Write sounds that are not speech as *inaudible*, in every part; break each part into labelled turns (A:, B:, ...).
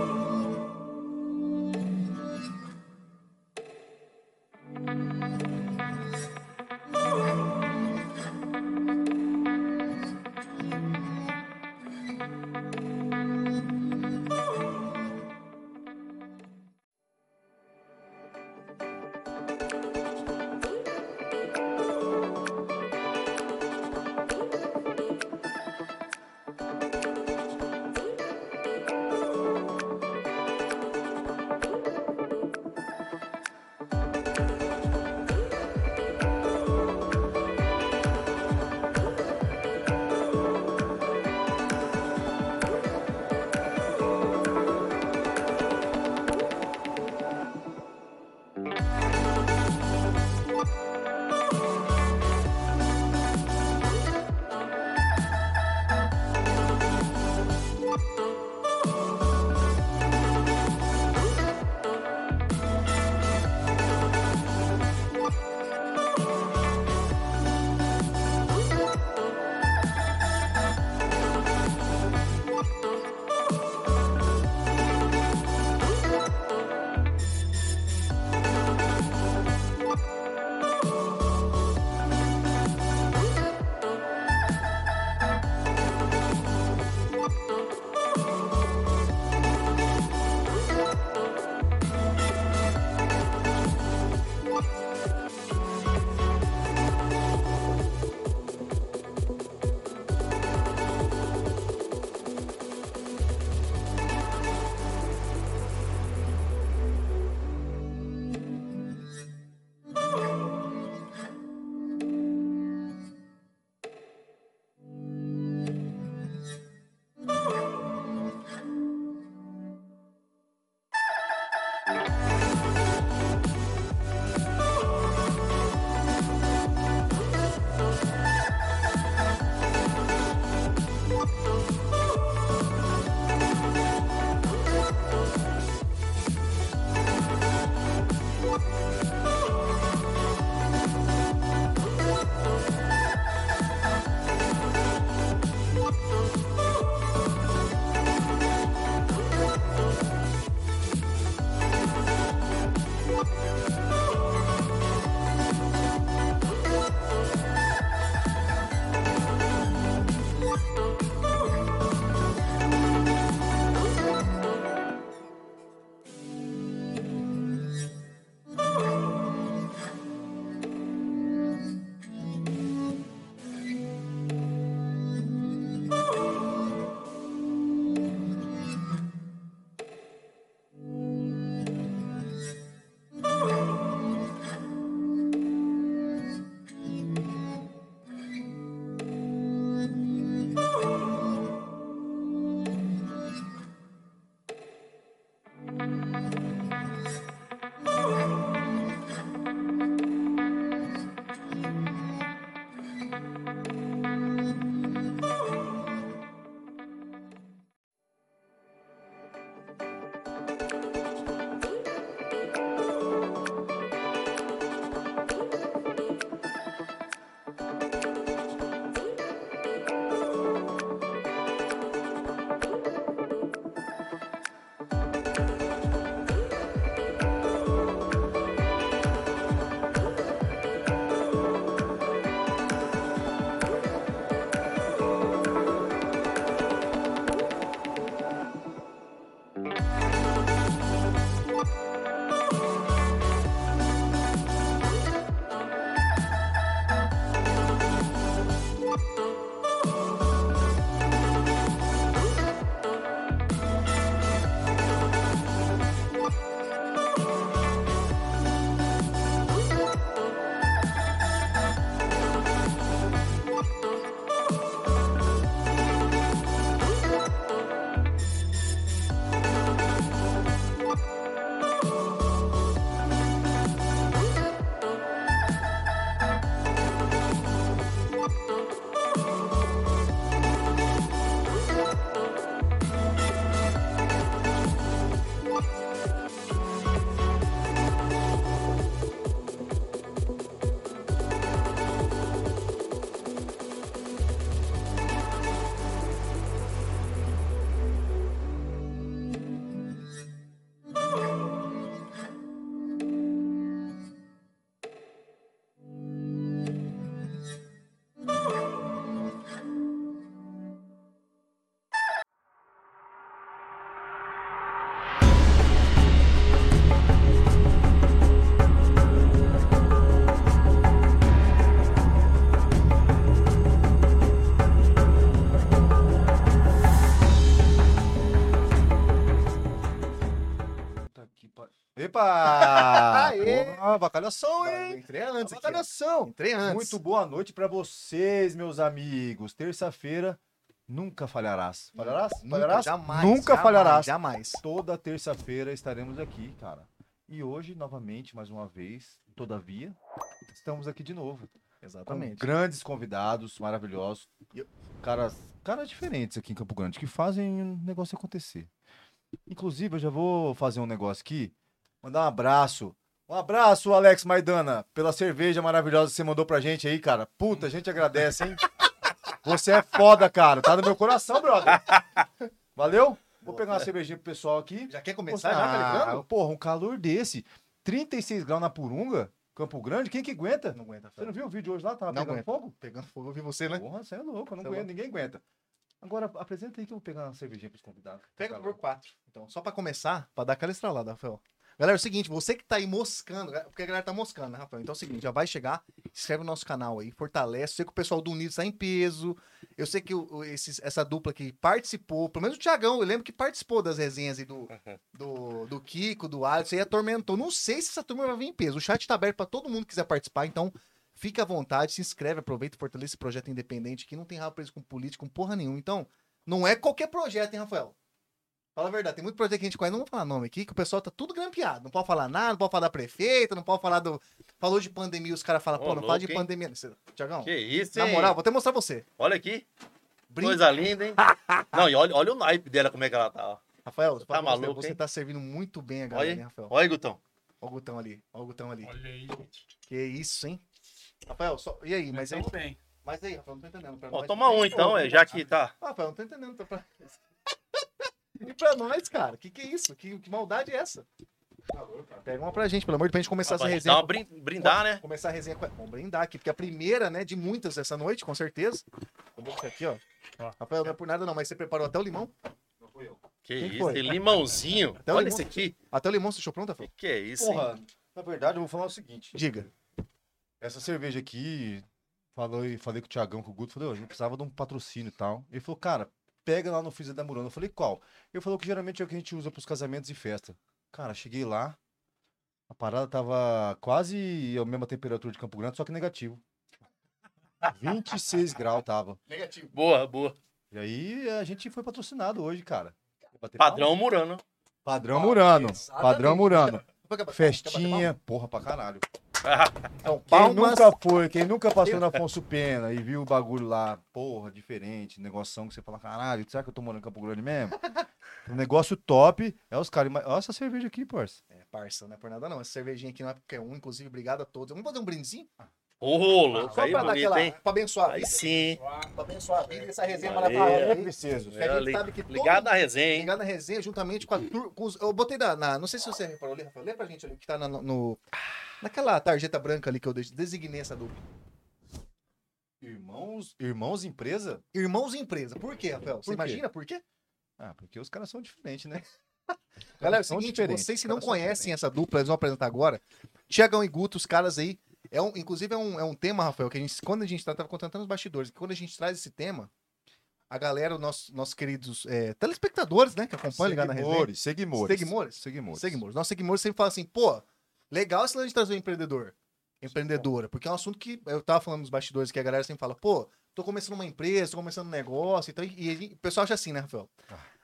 A: Oh Epa!
B: *laughs* Aê!
A: Porra, Bacalhação, hein?
B: Entrei antes aqui. ó.
A: Bacalhação!
B: Entrei antes.
A: Muito boa noite pra vocês, meus amigos. Terça-feira nunca falharás. Falharás?
B: Nunca,
A: Falharás?
B: Jamais.
A: Nunca
B: jamais,
A: falharás.
B: Jamais.
A: Toda terça-feira estaremos aqui, cara. E hoje, novamente, mais uma vez, todavia, estamos aqui de novo. Com
B: Exatamente.
A: grandes convidados, maravilhosos.
B: Eu-
A: Caras, caras diferentes aqui em Campo Grande, que fazem o negócio acontecer. Inclusive, eu já vou fazer um negócio aqui. Mandar um abraço. Um abraço, Alex Maidana, pela cerveja maravilhosa que você mandou pra gente aí, cara. Puta, a gente agradece, hein? Você é foda, cara. Tá no meu coração, brother. Valeu? Vou pegar uma cervejinha pro pessoal aqui.
B: Já quer
A: Pô,
B: começar? já, tá
A: ah,
B: ligado?
A: Porra, um calor desse. 36 graus na Purunga, Campo Grande, quem que aguenta?
B: Não aguenta.
A: Você não viu o vídeo hoje lá? Tava
B: Não
A: pegando
B: aguento.
A: fogo?
B: Pegando fogo, eu vi você, né?
A: Porra, você é louco, eu não
B: Tá
A: aguento,
B: bom.
A: ninguém aguenta. Agora, apresenta aí que eu vou pegar uma cervejinha pros convidados.
B: Pega
A: Tá
B: por
A: bom.
B: 4. Então, só pra começar, pra dar aquela estralada, Rafael. Galera, é o seguinte, você que tá aí moscando, porque a galera tá moscando, né, Rafael? Então é o seguinte, já vai chegar, inscreve no nosso canal aí, fortalece. Eu sei que o pessoal do Unidos tá em peso. Eu sei que o- o- esses- essa dupla que participou, pelo menos o Tiagão, eu lembro que participou das resenhas aí do, do, do Kiko, do Alisson, aí atormentou. Não sei se essa turma vai vir em peso. O chat tá aberto pra todo mundo que quiser participar, então fica à vontade, se inscreve, aproveita e fortalece esse projeto independente que não tem rabo preso com político, com porra nenhuma. Então, não é qualquer projeto, hein, Rafael? Fala a verdade, tem muito projeto que a gente conhece, não vou falar nome aqui, que o pessoal tá tudo grampeado. Não pode falar nada, não pode falar da prefeita, não pode falar do. Falou de pandemia, os caras falam,
C: Ô,
B: pô, não fala de
C: louco, hein?
B: pandemia. Tiagão,
C: Que isso,
B: na
C: hein?
B: moral, vou até mostrar pra você.
C: Olha aqui.
B: Brinca,
C: Coisa
B: *laughs*
C: linda, hein? Não, e olha, olha o naipe dela, como é que ela tá. ó.
B: Rafael,
C: Tá
B: fala pra você,
C: maluco,
B: você
C: hein?
B: tá servindo muito bem a galera,
C: Olha,
B: hein,
C: aí.
B: Rafael?
C: olha aí, Gutão.
B: Ó o Gutão ali, ó o Gutão ali.
D: Olha aí, gente.
B: Que isso, hein? Rafael, só... e aí? Mas, aí,
D: Começamos bem.
B: mas aí, Rafael, não tô entendendo. Pra
C: Ó,
B: nós-
C: toma um então, é, já que tá.
B: Ah, Rafael, não tô entendendo. Tá pra... *laughs* e pra nós, cara, que que é isso? Que, que maldade é essa? Pega uma pra gente, pelo amor de Deus, pra gente começar
C: Dá
B: essa resenha.
C: Ah, uma brin- brindar, né?
B: Começar a resenha com. Vamos brindar aqui, porque é a primeira, né, de muitas essa noite, com certeza. Eu vou colocar aqui, ó.
D: Ó.
B: Rafael, não é por nada não, mas você preparou até o limão?
C: Que
B: Quem
C: isso,
B: foi?
C: tem limãozinho.
B: Até o
C: olha
B: limão.
C: esse aqui.
B: Até o limão você deixou pronto,
C: Que
B: Rafael?
C: que é isso, hein?
A: Porra, na verdade, eu vou falar o seguinte.
B: Diga.
A: Essa cerveja aqui, falei, falei com o Tiagão, com o Guto, falei, "Ô, a gente precisava de um patrocínio e tal. Ele falou, cara, pega lá no Freezer da Murano. Eu falei, qual? Ele falou que geralmente é o que a gente usa pros casamentos e festa. Cara, cheguei lá, a parada tava quase a mesma temperatura de Campo Grande, só que negativo. 26 graus tava.
B: Negativo.
C: Boa, boa.
A: E aí a gente foi patrocinado hoje, cara.
B: tá
A: Bater palma.
C: Padrão Murano.
A: Padrão Murano.
B: Exatamente.
A: Padrão Murano.
B: Quer
A: Festinha, porra pra caralho.
B: Então,
A: Quem
B: palmas.
A: nunca foi, quem nunca passou na Afonso Pena e viu o bagulho lá, porra, diferente, negoção que você fala, caralho, será que eu tô morando em Campo
B: *laughs*
A: Grande mesmo? Um negócio top. É os caras. Olha essa cerveja aqui, parça.
B: É, parça, não é por nada não. Essa cervejinha aqui não é porque é um, inclusive, obrigado a todos. Vamos fazer um brindezinho?
C: Ô, louco,
B: Só
C: aí
B: pra dar
C: bonito,
B: aquela.
C: hein?
B: Pra abençoar a
C: Aí
B: vida.
C: sim.
B: Pra abençoar a vida e essa resenha
C: Valeu.
B: maravilhosa. aí.
A: preciso.
B: Que a gente
C: Ali.
B: sabe que todo
C: Ligado na resenha, hein?
B: Ligado na resenha juntamente
C: Hum.
B: com a tur- com os- Eu botei na, na- Não sei se você reparou ali, Rafael. Lê pra gente ali que tá na- no. Naquela tarjeta branca ali que eu des- designei essa dupla.
A: Irmãos, irmãos empresa?
B: Irmãos e empresa. Por quê, Rafael? Você
A: Por quê?
B: imagina por quê?
A: Ah, porque os caras são diferentes, né?
B: *laughs* Galera, é o
A: São
B: seguinte,
A: diferentes,
B: vocês que
A: os
B: não
A: caras são
B: conhecem essa dupla, eles vão apresentar agora. Tiagão e Guto, os caras aí. É um, inclusive, é um, é um tema, Rafael, que a gente, quando a gente tá, tava contando os bastidores, que quando a gente traz esse tema, a galera, os nossos, nossos queridos é, telespectadores, né, que acompanham ligado na resenha.
A: Seguimores, seguimores.
B: Seguimores?
A: Seguimores.
B: Seguimos. Nossos seguidores sempre falam assim, pô, legal esse lance de trazer um empreendedor, empreendedora, porque é um assunto que eu tava falando nos bastidores que a galera sempre fala, pô, tô começando uma empresa, tô começando um negócio, então, e, e o pessoal acha assim, né, Rafael?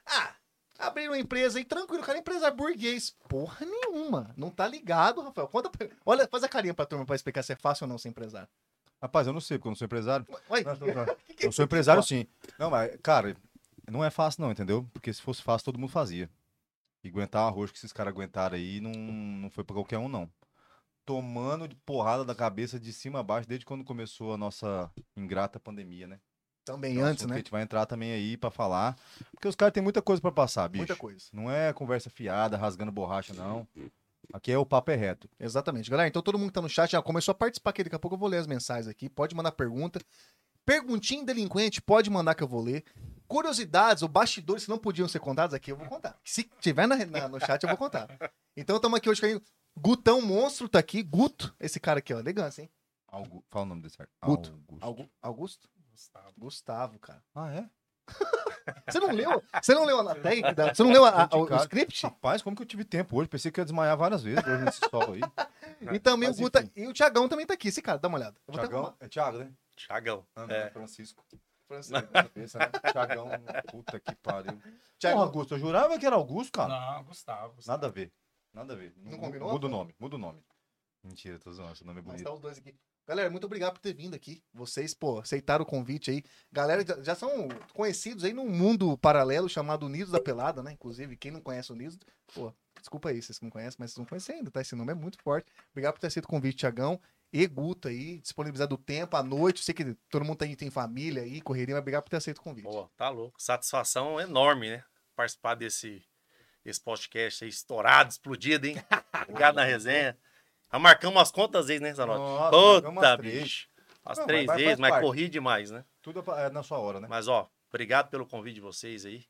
B: Ah, abrir uma empresa aí, tranquilo, o cara é empresário burguês. Porra nenhuma, não tá ligado, Rafael. Conta pra... Olha, faz a carinha pra turma pra explicar se é fácil ou não ser empresário.
A: Rapaz, eu não sei, porque eu não sou empresário.
B: Olha,
A: Não, não, não.
B: que que é
A: Eu sou empresário, sim. Não, mas, cara, não é fácil, não, entendeu? Porque se fosse fácil, todo mundo fazia. E aguentar o arroz que esses caras aguentaram aí não, não foi pra qualquer um, não. Tomando de porrada da cabeça de cima a baixo desde quando começou a nossa ingrata pandemia, né?
B: Também
A: É um
B: antes,
A: assunto que A
B: né?
A: gente vai entrar também aí pra falar. Porque os caras têm muita coisa pra passar, bicho.
B: Muita coisa.
A: Não é conversa fiada, rasgando borracha, não. Aqui é o papo é reto.
B: Exatamente. Galera, então todo mundo que tá no chat já começou a participar aqui. Daqui a pouco eu vou ler as mensagens aqui. Pode mandar pergunta. Perguntinha em delinquente, pode mandar que eu vou ler. Curiosidades ou bastidores que não podiam ser contados aqui, eu vou contar. Se tiver na, na- no chat, eu vou contar. Então estamos aqui hoje com o Gutão Monstro, tá aqui. Guto, esse cara aqui, ó. Elegância, hein?
A: Algu... Fala o nome desse cara.
B: Guto.
A: Augusto.
B: Augu- Augusto?
D: Gustavo.
B: Gustavo, cara.
A: Ah, é?
B: *laughs* Você não leu? Você não leu a técnica? da- Você não leu a- a- o, o script?
A: Rapaz, como que eu tive tempo hoje? Pensei que ia desmaiar várias vezes hoje nesse *laughs* sol aí.
B: E também o
A: Mas
B: Guta.
A: enfim.
B: E o Thiagão também tá aqui, esse cara, dá uma olhada. Eu vou até
A: Tiagão, é Thiago, né?
C: Thiagão.
A: Ah, não, é
C: É.
A: Francisco.
B: arrumar.
A: Cabeça, né? Thiagão, puta que pariu. Thiago
B: Thiagão,
A: Augusto, eu jurava que era Augusto, cara.
D: Não, Gustavo. Gustavo.
A: Nada a ver. Nada a ver.
B: Não
A: Mu-
B: combinou?
A: Muda o nome, muda o nome. Mentira, tô zoando, seu nome é
B: mas
A: bonito.
B: tá os dois aqui. Galera, muito obrigado por ter vindo aqui. Vocês, pô, aceitaram o convite aí. Galera, já, já são conhecidos aí num mundo paralelo chamado Nidos da Pelada, né? Inclusive, quem não conhece o Nidos, pô, desculpa aí, vocês que não conhecem, mas vocês não conhecem ainda, tá? Esse nome é muito forte. Obrigado por ter aceito o convite, Thiagão. E Guta aí, disponibilizado o tempo, à noite. Eu sei que todo mundo tem, tem família aí, correria, mas obrigado por ter aceito o convite.
C: Boa, tá louco. Satisfação enorme, né? Participar desse, desse podcast aí estourado, explodido, hein? Obrigado na resenha. Já marcamos umas quantas vezes, né, Zanotti?
A: Nossa, é jogamos
C: Puta,
A: as três.
C: bicho. As
A: Não,
C: três
A: mas- mas
C: vezes,
A: faz
C: mas
A: parte.
C: corri demais, né?
A: Tudo é pa- é na sua hora, né?
C: Mas, ó, obrigado pelo convite de vocês aí.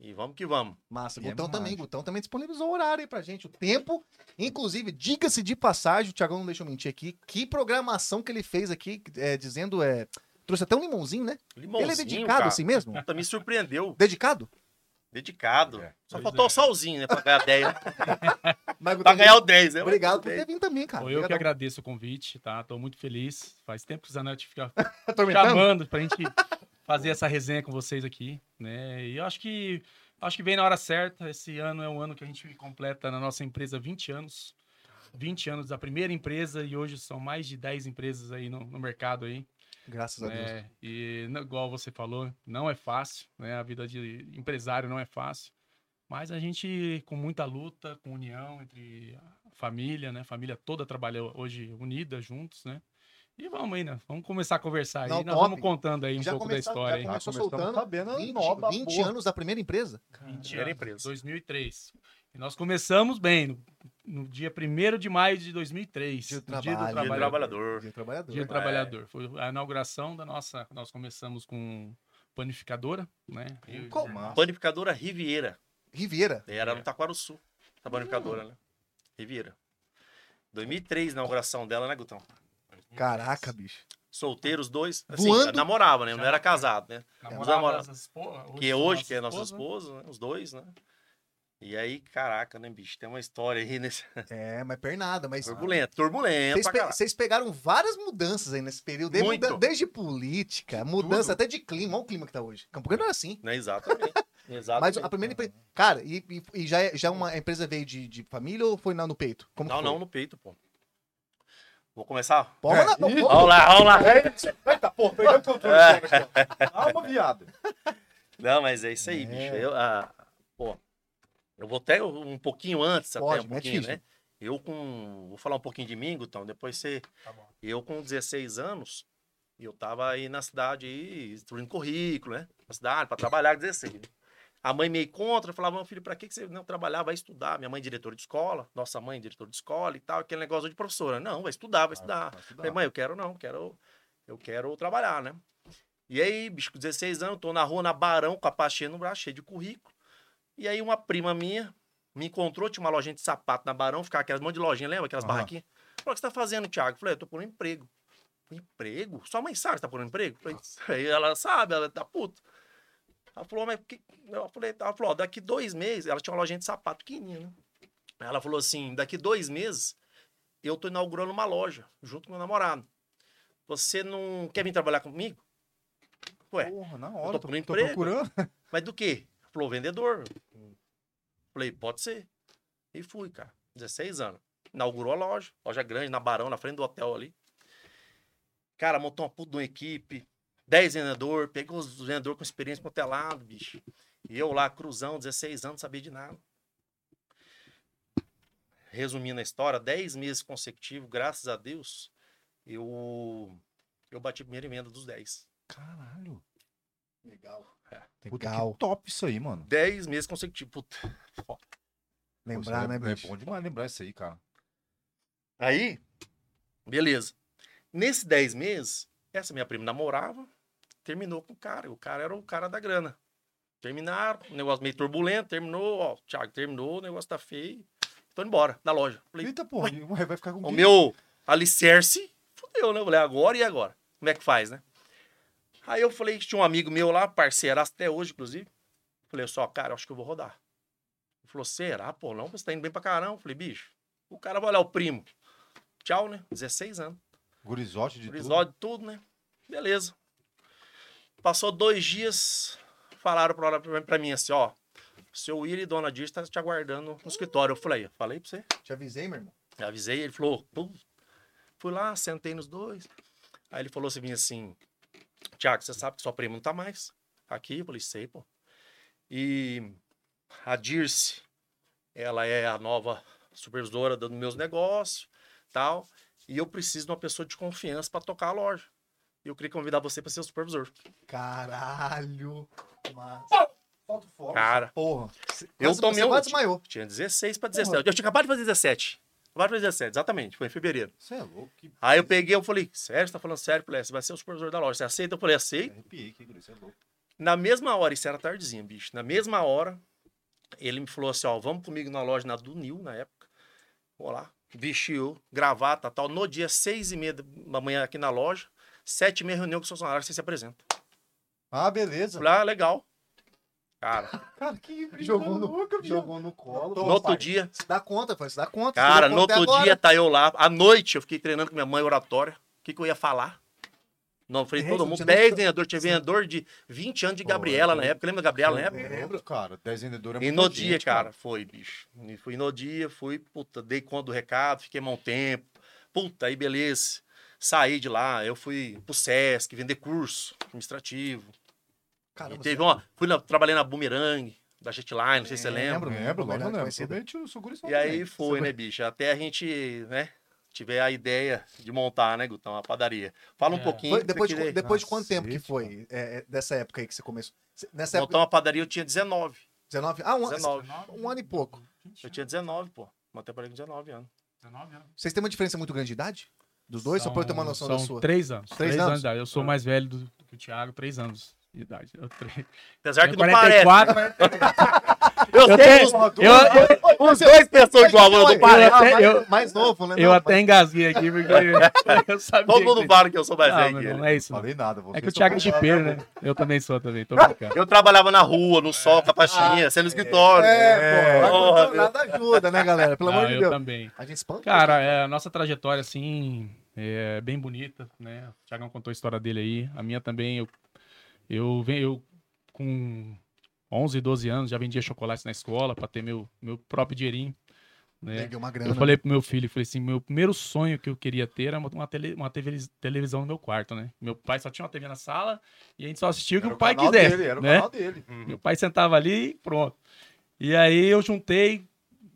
C: E vamos que vamos.
B: Massa,
A: E é
B: Gutão Então também,
A: mágico.
B: Gutão também disponibilizou o horário aí pra gente, o tempo. Inclusive, diga-se de passagem, o Thiagão não deixou mentir aqui, que programação que ele fez aqui, é, dizendo, é, trouxe até um limãozinho, né?
C: Limãozinho,
B: ele é dedicado
C: cara.
B: assim mesmo?
C: Puta, me surpreendeu.
B: Dedicado?
C: Dedicado.
A: É,
C: Só
D: pois
C: faltou
D: é.
C: o solzinho, né? Pra ganhar 10.
B: Mas,
C: pra
B: Gutão,
C: ganhar o 10, né?
B: Obrigado por
C: Mas-
B: ter vindo também, cara.
D: Foi eu que
B: Ah, Obrigadão.
D: agradeço o convite, tá? Tô muito feliz. Faz tempo que o Zanotti fica
B: Atormentando?
D: chamando pra gente fazer essa resenha com vocês aqui, né? E eu acho que acho que vem na hora certa. Esse ano é um ano que a gente completa na nossa empresa 20 anos. 20 anos da primeira empresa e hoje são mais de 10 empresas aí no, no mercado aí.
B: Graças a Deus.
D: né? E não- igual você falou, não é fácil, né? A vida de empresário não é fácil. Mas a gente, com muita luta, com união entre a família, né? A família toda trabalha hoje unida, juntos, né? E vamos aí, né? Vamos começar a conversar aí.
B: Não,
D: Nós
B: top.
D: vamos contando aí um
B: Já
D: pouco
B: começar-
D: da história.
B: já
D: aí.
B: Começou
A: começamos
B: soltando
A: sabendo
B: 20,
A: nova,
B: 20
A: porra.
B: anos da primeira empresa?
D: 20
C: Primeira
D: anos,
C: empresa.
D: 2003. E nós começamos bem, no, no dia 1 de maio de 2003.
B: Dia do
D: no
B: trabalho.
C: Dia do trabalhador.
B: Dia trabalhador.
D: Dia do
C: É.
D: Trabalhador. Foi a inauguração da nossa. Nós começamos com panificadora, né? Eu-
B: Como?
A: Massa.
C: Panificadora Riviera.
B: Riviera.
C: Era
D: É.
C: no Taquaruçu, a panificadora,
D: Hum.
C: né? Riviera. 2003, na inauguração dela, né, Gutão?
B: Caraca, bicho.
C: Solteiros dois. Assim,
B: Voando.
C: namorava, né? Não
D: Já.
C: era casado, né?
D: Namoradas,
C: Os namorados.
D: espo-
C: que
D: são
C: hoje,
D: nossa
C: que é nossa
D: esposa.
C: esposa, né? os dois, né? E aí, caraca, né, bicho? Tem uma história aí nesse. *laughs*
B: É, mas pernada, mas...
C: Turbulento, turbulento.
B: Vocês,
C: pra
B: pe-
C: caralho.
B: vocês pegaram várias mudanças aí nesse período, desde,
C: Muito.
B: muda- desde política, mudança
C: tudo.
B: até de clima, olha o clima que tá hoje. Campo Grande não era assim.
C: Né? Exatamente.
D: *laughs*
B: Mas
C: Exatamente. é.
B: a primeira empresa. Cara, e, e- e já, é- já uma a empresa veio de, de família ou foi na, no peito? Como
C: Não,
B: que foi?
C: não, no peito, pô. Vou começar?
B: Pô, mas não,
A: É. Ih,
B: pô,
C: Vamos lá, vamos lá.
A: É isso. Eita, porra, perdeu o controle. Calma, viado.
C: Não, mas é isso aí,
B: É.
C: bicho. Eu, ah, pô, eu vou até um pouquinho antes,
B: Pode,
C: até um
B: não é
C: pouquinho,
B: difícil.
C: né? Eu com. Vou falar um pouquinho de mim, Gutão, depois você.
D: Tá bom.
C: Eu com 16 anos, eu tava aí na cidade, aí, instruindo currículo, né? Na cidade, pra trabalhar com 16. né? A mãe meio contra, falava, meu filho, pra que que você não trabalhar? Vai estudar. Minha mãe é diretora de escola, nossa mãe é diretora de escola e tal, aquele negócio de professora. Não, vai estudar, vai estudar. Falei, mãe, eu quero não, quero, eu quero trabalhar, né? E aí, bicho, com 16 anos, tô na rua, na Barão, com a pastinha no braço, cheio de currículo. E aí uma prima minha me encontrou, tinha uma lojinha de sapato na Barão, ficava aquelas mãos de lojinha, lembra? Aquelas
A: Aham.
C: barraquinhas. Falou, o que você tá fazendo, Thiago? Eu falei, eu tô por um emprego. Emprego? Sua mãe sabe que tá por um emprego? Eu Falei, aí ela sabe, ela tá puta. Ela falou, mas que... Eu falei, ela falou, ó, daqui dois meses, ela tinha uma lojinha de sapato pequenininha, né? Ela falou assim, daqui dois meses, eu tô inaugurando uma loja, junto com meu namorado. Você não quer vir trabalhar comigo? Ué,
A: Porra, na
C: eu
A: hora.
C: tô
A: Tô,
C: por um
A: tô
C: emprego.
A: procurando.
C: Mas do quê? Falou, vendedor. Falei, pode ser. E fui, cara. 16 anos. Inaugurou a loja. Loja grande, na Barão, na frente do hotel ali. Cara, montou uma puta de uma equipe. 10 vendedor, pegou os vendedores com experiência pro telado, bicho. E eu lá, cruzão, 16 anos, não sabia de nada. Resumindo a história, 10 meses consecutivos, graças a Deus, eu eu bati a primeira emenda dos 10.
A: Caralho.
B: Legal.
A: Puta,
B: Legal.
A: que top isso aí, mano.
C: 10 meses consecutivos. Puta,
B: Lembrar,
A: Pô,
B: né,
A: isso é-
B: bicho?
A: É bom demais lembrar isso aí, cara.
C: Aí, beleza. Nesses 10 meses, essa minha prima namorava, terminou com o cara. e O cara era o cara da grana. Terminaram, o negócio meio turbulento, terminou, ó, Thiago, terminou, o negócio tá feio. Tô indo embora da loja. Falei,
A: Eita, porra, e- ué, vai ficar com
C: o
A: quem?
C: meu alicerce fudeu, né? Eu falei, agora e agora? Como é que faz, né? Aí eu falei que tinha um amigo meu lá, parceiro até hoje, inclusive. Falei, só, cara, acho que eu vou rodar. Ele falou, será, pô, não? Você tá indo bem pra caramba. Eu falei, bicho, o cara vai olhar o primo. Tchau, né? 16 anos.
A: Gurizote de tudo.
C: Episódio, tudo, né? Beleza. Passou dois dias, falaram pra, pra, pra mim assim, ó. Seu Willy, dona Dias, tá te aguardando no escritório. Eu falei, falei pra você.
B: é. Te avisei, meu irmão.
C: Eu avisei, ele falou, pum. Fui lá, sentei nos dois. Aí ele falou assim, assim, Tiago, você sabe que sua prima não tá mais aqui? Eu falei, sei, pô. E a Dirce, ela é a nova supervisora dos meus negócios, tal. E eu preciso de uma pessoa de confiança para tocar a loja. E eu queria convidar você para ser o supervisor.
B: Caralho. Massa. Falta fora.
C: Cara,
B: Porra. Você-
C: Eu
B: você-
C: tomei
B: Você
C: um-
B: quase desmaiou.
C: tinha 16 para 17. Eu tinha acabado de fazer 17. Acabado de fazer 17, exatamente. Foi em fevereiro.
A: Você é louco, que
C: Aí eu peguei, eu falei, sério, você tá falando sério? Eu falei, "É, você vai ser o supervisor da loja. Você aceita? Eu falei, aceito.
A: arrepiei, que guri, você é louco.
C: Na mesma hora, isso era tardezinha, bicho. Na mesma hora, ele me falou assim: ó, vamos comigo na loja na do Nil, na época. Vou lá, vestiu, gravata tal. No dia seis e meia da manhã aqui na loja, sete e meia reunião com os funcionários, você se apresenta.
A: Ah, beleza.
C: Falei, ah, legal. Cara,
A: Cara, que briga
B: Jogou no-
A: louca, bicho.
B: Jogou no colo.
C: no
B: Toma,
C: outro
B: pai.
C: dia,
B: Se dá conta, pai. Se dá conta. se
C: cara,
B: dá
C: no
B: conta até
C: outro
B: agora.
C: dia tá eu lá. À noite eu fiquei treinando com minha mãe oratória. O que, que eu ia falar? Não, falei,
B: É,
C: todo
B: não
C: mundo.
B: tinha
C: Dez
B: noção.
C: vendedor, tinha vendedor de 20 anos de
A: Pô, é
C: Gabriela na
A: doido.
C: época. Lembra da Gabriela na época?
A: Lembro, cara. 10 vendedores é
C: E
A: muita
C: no dia,
A: gente,
C: cara, foi, bicho. E Fui no dia, fui, puta, dei conta do recado, fiquei mal tempo. Puta, aí beleza. Saí de lá, eu fui pro Sesc vender curso administrativo. e
B: Caramba,
C: teve um
B: você-
C: uma. Fui na- trabalhei na Boomerang, da Jetline, não sei se
B: É,
C: você lembra.
A: Lembro, lembro,
B: Melhor
A: lógico, lembro.
B: conhecida.
A: Somente o Suguri
C: E aí foi, né, bicho? Até a gente, né, tiver a ideia de montar, né, Gutão, a padaria. Fala um
D: É.
C: pouquinho.
B: Foi
C: que
B: depois,
C: eu
B: de,
C: queria-
B: depois de quanto tempo que
A: Cacete,
B: foi é, é, dessa época aí que você começou? Cê- Nessa
C: Montar
B: época,
C: uma padaria eu tinha 19.
B: 19? Ah, um,
C: 19.
B: um ano e pouco.
C: Eu tinha 19, pô. Montei a padaria com 19 anos.
D: 19 anos.
B: Vocês têm uma diferença muito grande de idade? Dos dois? só pra eu ter uma noção da
D: são
B: sua.
D: Três anos.
B: Três
D: Três,
B: anos? Ah.
D: anos. de idade. Eu sou mais velho do, do que o Thiago, três anos de idade. Eu, tre...
C: Apesar que
D: tenho
C: não parece.
D: mas-
C: Eu,
D: Eu
C: sei,
D: tenho-
C: os-
A: eu-
D: eu-
C: os dois pessoas igual, mas eu não
B: Ah,
C: parece.
B: mais,
D: eu-
B: mais novo, né?
D: eu
B: Não,
D: até engasguei aqui,
C: *laughs*
D: porque eu sabia.
C: Todo mundo
D: que-
C: fala que eu sou mais
D: Não,
C: velho
D: meu
C: que
D: irmão,
C: ele.
D: não é isso. não.
A: Falei nada, vocês
D: É que o
A: estão
D: Thiago é
A: falando.
D: chipeiro, né? Eu também sou, também. Tô brincando.
C: Eu trabalhava na rua, no sol, com a pastinha, sendo escritório.
B: É,
A: É,
B: pô.
C: porra,
B: mas nada ajuda, né, galera? Pelo
D: Não,
B: amor de
D: eu
B: Deus.
D: também.
B: A gente espanta.
D: Cara, é, a nossa trajetória, assim, é bem bonita, né? O Thiagão contou a história dele aí. A minha também, eu, eu, venho- eu com 11, 12 anos, já vendia chocolate na escola pra ter meu, meu próprio dinheirinho, né?
B: Peguei uma grana.
D: Eu falei pro meu filho, falei assim, meu primeiro sonho que eu queria ter era uma, tele- uma tele- televisão no meu quarto, né? Meu pai só tinha uma TV na sala e a gente só assistia o que
A: Era
D: o pai
A: canal
D: quisesse,
A: dele, Era o
D: né?
A: canal dele.
D: Meu pai sentava ali e pronto. E aí eu juntei,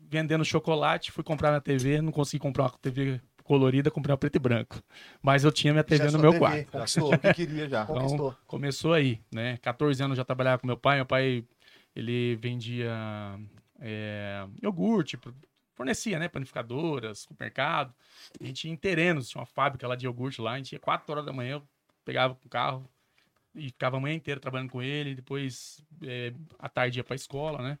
D: vendendo chocolate, fui comprar minha TV, não consegui comprar uma TV colorida, comprei uma preto e branco. Mas eu tinha minha TV
B: Já
D: no
B: só
D: meu
B: teve-
D: quarto.
B: Conquistou.
A: O que queria já.
B: Conquistou.
D: Então, Começou aí, né? 14 anos eu já trabalhava com meu pai. Meu pai, ele vendia é, iogurte, pro- fornecia, né? Panificadoras, supermercado. A gente ia em terrenos, tinha uma fábrica lá de iogurte lá. A gente ia 4 horas da manhã, eu pegava o carro e ficava a manhã inteira trabalhando com ele. Depois, é, à tarde ia pra escola, né?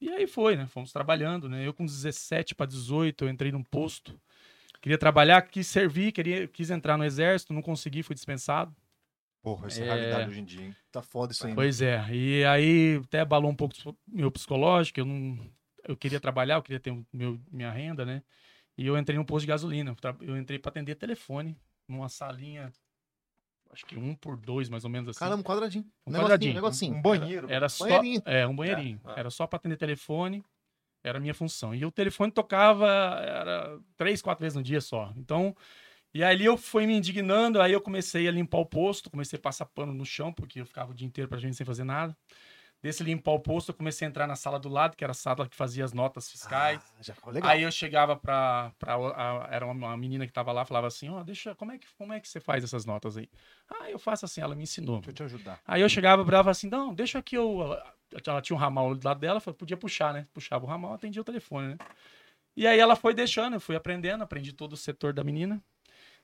D: E aí foi, né? Fomos trabalhando, né? Eu com 17 para 18, eu entrei num posto. Queria trabalhar, quis servir, queria, quis entrar no exército, não consegui, fui dispensado.
A: Porra, essa é
D: É.
A: a realidade hoje em dia, hein?
B: Tá foda isso aí. né?
D: Pois é, e aí até abalou um pouco o meu psicológico, eu não eu queria trabalhar, eu queria ter o meu, minha renda, né? E eu entrei num posto de gasolina, eu tra- eu entrei para atender telefone numa salinha acho que um por dois, mais ou menos assim.
B: Caramba, um quadradinho.
D: Um
B: negocinho,
D: quadradinho.
A: Um
B: negocinho.
A: banheiro.
D: Era só
B: Banheirinho.
D: é, um banheirinho.
C: É, é.
D: Era só para atender telefone. Era a minha função. E o telefone tocava era três, quatro vezes no dia só. Então, e ali eu fui me indignando, aí eu comecei a limpar o posto, comecei a passar pano no chão, porque eu ficava o dia inteiro pra gente sem fazer nada. Desse limpar o posto, eu comecei a entrar na sala do lado, que era a sala que fazia as notas fiscais.
B: Ah, já ficou legal.
D: Aí eu chegava pra. pra a- era uma, uma menina que tava lá, falava assim: Ó, deixa, como é, que, como é que você faz essas notas aí? Ah, eu faço assim, ela me ensinou.
A: Deixa eu te ajudar.
D: Aí eu chegava e falava assim, não, deixa aqui eu... Ela tinha um ramal do lado dela, falei, podia puxar, né? Puxava o ramal, atendia o telefone, né? E aí ela foi deixando, eu fui aprendendo, aprendi todo o setor da menina.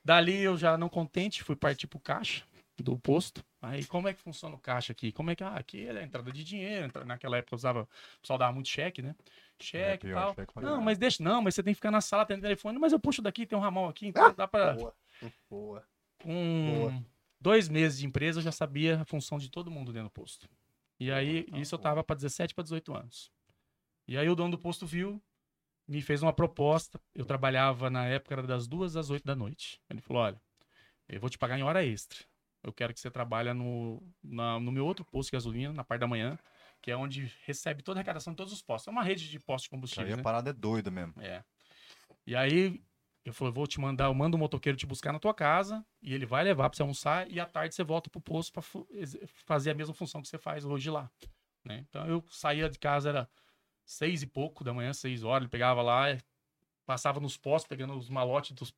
D: Dali eu já não contente, fui partir pro caixa do posto. Aí como é que funciona o caixa aqui? Como é que... Ah, aqui é a entrada de dinheiro, entra- naquela época eu usava... O pessoal dava muito cheque, né? Cheque e
A: É, pior,
D: tal.
A: cheque pra
D: Não,
A: caralho.
D: mas deixa, não, mas você tem que ficar na sala
A: Ah!
D: atendendo o telefone. Mas eu puxo daqui, tem um ramal aqui, então dá pra...
B: Boa. Boa.
D: Um... dois meses de empresa, eu já sabia a função de todo mundo dentro do posto. E aí,
A: tá
D: isso eu
A: bom.
D: tava para 17 para 18 anos. E aí o dono do posto viu, me fez uma proposta. Eu trabalhava na época, era das duas às 8 da noite. Ele falou: olha, eu vou te pagar em hora extra. Eu quero que você trabalhe no, na- no meu outro posto de gasolina, na parte da manhã, que é onde recebe toda a arrecadação de todos os postos. É uma rede de postos de combustível.
A: Aí a
D: né?
A: parada é doida mesmo.
D: É. E aí, eu falei, vou te mandar, eu mando o motoqueiro te buscar na tua casa, e ele vai levar pra você almoçar, e à tarde você volta pro posto pra fu- ex- fazer a mesma função que você faz hoje lá. né? Então eu saía de casa, era seis e pouco da manhã, seis horas, ele pegava lá, eh, passava nos postos, pegando os malotes dos,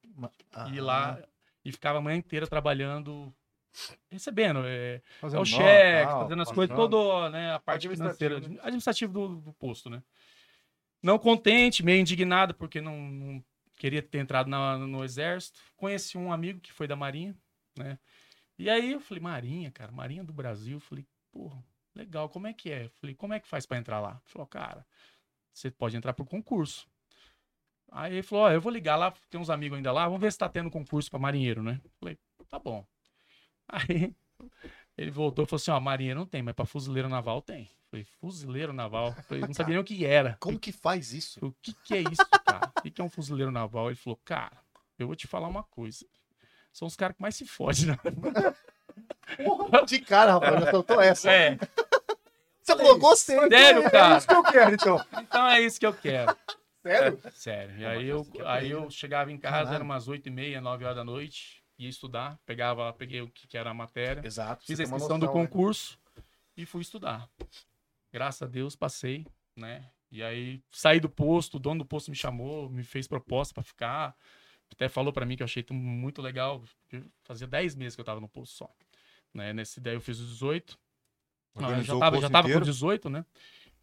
B: Ah,
D: e lá e ficava a manhã inteira trabalhando, recebendo, eh, é
A: Fazer
D: o
A: um nó,
D: cheque,
A: tal,
D: fazendo as
A: passando.
D: coisas, toda né, a parte
A: Administrativo, né?
D: financeira, administrativa do, do posto, né? Não contente, meio indignado, porque não, não queria ter entrado na- no exército. Conheci um amigo que foi da Marinha, né? E aí eu falei, Marinha, cara, Marinha do Brasil. Eu falei, porra, legal, como é que é? Eu falei, como é que faz pra entrar lá? Ele falou, cara, você pode entrar por concurso. Aí ele falou, ó, eu vou ligar lá, tem uns amigos ainda lá, vamos ver se tá tendo concurso pra marinheiro, né? Eu falei, tá bom. Aí ele voltou e falou assim: ó, marinheiro não tem, mas pra fuzileiro naval tem. Eu Falei, fuzileiro naval? Eu Falei, não sabia nem o que era.
B: Como que faz isso?
D: O que, que é isso, cara? O que, que é um fuzileiro naval? Ele falou, cara, eu vou te falar uma coisa. São os caras que mais se fodem, né?
B: De cara, rapaz, já
D: *laughs*
B: soltou essa.
D: É,
B: Você falou, gostei.
D: sério,
A: É
D: cara.
A: isso que eu quero, então.
D: Então é isso que eu quero.
B: Sério?
D: Sério. E aí eu, aí eu chegava em casa, era umas 8 e meia, 9 horas da noite, ia estudar, pegava, peguei o que que era a matéria.
B: Exato.
D: Fiz
B: você
D: a
B: tem uma
D: inscrição do
B: noção, né?
D: concurso e fui estudar. Graças a Deus passei, né? E aí saí do posto, o dono do posto me chamou, me fez proposta pra ficar. Até falou pra mim que eu achei tu- muito legal. porque Fazia 10 meses que eu tava no posto só. Né? Nesse daí eu fiz os 18. Não, eu já
A: Organizou o
D: tava, já
A: posto
D: tava com
A: inteiro.
D: 18, né?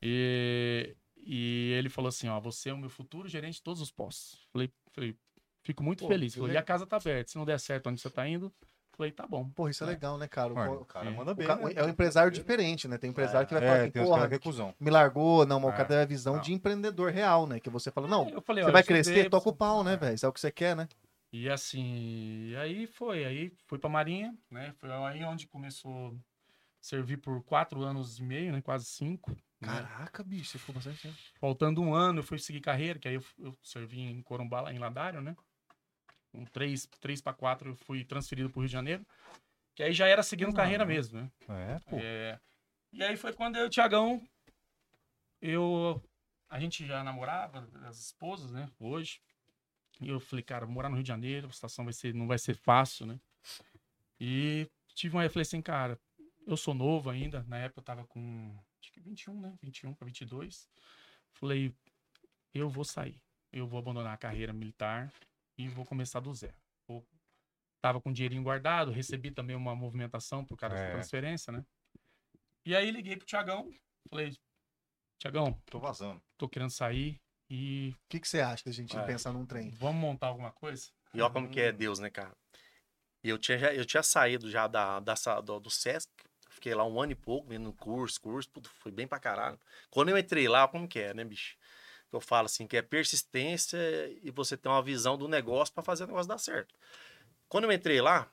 D: E, e ele falou assim: ó, você é o meu futuro gerente de todos os postos. Falei, falei fico muito
B: Pô,
D: feliz.
B: que
D: Falei, e a
B: legal.
D: casa tá aberta. Se não der certo onde você tá indo, falei, tá bom.
B: Porra, isso é
D: É.
B: legal, né, cara? O
A: Mano,
B: co-
A: o cara
D: É.
A: manda
B: o
A: bem.
B: ca-
A: né?
B: é um empresário diferente, né? Tem empresário que vai falar
A: É,
B: assim,
A: tem uns caras
B: porra,
A: que é cuzão.
B: me largou. Não, mas o
D: É.
B: cara tem a visão
D: Não. É,
B: de empreendedor real, né? Que você fala, não,
D: Eu falei, ó,
B: você
D: eu
B: vai
D: estudei,
B: crescer, toca o
D: você-
B: pau, né,
D: É.
B: velho? Isso é o que você quer, né?
D: E assim, e aí foi, aí fui pra Marinha, né? Foi aí onde começou a servir por quatro anos e meio, né? Quase cinco. né?
B: Caraca, bicho, você ficou bastante tempo.
D: Faltando um ano, eu fui seguir carreira, que aí eu, eu servi em Corumbá, lá em Ladário, né? Com três, três para quatro, eu fui transferido pro Rio de Janeiro. Que aí já era seguindo
A: Ah,
D: carreira
A: né?
D: mesmo, né?
A: É, pô.
D: É, E aí foi quando eu e o Tiagão, eu, a gente já namorava, as esposas, né, hoje. E eu falei, cara, morar no Rio de Janeiro, a situação vai ser, não vai ser fácil, né? E tive uma, eu falei assim, cara, eu sou novo ainda, na época eu tava com, acho que 21, né, 21 para 22. Falei, eu vou sair, eu vou abandonar a carreira militar e vou começar do zero. Vou- Tava com dinheirinho guardado, recebi também uma movimentação por causa da
A: É.
D: transferência, né? E aí liguei pro Tiagão, falei, Tiagão,
A: Tô vazando.
D: tô querendo sair e
B: O que, que você acha da gente
D: É.
B: pensar num trem?
D: vamos montar alguma coisa?
C: E olha como que é Deus, né, cara? E Eu tinha, já- eu tinha saído já da, da, sa- do, do Sesc, fiquei lá um ano e pouco, vendo curso, curso, puto, foi bem pra caralho. Quando eu entrei lá, como que é, né, bicho? Eu falo assim, que é persistência e você ter uma visão do negócio pra fazer o negócio dar certo. Quando eu entrei lá,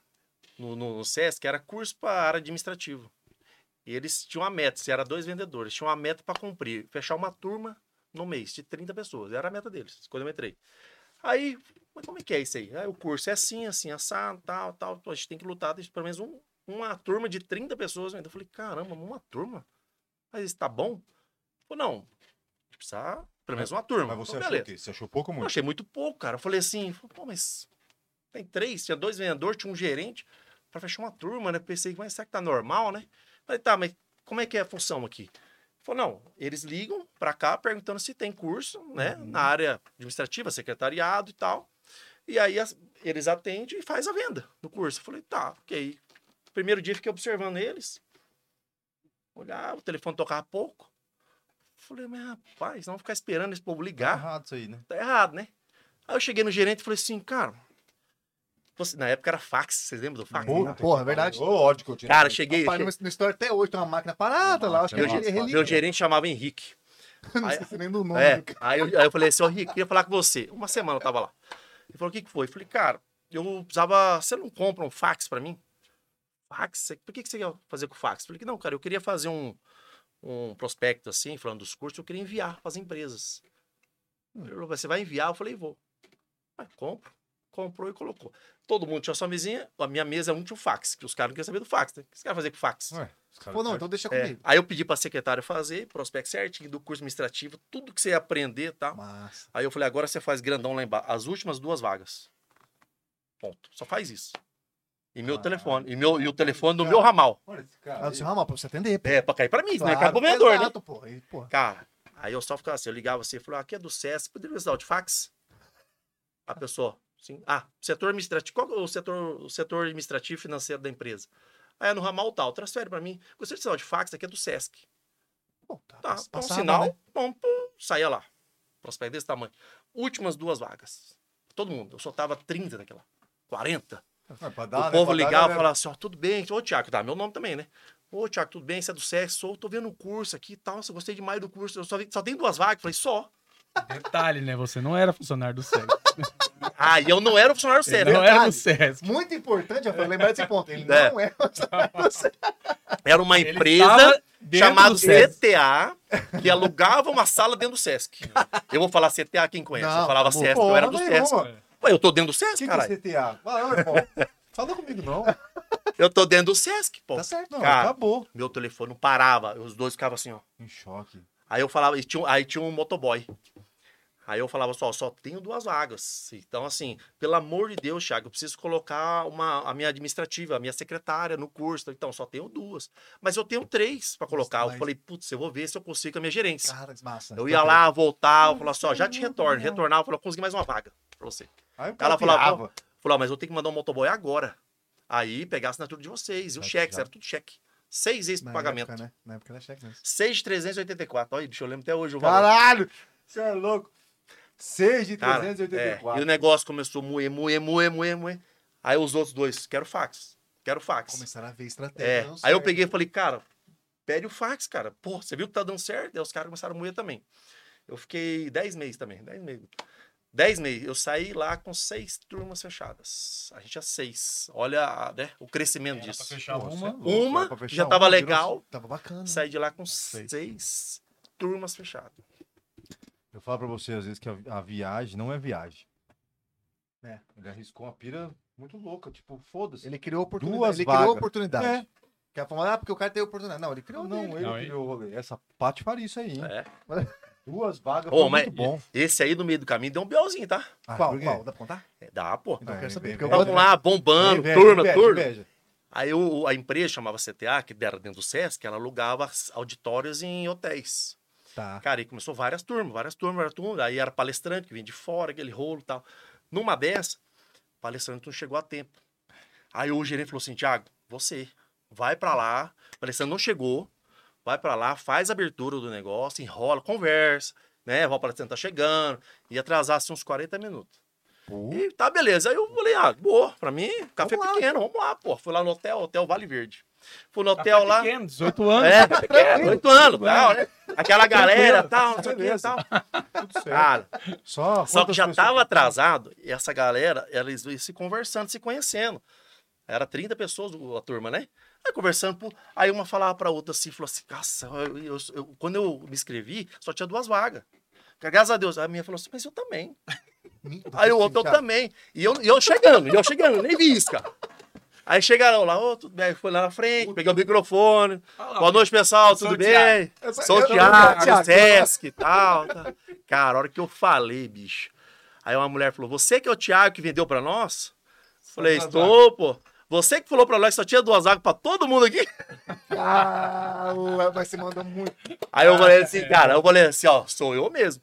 C: no, no, no Sesc, era curso pra área administrativa. E eles tinham uma meta, se era dois vendedores, tinham uma meta pra cumprir, fechar uma turma no mês de 30 pessoas. Era a meta deles, quando eu entrei. Aí mas como é que é isso aí? Ah, o curso é assim, assim, assado, tal, tal. Pô, A gente tem que lutar, tem pelo menos um- uma turma de 30 pessoas. ainda. Eu falei, caramba, uma turma? Mas isso tá bom? Falei, não, a gente precisa pelo menos uma turma.
A: Mas você
C: Falei,
A: achou
C: beleza.
A: o quê? Você achou pouco ou
C: Eu
A: muito?
C: achei muito pouco, cara. Eu falei assim, falei, pô, mas tem três, tinha dois vendedores, tinha um gerente, pra fechar uma turma, né? Pensei, mas será que tá normal, né? Falei, tá, mas como é que é a função aqui? Falei, não, eles ligam pra cá perguntando se tem curso, né?
A: Uhum.
C: Na área administrativa, secretariado e tal. E aí as- eles atendem e faz a venda do curso. Eu falei, tá, ok. Primeiro dia fiquei observando eles. Olhava, o telefone tocava pouco. Falei, mas rapaz, não ficar esperando esse povo
A: Tá
C: ligar
A: errado isso aí, né?
C: tá errado, né? Aí eu cheguei no gerente e falei assim, cara. você- na época era fax, vocês lembram do fax?
B: Puta que pariu.
A: Ô, ódio que eu tirei.
C: Cara, eu cheguei.
B: é Rapaz,
C: che-
B: no, no store até hoje tem uma máquina parada lá, acho que
C: Meu,
B: eu
A: Nossa,
C: gerente,
A: nossa,
B: relíquia. *laughs*
C: meu gerente chamava Henrique.
B: Não esqueci nem do nome.
C: É, aí, eu, aí eu falei assim, ô Henrique, queria falar com você. Uma semana eu tava lá. Ele falou, o que, que foi? Eu falei, cara, eu precisava. Você não compra um fax pra mim? fax? Por que, que você ia fazer com fax? Falei que não, cara, eu queria fazer um, um prospecto assim, falando dos cursos, eu queria enviar para as empresas. Ele falou, você vai enviar? Eu falei, vou. Aí, compro. Comprou e colocou. Todo mundo tinha sua mesinha, a minha mesa é um tinha um fax, que os caras não queriam saber do fax, né? O que os caras fazer com fax?
A: Ué, os caras-
B: Pô, não, então deixa
C: É,
B: comigo.
C: Aí eu pedi pra secretária fazer, prospecto certinho, do curso administrativo, tudo que você ia aprender e tal.
B: Massa.
C: Aí eu falei, agora você faz grandão lá embaixo. As últimas duas vagas. Ponto. Só faz isso. E meu
A: Caralho.
C: telefone. E, meu, e o telefone do
A: Cara.
C: meu ramal.
A: Olha esse cara.
B: Ah, do seu ramal, pra você atender.
C: É, pra cair pra mim, né? Cara
B: Claro,
C: pro vendedor, né?
B: exato, pô. E, pô,
C: Cara, aí eu só ficava assim, eu ligava assim, eu falava, aqui é do SESC, poderia usar o de fax? A pessoa, sim. Ah, setor administrativo, qual que é o setor, o setor administrativo e financeiro da empresa? Aí é no ramal tal, transfere pra mim. Gostaria de usar o de fax, aqui é do SESC.
B: pô,
C: Tá, dá um
B: passava,
C: sinal,
B: né?
C: pum, pum, saía lá. Prospecto desse tamanho. Últimas duas vagas. Todo mundo. Eu só tava 30 naquela. 40.
A: Ah, pra dar,
C: o
A: né,
C: povo
A: pra dar,
C: ligava e
A: né?
C: falava assim, ó, tudo bem. Ô, Tiago, tá, meu nome também, né? Ô, Tiago, tudo bem? Você é do sexo? Sou, tô vendo um curso aqui e tal. Nossa, eu gostei demais do curso. Eu só, vi- só tem duas vagas. Eu falei, só.
D: Detalhe, né? Você não era funcionário
C: *laughs*
D: do SESC.
C: Ah, e eu não era um funcionário
D: Você
C: sério.
D: não era
C: *laughs*
D: do SESC.
B: Muito importante, Rafael, lembrar desse ponto. Ele
C: É.
B: não é.
C: Era uma
D: Ele
C: empresa
D: tava dentro
C: chamada
D: do SESC.
C: CTA que alugava uma sala dentro do Sesc. Eu vou falar CTA, quem conhece? eu
B: Não,
C: falava
B: amor,
C: Sesc, eu era do
A: porra
C: Sesc.
A: nenhuma.
C: Ué, eu tô dentro do
A: O que,
C: Sesc,
A: que é
C: caralho.
A: CTA? Vai lá, irmão. Fala comigo, não.
C: Eu tô dentro do Sesc, pô.
B: Tá certo.
A: Não,
C: Cara.
A: acabou.
C: Meu telefone não parava. Os dois ficavam assim, ó.
A: Em choque.
C: Aí eu falava, e tinha, um- aí tinha um motoboy. Aí eu falava só, só tenho duas vagas. Então, assim, pelo amor de Deus, Thiago, eu preciso colocar uma, a minha administrativa, a minha secretária no curso. Então, só tenho duas. Mas eu tenho três pra colocar. Eu
B: mas-
C: falei, putz, eu vou ver se eu consigo com a minha gerência.
B: Cara, tá massa.
C: Eu ia lá, voltava, falava só, já te retorno. Retornava, falava, consegui mais uma vaga pra você.
A: Aí o
C: Ela
A: cara
C: falava,
A: pirava.
C: Falou, ah, mas eu tenho que mandar um motoboy agora. Aí pegar a assinatura de vocês,
B: Tá,
C: e o
A: Mas
C: cheque,
A: já-
C: era tudo cheque. Seis vezes pro
B: Na
C: pagamento.
B: Época, né? Na época era cheque, né?
C: 6,384. Olha, bicho, eu lembro até hoje o valor.
A: Caralho! Você é louco. 6 de
C: Cara, é,
A: 384.
C: E o negócio começou a moer, moer, moer, moer, moer. Aí os outros dois, quero fax, quero fax.
B: Começaram a ver estratégia.
C: É.
B: dando
C: Aí eu
B: certo.
C: peguei e falei, cara, pede o fax, cara. Pô, você viu que tá dando certo? Aí os caras começaram a moer também. Eu fiquei 10 meses também, 10 meses. 10 meses. Eu saí lá com seis turmas fechadas. A gente tinha seis. Olha a- né, o crescimento
D: Era pra
C: disso.
D: fechar
A: Nossa, é
D: uma.
A: louco,
C: Uma
A: era pra fechar
C: já tava
A: uma, virou
C: legal.
B: Tava bacana.
C: Saí de lá com
D: Seis.
C: seis turmas fechadas.
A: Eu falo pra você, às vezes, que a, a viagem não é viagem.
B: É.
A: Ele arriscou uma pira muito louca, tipo, foda-se.
B: Ele criou oportunidade.
A: Duas
B: ele criou
A: vagas.
B: oportunidade.
A: É.
B: Que a fama, ah, porque o cara tem oportunidade. Não, ele criou.
A: Não,
B: é dele.
A: não, ele
D: Não,
A: que
D: ele-
A: criou o rolê. Essa parte faria isso aí, hein?
C: É.
A: Duas vagas,
C: Ô,
A: foi
C: mas- é,
A: muito bom.
C: Esse aí no meio do caminho deu um biozinho, tá?
A: Ah,
B: Qual?
A: por quê?
B: Qual? Dá pra contar?
C: É, dá, pô.
B: Então
A: Ah,
B: eu quero
A: ele
B: saber.
A: bem-
B: Porque eu
A: bem-
B: gosto
C: Estavam lá bombando,
A: Inveja,
C: turma,
A: inveja,
C: turma.
A: inveja.
C: Aí o- a empresa chamava CTA, que era dentro do SESC, ela alugava as- auditórios em hotéis.
A: Ah.
B: Tá.
C: Cara, aí começou várias turmas, várias turmas, várias turmas. Aí era palestrante que vinha de fora, aquele rolo e tal. Numa dessa, o palestrante não chegou a tempo. Aí o gerente falou assim: Tiago, você vai pra lá, o palestrante não chegou, vai pra lá, faz a abertura do negócio, enrola, conversa, né? O palestrante tá chegando, e atrasar assim, uns 40 minutos.
A: Pô,
C: E tá, beleza. Aí eu falei, ah, boa, pra mim, café
B: Vamos lá.
C: pequeno, vamos lá, pô. Fui lá no hotel, hotel Vale Verde. Fui no hotel lá.
D: tá Pequeno, 18 anos.
C: É, pequeno, oito anos, tal, né? Aquela galera, tal, não sei o que,
A: Beleza.
C: tal.
A: tudo certo.
C: Cara,
A: Tá. só,
C: só que
A: quantas
C: já
A: pessoas-
C: tava atrasado, e essa galera, elas iam se conversando, se conhecendo. Era 30 pessoas o- a turma, né? Aí conversando, pô, aí uma falava pra outra assim, falou assim, nossa, eu- eu- eu- quando eu me inscrevi, só tinha duas vagas. Graças a Deus. A minha falou assim, mas eu também. Aí o outro eu também. E eu, e eu chegando, e eu chegando, nem vi isso, cara. Aí chegaram lá, ô, tudo bem, foi lá na frente, peguei o microfone. Boa noite, pessoal,
D: Ah, sou
C: tudo
D: o
C: bem? Sou o Thiago, do Sesc e tal. tá. Cara, a hora que eu falei, bicho. Aí uma mulher falou: Você que é o Thiago que vendeu pra nós? Falei:
A: duas
C: Estou, pô. Você que falou pra nós que só tinha duas águas pra todo mundo aqui?
B: Ah, ué, mas você mandou muito.
C: Aí eu falei assim, cara, eu falei assim, ó, sou eu mesmo.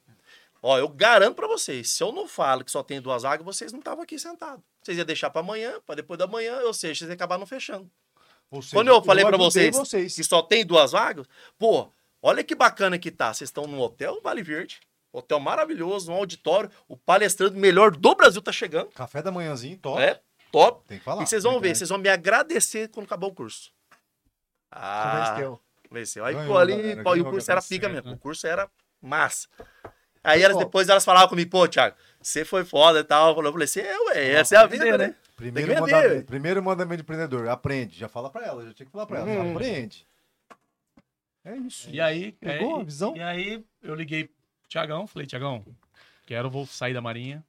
C: Ó, eu garanto pra vocês, se eu não falo que só tem duas vagas, vocês não estavam aqui sentados. Vocês iam deixar pra amanhã, pra depois da manhã, ou seja, vocês iam acabar não fechando.
A: Ou seja,
C: Quando eu falei pra
A: ajudei
C: vocês, se só tem duas vagas, pô, olha que bacana que tá. Vocês estão num hotel Vale Verde, hotel maravilhoso, um auditório, o palestrante melhor do Brasil tá chegando.
A: Café da manhãzinho, top.
C: É, top.
A: Tem que falar.
C: e vocês vão ver,
A: Verdade.
C: vocês vão me agradecer quando acabar o curso. Ah,
B: Convenceu.
C: Venceu. Aí
A: Ganhou,
C: ficou ali,
A: galera,
C: pô, e o
A: ganhou,
C: curso
A: galera,
C: era pica
D: certo,
C: mesmo.
D: né?
C: O curso era massa. Aí elas,
B: Pô.
C: depois elas falavam comigo, pô, Thiago, você foi foda e tal. Eu falei, você é, ué, assim, essa é a vida, né?
A: Primeiro
C: vender.
A: mandamento, primeiro mandamento de empreendedor, aprende. Já fala pra ela, já tinha que falar pra ela.
C: Hum.
A: Aprende. É isso.
D: E aí,
A: Pegou
D: é,
A: a visão?
C: Então?
D: E aí eu liguei pro Tiagão, falei, Tiagão, quero vou sair da Marinha.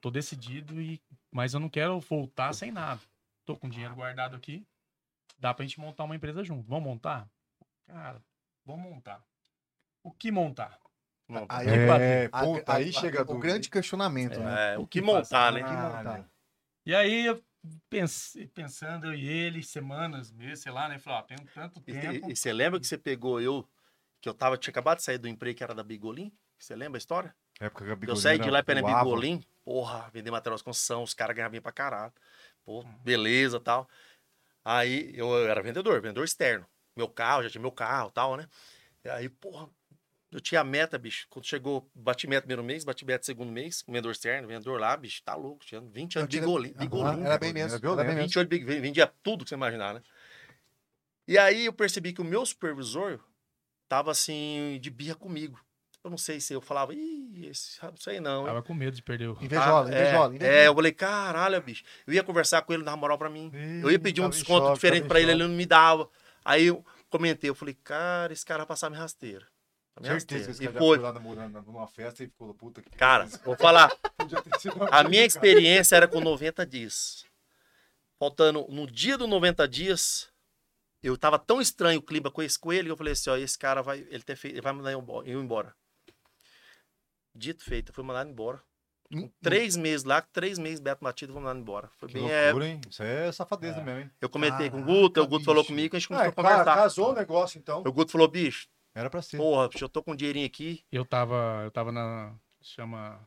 D: Tô decidido, e mas eu não quero voltar sem nada. Tô com dinheiro guardado aqui. Dá pra gente montar uma empresa junto. Vamos montar? Cara, vamos montar. O que montar? Vamos.
B: Aí
D: Vamos bater.
A: É,
B: A-
A: ponto,
B: a-
A: aí
B: a-
A: chega a
B: O
A: dúvida.
B: grande questionamento, né?
C: É, o que
D: que
C: montar,
D: fazer?
C: né?
B: Ah,
D: E aí, eu pense- pensando, eu e ele, semanas, meses, sei lá, né? Falei, ó, tem um tanto
C: E-
D: tempo.
C: E e você lembra que você pegou eu, que eu tava, tinha acabado de sair do emprego que era da Bigolim? Você lembra a história?
A: Época que a
C: Eu
A: Bigolina
C: saí de lá pela
A: voava.
C: Bigolim, porra, vender material de construção, os caras ganhavam bem pra caralho. Pô, beleza tal. Aí eu era vendedor, vendedor externo. Meu carro, já tinha meu carro tal, né? E Aí, porra, eu tinha a meta, bicho. Quando chegou, bati meta primeiro mês, bati meta segundo mês, vendedor externo, vendedor lá, bicho, tá louco. Tinha 20 anos de
B: tinha-
C: bigolim.
B: Ah,
C: bigolim
B: era bem
A: Bigolina,
B: menos.
A: era violento.
B: Era bem menos.
C: 20 anos de bigolim, vendia tudo que você imaginar, né? E aí eu percebi que o meu supervisor tava assim, de birra comigo. Eu não sei se eu falava, ih, esse, isso aí não. hein?"
D: Tava com medo de perder o.
B: Invejola,
C: Ah, é,
B: invejola,
C: É,
B: invejola.
C: eu falei, caralho, bicho. Eu ia conversar com ele, não dava moral pra mim.
A: Ih,
C: Eu ia pedir um
A: tava em
C: desconto
A: choque,
C: diferente
A: tava em
C: pra ele,
A: choque.
C: ele não me dava. Aí eu comentei, eu falei, cara, esse cara vai passar minha rasteira. Tá me
A: Certeza que
C: rasteira.
A: esse
C: E
A: cara já
C: foi.
A: foi lá no Murano, numa festa e ficou puta que
C: Cara, vou falar,
A: podia ter sido
C: a
A: uma
C: minha
A: briga.
C: experiência era com 90 dias. Faltando, no dia do 90 dias, eu tava tão estranho o clima com esse com ele, que eu falei assim, ó, esse cara vai, ele, ter feito, ele vai mandar eu embo- eu embora. Dito feito, eu fui mandado embora. Com três meses lá, três meses Beto Matido, vou mandado embora. Foi
A: Que
C: bem, é,
A: loucura, hein? Isso é safadeza mesmo, hein?
C: Eu comentei com o
B: Caraca,
C: Guto, o Guto
B: bicho.
C: falou comigo, a gente
B: É,
A: Ah,
C: começou a conversar.
A: cara, casou o negócio, então.
C: O Guto falou, bicho,
A: Era pra ser.
C: porra, bicho, eu tô com um dinheirinho aqui.
D: Eu tava. Eu tava na. Chama.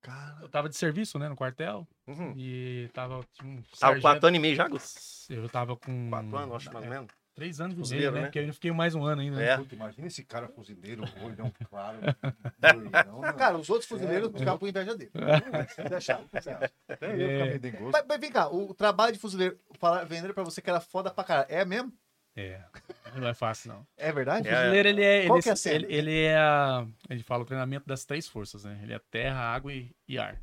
B: Cara,
D: Eu tava de serviço, né? No quartel.
C: Uhum.
D: E tava. Tinha um
C: Tava com
D: sargento-
C: quatro anos e meio já, Guto.
D: Eu tava com.
C: Quatro anos, acho, mais ou
D: é,
C: menos.
D: Três anos e meio,
C: Fuzileiro,
D: né?
C: né?
D: Porque eu ainda fiquei mais um ano ainda. né?
C: É.
A: Puta, imagina esse cara fuzileiro,
C: *laughs*
A: olhão claro.
C: É.
A: doidão, né?
B: cara, os outros fuzileiros
A: Sério?
B: ficavam com inveja dele.
A: Deixa- Até eu
D: É.
A: ficar meio dengoso.
B: Mas, mas vem cá, o trabalho de fuzileiro, falar, vender pra você que era foda pra caralho. É mesmo?
D: É. Não é fácil, não.
B: É verdade?
C: É,
D: O fuzileiro, ele é.
B: Qual
D: Ele,
B: que é a cena?
D: ele, ele é. a- Ele fala o treinamento das três forças, né? Ele é terra, água e, e ar.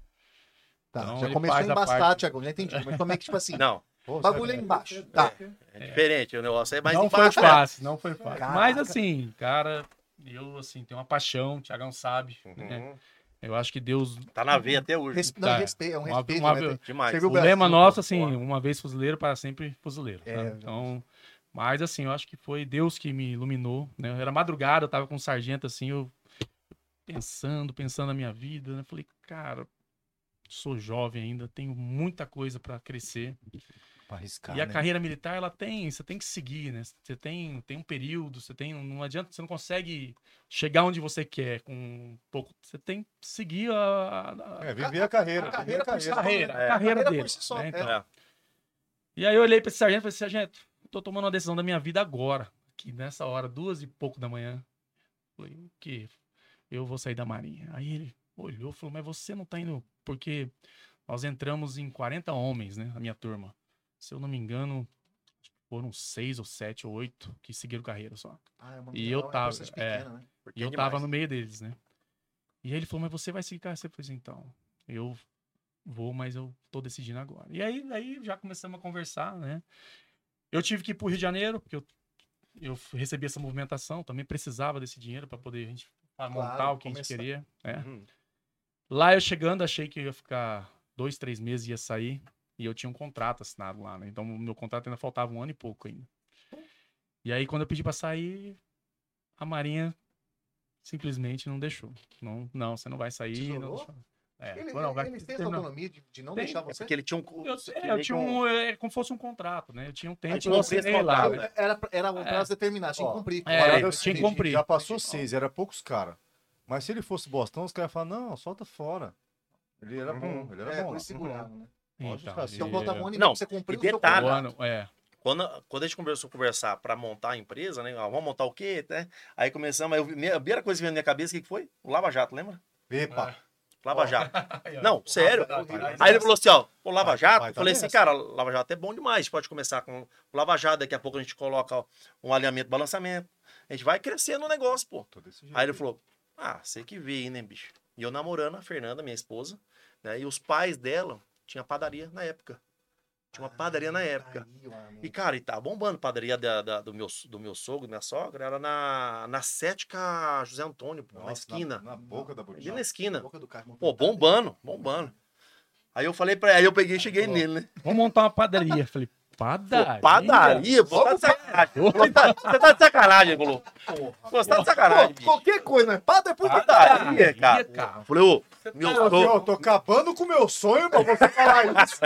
B: Tá,
D: Então,
B: já
D: ele
B: começou a
D: faz a
B: embastar,
D: parte-
B: Tiagão, já entendi. Mas como é que, tipo assim,
C: Não,
A: Pô,
B: bagulho
A: sabe?
B: aí embaixo. Tá.
C: é diferente, o negócio é mais
D: não
C: embaixo.
D: foi fácil, não foi fácil.
B: Caraca.
D: Mas assim, cara, eu assim, tenho uma paixão, o Tiagão sabe. né?
C: Uhum.
D: Eu acho que Deus.
C: Tá na veia até hoje.
B: respe... não,
D: Tá.
B: respeito, é um
D: Uma-
B: respeito.
D: uma-
B: né?
C: Demais.
B: Serviu
D: O
B: Pro Brasil,
D: lema nosso, assim,
C: porra.
D: uma vez fuzileiro, para sempre fuzileiro.
B: É,
D: né?
B: verdade.
D: Então, mas assim, eu acho que foi Deus que me iluminou, né? Era madrugada, eu tava com um sargento, assim, eu pensando, pensando na minha vida, né? Falei, cara, sou jovem ainda, tenho muita coisa para crescer.
A: Pra
B: Tá,
A: arriscar,
D: e a
A: né?
D: carreira militar, ela tem, você tem que seguir, né? Você tem, tem um período, você tem, não adianta, você não consegue chegar onde você quer com pouco, você tem que seguir a, a- a-
A: É, viver a carreira.
D: a
A: viver
D: carreira, por si-
A: a
D: carreira,
C: É.
D: a carreira
B: Carreira por
D: dele,
B: si só,
D: né?
B: é.
D: Então,
C: É.
D: e aí eu olhei pra esse sargento e falei, sargento, eu tô tomando uma decisão da minha vida agora. Que nessa hora, duas e pouco da manhã. Falei, o quê? Eu vou sair da marinha. Aí ele olhou e falou, mas você não tá indo, porque nós entramos em 40 homens, né? A minha turma. Se eu não me engano, foram seis ou sete ou oito que seguiram carreira só.
B: Ah, é uma-
D: E eu
B: é uma
D: tava,
B: porcentagem pequena, né?
C: Porque
D: E eu
C: é
D: tava
C: demais.
D: no meio deles, né? E aí ele falou, mas você vai seguir carreira? Eu falei assim, então, eu vou, mas eu tô decidindo agora. E aí, aí já começamos a conversar, né? Eu tive que ir pro Rio de Janeiro, porque eu, eu recebi essa movimentação, também precisava desse dinheiro para poder a gente pra
B: Claro,
D: montar o que a gente
B: começar.
D: queria. né?
C: Uhum.
D: Lá eu chegando, achei que eu ia ficar dois, três meses e ia sair. E eu tinha um contrato assinado lá, né? Então o meu contrato ainda faltava um ano e pouco ainda. E aí quando eu pedi pra sair, a Marinha simplesmente não deixou. Não, não você não vai sair.
B: Te
D: Não,
B: isolou?
D: deixou. É,
B: Ele,
D: falou, não, vai
B: ele fez a
D: terminar.
B: autonomia de, de não
D: Tem,
B: deixar
C: É
B: Tá, você.
C: porque ele tinha um. cu-
D: Eu,
C: que
D: é, eu
C: meio
D: tinha
C: que
D: um. É como se fosse um contrato, né? Eu tinha um tempo.
C: tinha
D: eu
C: um
D: assinei
C: preço
D: lá,
C: contrato,
D: né?
C: né?
B: Era, pra- era um prazo determinado, tinha que
A: Ó,
B: cumprir.
D: é,
A: Parada
B: Agora,
D: tinha
A: o
D: que
A: seguinte,
D: cumprir.
A: Já passou seis, era poucos caras. Mas se ele fosse Bostão, os caras falavam, não, solta fora. Ele era
C: Uhum.
A: bom, ele era
B: é,
A: bom. Uhum.
B: por
A: lá.
B: isso seguraram, né?
A: Pode
D: Então,
A: ficar assim.
B: Então
D: e-
B: faltava um ano e
C: Não,
B: meio pra você cumprir
C: e
B: o seu
C: detalhe,
D: o
B: contrato.
D: ano, é.
C: Quando, quando a gente começou a conversar pra montar a empresa, né? ó, vamos montar o quê? Né? Aí começamos. Aí eu vi- minha- a primeira coisa que veio na minha cabeça, o que que foi? O Lava Jato, lembra?
A: Epa,
C: Lava
D: *laughs*
C: Jato.
D: Aí, ó. É.
C: Não, sério.
A: Aí
C: Aí ele falou assim, ó, o
A: Vai-
C: Lava Jato,
A: vai
C: eu
A: também,
C: falei assim,
A: né?
C: cara, o Lava Jato é bom demais, pode começar com o Lava Jato, daqui a pouco a gente coloca ó, um alinhamento, balançamento, a gente vai crescendo o negócio, pô.
A: tô desse jeito.
C: Aí ele falou, ah, você que vê aí, né, bicho? E eu namorando a Fernanda, minha esposa, né, e os pais dela tinham padaria na época. Tinha uma padaria na época.
B: Aí, ó, amigo.
C: E, cara, e tá bombando. Padaria da, da- do, meu, do meu sogro, minha sogra, era na, na Cética José Antônio, pô, na
A: Nossa,
C: esquina. é
A: Na, boca da boca.
C: Ali na esquina.
B: Boca do carro,
C: Pô, bombando, bombando. Aí eu falei pra ele, aí eu peguei e cheguei
A: Pô.
C: nele, né?
D: Vamos montar uma padaria. Falei, padaria?
C: Pô, padaria? Pô, tá de sacanagem. Você tá, você tá de sacanagem, ele falou. Pô, Você tá de sacanagem,
B: Pô,
C: bicho.
B: qualquer coisa, né? Padre é por
C: tá Padaria, tá- cara.
D: cara.
C: Falei, ô, meu,
A: Eu tô,
C: sou,
A: eu tô acabando com o meu sonho pra você falar isso.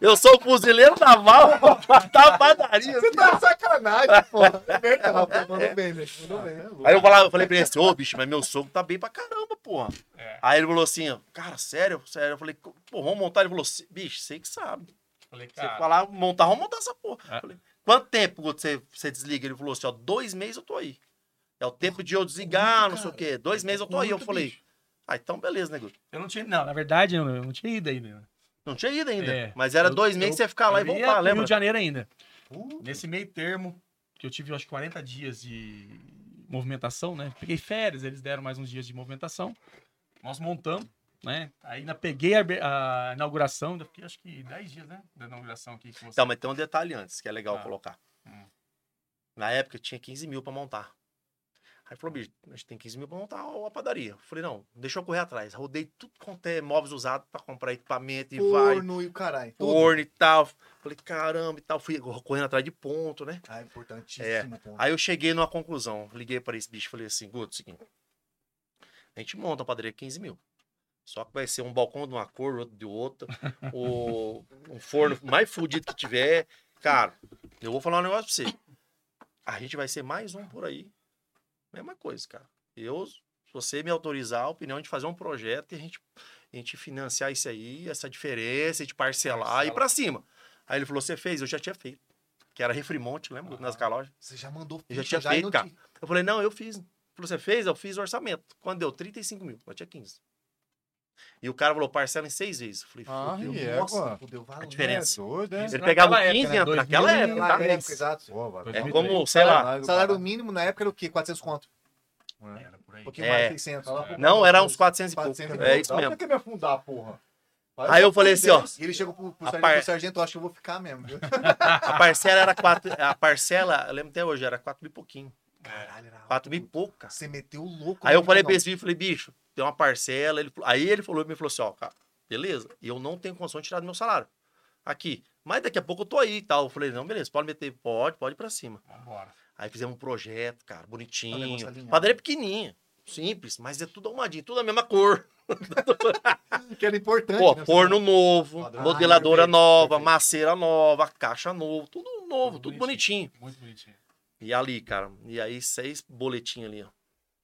C: eu sou o fuzileiro naval *laughs* da padaria.
B: Você tá de sacanagem, pô. É verdade, rapaz, mandou bem, velho. Mandou bem.
C: Aí eu, falava, eu falei pra ele assim, ô bicho, mas meu sogro tá bem pra caramba, porra.
D: É.
C: Aí ele falou assim, cara, sério, sério. Eu falei, pô, vamos montar. Ele falou, "Cê- bicho, você que sabe.
D: Falei,
C: Você
D: cara.
C: falar, montar, vamos montar essa porra.
D: É.
C: Eu Falei, quanto tempo você, você desliga? Ele falou assim, ó, dois meses eu tô aí. É o tempo de eu desligar, não sei o quê. Dois meses eu tô aí. Eu
D: Muito,
C: falei,
D: bicho.
C: ah, então beleza, nego.
D: Eu não tinha. Não, na verdade, eu eu não tinha ido ainda.
C: Não tinha ido ainda.
D: É.
C: Mas era
D: Eu-
C: dois meses
D: eu-
C: você ficar lá e
D: Eu ia
C: voltar,
D: pro
C: lembra?
D: Rio de Janeiro ainda.
A: Puta. é
D: Nesse meio termo, que eu tive, eu acho que 40 dias de movimentação, né? Peguei férias, eles deram mais uns dias de movimentação. Nós montamos, né? Ainda peguei a, abe- a inauguração, ainda fiquei acho que 10 dias, né? Da inauguração aqui que você.
C: Então, mas tem um detalhe antes que é legal
D: Ah.
C: colocar.
D: Hum.
C: Na época eu tinha 15 mil pra montar. Aí falou,
B: Hum.
C: bicho, a gente tem 15 mil pra montar a padaria. Eu falei, não, deixa eu correr atrás. Rodei tudo quanto é móveis usados pra comprar equipamento e vai,
B: Forno e o caralho. tudo.
C: forno e tal. Falei, caramba e tal. Fui correndo atrás de ponto, né?
B: Ah, importantíssimo, pô.
C: Aí eu cheguei numa conclusão. Liguei pra esse bicho e falei assim, Guto, seguinte. A gente monta a padaria 15 mil. Só que vai ser um balcão de uma cor, outro de outra. o, um forno mais fudido que tiver. Cara, eu vou falar um negócio pra você. A gente vai ser mais um por aí. Mesma coisa, cara. Eu, se você me autorizar a opinião de fazer um projeto e a gente, a gente financiar isso aí, essa diferença, a gente parcelar e ir
D: Parcela.
C: pra cima. Aí ele falou, você fez? Eu já tinha feito. Que era Refrimonte, lembra? Nas calojas.
B: Você já mandou
C: Eu já
B: ficha,
C: tinha
B: e
C: feito,
B: não
C: cara.
B: te-
C: Eu falei, não, eu fiz. Ele Falou, você fez? Eu fiz o orçamento. Quando deu 35 mil, eu tinha 15. E o cara falou, parcela em seis vezes. Eu falei,
A: Ah,
C: fudeu.
A: e é,
B: Nossa,
A: agora?
B: fudeu, valeu.
C: diferença.
A: É doido, é?
C: Ele
D: Naquela
C: pegava
D: época,
C: 15
D: né?
C: anos, naquela
D: 2000
C: época, tá?
B: Naquela época, exato.
A: Pô, vai-
D: É
C: É como, sei lá.
B: Salário mínimo na época era o quê? 400 conto.
D: Era por aí.
B: Um pouquinho mais
C: É.
B: de 600. Lá um pro-
C: Não, era uns 400 e pouco.
B: 400 e
C: É
B: pouco,
C: isso
A: Dá pra
C: mesmo.
A: que me afundar, porra? Vai
C: Aí eu
A: dar
C: falei assim, ó.
B: um E ele chegou pro, pro
C: A
B: sargento,
C: par-
B: pro sargento, eu acho que eu vou ficar mesmo, viu?
C: A parcela era quatro. A parcela, eu lembro até hoje, era 4 mil e pouquinho.
B: Caralho, era
C: 4 mil e pouco, cara.
B: Você meteu o louco. né?
C: Aí eu
B: no
C: falei pra
B: Miguel.
C: esse vídeo, falei, bicho, tem uma parcela. Ele, falou- aí ele falou, me falou assim, ó, cara, beleza, e eu não tenho condição de tirar do meu salário. Aqui. Mas daqui a pouco eu tô aí e tal. Eu falei, não, beleza, pode meter, pode, pode ir pra cima.
D: Vambora.
C: Aí fizemos um projeto, cara,
B: Um negócio
C: bonitinho.
B: alinhado.
C: Padaria pequenininha, simples, mas é tudo arrumadinho, tudo a mesma cor.
B: Que era importante.
C: Pô,
B: né?
C: forno novo,
B: Padrão.
C: modeladora
B: Ah, perfeito,
C: nova,
B: perfeito.
C: maceira nova, caixa novo, tudo novo,
D: Tudo
C: tudo
D: bonitinho.
C: bonitinho.
D: Muito bonitinho.
C: E ali, cara, e aí seis boletinhos ali, ó.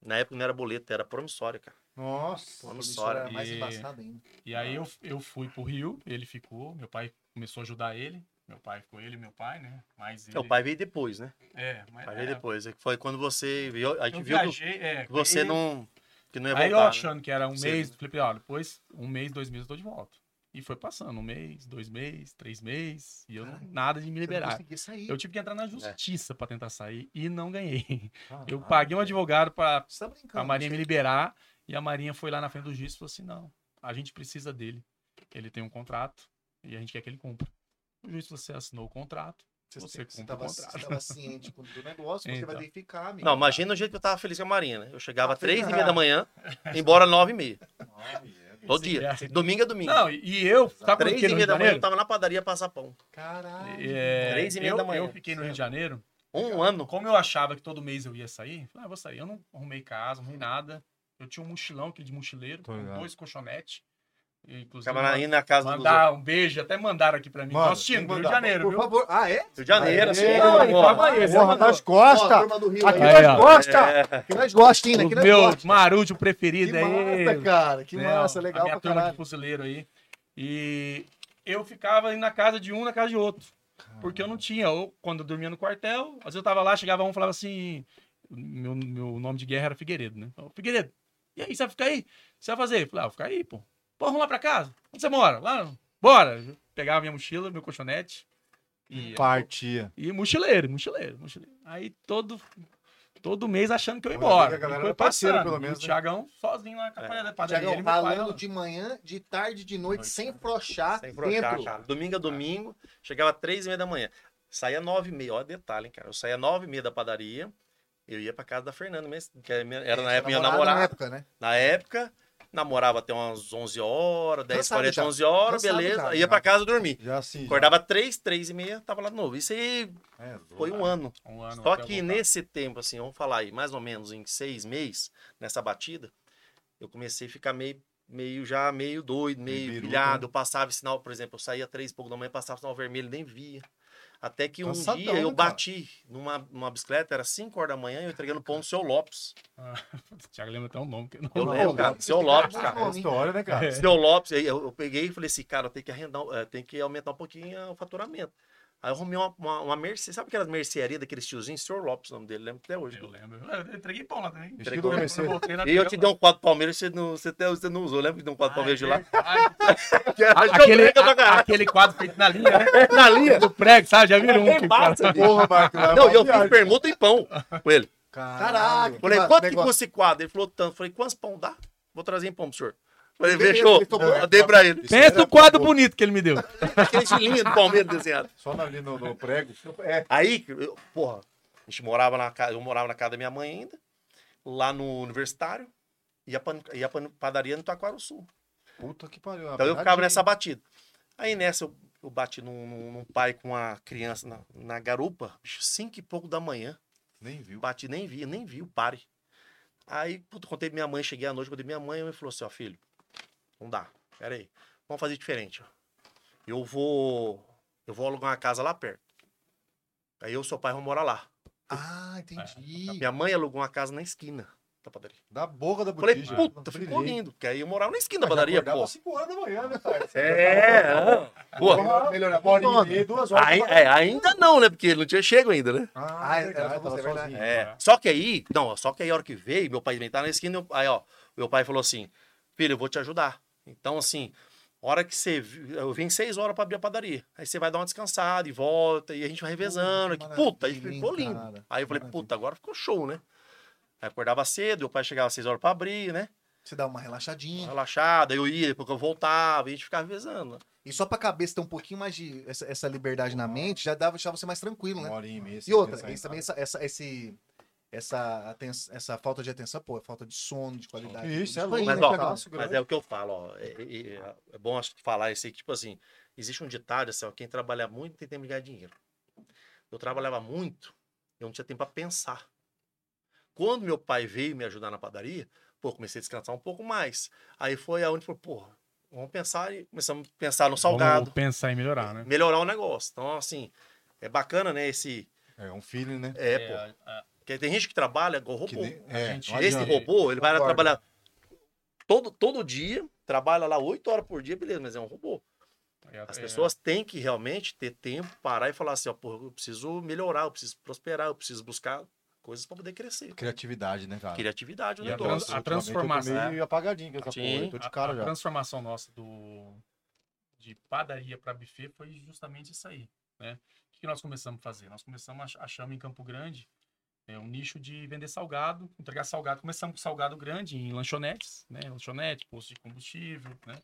C: Na época não era boleto, era promissória, cara.
A: Nossa.
B: Pô,
C: Vamos
B: isso
C: embora.
B: era mais
D: E-
B: embaçado ainda.
D: E aí eu, eu fui pro Rio, ele ficou, meu pai começou a ajudar ele. Meu pai ficou ele, e meu pai, né? Mas ele.
C: É, o pai veio depois, né?
D: É, mas.
C: O pai veio
D: é,
C: depois. é que Foi quando você viu, a
D: Eu
C: gente viu que
D: viajei, é.
C: que você
D: aí-
C: não, que não ia
D: Aí eu
C: voltar, né?
D: achando que era um
C: Cedo.
D: mês, falei, ó, depois, um mês, dois meses eu tô de volta. E foi passando, um mês, dois meses, três meses, e eu não,
B: Caralho,
D: nada de me
B: Você não
D: liberar.
B: conseguia sair.
D: Eu tive que entrar
C: É.
D: na justiça pra tentar sair e não ganhei. Eu
B: Caralho,
D: paguei um
B: velho.
D: advogado pra
B: Você tá
D: a
B: brincando.
D: Marinha me
C: é
B: gente.
D: liberar e a Marinha foi lá na frente do juiz e falou assim: não, a gente precisa dele. Ele tem um contrato e a gente quer que ele cumpra. O juiz falou: você assinou o contrato. você
B: Você
D: cumpre o
B: tava,
D: contrato.
B: você tava ciente com o negócio, você
D: Então.
B: vai ter que ficar, amigo.
C: Não, imagina o jeito que eu tava feliz com a Marina. né? Eu chegava
B: Ah,
C: às três e meia
B: ferrado.
C: da manhã, embora nove e *laughs* meia. Todo
D: Sim,
C: dia.
D: é.
C: Domingo é domingo.
D: Não, e e eu, sabe por
C: Três
D: que
C: e
D: no Rio
C: meia
D: de
C: da manhã eu
D: Janeiro?
C: tava na padaria passar pão.
B: Caralho.
D: É,
C: Três e meia
D: eu-
C: da manhã.
D: Eu fiquei no Rio de Janeiro
C: Um ano.
D: Como eu achava que todo mês eu ia sair, eu falei, ah, vou sair. Eu não arrumei casa, não arrumei nada. Eu tinha um mochilão aquele de mochileiro,
A: Tô
D: com
A: ligado.
D: dois colchonetes. E, Inclusive,
C: Ficava na- indo na casa do
D: mandar um beijo, até mandaram aqui pra mim.
A: Mano,
D: Nossa, time,
A: tem
D: do
A: que
D: Rio de
A: mandar.
D: Janeiro,
B: Por
D: viu?
B: favor. Ah, é?
C: Rio de Janeiro, assim.
A: Aê,
C: ó,
D: não, e tava aí, esse é
A: Porra,
D: mandou.
A: das
B: Ó, a
A: costas.
B: turma do Rio
A: Aqui
B: aí.
D: Aí,
A: das
D: ó.
A: costas.
C: É,
B: Que nós gosta, hein? né? Que
D: O
B: nós
D: meu
B: gosta.
D: Marúdio
B: Que
D: preferido é aí.
B: massa, cara. Que
D: né,
B: massa.
D: a
B: Legal
D: minha
B: pra
D: turma de
B: caralho.
D: fuzileiro aí. E eu ficava indo na casa de um, na casa de outro. Porque eu não tinha. Ou quando eu dormia no quartel, às vezes eu tava lá, chegava um e falava assim. Meu, meu nome de guerra era Figueiredo, né? Falava, Figueiredo, e aí, você vai ficar aí? O que Você vai fazer? Eu falei, ah, vou ficar aí, pô. Pô, vamos lá pra casa. Onde você mora? Lá, bora. Eu Pegava minha mochila, meu colchonete. E,
A: Partia.
D: e mochileiro, mochileiro, mochileiro. Aí todo Todo mês achando que eu ia
A: Olha aí que
D: embora.
A: a galera
D: E foi
A: era parceira,
D: passando.
A: pelo
D: E
A: menos,
D: O
A: né?
D: Thiagão sozinho lá com a
C: É.
D: padaria.
B: Thiagão
D: ele e meu pai
B: ralando
D: lá.
B: de manhã, de tarde, de noite,
D: Noite,
B: sem
D: né?
B: frouxar
C: Sem brochar,
B: dentro.
C: cara. Domingo a domingo, chegava às três e meia da manhã. Saía nove e meia, ó, detalhe, hein, cara. Eu saía nove e meia da padaria, eu ia pra casa da Fernanda, mesmo, que era minha- era na época É minha
B: Na
C: namorada.
B: época, né?
D: É.
C: Na época, namorava até umas 11 horas, 10,
B: Cansado
C: 40,
B: já.
C: 11 horas,
B: Cansado
C: beleza.
B: já,
C: ia
B: já.
C: pra casa dormir.
A: Já assim. já-
C: Acordava três, três e meia, tava lá de novo. Isso aí
A: É, louco.
C: foi um ano.
D: Um ano
C: Só
D: até eu
C: que
D: voltar.
C: nesse tempo, assim, vamos falar aí, mais ou menos em seis meses, nessa batida, eu comecei a ficar meio, meio já, meio doido,
A: Meio
C: meio
A: biruta, né?
C: pilhado. Eu passava esse sinal, por exemplo, eu saía três e pouco da manhã, passava o sinal vermelho, nem via. Até que um
A: Cansadão,
C: dia eu
A: né, cara?
C: bati numa, numa bicicleta, era cinco horas da manhã, e eu entreguei no pão do seu Lopes.
D: O Thiago lembra até o nome.
C: *laughs*
D: Que
C: Eu
D: eu não
A: Ô,
C: lembro,
A: louco.
C: cara. Seu
A: *laughs*
C: Lopes,
A: Cara, é
C: cara.
A: história, né, cara?
C: Seu Lopes, aí eu, eu peguei e falei assim, cara, tem que arrendar, eh, tem que aumentar um pouquinho o faturamento. Aí eu arrumei uma, uma, uma merce- sabe aquelas mercearia daqueles tiozinhos? Senhor Lopes, o nome dele, lembro até hoje.
D: Eu lembro. Eu entreguei pão lá também.
A: Estilo
D: Quando eu
A: Mercedes.
D: voltei na
C: E eu
D: Fiel-
C: te dei um quadro Palmeiras, você, não, você, até, você não usou. Lembra que deu um quadro
B: *laughs*
C: Palmeiras de lá?
D: Ah,
C: Que era
D: Aquele,
C: jogo pra
D: a-
C: caralho.
D: aquele quadro feito na linha, né?
C: *laughs* Na linha.
D: Do prego, sabe? Já viram um.
C: Bem
D: que o
C: massa,
D: cara-
C: bicho.
A: Porra, Marco. é
C: Não,
A: uma
C: e eu fiz
A: viagem.
C: permuta e pão com
B: *laughs*
C: ele.
B: Caraca,
C: Falei,
B: Mano,
C: quanto que
B: negócio-
C: custa esse quadro? Ele falou, tanto. Falei, quantos pão dá? Vou trazer em pão pro senhor. Falei,
B: Beleza,
C: fechou.
B: ele tomou.
C: Eu dei pra ele.
D: Pensa o quadro bonito que ele me deu.
C: Aquele estilinho do Palmeiras desenhado.
A: Só na- ali no, no prego.
B: É,
C: Aí, eu- porra, a gente morava na casa, eu morava na casa da minha mãe ainda, lá no universitário, e a, pan, e a pan- padaria no Taquaro Sul.
A: Puta que pariu.
C: Então eu ficava nessa batida. Aí nessa eu, eu bati num, num- num pai com uma criança na, na garupa, bicho, cinco e pouco da manhã.
A: Nem viu.
C: Bati, nem vi, nem vi o pare. Aí, puto, contei pra minha mãe, cheguei à noite, contei pra minha mãe, e falou assim, ó, filho, não dá, pera aí, vamos fazer diferente, ó. Eu vou, eu vou alugar uma casa lá perto. Aí eu e seu pai vamos morar lá.
B: Ah, entendi.
C: Minha mãe alugou uma casa na esquina da padaria.
A: É. Da boca da
C: Falei,
A: botija.
C: puta, falei,
A: Brilhei.
C: correndo, porque aí eu morava na esquina
A: Mas
C: da padaria,
A: acordava
C: pô.
A: às 5 horas da manhã, né,
C: *laughs*
A: cara?
C: É, pô.
A: Porra, melhorar. Uma hora e meia, duas horas.
C: Ai- é, ainda não, né? Porque ele não tinha chego ainda, né?
A: Ah,
B: é verdade,
A: tava
B: você, é verdade.
A: sozinho.
C: É. Só que aí, não, só que aí a hora que veio, meu pai tá na esquina, eu- aí ó, meu pai falou assim, filho, eu vou te ajudar. Então assim, hora que você, vi- eu vim seis horas pra abrir a padaria, aí você vai dar uma descansada e volta e a gente vai revezando,
B: que
C: aqui. puta, aí
B: maravilha,
C: ficou
B: hein,
C: lindo.
B: cara?
C: Aí eu falei,
B: Maravilha.
C: puta, agora ficou show, né? Aí acordava cedo, meu pai chegava às seis horas pra abrir, né?
B: Você dá uma relaxadinha.
C: Relaxado, aí eu ia, depois que eu voltava, e a gente ficava revezando. né?
B: E só pra cabeça ter um pouquinho mais de essa, essa liberdade na mente, já dava, deixava você mais tranquilo, né?
A: Uma hora e meia.
B: E
A: sem
B: outra,
A: pensar em
B: isso também,
A: nada.
B: essa, essa, esse, essa, aten- essa falta de atenção, pô, é falta de sono, de qualidade.
A: Isso, é
B: tudo
A: louco.
B: aí,
C: Mas,
B: né,
C: ó,
B: cara?
A: Cagaço
C: Mas
A: grande.
C: é o que eu falo, ó. É, é- é- é bom acho que falar isso aí, que, tipo assim, existe um ditado assim, ó, quem trabalha muito tem tempo de ganhar dinheiro. Eu trabalhava muito, eu não tinha tempo para pensar. Quando meu pai veio me ajudar na padaria, pô, eu comecei a descansar um pouco mais. Aí foi aonde falou, pô, vamos pensar e começamos a pensar no salgado,
D: Vamos pensar em melhorar, né?
C: melhorar o negócio. Então, assim, é bacana, né, esse
A: É um feeling, né?
C: é, pô.
D: a- a-
C: Porque tem gente que trabalha igual robô.
A: Que nem... É,
D: gente-
A: não
C: Esse
A: adianta.
C: robô, ele vai lá
B: Concordo.
C: trabalhar todo, todo dia, trabalha lá 8 horas por dia, beleza, mas é um robô. As
D: é-
C: pessoas têm que realmente ter tempo, parar e falar assim, ó, pô, eu preciso melhorar, eu preciso prosperar, eu preciso buscar coisas para poder crescer.
A: Criatividade, né, cara?
C: Criatividade no
D: E a
C: negócio.
D: trans- a transformação,
A: Ultimamente eu tô meio apagadinho com essa
C: Sim.
A: porra. Eu tô de
D: a-
A: cara
D: a
A: já.
D: transformação nossa do de padaria para buffet foi justamente isso aí, né? O que que nós começamos a fazer? Nós começamos ach- achamos em Campo Grande é, um nicho de vender salgado, entregar salgado. Começamos com salgado grande em lanchonetes, né? Lanchonete, posto de combustível, né?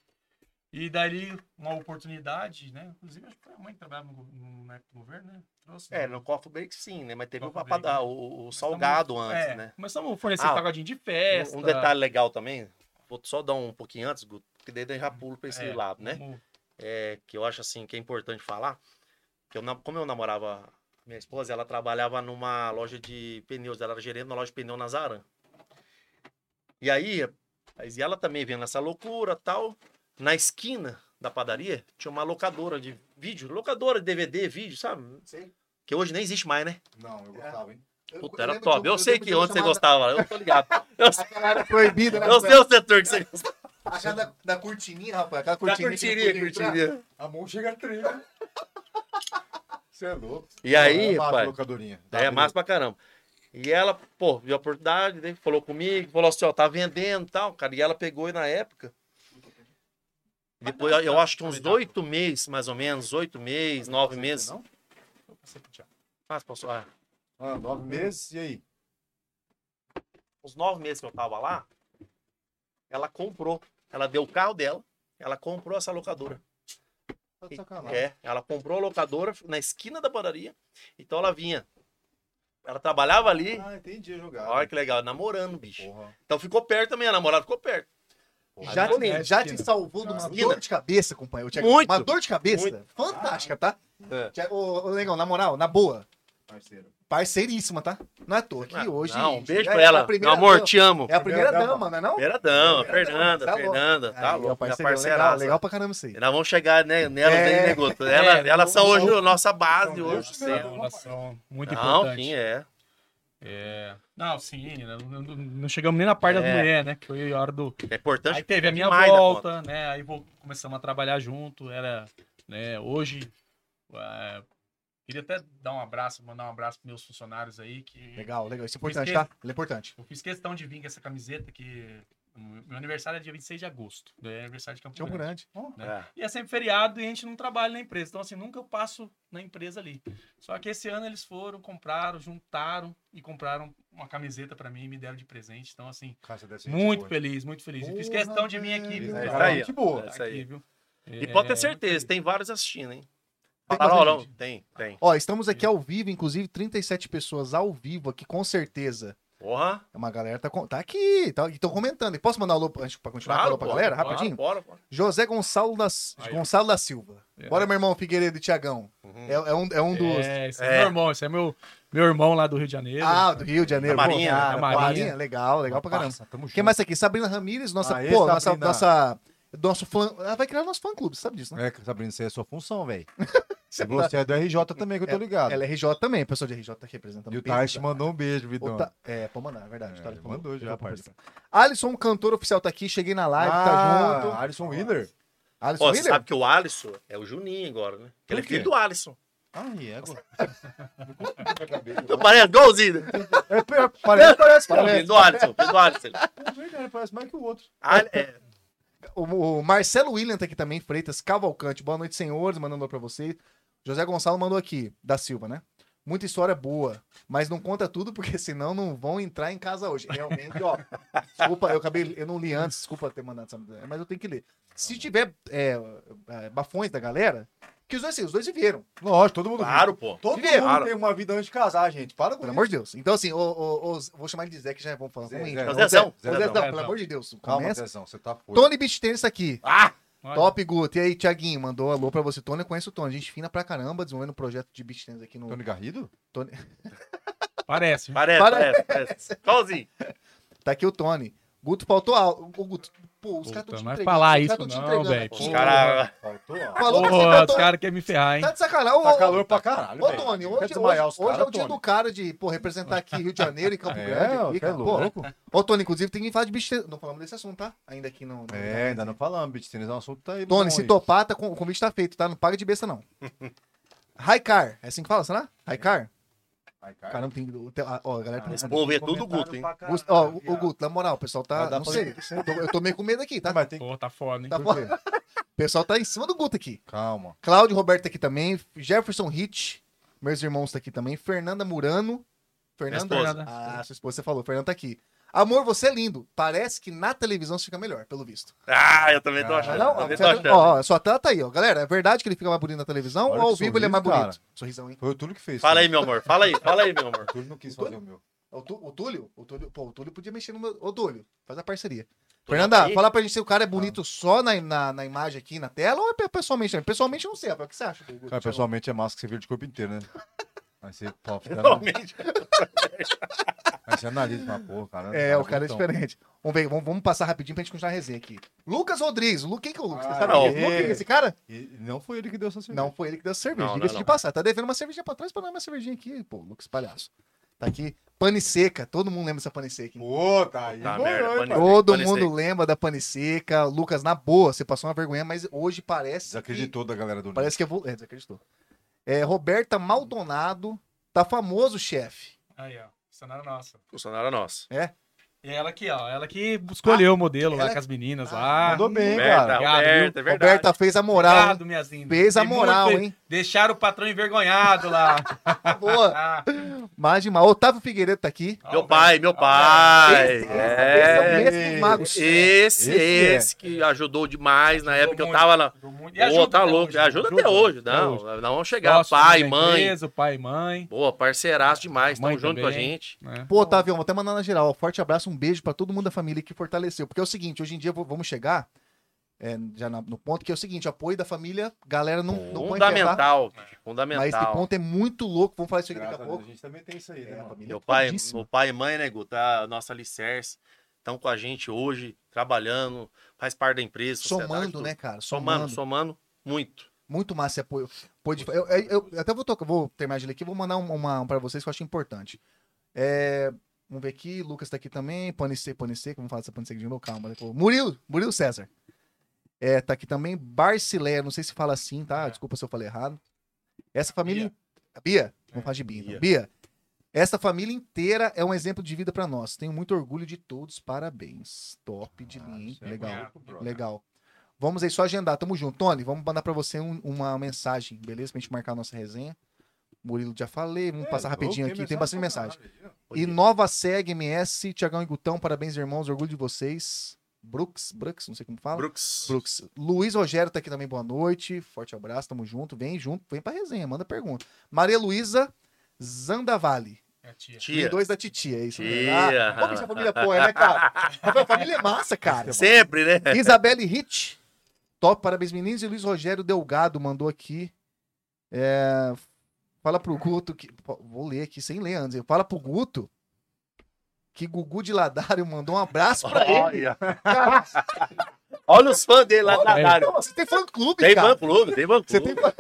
D: E dali uma oportunidade, né? Inclusive, acho que foi a mãe que trabalhava no, go- no, na época do governo, né? Trouxe.
C: É,
D: né?
C: no coffee break sim, né? Mas teve o,
D: Coffee
C: papada-
D: break, né?
C: o, o
D: Começamos-
C: salgado antes,
D: É,
C: né?
D: Começamos a fornecer
C: Ah,
D: salgadinho de
C: Um-
D: festa.
C: Um detalhe legal também, vou só dar um pouquinho antes, Guto, porque daí eu já pulo para esse
D: é,
C: lado, né?
D: vamos-
C: é, que eu acho assim que é importante falar, que eu, na- como eu namorava minha esposa, ela trabalhava numa loja de pneus, ela era gerente na loja de pneu Nazarã. E aí, mas ela também vendo essa loucura tal, na esquina da padaria tinha uma locadora de vídeo, locadora de DVD, vídeo, sabe?
B: Sei.
C: Que hoje nem existe mais, né?
A: Não, eu gostava, hein?
B: Eu-
C: Puta,
B: eu
C: era
B: lembro
C: top.
B: de um-
C: Eu sei
B: lembro
C: que
B: de um
C: onde você
B: chamado-
C: gostava, eu tô ligado. Eu, sei-
B: Aquela *laughs* era proibida, né?
C: eu sei o setor que você gostava.
B: Aquela da, da cortininha, rapaz. Aquela
C: Da
B: cortininha. que não
C: Curtiria,
B: podia entrar.
C: curtiria.
A: A mão chega a tremer. *laughs* Você é louco.
C: E aí,
A: é massa,
C: pai,
A: locadorinha. Dá
C: É
A: pra-
C: massa pra caramba. E ela, pô, viu a oportunidade, daí falou comigo, falou assim, ó, tá vendendo e tal, cara. E ela pegou e na época. Depois, eu- eu acho que uns oito meses, mais ou menos, oito meses, nove meses.
A: Não?
C: Tá Ah, passou. Ah,
A: Ah, nove meses, e aí?
C: uns nove meses que eu tava lá, ela comprou. Ela deu o carro dela, ela comprou essa locadora.
A: Tá de sacanagem.
C: É, ela comprou a locadora na esquina da padaria. Então ela vinha. Ela trabalhava ali.
A: Ah, entendi jogar.
C: Olha que legal, namorando, bicho.
A: Porra.
C: Então ficou perto também, a namorada ficou perto.
A: porra.
B: Já,
C: Adoro
B: te,
D: isso,
B: já
A: né?
D: Tina.
B: te salvou de uma
C: Tina.
B: dor de cabeça, companheiro. Tinha
C: Muito.
B: Uma dor de cabeça
C: Muito.
B: fantástica, tá?
C: É.
B: Tinha- Ô, ô, Legão, na moral, na boa.
A: Parceiro.
B: Parceiríssima, tá? Não é à toa aqui
C: Ah,
B: hoje.
C: Não, um beijo
B: é
C: pra
B: a
C: ela. Meu
B: primeira
C: amor,
B: dama-
C: te amo.
B: É a primeira
A: Primeira
B: dama, não é não?
C: Primeira dama,
B: Primeira dama,
C: Fernanda,
B: tá louco.
C: Fernanda, tá
B: Aí, ó,
C: louco. Minha
B: parceiro, legal,
C: parceiraça.
B: legal pra caramba isso aí.
C: Nós vamos chegar né, nelas
B: É.
C: aí, né, Guto? Ela,
D: É,
C: elas são
D: vamos-
C: hoje a nossa base,
D: Então,
C: hoje.
D: é uma relação muito
C: Não,
D: importante.
C: sim, é.
D: Não, sim, né? não, não- não chegamos nem na parte da
C: É.
D: mulher, né? Que foi a hora do.
C: É importante.
D: Aí teve a minha
C: demais da
D: volta, né? Aí vou, começamos a trabalhar junto. Era, né? Hoje. é, queria até dar um abraço, mandar um abraço pros meus funcionários aí. Que
B: Legal, legal. Isso é importante,
D: Esquece.
B: tá? Ele é importante.
D: eu fiz questão de vir com essa camiseta que. Meu aniversário é dia 26 de agosto. né, É aniversário de Campo
B: Tinha um
D: Grande.
B: grande.
C: É.
D: E é sempre feriado e a gente não trabalha na empresa. Então, assim, nunca eu passo na empresa ali. Só que esse ano eles foram, compraram, juntaram e compraram uma camiseta pra mim e me deram de presente. Então, assim,
A: Caixa dessa gente
D: muito
A: boa.
D: feliz, muito feliz. E fiz
B: Porra,
D: questão de mim aqui,
B: velho.
D: viu?
A: É,
D: Tá
A: tá
C: aí,
D: aqui,
A: gente boa.
C: É isso aí.
D: viu?
C: E pode
D: É,
C: ter
D: muito
C: certeza,
D: feliz.
C: tem vários assistindo, hein?
B: Tem
C: Falaram, ó,
B: bastante
C: não, tem, tem.
B: Ó, estamos aqui ao vivo, inclusive 37 pessoas ao vivo aqui, com certeza.
C: Porra.
B: É Uma galera tá, com- tá aqui, tá, estão comentando. E posso mandar o alô pra, antes- pra continuar com o alô pra
C: pô,
B: galera,
C: claro,
B: rapidinho?
C: Bora, bora.
B: José Gonçalo da, S-
D: Aí, ó.
B: Gonçalo da Silva.
D: É.
B: Bora, meu irmão Figueiredo e Tiagão.
C: Uhum.
B: É, é um, é um dos.
D: É, esse é,
C: É.
D: meu irmão, esse é meu, meu irmão lá do Rio de Janeiro.
B: Ah, do Rio de Janeiro.
C: Da Marinha,
B: pô, cara,
D: da
B: Marinha.
D: Marinha.
B: Legal, legal pra caramba.
A: Nossa, tamo junto.
B: Quem mais tá aqui? Sabrina Ramírez, nossa.
A: Aê,
B: pô, nossa,
A: Sabrina.
B: nossa. Nosso fã. Ela vai criar nosso fã-clube, sabe disso, né?
A: É, Sabrina, isso aí é sua função, velho.
B: Você tá-
A: *laughs* Você é do RJ também, que eu tô ligado.
B: Ela é RJ também, pessoal de RJ tá aqui representando.
A: E o
B: peso
A: Tarsi
B: da-
A: mandou um beijo,
B: O
A: Vidão.
B: Ta- É, pode mandar, é verdade. o
A: É,
B: Tarso
A: ele mandou já, parça.
B: Alisson, cantor oficial, tá aqui. Cheguei na tá live,
A: ah,
B: tá junto.
A: Alisson Wheeler.
B: Alisson
C: Ó, você
B: Wheeler?
C: sabe que o Alisson é o Juninho agora, né? Ele é
A: quê?
C: filho do Alisson.
A: Ai, é agora.
C: Tu parece golzinho.
A: *laughs* É, pior, parece, parece,
C: Filho do Alisson, filho
B: *laughs*
C: do Alisson.
A: É verdade, parece mais que o outro.
C: Al- é,
B: O, o Marcelo William tá aqui também, Freitas Cavalcante. Boa noite, senhores. Mandando um pra vocês. José Gonçalo mandou aqui, da Silva, né? Muita história boa, mas não conta tudo, porque *laughs* senão não vão entrar em casa hoje. Realmente, ó. desculpa, eu acabei. Eu não li antes, desculpa ter mandado essa. Mas eu tenho que ler. Se tiver é, é, bafões da galera, que os dois, assim, os dois viveram.
A: Lógico, todo mundo.
C: Claro, pô.
A: Todo mundo
C: Claro.
A: tem uma vida antes de casar, gente. Para com
B: Pelo
A: isso.
B: amor de Deus. Então, assim, ô, ô, ô, vou chamar ele de Zé, que já é bom falar.
A: Zé,
B: Vamos
A: Zé.
B: Ô,
C: Ô, Zezão,
B: Ô, Zezão,
C: Zezão.
B: pelo amor de Deus.
A: Calma,
B: começa.
A: Zezão, você tá foda.
B: Tony Beach Tennis tá aqui.
C: Ah,
D: Olha,
B: Top, Guto. E aí, Thiaguinho, mandou um alô pra você. Tony, eu conheço o Tony. Gente fina pra caramba, desenvolvendo um projeto de beach tennis aqui no...
A: Tony Garrido?
D: Parece, viu?
C: parece,
B: Para-
C: parece, parece. Golzinho.
B: Tá aqui o Tony. Guto, faltou algo. O Guto... Pô, os
D: Puta,
B: caras tão te
A: é
D: mas
B: entregando.
D: falar
B: os caras
D: isso
B: tão te
D: não,
B: entregando
D: velho.
B: aqui.
C: Os
D: Porra.
C: caras.
A: Faltou,
B: Falou
A: ó.
B: pra
D: Porra,
B: Tá você,
D: os
B: Tony.
D: caras querem me ferrar, hein?
B: Tá de sacanagem. Ô,
A: Tá
B: ô,
A: calor pra caralho,
B: Ô,
A: velho.
B: Tony,
A: Quer
B: hoje, hoje,
A: desmaiar os
B: hoje é
A: caras,
B: o dia
A: Tony?
B: do cara de, pô, representar aqui Rio de Janeiro e Campo
A: *laughs* É,
B: Grande.
A: ó,
B: Aqui,
A: tá
B: cara. Pô,
A: louco.
B: Ô, Tony, inclusive, tem que falar de beach tennis. Não falamos desse assunto, tá? Ainda aqui não... não-
A: É, ainda não falamos, beat tênis é um assunto tá aí. bom
B: Tony, se
A: aí.
B: topar, tá, com- o convite tá feito, tá? Não paga de besta,
A: *laughs*
B: não. Raikar, é assim que fala, será? Raikar?
A: Ai, cara.
B: Caramba, tem. tem- ah, Ó, a galera tá
A: Ah,
C: Esse
B: respondendo.
C: povo é tudo Guto, hein?
B: Gust- Ó, o, o Guto, na moral, o pessoal tá.
A: Mas dá
B: Não
A: pra-
B: sei. Eu tô, eu tô meio com medo aqui, tá?
A: Mas tem que...
D: Pô, tá foda, hein?
B: Tá
A: por quê?
B: *laughs* O pessoal tá em cima do Guto aqui.
A: Calma.
B: Cláudio Roberto tá aqui também. Jefferson Hitch, meus irmãos tá aqui também. Fernanda Murano. Fernanda.
C: Minha
D: esposa.
B: Ah, sua esposa, você falou. Fernanda tá aqui. Amor, você é lindo. Parece que na televisão você fica melhor, pelo visto.
C: Ah, eu também tô
A: Ah,
C: achando.
B: Não,
C: também
B: você
C: tô
B: tá...
C: achando.
B: ó, ó, sua tela tá aí, ó. Galera, é verdade que ele fica mais bonito na televisão
A: Olha
B: ou ao
A: que
B: vivo ele é mais
A: sorriso,
B: bonito? Sorrisão, hein?
A: Foi o Túlio que fez.
C: Fala aí,
A: Túlio.
C: meu amor. Fala aí, fala aí, meu
A: *laughs*
C: amor.
A: O Túlio não quis fazer o meu.
B: É O, Tu- o Túlio? O Túlio, pô, o Túlio podia mexer no meu. Ô, Túlio, faz a parceria.
C: Túlio
B: Fernanda,
C: aí?
B: fala pra gente se o cara é bonito só na, na, na imagem aqui, na tela, ou é pe- pessoalmente também? Pessoalmente eu não sei, Rafael. O que você acha? Gugu?
A: Cara, pessoalmente é massa que você vira de
B: *laughs*
A: corpo inteiro, né? Aí você, pô, fica na-
C: Realmente.
A: aí você analisa uma porra, cara. então,
B: É, o cara é
A: bonitão.
B: diferente. Vamos ver, vamos, vamos passar rapidinho pra gente continuar a resenha aqui. Lucas Rodrigues, o Lu, quem que é o Lucas?
A: Ah,
B: Você sabe
C: não.
B: quem é esse Lu? Quem é esse cara?
A: E não foi ele que deu essa cerveja.
B: Não, foi ele que deu a cerveja.
C: Não,
B: Diga-se
C: não,
B: de
C: não.
B: passar. Tá devendo uma cerveja pra trás pra dar uma cervejinha aqui, pô, Lucas Palhaço. Tá aqui. Pane seca. Todo mundo lembra dessa pane seca, hein?
A: Pô, tá aí.
C: Tá,
A: Boa,
C: merda,
A: hein,
C: pane-
A: pai.
B: Todo
C: Pane
B: mundo
C: Seca.
B: lembra da pane seca. Lucas, na boa, você passou uma vergonha, mas hoje parece. que-
A: Desacreditou da galera do
B: Parece que evolu... é, desacreditou. É, Roberta Maldonado. Tá famoso, chefe.
D: Aí, ó. Cenário é nosso.
C: Funcionário nosso.
D: E ela aqui, ó. Ela que escolheu o modelo lá
B: Ah, ela-
D: com as meninas
B: Ah,
D: lá.
A: Mandou bem,
C: Roberta,
A: cara.
D: obrigado,
C: Roberta, é verdade.
B: Roberta fez a moral. hein?
D: Obrigado, minhas lindas.
B: Fez a
D: Fiquei
B: moral,
D: muito feliz.
B: hein? *laughs*
C: *laughs*
D: Deixaram o patrão envergonhado lá.
B: Boa.
D: Ah,
B: Mais de mal. Otávio Figueiredo tá aqui.
D: é
C: Meu pai, meu pai.
B: Esse-
C: É.
B: esse é o mesmo mago.
C: Esse, esse,
A: Esse é.
C: que ajudou demais na
D: Ajudou
C: época que eu
D: muito.
C: tava na.
D: Ajudou muito. E
C: Pô, tá
D: até
C: louco.
D: hoje, né?
C: ajuda, até hoje.
D: até
C: Não,
D: hoje.
C: não vamos chegar.
D: Próximo
C: pai,
D: da
C: mãe.
D: Empresa, pai, mãe.
C: Boa, parceiraço demais.
D: Mãe
C: Tamo junto com a
D: também.
C: gente.
D: né?
B: Pô, Otávio, vou até mandar na geral. Forte abraço, um beijo pra todo mundo da família que fortaleceu. Porque é o seguinte, hoje em dia vo- vamos chegar é, já na- no ponto que é o seguinte, apoio da família, galera não, não põe ferrar,
C: fundamental, bicho,
B: Mas esse
C: fundamental.
B: ponto é muito louco, vamos falar isso aqui daqui a
A: Graças a Deus,
B: pouco.
A: a gente também tem isso aí,
B: É,
A: né,
B: a
A: mano?
B: família
C: Meu
B: é
C: pai,
B: fodíssima.
C: meu pai e mãe, né, Guto? Tá, nossa alicerce. Estão com a gente hoje, trabalhando, faz parte da empresa. sociedade,
B: somando,
C: tudo.
B: né, cara?
C: Somando, somando muito.
B: Muito massa esse apoio. Pô, de- eu, eu- eu até vou, tocar, vou terminar de ler aqui, vou mandar um- uma, um pra vocês que eu acho importante. É, vamos ver aqui, Lucas tá aqui também, Pane Seco, Pane Seco, vamos falar dessa Pane Seco de novo, calma. né? Pô, Murilo, Murilo César. É, tá aqui também, Barcileia, não sei se fala assim, tá?
D: É.
B: Desculpa se eu falei errado. Essa família... Bia?
D: É,
B: Vamos falar de Bia. então.
C: Bia.
B: Bia, essa família inteira é um exemplo de vida pra nós. Tenho muito orgulho de todos, parabéns. Top de linha, hein?
A: Ah,
B: Legal.
A: isso é louco, brother.
B: Legal. Vamos aí só agendar. Tamo junto. Tony, vamos mandar pra você um- uma mensagem, beleza? Pra gente marcar a nossa resenha. Murilo, já falei. Vamos
A: É,
B: passar
A: louco,
B: rapidinho aqui. Tem bastante
A: pra
B: mensagem.
A: caralho.
B: E Nova Seg MS, Tiagão e Gutão, parabéns, irmãos. Orgulho de vocês. Brooks, Brooks, não sei como fala.
C: Brooks.
B: Brooks. Luiz Rogério tá aqui também, boa noite. Forte abraço, tamo junto. Vem junto, vem pra resenha, manda pergunta. Maria Luísa Zandavalli.
D: É tia.
C: Tia.
B: Dois da titia, é isso. né?
C: Tia.
B: Ah, ô, bicho, a família pô, né, cara? A família é massa, cara.
C: Sempre, né?
B: *laughs* Isabelle Hitch. Top, parabéns, meninos. E Luiz Rogério Delgado mandou aqui. É, Fala pro Guto que. pô, Vou ler aqui sem ler antes. hein? Fala pro Guto que Gugu de Ladário mandou um abraço pra ele.
C: Olha. Olha os fãs dele lá na
D: É.
C: área.
B: Pô, Você tem fã clube,
C: Tem
B: então, cara.
C: banco clube, tem banco
B: Você
C: clube.
B: tem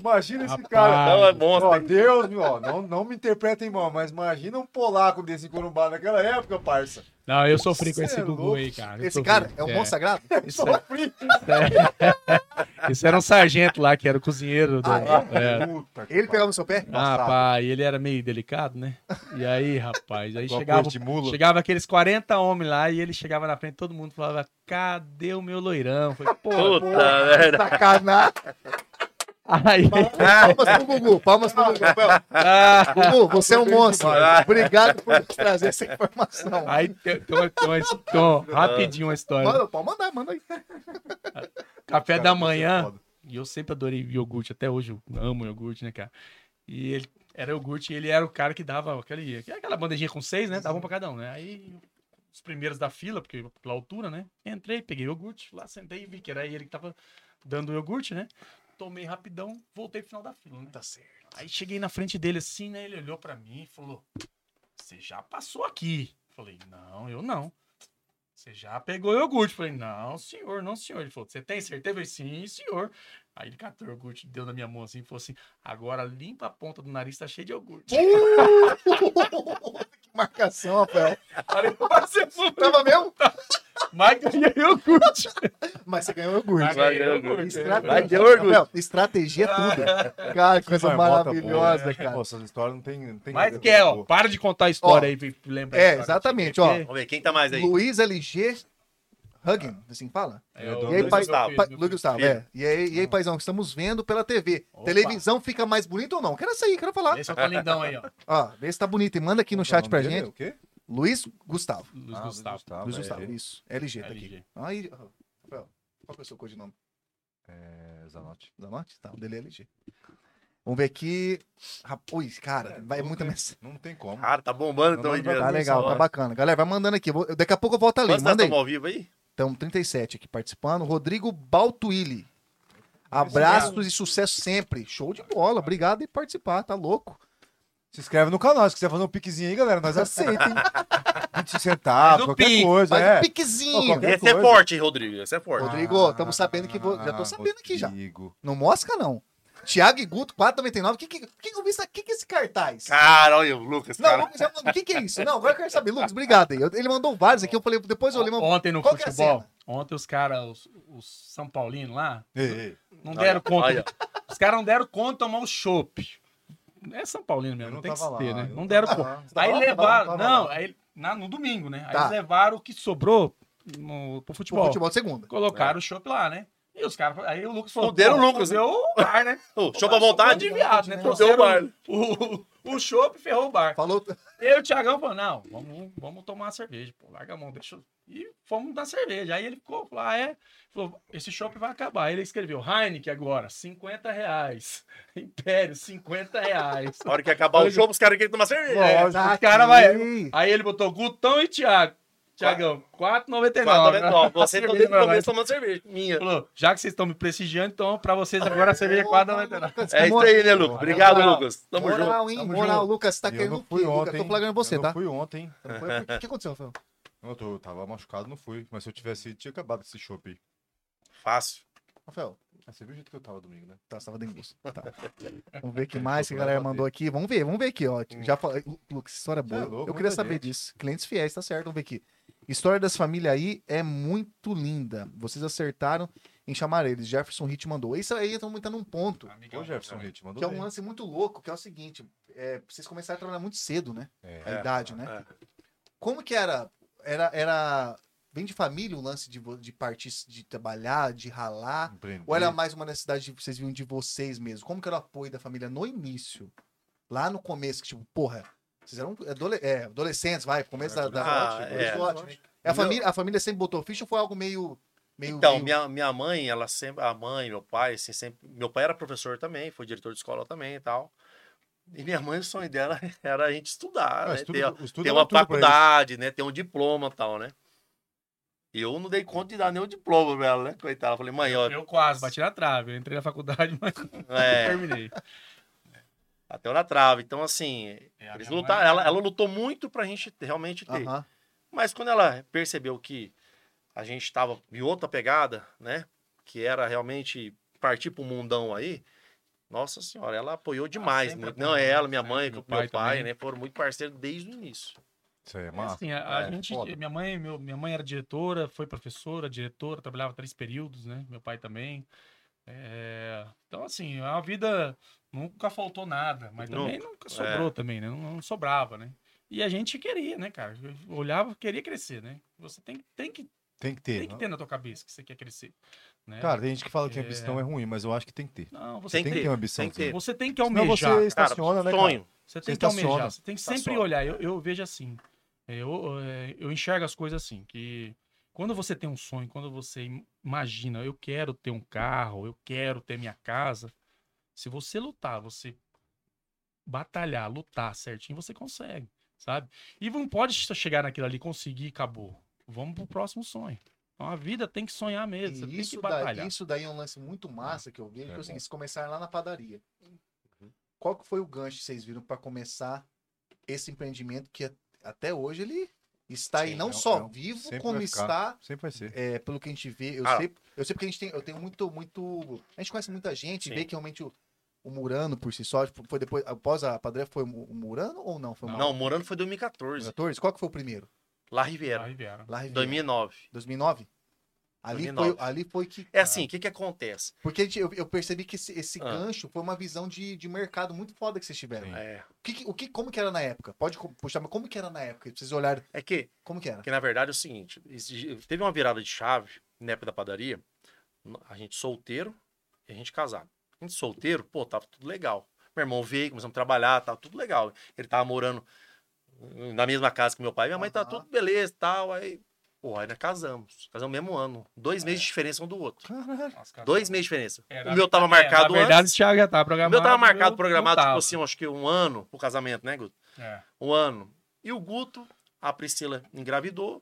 A: Imagina esse
D: Rapaz.
A: cara.
C: Não, é monstro.
A: Ó, Deus, meu, ó, não, não me interpretem mal, mas imagina um polaco desse em Corumbá naquela época, parça.
D: Não, eu sofri com
A: Cê
D: esse
A: é
D: Gugu
A: louco.
D: aí, cara. eu
B: Esse
D: sofri.
B: cara é um monstro sagrado?
D: Isso é-
A: Sofri.
D: *laughs* Esse era um sargento lá, que era o cozinheiro. Do...
B: Ah,
D: É.
A: Puta que
B: Ele pegava no seu pé?
D: Ah, pá, e ele era meio delicado, né? E aí, rapaz, aí
A: Igual
D: chegava,
A: coisa de mula.
D: chegava aqueles 40 homens lá e ele chegava na frente, todo mundo falava, cadê o meu loirão? Eu Falei, Pô,
C: Puta merda.
B: Sacanagem.
D: aí, *laughs*
B: Palmas pro Gugu. Palmas pro Gugu.
D: ah,
B: Gugu, você é um monstro.
C: demais.
B: Obrigado por trazer essa informação.
D: aí tem, tem uma, tem uma his- tem uma- rapidinho uma história.
B: Manda, pode mandar, manda aí.
D: Café
A: cara,
D: da
A: isso é
D: manhã,
A: foda.
D: E eu sempre adorei iogurte, até hoje eu amo iogurte, né, cara? E ele era iogurte e ele era o cara que dava aquele, aquela bandejinha com seis, né? Dava um pra cada um, né? Aí os primeiros da fila, porque pela altura, né? Entrei, peguei iogurte, lá sentei e vi que era ele que tava dando o iogurte, né? Tomei rapidão, voltei pro final da fila, né?
B: Tá certo.
D: Aí cheguei na frente dele assim, né? Ele olhou pra mim e falou: Você já passou aqui? Falei: Não, eu não. Você já pegou iogurte? Falei: Não, senhor, não, senhor. Ele falou: Você tem certeza? Eu falei: Sim, senhor. Aí ele catou o iogurte, deu na minha mão assim e falou assim: Agora limpa a ponta do nariz, tá cheio de iogurte.
B: que marcação, Rafael.
D: *laughs* Falei: Mas eu sou-
B: Tava mesmo?
D: Mas ganhei iogurte.
B: Mas você ganhou iogurte.
D: Mas ganhei iogurte.
C: Vai ter orgulho.
B: Rafael, estratégia é tudo. Cara, que coisa
A: Marmota boa,
B: maravilhosa,
A: né?
B: cara.
A: Pô, essas histórias não tem. Não tem
D: Mas que é, ó, para de contar a história
B: Ó,
D: aí, vi- lembra? a
B: É,
D: história.
B: exatamente, ó.
C: Vamos ver, quem tá mais aí?
B: Luiz LG Huggin, assim que fala?
D: É, o
A: E aí,
D: Luiz
B: pai-
D: Gustavo,
B: Pa-
D: meu
B: Luiz
D: filho.
B: Gustavo, é. E aí, e aí, paizão, que estamos vendo pela TV.
D: Opa.
B: Televisão fica mais bonita ou não? Quero sair, quero falar.
D: Esse é o talindão aí, ó.
B: Ó, vê se tá bonito. E manda aqui no chat pra gente.
A: O quê?
B: Luiz Gustavo.
D: Luiz
A: Ah,
D: Gustavo. Tá
B: Luiz
A: é,
B: Gustavo, isso. LG tá aqui.
D: LG.
B: Aí, ó, Rafael, qual que é o seu codinome?
A: É, Zanotti.
B: Zanotti? Tá, o dele é LG. Vamos ver aqui. Rap- Ui, cara, vai muita mensagem.
A: Não tem como.
C: Cara, tá bombando então aí mesmo.
B: Tá legal, tá
C: Nossa.
B: bacana. Galera, vai mandando aqui. eu vou- Daqui a pouco eu volto ali.
C: Quantos nós
B: Manda aí.
C: estamos ao vivo aí?
B: Estamos 37 aqui participando. Rodrigo Baltuili. Abraços e sucesso sempre. Show de bola. Obrigado por participar, tá louco?
A: Se inscreve no canal. Se quiser fazer um piquezinho aí, galera, nós aceita, *laughs* hein? 20
D: Faz
A: centavos,
D: um
A: qualquer
D: pique,
A: coisa.
B: Faz
A: é.
B: um
A: Ô,
B: piquezinho.
A: qualquer
C: Esse é
A: coisa.
C: forte, hein, Rodrigo? Esse é forte.
B: Rodrigo, tamo sabendo que vou- já tô sabendo aqui já.
A: Ah, Rodrigo.
B: Não mosca, não. Tiago e Guto, 4,99. O que, que, que, que eu vi isso? que, que é esse cartaz?
C: Cara, olha o Lucas,
B: não,
C: cara.
B: Lucas, o que, que é isso? Não, agora eu quero saber. Lucas, obrigado aí. Eu- Ele mandou vários aqui. Eu falei, depois eu lembro.
D: Ontem no
B: Qual que é a
D: futebol,
B: cena?
D: ontem os caras, os, os São Paulino lá,
A: Ei, ei.
D: não
C: Olha,
D: deram conta.
C: olha.
D: Os caras não deram conta de tomar o chopp. É São Paulino mesmo,
A: Eu
D: não,
A: não
D: tem que
A: tava
D: ter,
A: lá,
D: né?
A: eu
D: Não
A: não
D: deram
A: tava
D: conta.
A: lá. Você tava
D: Aí
A: lá? Tava
D: levaram,
A: lá, tava
D: não,
A: lá.
D: aí na, no domingo, né? Aí
B: Tá.
D: eles levaram o que sobrou no,
B: tipo,
D: pro futebol.
B: Futebol. futebol de segunda.
D: Colocaram o chopp lá, né? E E os caras, aí o Lucas falou.
C: Fuderam
D: pô,
C: o Lucas,
D: fudeu o bar, né?
C: Ô, show pra vontade?
D: de viado, né?
B: Fudeu
C: Fudeu o bar.
D: O, o chopp ferrou o bar.
B: Falou.
D: Eu e o Thiagão falou, não, vamos, vamos tomar uma cerveja, pô, larga a mão, deixa eu... E fomos dar cerveja. Aí ele ficou, falou, ah, é? Falou, esse chopp vai acabar. Aí ele escreveu, Heineken agora, 50 reais. *laughs* Império, 50 reais.
C: Na hora que acabar o show, os caras querem tomar cerveja.
D: É,
B: Lógico
D: os
B: que-
D: cara vai- Aí ele botou Gutão e Thiago. Thiagão, 4,99.
C: 4,99. Você
D: *laughs* A
C: tá
D: cerveja
C: dentro
D: pra
C: do
D: nós.
C: começo tomando cerveja. É Minha.
D: Falou, já que vocês estão me prestigiando, então pra vocês agora a
C: *laughs*
D: cerveja é 4,99.
C: É isso aí, né, Lucas? Obrigado,
B: Moral.
C: Lucas. Tamo junto.
B: Moral, hein?
A: tamo
B: Moral,
A: junto.
B: Lucas, tá
A: E
B: querendo
A: eu
B: o
A: não fui
B: quê, Lucas?
A: ontem.
B: Eu tô plagando você,
A: eu
B: tá?
A: não fui ontem.
B: Você não foi? O que aconteceu, Rafael?
A: Eu tô- eu tava machucado, não fui. Mas se eu tivesse ido, tinha acabado esse chopp aí.
C: Fácil.
B: Rafael,
A: Ah, Você viu o jeito que eu tava domingo, né?
B: tá, você tava dentro disso. Tá. *laughs* Vamos ver o
A: É,
B: que mais que a galera mandou aqui. Vamos ver, vamos ver aqui, ó. Já falei. Lu- Lucas, história boa.
A: Você é Hum. louco,
B: eu queria
A: muita
B: saber
A: gente.
B: disso. Clientes fiéis, tá certo? Vamos ver aqui. História das famílias aí é muito linda. Vocês acertaram em chamar eles. Jefferson Hit mandou. Isso aí estamos tá num ponto.
A: Ô, Jefferson Hit, mandou
B: Que é um
A: Ah, bem.
B: lance muito louco, que é o seguinte: é, vocês começaram a trabalhar muito cedo, né? A
A: É.
C: É,
B: idade, né?
C: é.
B: Como que era? Era. era... Vem de família o lance de, vo- de partir, de trabalhar, de ralar?
A: Empreender.
B: Ou era mais uma necessidade de vocês vinham de vocês mesmo? Como que era o apoio da família no início? Lá no começo, que tipo, porra, vocês eram adole- é, adolescentes, vai, começo da. da-
C: Ah,
B: começo
C: é.
B: do ótimo. a,
C: Meu-
B: família, a família sempre botou ficha ou foi algo meio. meio
C: Então,
B: meio-
C: minha, minha mãe, ela sempre, a mãe, meu pai, assim, sempre. Meu pai era professor também, foi diretor de escola também e tal. E minha mãe, o sonho dela *laughs* era a gente estudar,
A: Ah,
C: né?
A: estudo-
C: ter,
A: o estudo
C: ter
A: era
C: uma
A: tudo pra eles.
C: faculdade, né? Ter um diploma e tal, né? E eu não dei conta de dar nenhum diploma pra ela, né? Coitada. Eu falei, mãe, ó,
D: Eu quase bati na trave. Eu entrei na faculdade, mas não
C: é,
D: terminei.
C: bateu na trave. Então, assim,
D: É, a
C: eles
D: minha mãe-
C: lutaram, ela, ela lutou muito pra gente realmente ter.
B: Aham.
C: Mas quando ela percebeu que a gente estava em outra pegada, né? Que era realmente partir para o mundão aí. Nossa senhora, ela apoiou demais.
D: sempre
C: muito.
D: apoiou,
C: Não, é ela, minha
D: né?
C: mãe,
D: Meu
C: meu
D: pai
C: pai,
D: também.
C: né? Foram muito parceiros desde o início.
A: Isso aí é
D: É
A: massa.
D: assim, a, a
A: É,
D: gente,
A: foda.
D: minha mãe, meu- minha mãe era diretora, foi professora, diretora, trabalhava três períodos, né? Meu pai também. É, então assim, a vida nunca faltou nada, mas
C: Nunca.
D: também nunca
A: é.
D: sobrou também, né? Não, não sobrava, né? E a gente queria, né, cara? Eu Olhava, queria crescer, né? Você tem, tem que
A: Tem que ter.
D: tem que ter na tua cabeça que você quer crescer, né?
A: Cara, tem gente que fala que
D: É.
A: ambição é ruim, mas eu acho que tem que ter.
D: não, você
A: Tem,
C: Tem
D: tem,
A: que
C: que
A: ter uma ambição.
C: tem que ter.
D: você tem que
A: Senão
D: almejar.
A: você
C: Cara,
A: estaciona, né, cara?
C: Sonho.
D: Você tem
A: Vocês
D: que
A: estacionam.
C: né?
D: almejar, você tem que sempre
C: Estaciona,
D: olhar. Eu, eu vejo assim, é, eu, é, eu enxergo as coisas assim, que quando você tem um sonho, quando você im- imagina, eu quero ter um carro, eu quero ter minha casa, se você lutar, você batalhar, lutar certinho, você consegue, sabe? E não pode che- chegar naquilo ali, conseguir, acabou. Vamos pro próximo sonho. Então a vida tem que sonhar mesmo, você
B: E
D: tem que
B: isso, daí,
D: batalhar.
B: isso daí é um lance muito massa que eu vejo,
A: É
B: que é o
A: bom.
B: seguinte, vocês começaram lá na padaria.
C: Uhum.
B: Qual que foi o gancho que vocês viram para começar esse empreendimento que a- até hoje ele está aí
C: Sim,
B: não
A: é um-
B: só
A: é um-
B: vivo,
A: sempre
B: como
A: vai ficar.
B: está
A: Sempre vai ser.
B: é, pelo que a gente vê, eu,
C: Ah.
B: sei, eu sei porque a gente tem, eu tenho muito, muito, a gente conhece muita gente e
C: Sim.
B: vê que realmente o, o Murano por si só, tipo, foi depois, após a padaria foi o Mu- o Murano ou não? Foi o
C: Não, morando foi em 2014.
B: 14? Qual que foi o primeiro?
C: Lá
D: Ah,
C: Riviera.
D: Riviera.
B: Lá em
C: 2009.
B: 2009? Ali
C: 2009.
B: foi, ali foi que,
C: É assim, o que que acontece?
B: porque a gente- eu, eu percebi que esse, esse
C: Ah.
B: gancho foi uma visão de, de mercado muito foda que vocês tiveram.
A: Sim.
C: É,
B: O que, que- o que, como que era na época? Pode co- puxar, mas como que era na época? Pra vocês olharem,
C: é que
B: como que era?
C: Porque, na verdade, é o seguinte: exi- teve uma virada de chave na época da padaria, a gente solteiro e a gente casado. A gente solteiro, pô, tava tudo legal. Meu irmão veio, começamos a trabalhar, tava tudo legal. Ele tava morando hum, na mesma casa que meu pai, minha mãe tava
B: Aham.
C: tudo beleza e tal. Aí, pô, aí nós casamos. Casamos no mesmo ano. Dois meses de diferença um do outro.
D: Nossa, cara,
C: Dois meses de diferença.
D: Era-
C: o meu tava marcado
D: é, na verdade,
C: antes.
D: o Thiago já tava
C: O
D: programado.
C: meu tava
D: eu
C: marcado,
D: não
C: programado, tipo
D: tava.
C: assim, acho que um ano pro casamento, né, Guto?
D: É.
C: um ano. E o Guto, a Priscila engravidou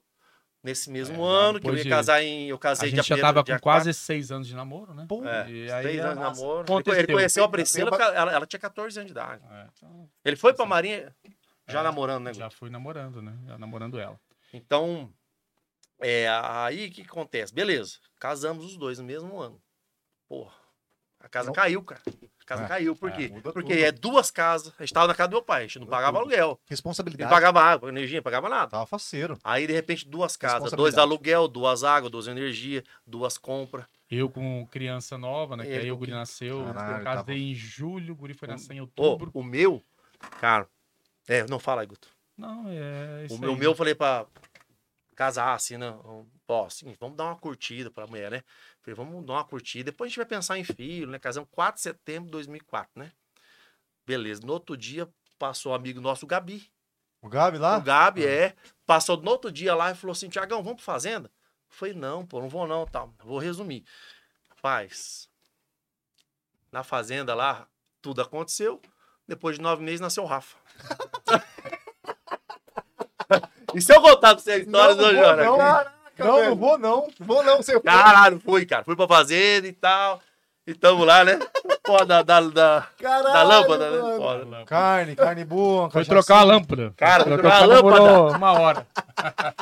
C: nesse mesmo
D: É,
C: ano, que eu
D: depois
C: ia
D: de-
C: casar em. Eu
D: A
C: casei
D: gente já
C: primeiro,
D: tava com
C: dia
D: quase seis anos de namoro, né?
A: Pô,
C: quatro.
D: E
C: É,
D: aí
C: três
D: a-
C: anos de namoro. Ele-
D: aconteceu.
C: Ele conheceu a Priscila,
B: Tem-
C: porque ela, ela tinha 14 anos de idade.
D: É, então,
C: Ele foi
D: Sim.
C: pra Marinha já
D: É,
C: namorando, né,
D: já
C: Guto?
D: fui namorando, né? Já namorando ela.
C: Então, é, aí o que que acontece? Beleza, casamos os dois no mesmo ano. Porra, a casa
B: Não.
C: caiu, cara. A casa
A: É,
C: caiu, por
D: é,
C: quê?
A: muda
C: Porque
A: tudo.
C: é duas casas. A gente tava na casa do meu pai, a gente não
A: Muda
C: pagava
A: tudo.
C: aluguel. Ele
B: Responsabilidade.
C: pagava água, energia, não pagava nada.
A: Tava faceiro.
C: Aí, de repente, duas casas, dois
B: Responsabilidade.
C: aluguel, duas águas, duas energia, duas compras.
D: Eu com criança nova, né? Que
C: É,
D: aí o
C: com
D: Guri
C: que-
D: nasceu.
A: Caralho,
D: eu
A: tava-
D: casei em julho, o Guri foi nascer em
C: Ô,
D: outubro.
C: o meu, cara. É, não fala aí, Guto.
D: Não, é.
C: O
D: isso
C: meu, o
D: aí. né?
C: meu eu falei pra, casar, assim, né? Ó, seguinte, vamos dar uma curtida pra mulher, né? Falei, vamos dar uma curtida. Depois a gente vai pensar em filho, né? Casamos 4 de setembro de 2004, né? Beleza. No outro dia, passou um amigo nosso, o Gabi.
A: O Gabi lá?
C: O Gabi, é. Passou no outro dia lá e falou assim, Tiagão, vamos pra fazenda? Eu falei, não, pô, não vou não, tal. Vou resumir. Rapaz, na fazenda lá, tudo aconteceu. Depois de nove meses, nasceu o Rafa. *laughs* e se eu contar pra você a história
A: Não,
C: do
A: não vou, não.
C: Jora?
A: Não, não vou não.
B: Vou não, seu
C: Caralho, fui, cara. Fui pra fazenda e tal. E tamo lá, né? Pô, da, da, da,
B: Caralho.
C: da lâmpada, né?
B: mano.
C: Foda.
A: Carne, carne boa,
D: Foi
A: cachaça.
D: trocar a lâmpada.
C: Cara,
D: Foi
C: trocar a lâmpada.
D: demorou uma hora.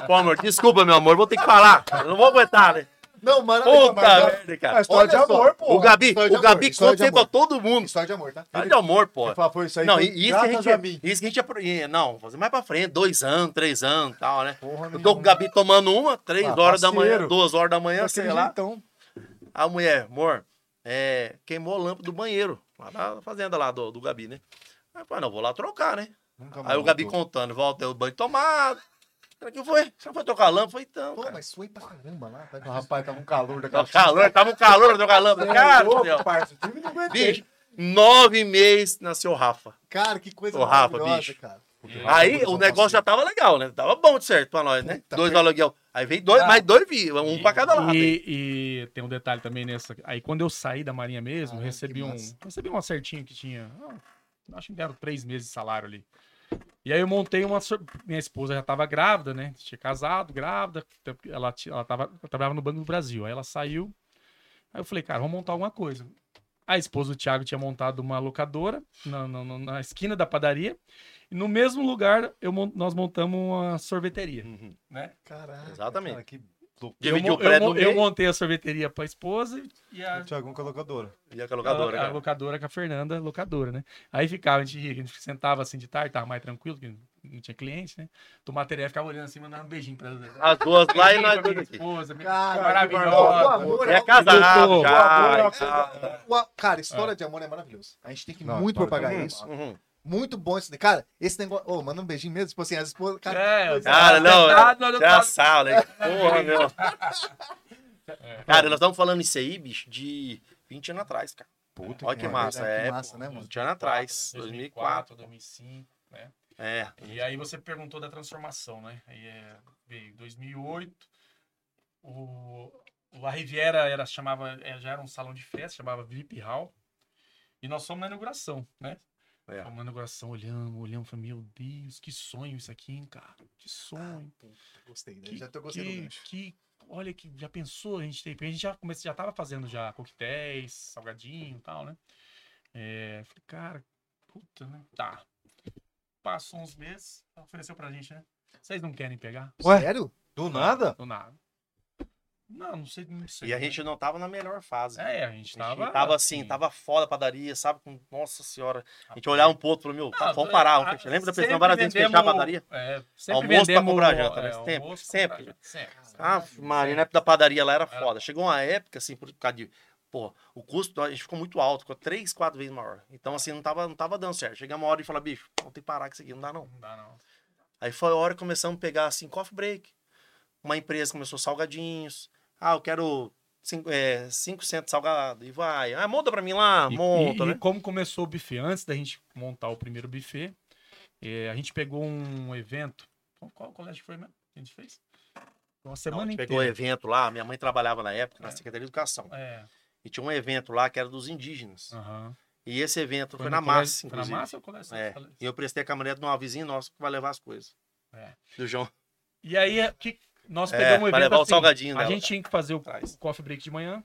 C: Pô, amor, desculpa, meu amor. Vou ter que falar. cara. Eu não vou aguentar, né?
B: Não, mano.
C: Puta
B: mas-
C: merda,
A: A
C: cara.
A: história
B: Olha
A: de
B: só,
A: amor,
C: O
A: pô.
C: Gabi,
B: História de
C: o Gabi
B: amor, história
C: conta
B: de
C: sempre
B: amor.
C: pra todo mundo.
B: História de amor, tá?
C: Cara de amor, pô.
A: Ele fala, foi isso aí.
C: Não,
A: foi
C: e- isso a
A: graças
C: gente,
A: a mim.
C: isso que a gente apro- e- não, fazer mais pra frente, dois anos, três anos e tal, né?
A: Porra,
C: Eu tô com o Gabi tomando uma, três
A: Ah,
C: horas da
A: parceiro.
C: manhã, duas horas da manhã, sei lá.
A: Então,
C: A mulher, amor, é, queimou a lâmpada do banheiro, lá na fazenda lá do, do Gabi, né? Aí eu falei, não, vou lá trocar, né?
A: Tá
C: Aí o Gabi contando, volta, o banho tomado. O que foi? Você foi trocar a lâmpada? Eu falei, então,
B: Pô,
C: cara.
B: mas suei pra caramba lá. tá?
A: Rapaz, tava um calor daquela
C: Tava calor, tava um calor pra trocar a lâmpada. Cara, do céu.
A: parça, o time não aguentei.
C: bicho, nove meses nasceu o Rafa.
B: Cara, que coisa
C: Ô, Rafa,
B: maravilhosa,
C: bicho.
B: cara.
C: Aí o negócio já tava legal, né? Tava bom de certo pra nós, né?
B: Puta
C: dois
B: merda.
C: aluguel. Aí veio dois,
A: Ah.
C: mais dois vivos, um pra cada lado. hein?
D: E, e tem um detalhe também nessa. Aí quando eu saí da Marinha mesmo,
C: Ah,
B: Caralho, que
D: recebi um,
B: massa.
D: recebi um acertinho que tinha. ah, Acho que deram três meses de salário ali. E aí eu montei uma. sur- Minha esposa já tava grávida, né? Tinha casado, grávida. até porque Ela, ti- ela, tava, ela trabalhava no Banco do Brasil. Aí ela saiu. Aí eu falei, cara, vamos montar alguma coisa. A esposa do Thiago tinha montado uma locadora na, na, na- na esquina da padaria. E no mesmo lugar, eu, mon- nós montamos uma sorveteria. né?
C: Uhum.
B: Caraca.
C: Exatamente.
A: Cara, que
D: Eu,
C: Dividiu
D: mo-
C: o prédio
D: eu
C: no
D: mo- eu
C: meio
D: montei a sorveteria pra esposa e a,
A: o Thiagão colocador.
C: e a colocadora,
D: a, a
C: cara.
D: locadora com a Fernanda, locadora, né? Aí ficava, a gente, ria, a gente sentava assim de tarde, tava mais tranquilo, que não tinha cliente, né? Tomar tereré, ficava olhando assim, mandando um beijinho pra ela.
C: As duas lá e
D: Beijinho
C: nós
D: pra
C: dois
D: minha
C: aqui.
D: esposa, minha-
B: Cara,
D: maravilhosa.
B: o amor
C: É
B: algo
C: casado
D: Doutor,
C: já.
A: doutor,
C: e tal.
B: O a- Cara, história de amor é maravilhoso. A gente tem que
A: Não,
B: muito
A: história de
B: propagar
A: amor.
B: É isso.
C: Uhum.
B: Muito bom isso. Cara, esse negócio. Ô, manda um beijinho mesmo. Tipo assim, as esposas. Cara,
D: É, eu
C: Cara,
D: tava
C: não,
D: sentado, nós-
C: É a sala, hein? Porra, meu.
D: É.
C: Cara, nós estamos falando isso aí, bicho, de 20 anos atrás, cara.
A: Puta
C: Olha que
B: é
C: massa,
B: verdade, que
C: é.
B: massa,
C: pô,
B: né, mano?
C: 20 anos atrás, 2004.
D: 2004, 2005.
C: É.
D: E aí você perguntou da transformação, né? Aí é, veio 2008, o, o- a Riviera era, chamava, é, já era um salão de festa, chamava VIP Hall, e nós fomos na inauguração, né?
C: É.
D: Fomos na inauguração, olhamos, olhamos, falei, meu Deus, que sonho isso aqui, hein, cara? Que sonho.
B: Gostei, né?
D: Que,
B: Já tô gostando do
D: que,
B: gancho.
D: que- olha que já pensou, a gente tem, a gente já começou, já tava fazendo já coquetéis, salgadinho e tal, né? É, falei, cara, puta, né? Tá. Passou uns meses, ela ofereceu pra gente, né? Vocês não querem pegar?
A: Ué?
B: Sério?
A: Do nada?
D: Do nada. Não, não sei, não sei.
C: E a gente não tava na melhor fase.
D: É, a gente
C: A gente
D: tava.
C: tava, assim, tava foda a padaria, sabe? Com- Nossa senhora. A gente olhar
D: olhava
C: um pro outro e falou, meu,
D: Ah,
C: tá, vamos parar. Vamos fechar. Lembra da pessoa várias vezes fechar a padaria?
D: É,
C: Almoço
D: sempre
C: pra
D: vendemos,
C: comprar janta, né?
D: é,
C: Sempre,
D: almoço pra
C: sempre.
D: comprar janta, sempre.
C: Ah, Maria, na época da padaria lá era foda. Chegou uma época, assim, por causa de. Pô, o custo a gente ficou muito alto, ficou três, quatro vezes maior. Então, assim, não tava, não tava dando certo. Chegamos uma hora e falar, bicho, vamos ter que parar com isso aqui, não dá não.
D: Não dá, não.
C: Aí foi a hora que começamos a pegar, assim, coffee break. Uma empresa começou salgadinhos. Ah, eu quero cinco, é, cinco centos salgado. E vai. Ah, monta pra mim lá,
D: E-
C: monta,
D: e,
C: né?
D: e como começou o buffet, antes da gente montar o primeiro buffet, eh, a gente pegou um evento. Qual, qual colégio que foi mesmo? que A gente fez?
C: Não,
D: Uma
C: Então, a
D: semana
C: gente pegou o
D: inteira.
C: evento lá, minha mãe trabalhava na época na
D: É.
C: Secretaria de Educação.
D: É,
C: E tinha um evento lá que era dos indígenas.
D: aham.
C: E esse evento Então foi,
D: no
C: na
D: colégio-
C: massa,
D: Foi na
C: inclusive.
D: massa ou colégio?
C: É. E eu prestei a caminhonete de uma vizinha nossa que vai levar as coisas.
D: É.
C: Do João.
D: E aí, eh, que nós
C: É,
D: pegamos um
C: vai
D: evento
C: levar o
D: assim,
C: salgadinho
D: A
C: dela.
D: gente tinha que fazer o,
C: Traz.
D: o coffee break de manhã,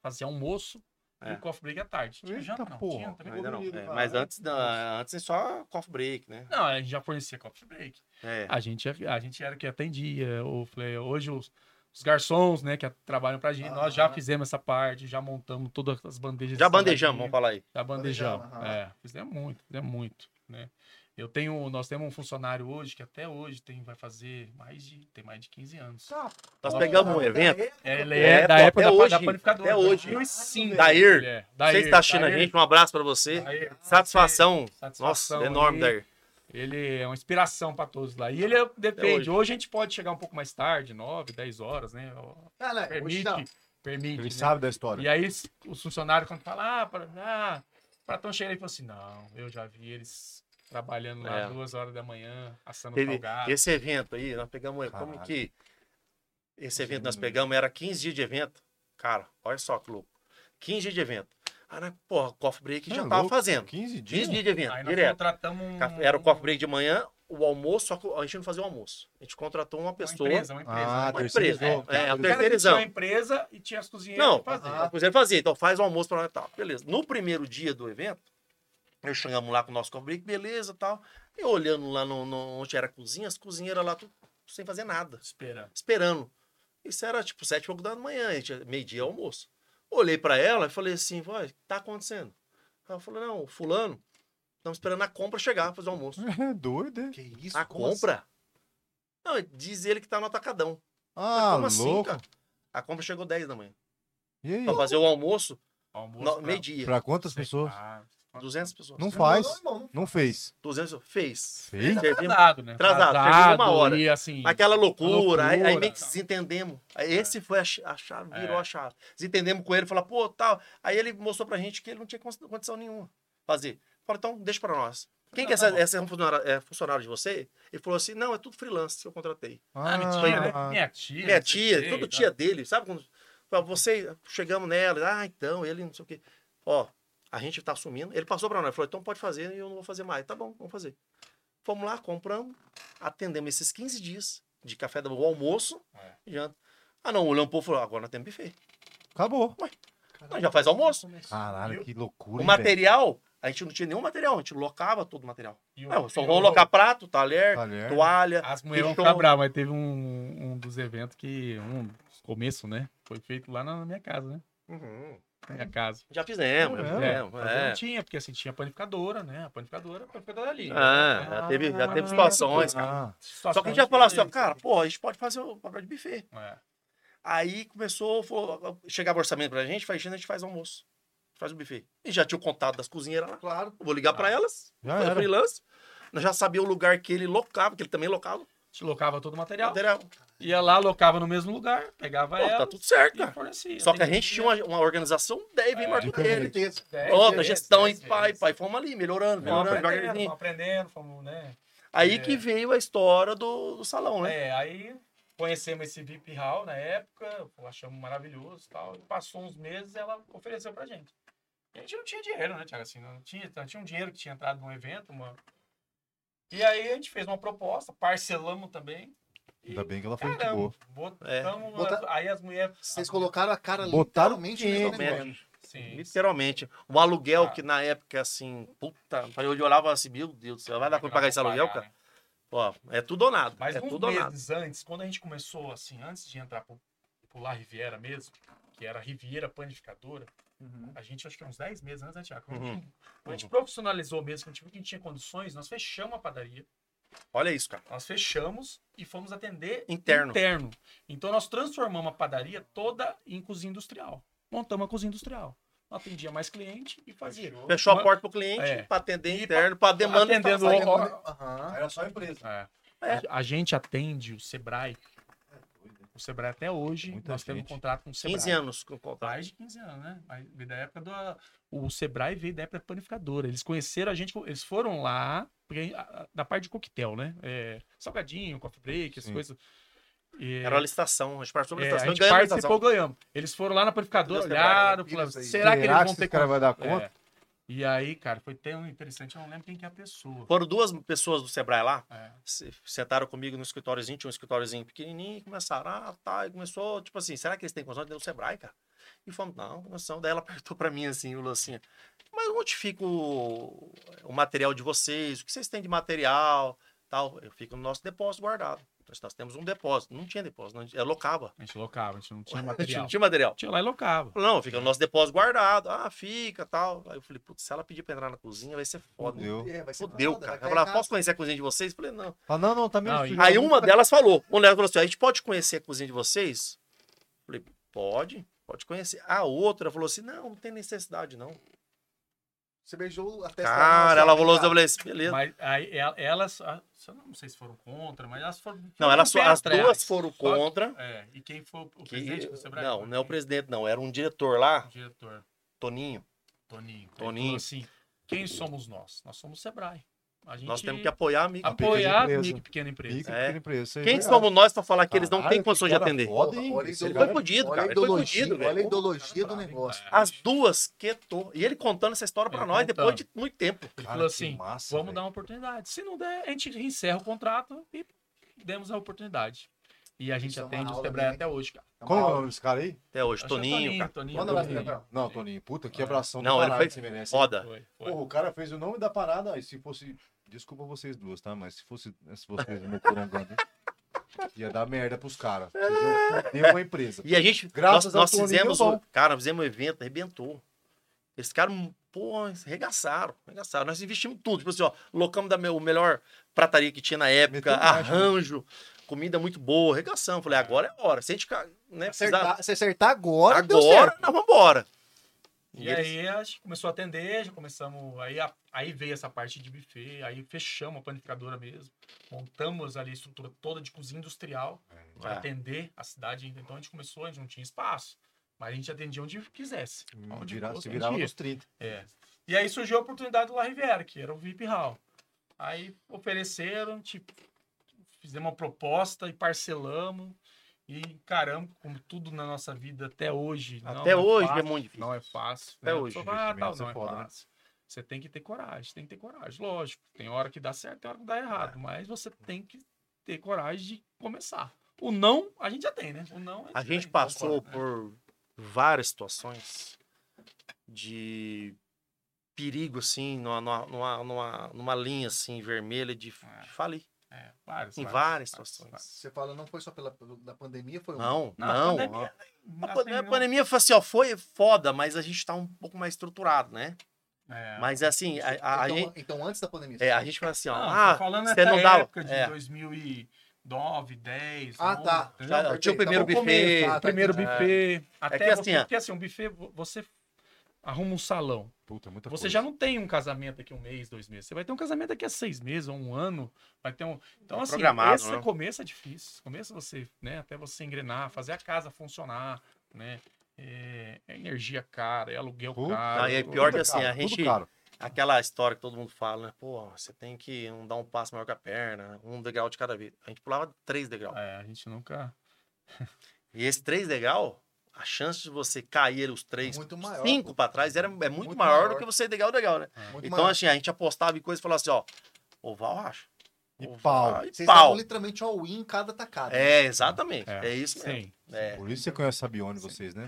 D: fazer almoço
C: É.
D: e o coffee break à tarde. Tinha
A: Eita
D: janta, não?
A: porra.
D: Tinha também.
C: Ainda não.
A: Colorido,
C: é.
A: vai.
C: Mas antes, da, antes é só coffee break, né?
D: Não, a gente já fornecia coffee break.
C: É.
D: A gente, a gente era que atendia. O, falei, hoje os, os garçons, né, que trabalham pra gente, nós já fizemos essa parte, já montamos todas as bandejas. de
C: Já bandejamos, vamos
D: salgadinho,
C: falar aí.
D: Já bandejamos.
B: Bandejamos, aham.
D: É, fizemos muito, fizemos muito, né? Eu tenho, nós temos um funcionário hoje que até hoje tem, vai fazer mais de, tem mais de 15 anos.
B: Tá,
C: Nós pegamos um evento.
D: Ele
C: é,
D: é, da
C: pô,
D: época
C: até
D: da,
C: hoje,
D: da panificadora. né. é.
C: até hoje.
D: 2005.
C: Dair,
D: ele é.
C: Você que
D: Dair,
C: tá assistindo a
D: Dair,
C: gente, um abraço pra você.
D: Dair.
C: Satisfação.
D: Satisfação
C: Nossa, enorme, né?
D: aí.
C: Dair.
D: Ele é uma inspiração para todos lá. E ele é- depende. Hoje.
C: hoje.
D: a gente pode chegar um pouco mais tarde, 9, 10 horas, né?
B: Ah, não, hoje
D: Permite.
B: não.
D: Permite.
A: Ele
D: né?
A: sabe da história.
D: E aí s- os funcionários, quando falam, ah, pra, ah, Pratão chega aí e fala assim: não, eu já vi eles trabalhando lá
C: É.
D: duas horas da manhã, assando
C: Teve-
D: salgado.
C: esse evento aí, nós pegamos. Como
A: Caralho.
C: que. Esse evento nós
A: Hum.
C: pegamos era 15 dias de evento. Cara, olha só que louco. 15 dias de evento. Ah, né? Porra, o coffee break
D: Tá
A: Não é
C: já tava
A: louco?
C: fazendo.
A: 15 dias?
C: 15 dias de evento,
D: Aí nós
C: é direto.
D: contratamos um-
C: Café- Era o coffee break de manhã, o almoço, só que a gente não fazia o almoço. A gente contratou uma
D: uma
C: pessoa.
D: empresa, uma empresa.
A: Ah,
D: né?
C: uma
A: terceirizou.
C: empresa. É, é,
A: Cara,
C: a
A: que
D: O cara que tinha
C: terceirizamos.
D: uma empresa e tinha as cozinheiras
C: Não,
D: que faziam.
C: a cozinheira fazia. Então faz o almoço pra nós e tal. Beleza. No primeiro dia do evento, eu chegamos lá com o nosso coffee break, beleza tal. E olhando lá no, no- onde era a cozinha, as cozinheiras lá tudo sem fazer nada,
D: Esperando.
C: esperando. Isso era tipo sete e pouco da manhã, a gente- meio-dia é almoço. Olhei pra ela e falei assim, "Vó, o que tá acontecendo? Ela falou, não, o fulano, estamos esperando a compra chegar pra fazer o almoço.
A: É doido, hein?
B: Que isso?
C: a
B: Como assim?
C: compra? Não, diz ele que tá no atacadão.
A: Ah,
C: Como assim,
A: louco.
C: cara? A compra chegou 10 da manhã.
A: E aí?
C: Pra fazer o almoço,
D: Almoço.
C: no-
D: pra-
C: meio-dia.
A: Pra quantas
D: sei
A: pessoas?
D: lá, pra-
C: 200 pessoas.
B: assim?
A: Não faz.
B: Não, irmão.
A: Não fez.
C: 200 fez.
A: Fez?
C: Servimos
D: Atrasado, né?
C: Atrasado, servimos uma hora.
D: E assim.
C: aquela loucura,
D: Loucura,
C: aí, aí meio que
D: tal.
C: desentendemos. Aí esse foi a, ch- a chave, virou
D: É.
C: a chave. Desentendemos com ele, falou, pô, tal. Aí ele mostrou pra gente que ele não tinha cons- condição nenhuma fazer. Falou, então deixa pra nós. Quem que é
D: Tá
C: essa,
D: bom.
C: essa é um funcionário, é funcionário de você? Ele falou assim, não, é tudo freelance que eu contratei.
D: Ah, minha tia, né? Minha tia.
C: Minha
D: não sei o
C: tia,
D: quê,
C: todo
D: tá?
C: tia dele, sabe? Quando, Fala, você, chegamos nela, ah, então, ele não sei o quê. Ó, a gente tá assumindo. Ele passou pra nós, falou, então pode fazer e eu não vou fazer mais. Tá bom, vamos fazer. Fomos lá, compramos, atendemos esses 15 dias de café da manhã, almoço,
D: É.
C: janta. Ah, não, olhou um pouco e falou, agora nós temos buffet.
A: Acabou.
C: Não, já faz almoço.
A: Caralho, que loucura.
C: O
A: hein,
C: material, a gente não tinha nenhum material, a gente locava todo o material.
D: E o-
C: Não, só
D: Hum, e
C: vamos
D: o-
C: locar prato,
A: velho?
C: talher,
A: Talher.
C: toalha.
D: As mulheres vão
C: Fechou.
D: ficar bravas, mas teve um, um dos eventos que. Um começo, né? Foi feito lá na na minha casa, né?
C: Uhum.
D: Na minha casa.
C: Já fizemos,
A: É
C: já
A: mesmo?
C: fizemos.
D: mas eu
C: É.
D: Não tinha, porque assim, tinha panificadora, né? A panificadora, a panificadora ali.
C: Ah, já teve, já teve situações, cara.
A: Ah,
C: Só que a gente já falava assim, ó, cara, pô, a gente pode fazer o papel de buffet.
D: cara.
C: Aí começou, falou, chegava orçamento pra gente, faz, a gente faz almoço. Faz o buffet. E já tinha o contato das cozinheiras lá.
B: Claro.
C: Eu vou ligar pra
D: Ah,
C: elas,
A: já
C: foi
A: era.
C: freelance. Nós já sabia o lugar que ele locava, que ele também locava.
D: Te locava todo o material,
C: Material.
D: ia lá, locava no mesmo lugar, pegava
C: Pô,
D: ela
C: tá tudo certo,
D: e É,
C: cara.
D: fornecia.
C: Só que a gente tinha uma, uma organização 10 bem maior que
A: Entendi.
C: ele.
B: Certeza.
D: Dez,
C: Outra
D: dez,
C: gestão,
D: dez
C: e pai,
D: vezes.
C: pai, fomos ali, melhorando,
D: Fomos
C: melhorando,
D: aprendendo,
C: devagarinho.
D: fomos aprendendo, fomos, né?
C: Aí
D: É.
C: que veio a história do, do salão, né?
D: É, aí conhecemos esse VIP Hall na época, pô, achamos maravilhoso e tal. E passou uns meses ela ofereceu pra gente. E a gente não tinha dinheiro, né, Thiago? Assim, não tinha, não tinha um dinheiro que tinha entrado num evento, mano. E aí a gente fez uma proposta, parcelamos também. E,
A: Ainda bem que ela foi muito
D: caramba,
A: boa.
C: É.
D: botamos.
B: Bota-
D: Aí as mulheres.
B: Vocês colocaram a cara
A: Botaram
B: literalmente
A: dinheiro,
D: é,
C: né,
B: nesse negócio.
D: Sim.
C: Literalmente. Um aluguel
D: Ah.
C: que na época, assim, puta, eu olhava assim, meu Deus do céu, vai dar pra pagar esse aluguel,
D: né?
C: cara? Ó, é tudo ou nada.
D: Mas
C: é
D: uns
C: tudo ou nada.
D: meses antes, quando a gente começou, assim, antes de entrar pro, pro La Riviera mesmo, que era a Riviera Panificadora,
B: Uhum.
D: a gente, acho que uns 10 meses antes, né, Tiago?
C: Uhum.
D: A gente profissionalizou mesmo, quando a gente viu que a gente tinha condições, nós fechamos a padaria,
C: Olha isso, cara.
D: nós fechamos e fomos atender
C: Interno.
D: interno. Então nós transformamos a padaria toda em cozinha industrial. Montamos a cozinha industrial. Atendia mais cliente e fazia.
C: Fechou
D: Uma-
C: a porta pro cliente,
D: É.
C: pra atender
D: E
C: interno, pra demanda.
D: atendendo
C: pra-
D: o- ó-
B: Aham.
A: Era só empresa.
D: É.
C: É.
D: A gente atende o Sebrae. O Sebrae até hoje,
A: Muita
D: nós temos um
A: gente.
D: contrato com o Sebrae.
C: 15 anos com o contrato.
D: Mais de 15 anos, né? Mas veio da época do. O Sebrae veio da época da panificadora. Eles conheceram a gente, eles foram lá, porque a- a- da parte de coquetel, né? É, salgadinho, coffee break, as
A: Sim.
D: coisas. E,
C: Era a licitação, a gente participou da
D: é, a
C: licitação e
D: gente
C: ganhou a
D: participou,
C: licitação.
D: ganhamos. Eles foram lá na panificadora,
C: Deus quebraram,
D: olharam,
B: né?
D: falaram,
B: Isso
D: será,
B: aí.
D: que eles vão
A: esse
D: ter
A: cara vai dar
D: conta?
A: conta?
D: É. E aí, cara, foi tão interessante, eu não lembro quem que é a pessoa.
C: Foram duas pessoas do Sebrae lá,
D: É.
C: se- sentaram comigo no escritóriozinho, tinha um escritóriozinho pequenininho, e começaram, ah, tá, e começou, tipo assim, será que eles têm condição de ter o Sebrae, cara? E falamos, não, não são. Daí ela *laughs* perguntou pra mim assim, falou assim, mas onde fica o, o material de vocês? O que vocês têm de material? Tal. Eu fico no nosso depósito guardado. Nós, nós temos um depósito. Não tinha depósito, não, eu locava. *laughs*
D: A gente locava, a gente não tinha
C: A gente
D: material.
C: não tinha material.
D: tinha lá e locava.
C: Falou, Não, fica no nosso depósito guardado. Ah, fica, tal. Aí eu falei, putz, se ela pedir pra entrar na cozinha, vai ser foda.
A: Fudeu.
B: É, vai ser
C: Fudeu,
B: foda,
C: cara.
B: vai
C: Ela falou, "Ah,
B: cair
C: posso conhecer a cozinha de vocês? Eu falei, não.
A: Fala, não, não, tá meio
D: Não,
A: sujo.
C: Aí uma delas falou, uma delas falou assim, a gente pode conhecer a cozinha de vocês? Eu falei, pode, pode conhecer. A outra falou assim, não, não tem necessidade não.
B: Você beijou a testa da moça,
C: Cara, ela falou, eu
B: obrigado.
C: falei assim, beleza.
D: Mas aí el- elas, a- eu não sei se foram contra, mas elas foram.
C: não,
D: foram
C: elas,
D: bem
C: as
D: atrás.
C: duas foram
D: Só que-
C: contra.
D: É, e quem foi o o
C: que-
D: presidente do Sebrae?
C: não, não é o
D: Foi
C: presidente, não. Era um diretor lá,
D: O diretor,
C: Toninho.
D: Toninho. Ele
C: Toninho.
D: falou assim: quem somos nós? Nós somos o Sebrae. A gente
C: Nós temos que apoiar a micro.
D: apoiar a
A: Pequena
D: micro e pequena empresa.
A: Pica,
C: É.
A: pequena empresa, isso aí é
C: Quem
A: verdade.
C: somos nós pra falar que eles não
A: Caralho,
C: têm
A: que
C: condições de
A: cara
C: atender?
A: Foda, hein?
B: Olha a
A: Esse
B: ideologia-
A: cara-
C: Foi fudido,
B: olha a
C: cara. Ele foi
B: ideologia-
C: fudido,
B: Olha a
C: velho. é.
B: ideologia do
D: Caralho,
B: negócio.
D: cara.
C: As duas quietou. E ele contando essa história pra
D: Ele
C: nós depois
D: contando.
C: de muito tempo.
D: Ele
A: Cara,
D: falou
A: que
D: assim:
A: massa,
D: vamos
A: velho.
D: dar uma oportunidade. Se não der, a gente encerra o contrato e demos a oportunidade. E a gente
B: Isso é uma
D: atende o
B: aula,
D: Sebrae
B: né?
D: até hoje, cara.
A: Como é o nome desse cara aí?
C: Até hoje.
D: Acho que é
C: Toninho, cara.
D: Toninho,
B: Manda lá,
D: Toninho.
B: Gabriel.
A: Não, Toninho, puta, que abração
C: então. É. Não, ele
A: caralho
C: foi
A: que você merece. hein?
C: Foda.
D: Foi, foi.
A: Porra, o cara fez o nome da parada, e se fosse... Desculpa vocês duas, tá? Mas se fosse se vocês no corongando, ia dar merda pros caras. Deu uma empresa.
C: E a gente,
A: Graças
C: nós,
A: ao
C: nós
A: Toninho,
C: fizemos,
A: deu
C: o, cara, fizemos um evento, arrebentou. Eles ficaram, pô, arregaçaram, arregaçaram. Nós investimos tudo, tipo assim, ó, locamos da me- o melhor prataria que tinha na época,
A: Meteu margem, né?
C: arranjo, comida muito boa, arregaçamos. Falei, agora é hora, se a gente ficar, né, precisar,
B: Acertar, se acertar agora, deu certo.
C: agora nós vamos embora.
D: E,
C: eles-
D: aí a gente começou a atender, já começamos. Aí, a- aí veio essa parte de buffet, aí fechamos a panificadora mesmo. Montamos ali a estrutura toda de cozinha industrial para
C: Ah.
D: atender a cidade. ainda. Então a gente começou, a gente não tinha espaço. Mas a gente atendia onde quisesse. Onde
A: Vira-
D: fosse,
A: se
D: a gente
A: virava
D: ia.
A: nos 30.
D: É. E aí surgiu a oportunidade do La Riviera, que era o VIP Hall. Aí ofereceram, tipo, fizemos uma proposta e parcelamos. E caramba, como tudo na nossa vida até hoje. não
C: Até
D: é
C: hoje
D: fácil,
C: é muito difícil.
D: Não é fácil.
C: Até
D: né?
C: hoje,
D: Só, ah,
A: investimento
D: tal,
A: é
D: não é
A: foda, né?
D: fácil. Você tem que ter coragem, tem que ter coragem. Lógico, tem hora que dá certo, tem hora que dá errado.
C: É.
D: Mas você tem que ter coragem de começar. O não, a gente já tem, né? O não,
C: A
D: já
C: gente
D: tem.
C: passou
D: Concordo, né?
C: por várias situações de perigo, assim, numa, numa, numa, numa linha, assim, vermelha de,
D: É.
C: de falir.
D: É, várias,
C: Em
D: várias,
C: várias
D: várias,
C: situações.
B: Você fala, não foi só pela da pandemia, foi uma.
C: Não,
D: Não,
C: não.
D: a
C: não. é
D: várias.
C: A, pan-
D: Assim,
C: a
D: não-
C: pandemia foi assim, ó, foi foda, mas a gente tá um pouco mais estruturado, né?
D: É.
C: Mas assim, a, a- a
B: então,
C: gente,
B: então, antes da pandemia.
C: é, a gente foi assim, ó,
D: Não,
C: ah,
D: tô falando
C: você
D: nessa
C: não dá.
D: época de
C: é,
D: 2009, 10.
B: Ah,
D: 11,
B: tá.
D: entendeu?
C: Já- tinha o primeiro
B: bom.
C: buffet.
B: Ah, tá,
D: Primeiro
B: entendi.
D: buffet. Até
C: que
D: você,
C: assim, ó.
D: porque assim, um buffet, vo- você arruma um salão.
A: Puta, muita
D: Você já não tem um casamento daqui um mês, dois meses. Você vai ter um casamento daqui a seis meses ou um ano. Vai ter um. Então,
C: É
D: assim,
C: programado,
D: esse
C: né?
D: começo é difícil. Esse Começo você, né? Até você engrenar, fazer a casa funcionar, né? É, é energia cara, é aluguel
A: Puta,
D: caro.
C: aí é
D: tudo.
C: pior que
A: Tudo
C: assim,
A: caro,
C: a
A: tudo
C: gente-
A: caro.
C: aquela história que todo mundo fala, né? Pô, você tem que não dar um passo maior que a perna, um degrau de cada vez. A gente pulava três degraus.
D: É, a gente nunca.
C: E esse três degrau, a chance de você cair os três,
B: Muito maior,
C: cinco
B: pô.
C: pra trás, era, é muito,
B: Muito
C: maior,
B: maior.
C: do que você degrau degrau, né?
B: Muito
C: então,
B: maior.
C: assim, a gente apostava em coisa e falava assim, ó, oval racha.
A: E
C: Oval
A: pau.
C: E
B: Vocês
C: pau.
B: estavam literalmente all-in em cada tacada.
C: É, exatamente. É,
D: É,
C: isso mesmo.
D: Sim.
C: É.
A: Por isso você conhece a Sabione, vocês, né?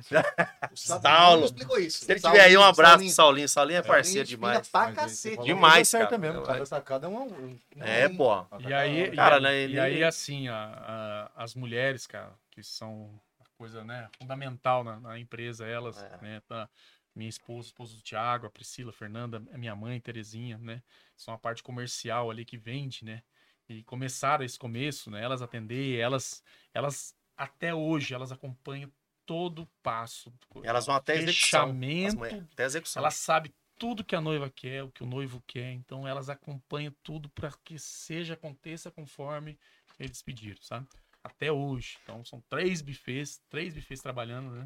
B: O Saulo
C: Saulo.
B: explicou isso.
C: Se ele
B: Saulo,
C: tiver aí, um abraço
B: Saulinho.
C: pro Saulinho. Saulinho é parceiro
B: Saulinho,
C: demais.
B: Filha pra
A: Mas aí você
B: cacete.
A: falou,
C: Demais,
A: mas é certo
C: cara.
A: mesmo.
C: Eu-
A: Cada sacada é um. um-
D: né?
C: É,
A: um-
C: pô.
D: E aí,
C: Cara,
D: e,
C: né,
D: aí-
C: ele-
D: e aí, assim, a- a- as mulheres, cara, que são a coisa né, fundamental na, na empresa, elas,
C: É.
D: né? tá? minha esposa, esposa do Thiago, a Priscila, a Fernanda, a minha mãe, Terezinha, né? São a parte comercial ali que vende, né? E começaram esse começo, né? Elas atender, elas, elas até hoje, elas acompanham todo o passo.
C: Elas vão até a execução. As
D: fechamento
C: mulheres, Até a execução.
D: ela sabe tudo que a noiva quer, o que o noivo quer, então elas acompanham tudo para que seja aconteça conforme eles pediram, sabe? Até hoje. Então são três buffets, três buffets trabalhando, né?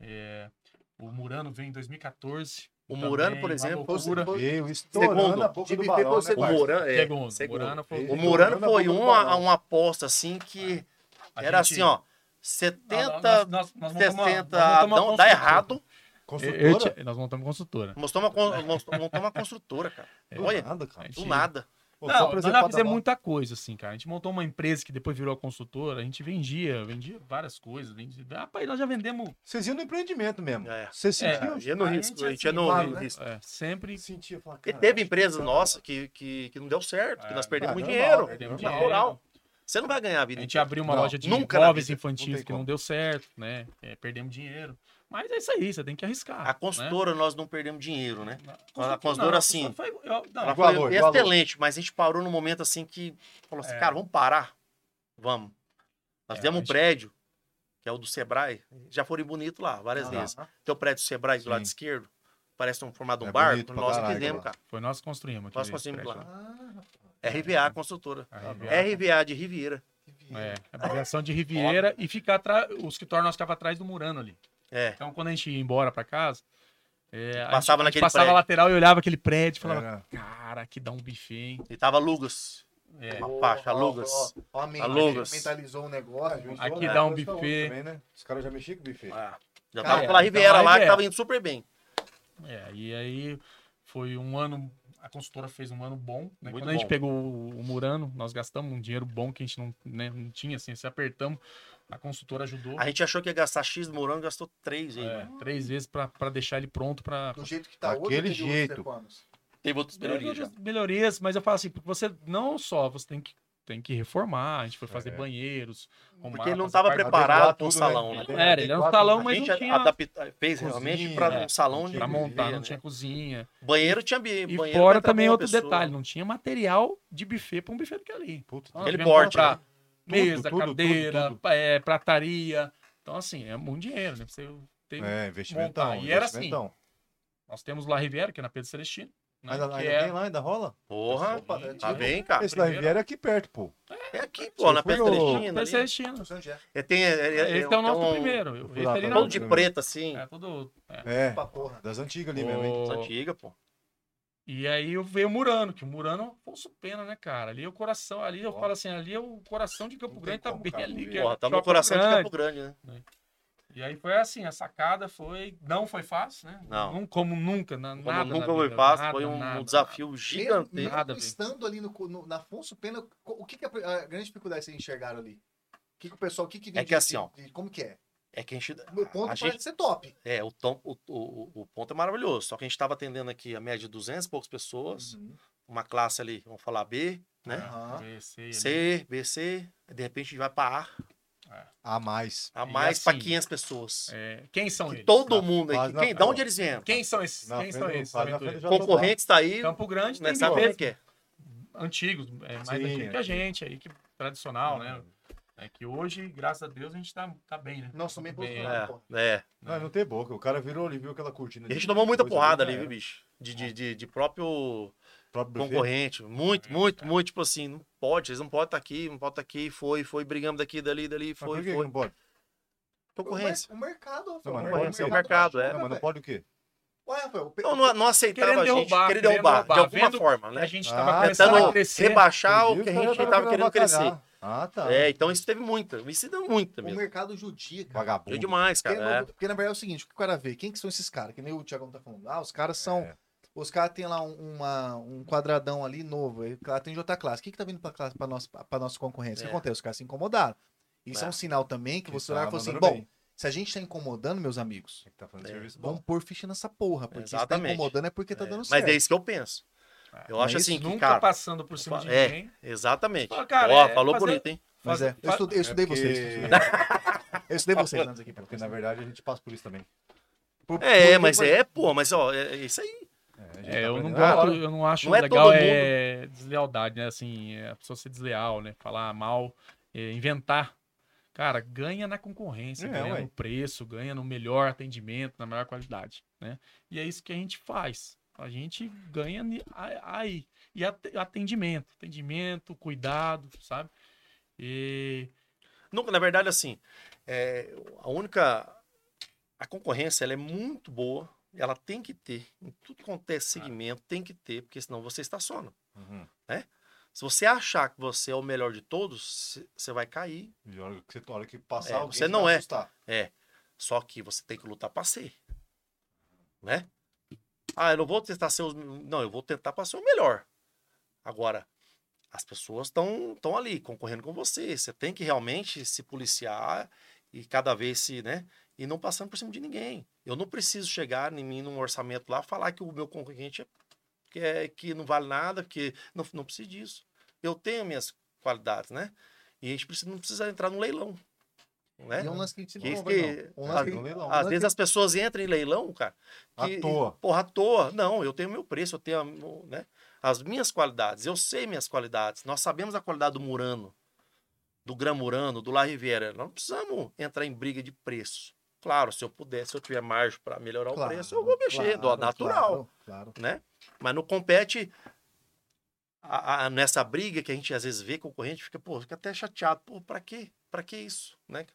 D: É, o Murano veio em 2014.
C: O Murano, por
D: uma
C: exemplo,
B: Foi-
D: loucura.
B: foi-
A: Veio estourando
C: Segundo,
A: a boca
B: de
A: do
B: bife
A: balão,
B: você
A: né,
C: O
A: parça?
C: Murano, é,
D: Segundo,
C: segundo.
D: Murano foi
A: Ele-
C: O
A: Ele
C: Murano
A: dobrou na
D: é
C: foi
A: boca do
C: uma,
A: balão.
C: uma aposta assim que
D: a
C: era
D: gente-
C: assim, ó.
D: Nós-
C: 70,
D: nós- nós- nós montamos uma- nós
C: 60,
D: montamos uma
C: não, dá
D: consultora.
C: errado.
D: Eu- eu
A: Construtora?
D: te- Nós montamos consultora.
C: Mostrou uma, con- montou uma construtora, cara.
D: É.
A: Do
C: Olha,
A: nada, cara.
C: do nada.
A: Pô, só
D: Não,
A: pra
D: nós
A: exemplar
D: já
A: da
D: fizemos
A: bola.
D: muita coisa, assim, cara. A gente montou uma empresa que depois virou a consultora, a gente vendia, vendia várias coisas. Vendia... Rapaz, nós já vendemos
A: Vocês iam no empreendimento mesmo.
C: É.
A: Você
C: A
A: sentiu?
C: gente é no
D: A
C: risco,
D: gente
C: a
D: é
C: gente é
D: assim,
C: no
B: claro,
C: no
B: né?
C: risco.
D: é, sempre
A: Sentia, falar,
C: E
A: cara,
C: teve
A: acho que
C: empresa
A: tá-
C: nossa que, que, que não deu certo, que
D: É,
C: nós perdemos
A: ah,
C: muito
A: normal,
C: dinheiro.
D: perdemos
C: Natural. Você não vai ganhar a vida.
D: A gente
C: inteira.
D: abriu uma
A: Não,
D: loja de
C: nunca na
D: móveis
C: vida.
A: Não
D: infantis
A: tem
D: que não
A: como.
D: deu certo, né? É, perdemos dinheiro. Mas é isso aí, você tem que arriscar.
C: A consultora, nós não perdemos dinheiro, né?
D: né?
C: a consultora,
D: não,
C: assim,
D: foi- eu- não,
C: Ela
A: Igual
C: foi
A: valor, igual
C: excelente, mas a gente parou num momento assim que falou assim,
D: É.
C: cara, vamos parar. Vamos. Nós
D: É,
C: fizemos
D: a
C: um
D: gente-
C: prédio, que é o do Sebrae. Já foram bonito lá, várias
A: Ah,
C: vezes. Tem o prédio do Sebrae do lado
A: Sim.
C: esquerdo. parece um formado um
A: É
C: barco.
A: bonito pra
C: Nós
A: caralho,
C: fizemos,
A: lá.
C: cara.
D: Foi nós que construímos.
C: Nós
D: aquele
C: construímos
D: prédio
C: lá. Tá
B: Ah,
C: RVA, a construtora.
D: A RVA.
C: RVA de Riviera.
B: que
D: É,
B: viagem.
D: a aviação de Riviera e ficar atrás. Os escritório nós ficava atrás do Murano ali.
C: É.
D: Então, quando a gente ia embora pra casa, é,
C: Passava
D: a gente- a gente
C: naquele
D: passava
C: prédio. É.
D: a lateral e olhava aquele prédio e falava,
A: Era-
D: cara, que dá um buffet, hein?
C: E tava Lugas.
D: É,
C: Uma faixa,
B: Ó, ó,
C: Lugas.
B: ó, ó, a men-
C: Alugas.
B: Mentalizou o negócio.
A: juntou,
D: Aqui
A: né?
D: dá um
A: Dois pra um
D: buffet.
A: também, né? Os caras já mexiam com buffet.
C: Ah, já
B: Cara,
C: tava pela
D: então
C: Riviera lá,
D: a
C: que
D: Riviera.
C: tava indo super bem.
D: é, e aí foi um ano. A consultora fez um ano bom. né?
C: Muito
D: Quando a gente
C: bom.
D: pegou o, o Murano, nós gastamos um dinheiro bom que a gente não, né, não tinha, assim, se apertamos. A consultora ajudou
C: A gente achou que ia gastar X do Morano, gastou 3 aí.
D: é,
C: mano.
D: três vezes pra pra deixar ele pronto pra,
B: Do jeito que tá hoje,
A: Daquele
B: eu digo,
A: jeito.
B: Stefanos.
C: Teve outras melhorias já.
D: Melhorias, melhorias, mas eu falo assim, porque você não só você tem que, tem que reformar, a gente foi fazer
A: É.
D: banheiros. arrumar,
C: Porque ele não
D: fazer
C: tava
D: parte-
C: preparado
A: Adequar
C: pro
A: tudo,
C: salão, né?
A: Adequar-
D: Era, ele era um
A: adequar
D: salão,
A: tudo.
D: mas
C: a
D: não
C: gente
D: tinha-
C: adapta- fez
A: Cozinha,
C: realmente para
A: é.
C: um salão de
D: Pra montar,
C: viver,
D: não
C: né?
D: tinha cozinha.
C: Banheiro tinha bi-
D: E
C: banheiro pra
D: fora
C: entrar
D: também
C: uma
D: outro
C: pessoa.
D: detalhe, né? não tinha material de buffet pra um buffet do que
A: Puta,
D: ali. Então,
A: tudo,
D: nós
C: Aquele
D: tivemos que
C: porte,
D: comprar
C: né?
D: Mesa,
A: tudo, tudo,
D: cadeira,
A: tudo.
D: pa- é, prataria. Então, assim, é muito dinheiro, né? Você tem-
A: É, investimentão.
D: montar. E era assim.
A: investimentão.
D: Nós temos lá a Riviera, que é na Pedro Celestino. Né?
A: Ainda,
D: que
A: ainda
D: é... Ah,
A: tem lá, ainda rola?
C: Porra,
B: Opa, né?
C: tá bem, cara.
A: Esse da
D: primeiro-
A: Riviera é aqui perto, pô.
C: É aqui,
A: Você
C: pô, na
A: foi
C: Pedra
A: o-
C: Celestina.
D: Pedro
C: ali.
D: Celestino.
B: São José.
C: É, tem- é- é- é-
D: Esse é o nosso
C: tem um
D: primeiro.
A: fui
D: Esse
A: lá
D: ali
A: pra
D: não.
C: Todo de preto, assim.
D: É todo. é.
A: É,
B: Pra porra.
A: das antigas ali mesmo, hein?
D: O-
C: essa Antiga, pô.
D: E aí eu veio o Murano, que o Murano é Afonso Pena, né, cara? Ali é o coração, ali eu
A: Ó.
D: falo assim, ali é o coração de Campo
A: Não tem
D: Grande, tá
A: como,
D: bem
A: cara, não
D: ali.
A: vê.
D: que é
C: Porra, tá no
D: Campo
C: coração de
D: Grande.
C: Campo Grande, né?
D: E aí foi assim, a sacada foi, não foi fácil, né?
C: Não.
D: como nunca, na,
C: Como
D: nada.
C: nunca
D: na
C: foi
D: vida,
C: fácil,
D: nada,
C: foi um, um
D: nada,
C: desafio
B: Mesmo,
C: gigante.
B: mesmo
D: Nada a ver.
B: estando ali no, no, na Afonso Pena, co- o que, que a, a grande dificuldade vocês enxergaram ali? O que, que o pessoal, o que que...
C: É que assim, ó.
B: de- como que é?
C: É que a gente.
B: O ponto
C: a
B: parece
C: gente
B: ser top.
C: é, o, tom, o, o, o ponto é maravilhoso. Só que a gente tava atendendo aqui a média de 200 e poucas pessoas.
D: Uhum.
C: Uma classe ali, vamos falar B, né?
D: nada.
B: Aham.
D: Esse aí, ali.
C: C, B, C. De repente a gente vai pra A.
A: A mais.
C: A
D: E
C: mais
D: assim,
C: pra 500 pessoas.
D: É, Quem são
C: Que
D: eles?
C: todo
A: Na-
C: mundo aí.
A: quase
C: que
A: na
C: Quem, de
A: frente.
C: onde eles vêm?
D: Quem são esses?
A: Na
D: Quem
A: frente
D: são
A: do-
D: esses?
A: na frente
D: aventureiros?
A: do-
C: Concorrentes tá aí.
D: Campo Grande tem
C: Né, sabe
D: buffets
C: o que é?
D: antigos, é, mais
A: Sim,
D: antigo que a
A: é.
D: gente, aí que tradicional, né? É que hoje, graças a Deus, a gente tá, tá bem, né?
B: Nossa, também
D: Bem,
B: posicionado, pô.
C: É, é.
A: Não, não tem boca. O cara virou ali, viu aquela cortina.
C: E a gente
A: de-
C: tomou muita
A: coisa
C: porrada
A: já
C: ali, viu,
A: era.
C: bicho? De, de, de, de próprio
A: Próprio buffet.
C: concorrente.
D: Uhum.
C: Muito, muito, muito. Tipo assim, não pode, eles não podem estar aqui, não podem estar aqui. Foi, foi, brigamos daqui, dali, dali.
A: Mas por
C: Foi,
A: que que
C: foi.
A: não pode?
C: Concorrência.
B: O mer- o mercado, Rafael.
A: mas não
B: o
A: pode ser.
B: mercado
A: O
C: mercado, é.
B: machuca,
A: Não, mas não
B: velho.
A: pode o quê?
B: Ué, Rafael, pe-
C: Não, Então, é não, não aceitava
D: Querendo
C: a gente
D: derrubar,
C: querer
D: querendo
C: derrubar,
D: derrubar,
C: de alguma
D: vendo-
C: forma,
D: A
C: né?
D: gente
A: Ah,
D: tava começando a
C: Tentando
D: crescer.
C: rebaixar o
A: Viu?
C: que a
A: O cara
C: gente
A: já
C: estava querendo
A: avacalhar.
C: crescer.
A: Ah, tá.
C: É, então isso teve muita. Isso deu muita
B: o
C: mesmo.
B: mercado judia, cara.
A: Vagabundo.
C: Deu demais,
B: Porque,
C: cara.
B: na- porque, na verdade é o seguinte, o que o cara vê, quem que são esses caras? Que nem o Thiago tá falando. Ah, os caras são.
A: É.
B: Os caras têm lá um, uma- um quadradão ali novo, aí lá tem de outra classe. O que, que tá vindo pra, classe, pra, nossa, pra nossa concorrência? O
C: É.
B: que acontece? Os caras se incomodaram. Isso é,
C: É. um
B: um sinal também que
A: Que
B: você
A: tá
B: olhar e falar assim:
A: mandando
B: bom,
A: bem.
B: se a gente tá incomodando, meus amigos,
A: Ele tá fazendo
C: É,
A: serviço bom.
B: vamos pôr ficha nessa porra. Porque se tá
C: Exatamente.
B: incomodando é porque tá
C: É.
B: dando
C: Mas
B: certo.
C: é isso que eu penso. Eu
B: Mas
C: acho assim, que,
D: Ah, É Nunca
C: cara.
D: passando por cima de
C: fa- é.
D: ninguém.
C: Exatamente.
D: Fala, cara,
C: Ó,
D: é
C: falou
D: fazer-
C: bonito, hein?
B: Mas é, eu
D: Faz-
B: estudei, eu estudei
A: porque-
B: vocês. eu estudei. Eu estudei vocês antes aqui.
A: Porque, na verdade, a gente passa por isso também. Por-
C: É,
A: porque-
D: né?
C: mas é, pô, mas ó, é é isso aí.
A: a gente
D: É,
A: tá
D: eu não
A: aprendendo
D: gosto,
A: agora.
D: eu não acho
C: Não é
D: legal
C: todo
D: é deslealdade, né? Assim, é a pessoa ser desleal, né? Falar mal, é, inventar. Cara, ganha na concorrência,
A: É,
D: ganha
A: ué.
D: no preço, ganha no melhor atendimento, na melhor qualidade, né? E é isso que a gente faz. A gente ganha ni- a- aí. E at- atendimento, atendimento, cuidado, sabe? E
C: Nunca, na verdade, assim, é, a única. A concorrência ela é muito boa. Ela tem que ter. Em tudo quanto é segmento, tem que ter, porque senão você estaciona.
A: Uhum.
C: Se você achar que você é o melhor de todos, você vai cair.
A: E a hora que você, a hora que passar
C: É,
A: alguém,
C: você não
A: vai
C: é.
A: assustar.
C: É. Só que você tem que lutar pra ser. Né? Ah, eu não vou tentar ser o. Não, eu vou tentar pra ser o melhor. Agora, as pessoas estão tão ali, concorrendo com você. Você tem que realmente se policiar e cada vez se, né? E não passando por cima de ninguém. Eu não preciso chegar em mim num orçamento lá falar que o meu concorrente é que, é, que não vale nada, que não, não preciso disso. Eu tenho minhas qualidades, né? E a gente precisa, não precisa entrar no leilão. Né?
B: E é um lance que a gente se
C: Que-
B: envolve,
C: que-
B: não. Um
A: Ah,
B: lance
A: não,
B: que-
A: leilão.
C: Às vezes as pessoas entram em leilão, cara.
A: À toa.
C: Porra, à toa. Não, eu tenho meu preço, eu tenho a- o- né, as minhas qualidades. Eu sei minhas qualidades. Nós sabemos a qualidade do Murano, do Gran Murano, do La Riviera. Nós não precisamos entrar em briga de preço. Claro, se eu puder, se eu tiver margem para melhorar
B: Claro,
C: o preço, eu vou mexendo, ó,
B: claro,
C: natural,
B: Claro, claro.
C: né? Mas não compete a- a- nessa briga que a gente às vezes vê concorrente, fica, pô, fica até chateado, pô, para quê? Para que isso, né?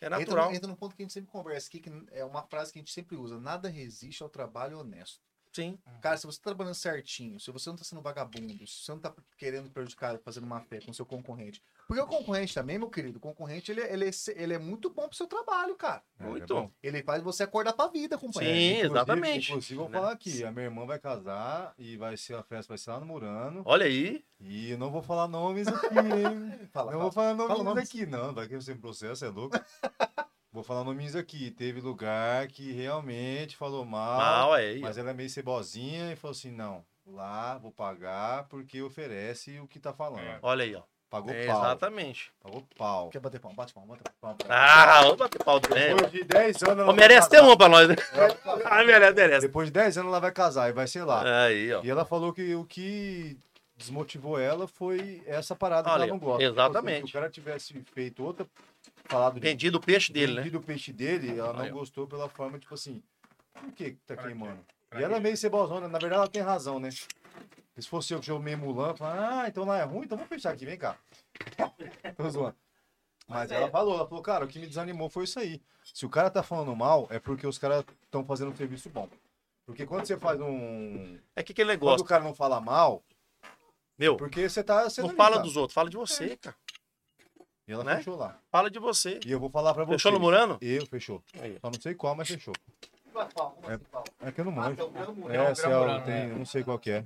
C: É
B: Entra,
C: natural.
B: no- entra num ponto que a gente sempre conversa aqui, que é uma frase que a gente sempre usa. Nada resiste ao trabalho honesto.
C: Sim,
B: Cara, se você tá trabalhando certinho, se você não tá sendo vagabundo, se você não tá querendo prejudicar, fazendo má fé com o seu concorrente. Porque o concorrente também, meu querido, o concorrente, ele, ele, ele é muito bom pro seu trabalho, cara.
A: É,
C: muito.
A: é bom.
B: Ele faz você acordar pra vida, companheiro.
C: Sim,
A: É, Inclusive-
C: exatamente.
A: Inclusive, eu vou
C: Né?
A: falar aqui: a minha irmã vai casar e vai ser a festa, vai ser lá no Murano.
C: Olha aí,
A: E eu não vou falar nomes aqui,
C: *laughs*
A: hein?
B: Fala, fala.
A: não vou falar nomes
B: Fala nomes.
A: aqui, não. Vai que você me processa, é louco? *laughs* vou falar nomes aqui. Teve lugar que realmente falou mal,
C: mal é aí. ó.
A: mas ela é meio cebosinha e falou assim: não, lá vou pagar porque oferece o que tá falando.
D: É.
C: Olha aí, ó.
A: Pagou
C: É,
A: pau.
C: exatamente.
A: Pagou pau.
B: Quer bater palma? Bate palma, bate palma.
C: Ah, vou bater pau do né?
A: Depois de 10 anos.
C: Ô,
A: ela
C: merece
A: vai
C: ter
A: casar.
C: um pra nós, né? *laughs* Ah, merece, merece.
A: Depois de 10 anos ela vai casar e vai ser lá.
C: Aí, ó.
A: E ela falou que o que desmotivou ela foi essa parada
C: Olha,
A: que ela não gosta. Tipo assim,
C: exatamente.
A: Se o cara tivesse feito outra, falado de
C: Vendido o peixe dele, né?
A: vendido o peixe dele, ela não
C: Aí, ó.
A: gostou pela forma, tipo assim, por que que tá
D: Pra
A: queimando?
D: Pra
A: E ela é
D: quê?
A: meio cebolzona, na verdade ela tem razão, né? Se fosse eu que eu meio mulan, falar, ah, então lá é ruim, então vamos fechar aqui, vem cá. *laughs* Tô zoando. Mas
C: é.
A: ela falou, ela falou, cara, o que me desanimou foi isso aí. Se o cara tá falando mal, é porque os caras estão fazendo um serviço bom. Porque quando você faz um.
C: É que aquele
A: Quando
C: negócio,
A: o cara não fala mal,
C: meu,
A: porque você tá sendo.
C: não fala
A: ali, cara.
C: dos outros, fala de você, cara.
A: E ela
C: né?
A: fechou lá.
C: Fala de você.
A: E eu vou falar pra você.
C: Fechou no Murano?
A: Eu, fechou.
C: Aí.
A: Só não sei qual, mas fechou.
B: Bate palma, bate palma.
A: É que eu não
B: Ah,
A: manjo.
B: tá, o grano morreu.
A: É, se é
D: Gramurano,
A: o- tem,
D: né?
A: eu não sei qual que é.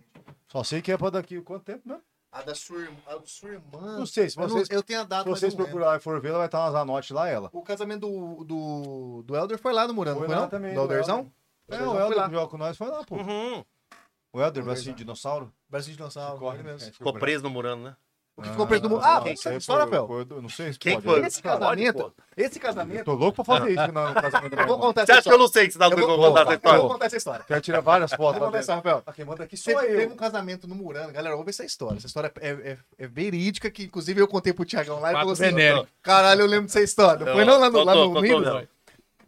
A: Só sei que é pra daqui quanto tempo, né?
B: A da sua irmã. A da sua irmã.
A: Não sei, se
B: Eu não-
A: vocês,
B: eu tenho a data,
A: se
B: mas
A: vocês
B: eu não lembro.
A: procurarem e for ver, ela vai estar umas anotes lá, ela.
B: O casamento do, do, do Elder foi lá no Murano,
A: Foi
B: foi,
A: lá
B: não?
A: também,
B: Do
A: do
B: Elderzão?
A: É,
B: Elderzão
A: o
B: foi
A: Helder
B: lá.
A: que joga com nós foi lá, pô.
C: Uhum.
A: O Helder, bracinho de dinossauro.
B: Brasil de dinossauro.
A: Corre
B: ele
A: mesmo.
B: mesmo.
C: Ficou preso no Murano, né?
B: O que ficou preso do Murano? Ah, quem sabe só, Rafael?
A: Não sei se
C: Quem
A: pode.
C: foi?
A: né?
B: Esse
A: Cara,
B: casamento,
C: pode,
B: esse casamento
A: eu Tô louco pra fazer isso na no casamento da
B: Eu *laughs* vou
A: minha irmã.
B: contar
C: Você
B: essa
C: acha que eu
B: história.
C: não sei que você tá
B: Eu vou,
C: contar essa
B: eu vou
C: história?
B: contar essa história.
A: Quero tirar várias
B: Eu
A: fotos.
B: vou contar essa,
A: Tá
B: Rafael.
A: quem manda aqui sou
B: Teve, teve
A: eu.
B: um casamento no Murano. Galera, ouve essa história. Essa história é, é- é verídica, que inclusive eu contei pro Tiagão lá e
D: Fato
B: falou assim,
D: venérico.
B: caralho, eu lembro dessa história. Não foi não lá no, lá no
C: Contou,
B: livro?
C: contou mesmo.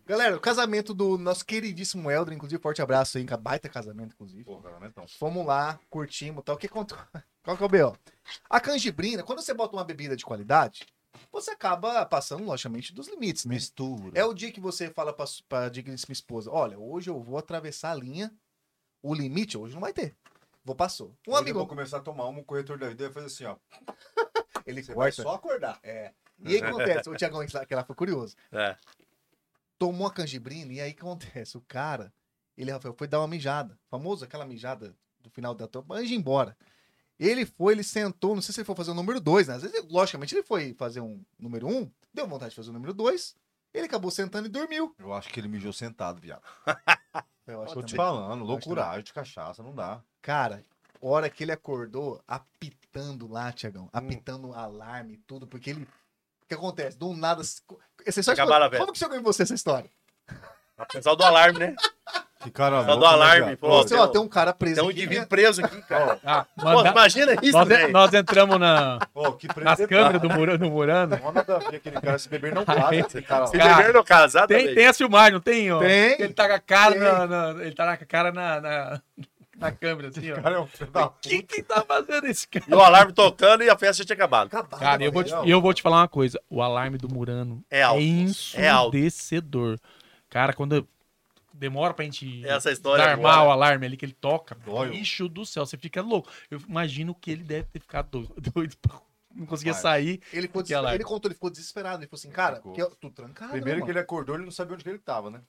B: Galera, o casamento do nosso queridíssimo Helder, inclusive, forte abraço aí, que é um baita casamento, inclusive.
A: Pô, casamentão.
B: Fomos lá, curtimos e tal. O que contou? *laughs* Qual que é o B.O.? A canjibrina, quando você bota uma bebida de qualidade, você acaba passando, logicamente, dos limites, né?
A: Mistura.
B: É o dia que você fala pra, su- pra digníssima esposa: olha, hoje eu vou atravessar a linha, o limite hoje não vai ter. Vou passou. Um
A: Hoje
B: amigo,
A: Eu vou começar a tomar um corretor da vida e vai fazer assim, *laughs* ó.
B: ele
A: Você vai
B: corta.
A: só acordar.
B: É. E
A: *laughs*
B: aí o que acontece? O Tiagão, que ela foi curioso,
C: É.
B: tomou a canjibrina e aí o que acontece? O cara, ele, Rafael, foi dar uma mijada. Famoso, aquela mijada do final da tropa, antes de ir embora. Ele foi, ele sentou, não sei se ele foi fazer o número 2, né? Às vezes, logicamente, ele foi fazer um número 1, um, deu vontade de fazer o número 2, ele acabou sentando e dormiu.
A: Eu acho que ele mijou sentado, viado.
B: Eu acho
A: Tô
B: também.
A: te falando,
B: Eu acho
A: loucuragem de cachaça, não dá.
B: Cara, hora que ele acordou, apitando lá,
C: Hum.
B: Tiagão. Apitando alarme e tudo, porque ele. O que acontece? Do nada. se- Essa história
C: Acabaram a
B: como,
C: festa.
B: como que chegou em você essa história?
C: Apesar do alarme, né?
A: Que cara
C: Só do
A: né,
C: alarme,
A: viado?
C: falou,
B: Você, ó,
C: tem um-
B: tem um cara preso.
C: Tem um
B: aqui,
C: indivíduo
B: né?
C: preso aqui, cara.
D: Ah,
C: Pô,
D: manda-
C: imagina isso,
D: nós, é,
C: velho.
D: nós
C: *laughs*
D: entramos na,
A: Ó, que preso
D: nas
A: é
D: câmeras do
A: brabo.
D: Murano, do Murano.
A: Mó nada a ver aquele cara, se
D: *laughs*
A: beber não casa, esse cara lá.
C: Se
D: Cara,
C: dever no é casado,
D: Ah, Tem, tem as filmagens, não tem? Ó.
B: Tem.
D: Ele tá com a cara, na, na- ele tá com a cara na, na, na câmera, assim,
A: Esse
D: ó.
A: *laughs* cara é um filho da puta.
D: Quem que tá fazendo esse cara?
C: E o alarme tocando e a festa já tinha acabado.
B: Acabado,
D: Cara, eu vou, te,
B: velho.
D: eu vou te falar uma coisa. O alarme do Murano
C: É
D: é
C: alto. É alto.
D: ensurdecedor. Cara, quando eu- demora pra gente
C: Essa história
D: armar
C: agora.
D: o alarme ali que ele toca,
A: Dói, ó.
D: bicho do céu, você fica louco. Eu imagino que ele deve ter ficado doido, *laughs* doido pra- não conseguia
A: Vai.
D: sair.
B: Ele, ficou
D: Que
B: desesperado,
D: alarme.
B: ele contou, ele ficou desesperado. Ele falou assim, cara,
A: Ficou.
B: que eu tô trancado.
A: Primeiro
B: né,
A: que ele acordou, ele não sabia onde que ele tava, né?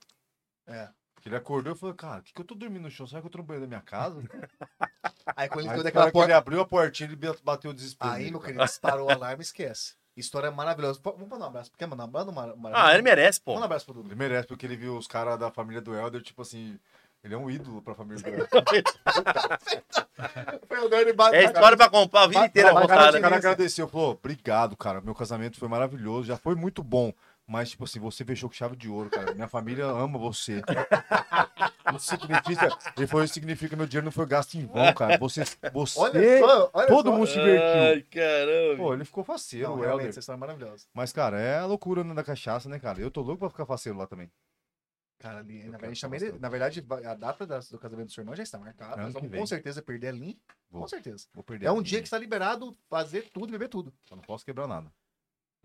B: mano? É.
A: Ele acordou e falou, cara, o que, que eu tô dormindo no chão? Será que eu tô no banheiro da minha
B: *laughs*
A: casa?
B: Aí quando ele entrou
A: Aí, na hora
B: daquela
A: que
B: porta.
A: ele abriu a portinha, ele bateu o desespero.
B: Aí,
A: nele,
B: meu
A: cara.
B: querido, disparou o alarme esquece. História maravilhosa. Pô, Vamos mandar um abraço. Quer mandar um abraço? Mara- Mara-
C: Ah, ele merece, pô.
B: Manda um abraço pro Dudu.
A: Ele merece, porque ele viu os caras da família do Helder, tipo assim, ele é um ídolo pra família do Helder.
B: Foi o Dani Bate-
C: *laughs* É história pra comprar a vida inteira
A: Não, o cara,
C: contada.
A: o cara agradeceu, falou, obrigado, cara, meu casamento foi maravilhoso, já foi muito bom. Mas, tipo assim, você fechou com chave de ouro, cara. Minha família ama você. Isso significa. Ele falou, isso significa que meu dinheiro não foi gasto em vão, cara. Você. você
B: Olha só, olha
A: todo
B: só.
A: mundo se divertiu.
C: Ai, caramba.
A: Pô, ele ficou faceiro,
B: Não,
A: o
B: realmente,
A: Helder.
B: essa história é maravilhosa.
A: Mas, cara, é a loucura né, da cachaça, né, cara? Eu tô louco pra ficar faceiro lá também.
B: Cara, ali,
A: Eu
B: na,
A: quero
B: verdade, também,
A: bastante.
B: na verdade, vai- a data das- do casamento do seu irmão já está marcada.
A: Ano
B: Nós
A: que
B: vamos
A: vem.
B: com certeza perder a linha.
A: Vou.
B: Com certeza.
A: Vou perder.
B: É
A: a
B: um
A: linha,
B: dia
A: hein?
B: que está liberado fazer tudo, beber tudo.
A: Só não posso quebrar nada.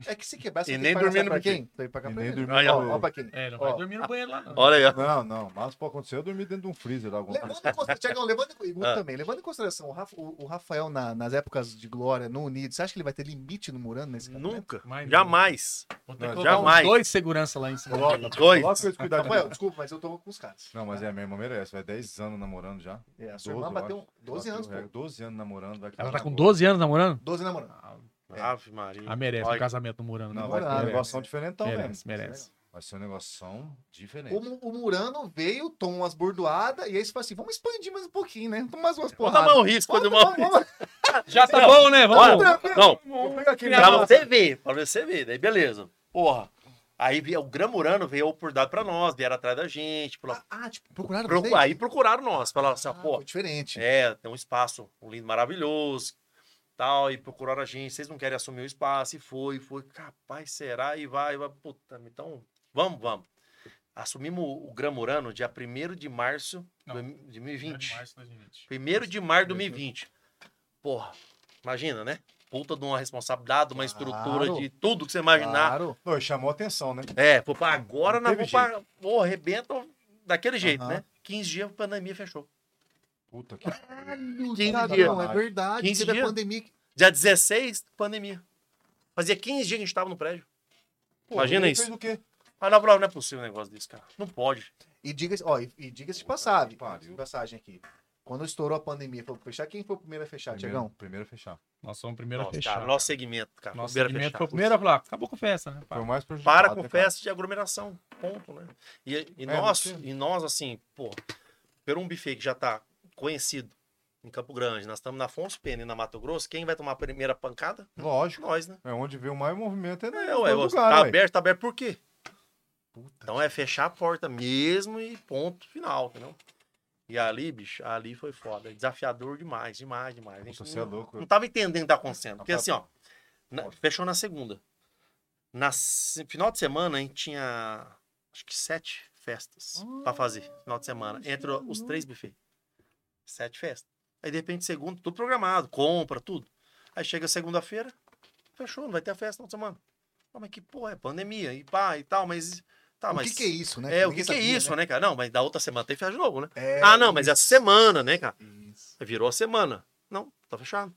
B: É que se quebrar, você
C: E
B: tem
C: nem
B: que pagar,
C: dormir
B: sabe
C: no
B: pra
C: biquíni.
B: quem? Tem que pagar
A: E
B: pra
A: nem
B: quem?
A: dormir
C: Aí,
A: no
B: Ó, ó
A: banheiro.
B: pra quem?
D: É, não vai
B: Ó,
D: dormir no banheiro lá, não.
C: Olha aí, ó.
A: Não, não. Mas pode acontecer eu dormir dentro de um freezer lá. Alguma coisa.
B: Levando em consideração, Tiagão, levando, em- Guto
C: Ah.
B: também, levando em consideração, o, Rafa- o- o Rafael na- nas épocas de glória no Unido, você acha que ele vai ter limite no Murano nesse casamento?
C: Nunca.
D: Mas não.
C: Jamais.
D: Vou ter
A: Não,
D: que colocar
C: jamais.
D: uns dois segurança lá em cima.
A: Coloca-
C: Dois.
A: Coloca esse cuidado.
B: Rafael, desculpa, mas eu tô com os caras.
A: Não, mas é a minha irmã merece. Vai 10 anos namorando já.
B: É, a sua irmã
A: 12, eu
B: bateu
A: acho.
B: 12 anos,
A: Bateu, é,
B: pô.
A: 12 anos namorando. Vai
D: Ela
A: casar
D: tá com
A: agora.
D: 12 anos namorando?
B: 12 namorando. É.
C: Ave Maria.
D: Ah, merece um
C: Olha,
D: casamento no Murano.
A: Não,
D: Não, é,
A: vai ser um
B: Namorado,
A: negócio diferentão
D: merece,
A: mesmo.
D: merece.
A: Vai ser um negócio diferente.
B: O, Mu- o Murano veio, tomou umas bordoadas, e aí você fala assim, vamos expandir mais um pouquinho, né? Tomar mais umas
C: Vamos
B: porradas.
C: tomar um risco, vamos tomar um risco.
D: Já tá
C: Não,
D: bom, né?
C: Olha,
D: Vamos.
C: não,
A: Vou pegar aqui,
C: pra
A: né?
C: você ver, pra você ver, daí beleza. Porra, aí veio- o Gramurano veio a oportunidade pra nós, vieram atrás da gente. falou-
B: Ah, ah, tipo, procuraram
C: procu-
B: vocês?
C: aí procuraram nós, falaram assim,
B: Ah,
C: pô,
B: foi diferente.
C: é, tem um espaço um lindo, maravilhoso, tal, e procuraram a gente, vocês não querem assumir o espaço, e foi, foi, capaz, será, e vai, vai, puta, então, vamos, vamos. Assumimos o o Gramurano dia 1 de março
D: Não.
C: de 2020.
D: 20.
C: 1 de março de 2020. Porra, imagina, né? Puta de uma responsabilidade, de uma estrutura
B: Claro.
C: de tudo que você imaginar.
B: Claro.
A: Não, e chamou atenção, né?
C: É, pô, pá, agora
A: Não
C: nós
A: teve
C: vamos pra. Pô, arrebenta daquele jeito,
B: Aham.
C: né? 15 dias a pandemia fechou.
A: Puta que.
B: Caralho,
C: 15
B: Thiagão,
A: dias.
B: é verdade.
C: 15
B: teve a
C: dias.
B: pandemia. que-
C: Dia 16, pandemia. Fazia 15 dias que a gente tava no prédio.
A: Pô,
C: Imagina
A: ele
C: isso.
A: Fez o quê?
C: Mas na moral, não é possível um negócio desse, cara. Não pode.
B: E diga-se, ó, e, e diga-se de
A: Puta
B: passagem.
A: que pariu.
B: de passagem aqui. Quando estourou a pandemia, falou pra fechar, quem foi o primeiro a
C: É
B: fechar,
A: Primeiro,
B: Tiagão?
A: primeiro fechar.
D: Nós somos o primeiro a
C: Nossa, cara,
D: fechar.
C: nosso segmento, cara.
D: Nosso
C: primeiro a
D: segmento
C: fechar.
D: foi o primeiro a falar. Acabou com festa, né? pá?
A: Foi o mais prejudicado.
C: para com
A: né, cara?
C: festa de aglomeração. Ponto, né? E, e
A: É,
C: nós,
A: não tem.
C: e nós, assim, pô, por um buffet que já tá conhecido em Campo Grande, nós estamos na Afonso Pena e na Mato Grosso, quem vai tomar a primeira pancada?
A: Lógico.
C: Nós, né?
A: É onde vê o maior movimento. É, no
C: É, ué,
A: lugar,
C: tá
A: ué.
C: aberto, tá aberto por quê?
B: Puta.
C: Então é fechar a porta mesmo e ponto final, entendeu? E ali, bicho, ali foi foda. Desafiador demais, demais, demais. A gente
A: Nossa, você é
C: não-
A: louco.
C: Não
A: eu-
C: tava entendendo o que tá acontecendo. Porque
A: Tá-
C: assim, ó. na- fechou na segunda. Na se- final de semana, a gente tinha acho que sete festas pra fazer. Final de semana. Entre os três buffets. Sete festas. Aí, de repente, segundo, tudo programado, compra, tudo. Aí chega segunda-feira, fechou, não vai ter a festa na semana. Pô, mas que porra, é pandemia e pá e tal, mas. Tá,
B: o
C: mas.
B: que, que é isso, né?
C: É, o
B: Ninguém
C: que, que é
B: sabia,
C: isso, né? cara? Não, mas da outra semana tem festa de novo, né?
B: É,
C: ah, não, mas é a semana, né, cara?
B: isso.
C: Virou a semana. Não, tá fechado.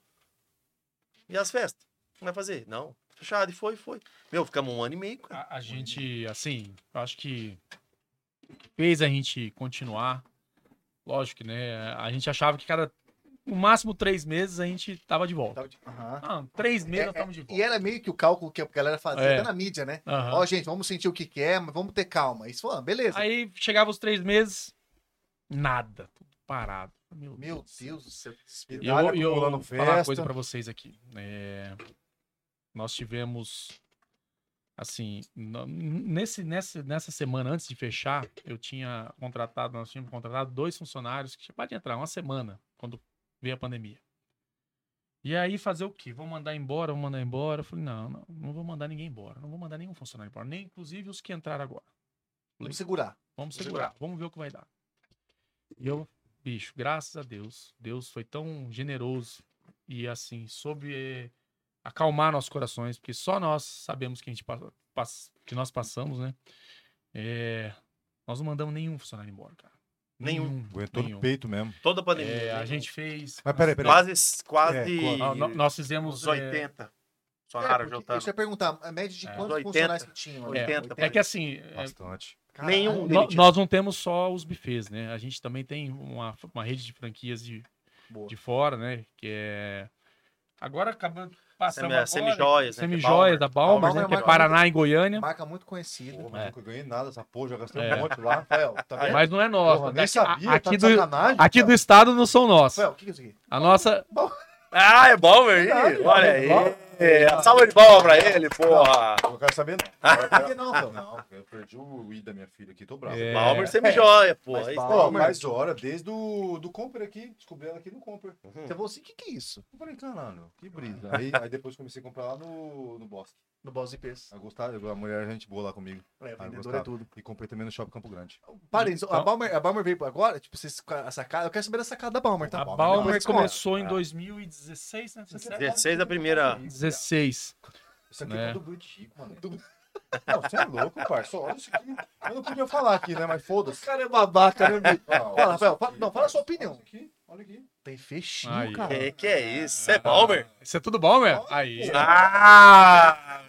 C: E as festas? Não vai fazer? Não. tá Fechado. E foi, foi. Meu, ficamos um ano e meio, cara.
D: A, a gente, assim, eu acho que fez a gente continuar. Lógico, que, né? A gente achava que cada, no máximo três meses, a gente tava de volta.
B: Tava de- Aham.
D: Ah, três meses
B: É,
D: nós estamos de
B: E
D: volta.
B: era meio que o cálculo que a galera fazia
D: É.
B: até na mídia, né?
D: Aham.
B: Ó, gente, vamos sentir o que que é, mas vamos ter calma. Isso foi, ah, beleza.
D: Aí chegava os três meses, nada, tudo parado. Meu,
B: Meu
D: do céu.
B: Deus do céu.
D: E eu, e eu vou
A: acumulando
D: falar uma
A: festa.
D: coisa pra vocês aqui. É, nós tivemos, assim, n- nesse, nessa, nessa semana antes de fechar, eu tinha contratado, nós tínhamos contratado dois funcionários que acabaram de entrar, uma semana, quando veio a pandemia. E aí fazer o quê? Vou mandar embora, vou mandar embora. Eu falei, não, não, não vou mandar ninguém embora, não vou mandar nenhum funcionário embora, nem inclusive os que entraram agora.
B: Vamos segurar.
C: Vamos
D: Vamos segurar, vamos ver o que vai dar. E eu, bicho, graças a Deus, Deus foi tão generoso e assim, soube eh, acalmar nossos corações, porque só nós sabemos que a gente passa, passa- que nós passamos, né? É, nós não mandamos nenhum funcionário embora, cara.
C: Nenhum.
A: Aguentou no peito mesmo.
C: Toda a pandemia.
D: É,
C: né?
D: a gente fez.
A: Mas peraí, peraí.
C: Quase, é. quase
A: É,
D: Nó- nó- Nós, fizemos.
C: uns
D: eh,
C: 80. Só na
B: É,
C: área
B: porque-
C: juntando.
B: Deixa eu perguntar, a média de
D: É.
B: quantos
C: 80,
B: funcionários que tinham? ali?
C: 80,
D: é que assim, eh,
A: Bastante.
B: Caralho,
C: nenhum-
D: nó-
B: demitido.
D: nós não temos só os bufês, né? A gente também tem uma, uma rede de franquias de
B: Boa.
D: de fora, né? Que é. Agora acabando.
C: Semi-
D: Passamos agora.
C: Semijoias, né? que é
D: Semijoias da Balmer,
B: Balmer
D: né? Que é
B: marca-
D: Paraná e Goiânia.
B: Marca muito conhecida.
A: Porra,
D: É.
A: nunca ganhei nada essa porra. Já gastei
D: É.
A: um monte lá.
B: Rafael, tá vendo?
D: Mas não é nossa.
A: Porra,
D: né?
A: nem
D: Aqui-
A: sabia.
D: a-
A: tá
D: aqui,
A: de
D: do,
A: sacanagem,
D: aqui do
A: cara.
D: estado não são nós.
B: Rafael, o que que é isso aqui?
C: Hum.
D: A nossa.
C: Ah, é bom, velho.
A: Verdade,
C: Olha
A: é bom.
C: aí. É, salva de palma pra ele, porra.
A: Eu Não quero saber não.
B: Por que não, Rafael?
A: Não, eu perdi o I da minha filha aqui. Tô bravo.
D: É.
C: Balmer, você me joia,
B: Mas
C: porra. Aí-
B: Balmer-
A: Ó, mais hora desde o do Comper aqui. Descobri ela aqui no Comper.
C: Uhum.
B: Você falou assim, o que que é isso?
A: *laughs* Eu falei, caralho, que brisa. Aí, aí depois comecei a comprar lá no, no Bosque.
B: no Boss Pers.
A: A, Gustavo, a mulher é gente boa lá comigo.
B: É,
A: Ah, eu
B: vendedor é
A: gostava.
B: tudo.
A: E comprei também no Shopping Campo Grande.
B: Parênteses, a,
D: Então-
B: Balmer, a Balmer veio agora, tipo, vocês, a sacada, eu quero saber da sacada da Balmer, tá?
D: A
A: bom,
D: Balmer
B: mas-
D: começou em
C: Ah.
D: 2016, né?
C: 16 da primeira.
A: é
D: 16.
A: Isso aqui
D: É.
A: é tudo boutique, mano. Não, você é louco, parça. Olha isso aqui. Eu não podia falar aqui, né? Mas
B: Os
A: foda-se.
B: cara é babaca, né?
D: *laughs*
B: bicho?
A: Ah, olha
B: Fala, Rafael,
A: isso
B: fa-
A: aqui,
B: não, fala a sua
A: parça.
B: opinião.
A: Olha isso aqui, olha aqui.
B: Tem fechinho,
D: Aí.
B: cara.
C: Que, que é isso? Isso é Balmer?
D: Isso é tudo Balmer? Aí.
C: Ah!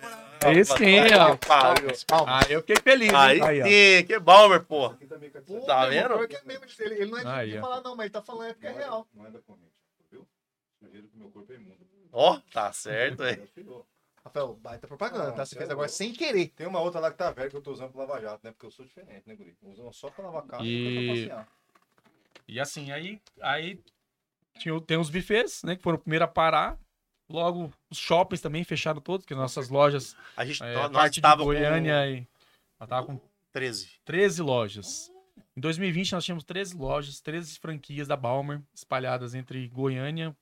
D: Aí sim, ó.
C: Que pariu.
B: Palmas.
D: Aí eu fiquei feliz. hein?
C: Aí
D: Aí, ó.
C: sim, que Balmer, porra.
A: Aqui também, cara.
B: Pô,
C: Tá
B: meu irmão, pior
C: vendo?
B: que é mesmo, ele, ele não é de-
D: Aí,
B: de
D: ó.
B: falar, não, mas ele tá falando é porque é real.
A: Não é da corrente, viu? Sujeira que meu corpo é imundo.
C: Ó, tá certo, hein?
B: Rafael, baita propaganda,
A: Ah,
B: tá? Você
A: você
B: fez
A: é
B: agora
A: louco.
B: sem querer.
A: Tem uma outra lá que tá velha que eu tô usando pra lavar jato, né? Porque eu sou diferente, né, guri? Usando só pra lavar carro
D: E-
A: e pra passear.
D: E assim, aí, aí tinha, tem os bufês, né? Que foram o primeiro a parar. Logo, os shoppings também fecharam todos, porque nossas lojas,
C: A gente, tá-
D: é,
C: Então, nós- nós
D: parte de
C: estávamos com
D: Goiânia, e, ela tava com
C: 13.
D: 13 lojas. Em 2020, nós tínhamos 13 lojas, 13 franquias da Balmer, espalhadas entre Goiânia,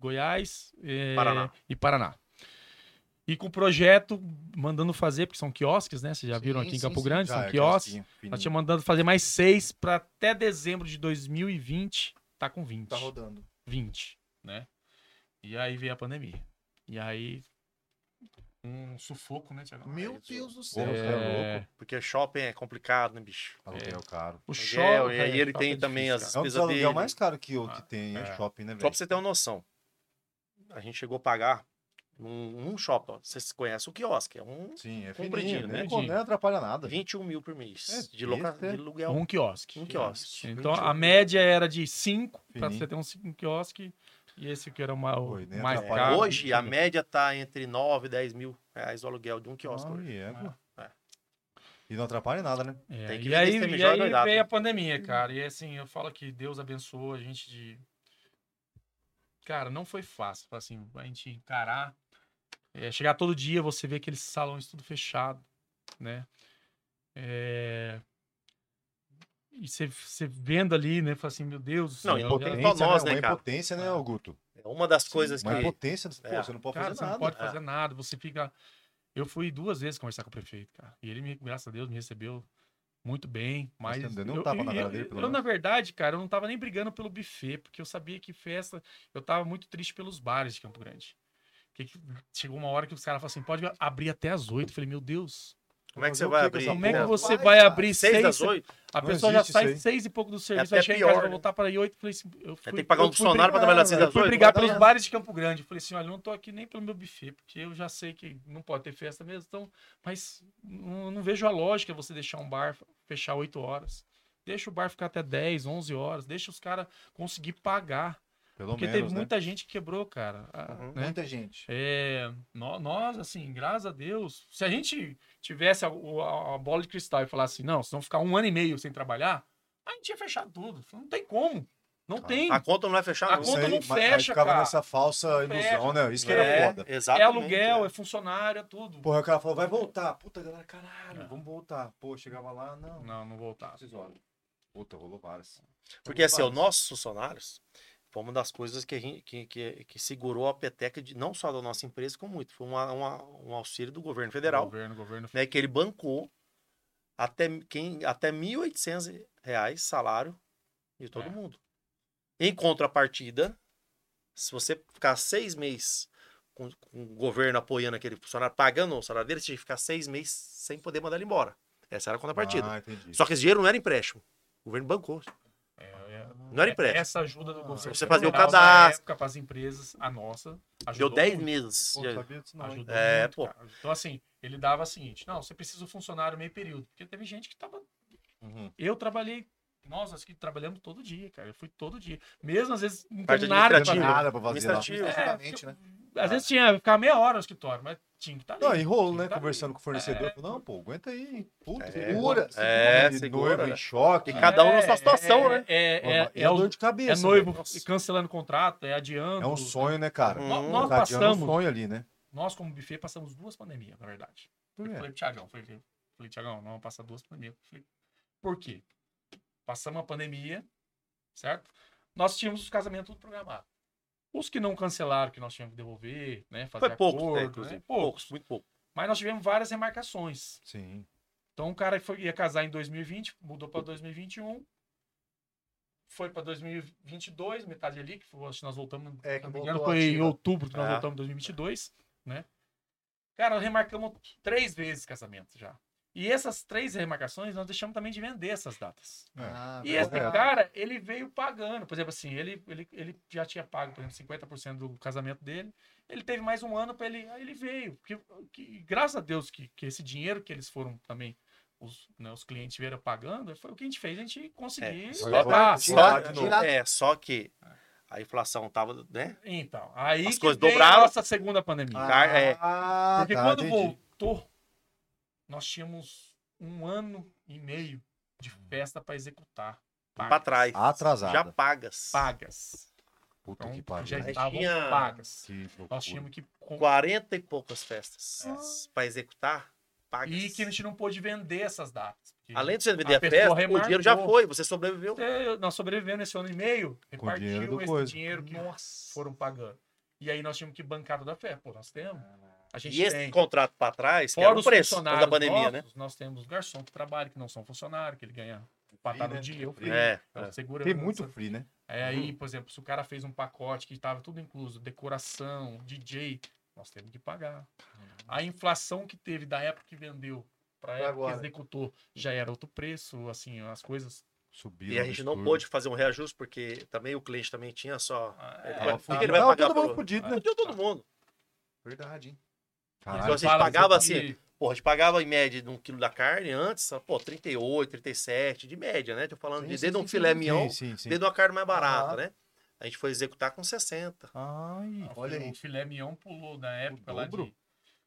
D: Goiás eh,
C: Paraná.
D: e Paraná. E com o projeto, mandando fazer, porque são quiosques, né? Vocês já viram
B: Sim,
D: aqui em
B: sim,
D: Campo
B: sim.
C: Ah,
D: Grande,
A: Já,
D: são
A: é
D: quiosques.
A: casquinho, fininho.
D: Nós tínhamos mandado Tá fazer mais seis para até dezembro de 2020 tá com 20.
B: Tá rodando.
D: 20, né? E aí veio a pandemia. E aí um sufoco, né, Tiagão?
B: Meu
C: isso-
B: Deus do
A: Porra,
B: céu.
A: você é
D: É,
A: louco.
C: Porque shopping é complicado, né, bicho?
A: Aluguel caro.
D: o
C: Aluguel,
D: shopping,
C: e aí
D: é,
C: ele
D: shopping
C: tem
D: é
C: também
D: difícil,
C: as-
D: cara.
A: É um dos
C: Despesa
A: aluguel
C: dele.
A: mais caro que, o que
D: Ah,
A: tem, é,
D: é.
A: shopping, né,
C: Só
A: velho?
C: pra você ter uma noção. A gente chegou a pagar num, num shopping, ó. Vocês conhecem o quiosque, é um
A: Sim, é
C: Compridinho,
A: fininho,
C: né,
A: né?
D: Dinho?
A: Não atrapalha nada.
C: 21 mil por mês
A: É
C: de, loca... de
A: besta.
C: aluguel.
D: Um quiosque.
C: Um quiosque.
D: Então a
A: 28.
D: média era de 5 para
A: Fininho.
D: você ter um cin- um quiosque e esse que era o ma- o
A: Oi, né?
D: mais
A: É,
D: caro.
C: Hoje a média tá entre 9 e 10 mil reais o aluguel de um quiosque.
A: Ah,
C: hoje.
A: e, é, pô.
C: É.
A: E não atrapalha em nada, né?
C: Tem
D: É,
C: que
D: e
C: vender
D: aí,
C: esse
D: e
C: TMJ
D: aí
C: doidado,
D: veio
C: né?
D: a pandemia, cara. E assim, eu falo que Deus abençoou a gente de. Cara, não foi fácil, assim, a gente encarar. É, chegar todo dia, você vê aqueles salões tudo fechado, né? É, E você, você vendo ali, né? Fala assim, meu Deus do
C: Não,
D: céu,
C: impotente,
D: já-
C: só nós,
A: né,
C: né,
A: uma
C: cara?
A: impotência, né, Guto?
C: É uma das coisas
A: Uma
C: que.
A: impotência, pô,
C: É.
A: você não pode
D: Cara,
A: fazer
D: você
A: nada.
D: não pode
C: É.
D: fazer nada, você fica. Eu fui duas vezes conversar com o prefeito, cara. E ele, me, graças a Deus, me recebeu muito bem.
A: Mas
D: Mas.
A: você não deu
D: eu,
A: tapa na
D: eu-
A: cara dele,
D: eu-
A: pelo
D: eu, na
A: menos.
D: verdade, cara, eu não tava nem brigando pelo buffet, porque eu sabia que festa. Eu tava muito triste pelos bares de Campo Grande. Porque que- chegou uma hora que os caras falaram assim: pode abrir até as oito. Eu falei, meu Deus,
C: Como é que
A: Fazer
C: você
A: o
C: vai
A: quê com
C: abrir?
A: essa
D: como é que
A: porra?
D: você
B: Vai,
D: vai
B: cara.
D: abrir
C: 6
D: seis?
C: das 8?
D: A
A: Não
D: pessoa já
A: existe isso
D: sai
A: aí.
D: seis e pouco do
C: até
D: serviço, vai chegar em
C: pior,
D: casa, vai
C: né?
D: voltar para oito. Eu falei assim: eu fui.
C: Tem que pagar
D: eu
C: um
D: fui
C: funcionário pra trabalhar 6
D: eu
C: das
D: fui
C: 8?
D: brigar
B: vai dar
D: pelos
B: merda.
D: bares de Campo Grande. Eu Falei assim, olha, eu não tô aqui nem pelo meu buffet, porque eu já sei que não pode ter festa mesmo, então, mas não, não vejo a lógica você deixar um bar fechar 8 horas. Deixa o bar ficar até 10, 11 horas, deixa os caras conseguir pagar.
A: Pelo
D: Porque
A: menos,
D: teve
A: né?
D: muita gente que quebrou, cara. a-
C: Uhum.
D: né?
B: Muita gente.
D: É, nó- nós, assim, graças a Deus, se a gente tivesse a, o- a- a bola de cristal e falasse, não, se não ficar um ano e meio sem trabalhar, a gente ia fechar tudo. Não tem como. Não tem. É
C: A conta não é vai fechar,
D: A
C: não.
D: conta
A: Isso aí, é
D: não
A: mas-
D: fecha,
A: aí ficava
D: cara.
A: nessa falsa
D: Não
A: ilusão, né? Isso que
C: É,
A: era foda.
C: exatamente,
D: É aluguel,
C: né?
D: é funcionário, é tudo.
A: Porra, o cara falou, vai voltar. Puta, galera, caralho,
D: É.
A: vamos voltar. Pô, chegava lá, não.
D: Não, não voltar.
A: Vocês olham. Puta, rolou várias.
C: Porque assim, os nossos funcionários foi uma das coisas que, a gente, que, que, que segurou a peteca de, não só da nossa empresa, como muito. Foi uma- uma- um auxílio do governo federal,
D: Governo, governo.
C: né? Que ele bancou até quem até R$ 1.800 reais salário de todo
D: É.
C: mundo. Em contrapartida, se você ficar seis meses com, com o governo apoiando aquele funcionário, pagando o salário dele, você tinha que ficar seis meses sem poder mandar ele embora. Essa era a contrapartida.
A: Ah, entendi.
C: Só que esse dinheiro não era empréstimo. O governo bancou.
D: É, é-
C: Não era empréstimo.
D: Essa ajuda do governo.
C: você fazia o
D: federal, na
C: cadastro.
D: época, para as empresas, a nossa.
C: Deu
D: ajudou
C: 10
D: muito.
C: meses.
A: Pô, não sabia disso não, hein?
D: Ajudou
C: É,
D: muito,
C: pô.
D: cara. Então, assim, ele dava o seguinte: não, você precisa do funcionário meio período. Porque teve gente que tava.
A: Uhum.
D: Eu trabalhei. Nós, nós que trabalhamos todo dia, cara. Eu fui todo dia. Mesmo às vezes não
C: Parte
D: teve nada pra
A: Não tinha
C: administrativa.
D: fazer.
A: nada pra fazer lá.
C: Administrativo.
B: Justamente, né?
D: Às vezes tinha ficar meia hora no escritório, mas tinha que estar
A: Não,
D: ali.
A: e rolo,
D: tinha
A: né?
D: que tá
A: Conversando com o fornecedor. Não, pô, aguenta aí. Puta,
C: É.
A: segura.
C: É,
A: E
C: segura,
A: noivo
C: né?
A: em choque.
C: E cada um na sua
D: É,
C: situação,
D: é,
C: né?
D: É,
A: Pô,
D: é, é,
A: é, a
D: os-
A: dor de cabeça.
D: é noivo
A: velho. Nossa.
D: cancelando contrato, é adiando.
A: É um sonho, né, cara?
C: Hum.
D: Nó-
A: Tá
D: Nós,
A: adiando um
D: passamos,
A: sonho ali, né? É.
D: nós como buffet passamos duas pandemias, na verdade.
A: Por
C: É.
D: Eu
A: quê?
D: falei pro Tiagão, falei, falei Tiagão, não vamos passar duas pandemias. Eu Falei, por quê? Passamos a pandemia, certo? Nós tínhamos os casamentos tudo programado. Os que não cancelaram, que nós tínhamos que devolver, né? Fazer
C: Foi poucos,
D: acordo,
C: né,
D: né?
C: inclusive.
D: Poucos.
C: Poucos, muito pouco.
D: Mas nós tivemos várias remarcações.
A: Sim.
D: Então o cara foi- ia casar em 2020, mudou para 2021. Foi para 2022, metade ali, que foi- acho que nós voltamos.
B: É,
D: se
B: que
D: não me engano,
B: voltou
D: foi em
B: ativa.
D: outubro que nós
C: É.
D: voltamos em 2022, né? Cara, nós remarcamos três vezes casamento já. E essas três remarcações nós deixamos também de vender essas datas.
A: É.
B: Ah,
D: E esse
B: verdade.
D: cara, ele veio pagando. Por exemplo, assim, ele, ele, ele já tinha pago, por exemplo, 50% do casamento dele. Ele teve mais um ano para ele. Aí ele veio. Porque, que, graças a Deus que, que esse dinheiro que eles foram também, os, né, os clientes vieram pagando, foi o que a gente fez. A gente conseguiu.
A: só
D: pagar.
A: pra-
C: Só,
B: de novo.
C: é, só que a inflação tava, né?
D: Então, aí
C: As
D: que
C: coisas
D: veio
C: dobraram.
D: a nossa segunda pandemia.
C: Car- é.
A: Ah,
D: Porque
A: tá,
D: quando
A: entendi.
D: voltou, nós tínhamos um ano e meio de festa para executar.
C: Pra
D: Pagas.
C: trás.
A: Atrasada.
C: Já pagas.
D: Pagas.
A: Puta que
D: Então,
A: pariu. né?
D: já
C: Aí
D: estavam
C: tinha-
D: pagas.
A: Que loucura.
D: Nós tínhamos que. com-
C: 40 e poucas festas pra executar, pagas.
D: É. E que a gente não pôde vender essas datas. Porque
C: Além de você vender a,
D: a pessoa
C: festa, o
D: remarcou.
C: dinheiro já foi, você sobreviveu.
D: até nós sobrevivemos nesse ano e meio,
A: Com o
D: repartiu
A: dinheiro do
D: esse
A: coisa.
D: dinheiro que foram pagando. E aí nós tínhamos que bancar toda a fé. Pô, nós temos. A gente
C: E esse
D: tem.
C: contrato pra trás, que
D: Fora
C: era o
D: os
C: preço da
D: funcionários
C: pandemia, né?
D: nossos, nós temos garçom que trabalha, que não são funcionários, que ele ganha um patada
A: né?
D: no dia, o free,
C: É,
D: a
C: é.
D: segurança.
A: Tem muito free, né?
D: É, aí,
C: Uhum.
D: por exemplo, se o cara fez um pacote que tava tudo incluso, decoração, DJ, nós temos que pagar.
C: Uhum.
D: A inflação que teve da época que vendeu para a época
B: agora.
D: que executou já era outro preço, assim, as coisas.
A: Subiram.
C: E a gente não
A: absurdo.
C: pôde fazer um reajuste, porque também o cliente também tinha só.
D: É,
C: Ele vai-
A: Tava
C: o que
A: fudido.
C: ele vai
A: Tava
C: pagar
A: todo mundo
C: pelo-
A: fudido, né?
C: Deu
D: Tá.
C: todo mundo.
B: Verdade, hein?
A: Caralho.
C: Então, assim,
D: fala
C: pagava,
D: que-
C: Porra, a gente pagava em média de um quilo da carne antes, pô, 38, 37, de média, né? Tô falando
A: Sim,
C: de
A: sim,
C: desde
A: sim,
C: um filé
A: sim,
C: mignon,
A: Sim, sim, sim.
C: desde uma carne mais barata,
B: Aham.
C: né? A gente foi executar com 60.
A: Ai,
C: Ah,
D: Olha
B: Olha
D: o
B: aí.
D: filé mignon pulou na época lá
A: dobro?
D: de,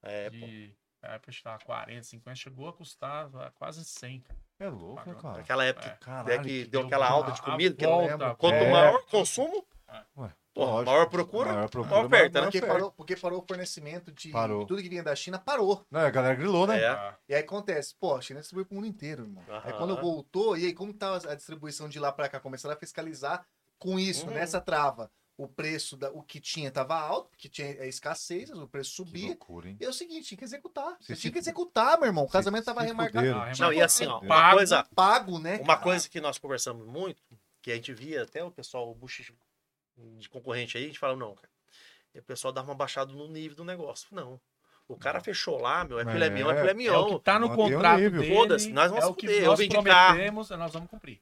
C: É, pô.
D: de na época estava 40, 50, chegou a custar ah, quase 100. cara.
A: é louco, né, cara?
C: Naquela época,
D: É.
C: até
A: Caralho.
C: que deu aquela alta de
D: a
C: comida, que
D: volta,
B: lembro.
D: velho.
C: quanto
A: É.
C: maior o consumo,
A: Ué,
C: porra,
A: lógico.
C: maior procura,
A: Maior
C: maior,
A: procura,
C: oferta,
A: maior-
C: né?
B: Porque
A: perde.
B: parou, porque parou o fornecimento de
A: Parou.
B: tudo que vinha da China, parou.
A: Não, a galera grilou, né?
C: É.
D: Ah,
B: E aí acontece, pô, a China distribuiu pro mundo inteiro, irmão. Aí
C: Aham.
B: quando voltou, e aí como que tava a distribuição de lá pra cá? Começaram a fiscalizar com isso,
A: Hum.
C: Uhum.
B: nessa trava. O preço, da, o que tinha tava alto, porque tinha é, escassez, o preço
A: Que
B: subia.
A: loucura, hein?
B: E é o seguinte, tinha que executar.
A: Você
B: Você
A: se
B: tinha que
A: fu-
B: executar, meu irmão. O casamento
A: se
B: tava
A: fuderam.
B: remarcado.
C: Não, e
D: remarcou.
C: assim, ó, uma
D: Pago.
C: coisa,
B: Pago, né?
C: Uma
B: cara?
C: coisa que nós conversamos muito, que a gente via até o pessoal, o bucho de concorrente aí, a gente fala, não, cara. E o pessoal dava uma baixada no nível do negócio. Não. O cara fechou lá, meu, é
A: É.
C: filé mignon, é filé
D: É o
C: mignon.
D: que tá no
A: Mantém o
D: contrato
A: nível.
D: dele.
C: um Foda-se, nós vamos
D: é
C: se
D: o que
C: fuder, eu
D: nós
C: vim de carro.
D: prometemos, nós vamos cumprir.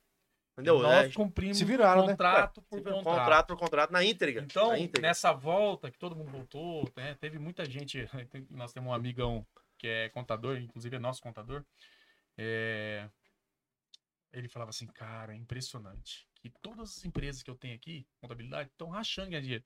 C: entendeu? É, a
D: nós
C: gente- um
D: cumprimos um
A: Se viraram, né?
D: contrato por
C: contrato,
D: contrato.
C: por contrato, na íntegra.
D: Então,
C: na íntegra.
D: nessa volta que todo mundo voltou, né, teve muita gente. *laughs* tem- Nós temos um amigão que é contador, inclusive é nosso contador. é, Ele falava assim, cara, é impressionante. Que todas as empresas que eu tenho aqui, contabilidade, estão rachando ganhar dinheiro.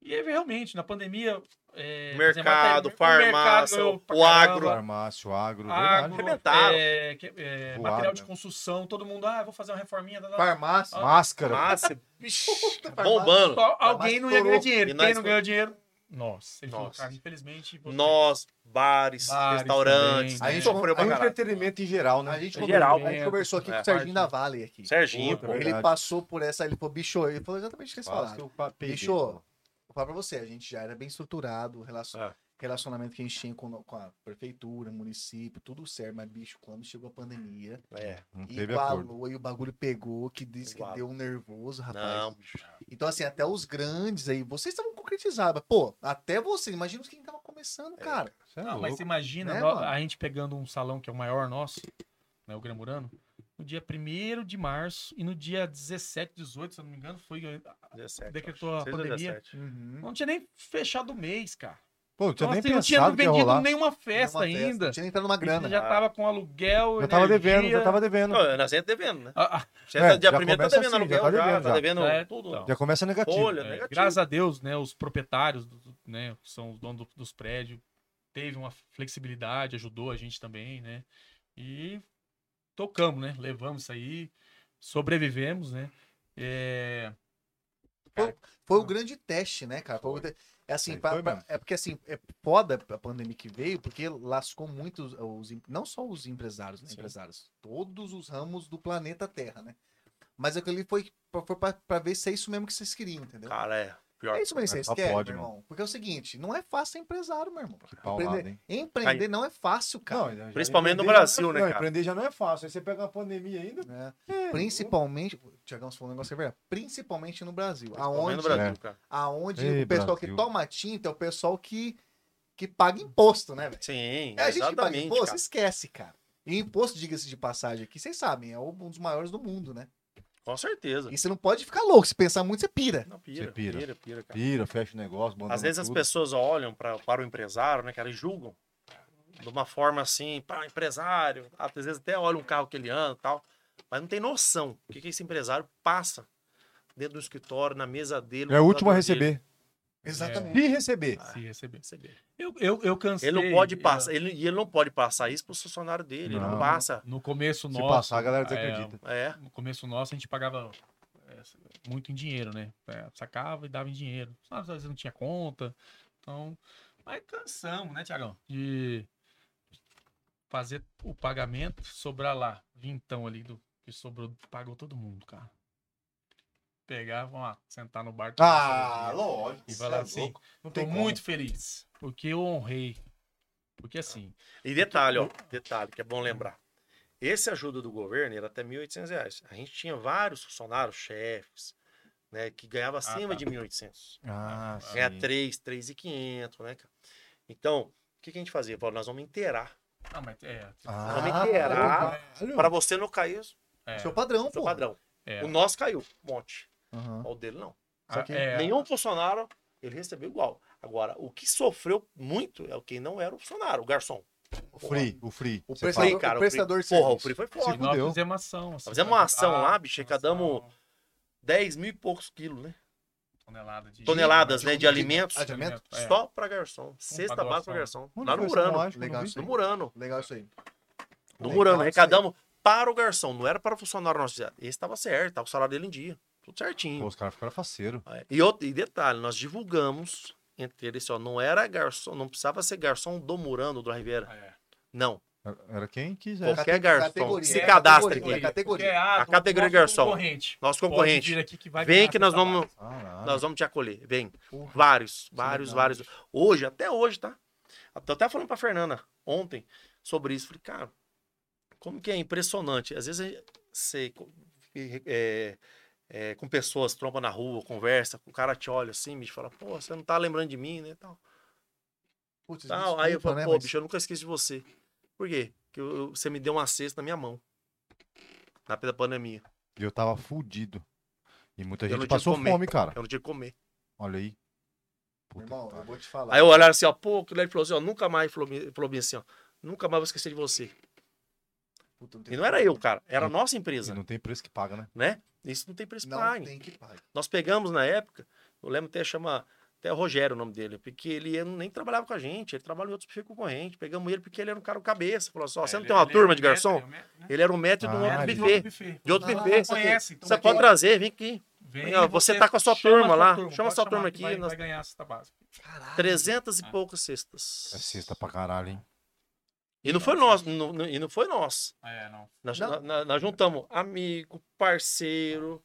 D: E é realmente, na pandemia. É,
C: O
D: por exemplo,
C: mercado,
D: até-
C: farmácia,
D: ganhou pra
C: o agro.
D: caramba,
A: Farmácio,
C: Ah,
A: agro,
D: Agro,
A: verdade.
C: Arrebentaram.
D: é, que- é,
A: Voaram,
D: material de
A: né?
D: construção, todo mundo, ah, vou fazer uma reforminha. tá, tá, tá."
C: Ah,
B: Farmácia.
A: Máscara.
C: Massa, *laughs*
B: Puta, farmácia.
C: bombando.
D: Só alguém não ia ganhar
B: estourou.
D: dinheiro.
C: E
D: Quem
C: nós
D: não
C: foi-
D: ganhou dinheiro? Nossa. Ele falou,
C: Nossa.
D: cara, infelizmente. você-
C: Nós, bares,
D: Bares
C: restaurantes.
D: também, né?
C: a gente sofreu pra
A: Aí o
C: caralho.
A: entretenimento em geral, né?
B: A gente,
C: Em
B: conversou,
C: é geral,
B: a gente conversou aqui
C: é,
B: com o Serginho
D: parte-
B: da Vale aqui.
C: Serginho,
A: Puta,
C: pô.
A: velho.
B: Ele
A: Verdade.
B: passou por essa, ele falou, bicho, ele falou exatamente o que eles
A: Quase
B: falaram.
A: que eu pa- peguei.
B: Fechou. Vou falar pra você, a gente já era bem estruturado, o relacion-
C: É.
B: relacionamento que a gente tinha com, no- com a prefeitura, município, tudo certo, mas, bicho, quando chegou a pandemia,
C: É.
A: Não teve acordo.
B: igualou e o bagulho pegou, que diz que
C: Igual.
B: deu um nervoso, rapaz.
C: Não,
B: Então, assim, até os grandes aí, vocês estavam concretizados, mas, pô, até vocês, imagina quem tava começando, cara.
A: Você é
D: Não, Ah, mas
A: louco.
D: você imagina
B: Né,
D: nó-
B: mano?
D: a gente pegando um salão que é o maior nosso, né, o Gramurano, no dia 1 de março e no dia 17, 18, se eu não me engano, foi decretou a pandemia. Não tinha nem fechado o mês, cara.
A: Pô, eu tinha
D: Então,
A: nem
D: assim, não tinha
A: pensado que ia
D: vendido
A: rolar.
D: nenhuma festa
B: Numa
D: ainda.
B: Não tinha nem entrado numa grana.
D: Você já tava com aluguel,
A: Já tava devendo, já
D: energia,
A: tava devendo.
C: um Não, nós ainda devendo, né?
D: a- a-
C: Você
A: É,
C: tá, dia
A: já
C: primeiro tá
A: começa
C: devendo
A: assim, já
C: aluguel,
A: tá
C: já,
A: devendo,
C: tá
A: já.
C: devendo
D: É,
C: tudo.
D: então.
A: Já começa negativo.
C: Folha,
D: É,
C: negativo.
D: graças a Deus, né, os proprietários, do- do- né, que são os donos do- dos prédios, teve uma flexibilidade, ajudou a gente também, né? E tocamos, né? Levamos isso aí, sobrevivemos, né? É,
B: Foi o grande teste, né, cara? Foi o te- É assim,
A: Foi,
B: pra-
A: foi
B: pra-
A: mesmo.
B: é porque assim, é foda a pandemia que veio, porque lascou muito os, os em- não só os empresários, né,
C: Sim.
B: empresários, todos os ramos do planeta Terra, né? Mas aquilo ali foi, foi pra, pra ver se é isso mesmo que vocês queriam, entendeu?
C: Cara, é. Pior.
B: É isso mesmo,
A: É,
B: vocês
A: só
B: querem,
A: pode,
B: meu irmão. Porque é o seguinte, não é fácil ser empresário, meu irmão.
A: Paulada, hein?
B: Empreender não é fácil, cara.
A: Não, já-
C: Principalmente no
A: empreender já-
C: Brasil, né,
A: não,
C: cara?
A: Empreender já não é fácil. Aí você pega uma pandemia ainda.
B: né?
A: é,
B: Principalmente, o Tiagão falou um negócio que é verdade, principalmente no Brasil.
C: Principalmente
B: Aonde,
C: no Brasil,
A: É.
C: cara.
B: aonde
A: Ei,
B: o pessoal
A: Brasil.
B: que toma tinta é o pessoal que, que paga imposto, né, velho?
C: Sim,
B: É, a gente que paga
C: exatamente.
B: imposto,
C: cara.
B: esquece, cara. E imposto, diga-se de passagem aqui, vocês sabem, é um dos maiores do mundo, né?
C: Com certeza.
B: E você não pode ficar louco, se pensar muito, você pira.
C: Não, pira,
A: é Você pira.
C: pira, pira, cara.
A: Pira, fecha o negócio, abandona
C: Às vezes as
A: tudo.
C: pessoas olham pra, para o empresário, né, cara, e julgam de uma forma assim, pá, empresário. Às vezes até olha um carro que ele anda e tal, mas não tem noção do que, que esse empresário passa dentro do escritório, na mesa dele. no
A: É o último a
C: computador dele.
A: receber. É.
B: Exatamente.
A: Se receber.
D: se receber.
C: Receber.
D: Eu, eu, eu cansei.
C: Ah. Ele não pode
D: eu-
C: passar, ele, e ele não pode passar isso pro funcionário dele, ele
A: Não.
C: não passa.
D: No começo
A: Se
D: nosso.
A: passar, a galera
D: é,
A: desacredita.
C: É,
D: no começo nosso a gente pagava é, muito em dinheiro, né? É, sacava e dava em dinheiro. Às vezes não tinha conta. Então, mas cansamos, né, Tiagão? De fazer o pagamento, sobrar lá, vintão ali do que sobrou, pagou todo mundo, cara. Pegar, vamos lá, sentar no bar.
A: Ah, lógico.
D: um E
A: isso
D: vai lá
A: é
D: assim,
A: louco. Não
D: Tô
A: tem como.
D: muito feliz, porque eu honrei. Porque assim,
C: E detalhe, ó, detalhe que é bom lembrar. Esse ajuda do governo era até R$ 1.800. reais. A gente tinha vários funcionários, chefes, né, que ganhava acima
D: tá.
C: de 1.800.
A: Ah,
C: Ganha
A: sim.
C: 3, 3.500, né, cara? Então, o que, que a gente fazia? Falou, nós vamos inteirar.
D: não, mas é,
A: Ah,
C: Vamos inteirar
B: Hum.
A: caralho.
C: para você não cair,
D: é,
B: Seu padrão,
C: seu
B: pô.
C: padrão.
D: É.
C: O nosso caiu, um monte.
B: Aham.
C: O dele não.
B: Só que
D: é,
C: Nenhum funcionário, ele recebeu igual. Agora, o que sofreu muito é o que não era o funcionário, o garçom.
A: O free, o free.
B: O
A: Você
B: preço
A: fala.
D: é
B: aí,
C: cara,
B: o
C: o
B: prestador de
C: Free- porra, o
B: serviço.
C: Free foi
A: Se
C: forte.
D: Nós
A: fudeu.
D: fizemos uma ação. assim,
C: fizemos uma ação
D: arrecadar,
C: lá, bicho, arrecadamos
D: ação,
C: 10 mil e poucos quilos, né?
D: tonelada de-
C: toneladas, né, de
B: de-
C: alimentos
D: de alimento, é.
C: só pra garçom. Sexta
D: doação.
C: base pra garçom.
A: Onde
C: lá
A: foi
C: no
A: essa
C: Murano.
A: moagem que eu
B: Legal
A: não vi?
B: isso
C: No
B: aí.
C: Murano.
B: Legal isso aí.
C: No
B: Legal
C: Murano.
B: isso
C: Arrecadamos para o garçom. Não era para o funcionário nosso. Esse estava certo, tava o salário dele em dia. Tudo
D: um
A: Pô,
C: certinho.
A: os caras ficaram faceiro.
C: É, E, outro, e detalhe, nós divulgamos entre eles, ó, não era garçom, não precisava ser garçom do Murano, do Rivera.
D: É.
C: Não.
A: Era- Era quem quiser.
C: Qualquer
B: Cate-
C: garçom
B: É, categoria,
C: se
B: é,
C: cadastra
B: categoria,
C: aqui.
B: é categoria.
D: Porque, ah,
C: A categoria
D: nosso
C: garçom.
D: Concorrente.
C: Nosso
D: Pode
C: concorrente.
D: vir aqui que vai
C: Vem
D: ganhar
C: que nós
D: essa
C: vamos,
A: Caralho.
C: nós vamos te acolher. Vem.
B: Ah, é? Porra. é
C: Vários, vários,
B: legal.
C: vários. Hoje, até hoje, tá? Eu tô até falando pra Fernanda ontem sobre isso. Falei, cara, como que é impressionante. Às vezes a- você co- é, é, com pessoas, tromba na rua, conversa, o cara te olha assim, bicho, fala, pô, você não tá lembrando de mim, né? Tal,
B: Putz,
C: tal. Aí eu
B: desculpa,
C: falo,
B: né,
C: pô,
B: mas-
C: bicho, eu nunca esqueci de você. Por quê? Porque eu- eu- você me deu uma cesta na minha mão. Na época da pandemia.
A: E eu tava fudido. E muita
C: Eu não
A: gente
C: tinha
A: passou
C: comer.
A: fome, cara.
C: Eu não tinha que comer.
A: Olha aí.
B: Meu
A: Puta
B: irmão,
A: que
C: É
B: eu
A: pariu.
B: vou te falar.
C: Aí eu olhava assim, ó, pô, que ele falou assim, ó, nunca mais, falou, bem- falou bem assim, ó, nunca mais vou esquecer de você.
B: Puta,
C: E
B: tem-
C: não era eu, cara, era a nossa
A: E
C: empresa,
A: não tem preço que paga, né?
C: né? Isso não tem preço
B: Não
C: pago.
B: tem que pagar.
C: Nós pegamos na época, eu lembro até chama até o Rogério o nome dele, porque ele ia- nem trabalhava com a gente, ele trabalhava em outros perfil concorrente. Pegamos ele porque ele era um cara cabeça. Falou assim, ó, você não
D: Ele-
C: tem uma
D: ele
C: turma
D: era
C: de
D: um
C: garçom?
D: metro, né?
C: Ele era um método de um
A: Ah,
C: outro
A: ele-
D: De
C: buffet.
D: buffet.
C: De outro
B: Ah,
C: buffet.
B: isso aqui.
D: Conhece, então
C: Você é
D: vai-
C: pode trazer, vem aqui.
D: Vem,
C: Aí, ó, você tá com a sua
D: chama
C: turma lá,
D: turma,
C: chama
D: pode
C: sua turma
D: chamar que
C: aqui,
D: Vai,
C: nós-
D: vai ganhar a cesta básica.
B: Caralho.
C: 300 e
D: Ah.
C: poucas cestas.
A: É cesta pra caralho, hein?
C: E não foi nós, não- não- e não foi nós.
D: É, não.
C: Nós,
B: Não.
C: nós- nós- nós juntamos amigo, parceiro,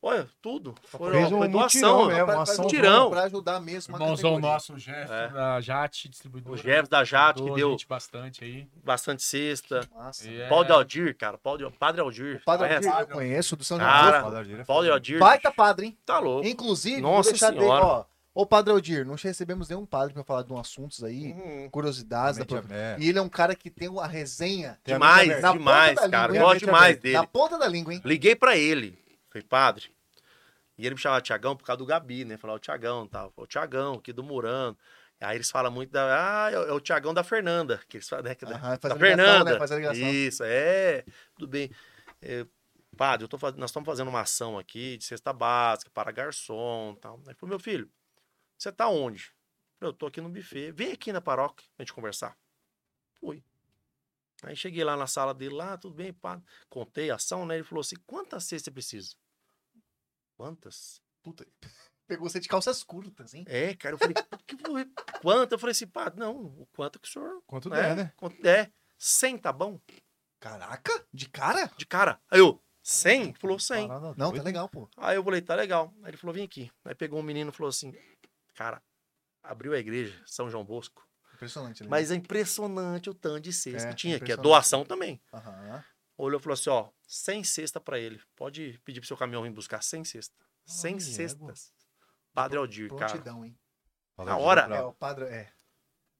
C: olha, tudo. Foi,
A: Fez
C: foi
A: um
C: doação.
A: mutirão mesmo,
B: Pra-
A: uma
B: pra-
A: ação.
C: um tirão.
B: é Pra ajudar mesmo a
D: Irmãozão
B: é categoria.
D: nosso, o Jeff,
C: É.
D: da Jat, distribuidor.
C: O Jefferson da Jato, que
B: tipo,
C: deu
D: bastante aí.
C: bastante cesta.
B: Massa.
D: E é-
C: Paulo de Aldir, cara. Paulo de, Padre Aldir.
B: O Padre
C: conhece?
B: Aldir, eu conheço, do São
C: Cara,
B: João.
C: Paulo de Aldir.
B: Baita padre, hein?
C: Tá louco.
B: Inclusive,
C: Nossa
B: de-
C: Senhora.
B: ó, ô Padre Aldir, não recebemos nenhum padre pra falar de um assuntos aí,
C: Hum,
B: curiosidades da prof-
A: É.
B: E ele é um cara que tem a resenha
A: Tem a
C: Demais,
A: mente
B: na
A: aberta.
C: demais,
B: ponta da
C: cara.
B: língua, hein?
C: Gosto demais
B: na
C: dele.
B: ponta da língua, hein?
C: Liguei pra ele. Falei, padre. E ele me chamava Tiagão por causa do Gabi, né? Falava, o Tiagão e tal. O Tiagão, aqui do Murano. Aí eles falam muito da. Ah, é o é o Tiagão da Fernanda. Que eles falam, né? que é da-
B: Aham, faz
C: da
B: a ligação,
C: Fernanda.
B: né? Faz a ligação.
C: Isso, é. Tudo bem. É, padre, eu tô faz- nós estamos fazendo uma ação aqui de cesta básica para garçom e tal. Aí falou, meu filho, você tá onde? Eu falei, Eu tô aqui no buffet. Vem aqui na paróquia pra gente conversar. Fui. Aí cheguei lá na sala dele, lá, tudo bem, padre. Contei a ação, né? Ele falou assim, quantas cestas você precisa? Quantas?
B: Puta, pegou você de calças curtas, hein?
C: É, cara, eu falei, "Que- quanto? Eu falei assim, padre, não, o quanto que o senhor
A: Quanto
C: é,
A: der, né?
C: Quanto der. 100 tá bom?
B: Caraca, de cara?
C: De cara. Aí eu, 100? Ele falou 100.
A: Parada
B: Não, tá
A: doida.
B: legal, pô.
C: Aí eu falei, tá legal. Aí ele falou, vem aqui. Aí pegou um menino e falou assim, cara, abriu a igreja, São João Bosco.
B: Impressionante. né?
C: Mas é impressionante o tanto de cesta
B: É,
C: que tinha, que é
B: impressionante.
C: doação também.
B: Aham.
C: Olhou e falou assim, ó, 100 cesta pra ele. Pode pedir pro seu caminhão vir buscar 100 cesta. 100
A: Olha,
C: cestas. Padre Aldir, cara.
B: Prontidão, hein?
A: Fala
C: Na
A: de
C: hora.
A: brabo.
B: É, o padre. É.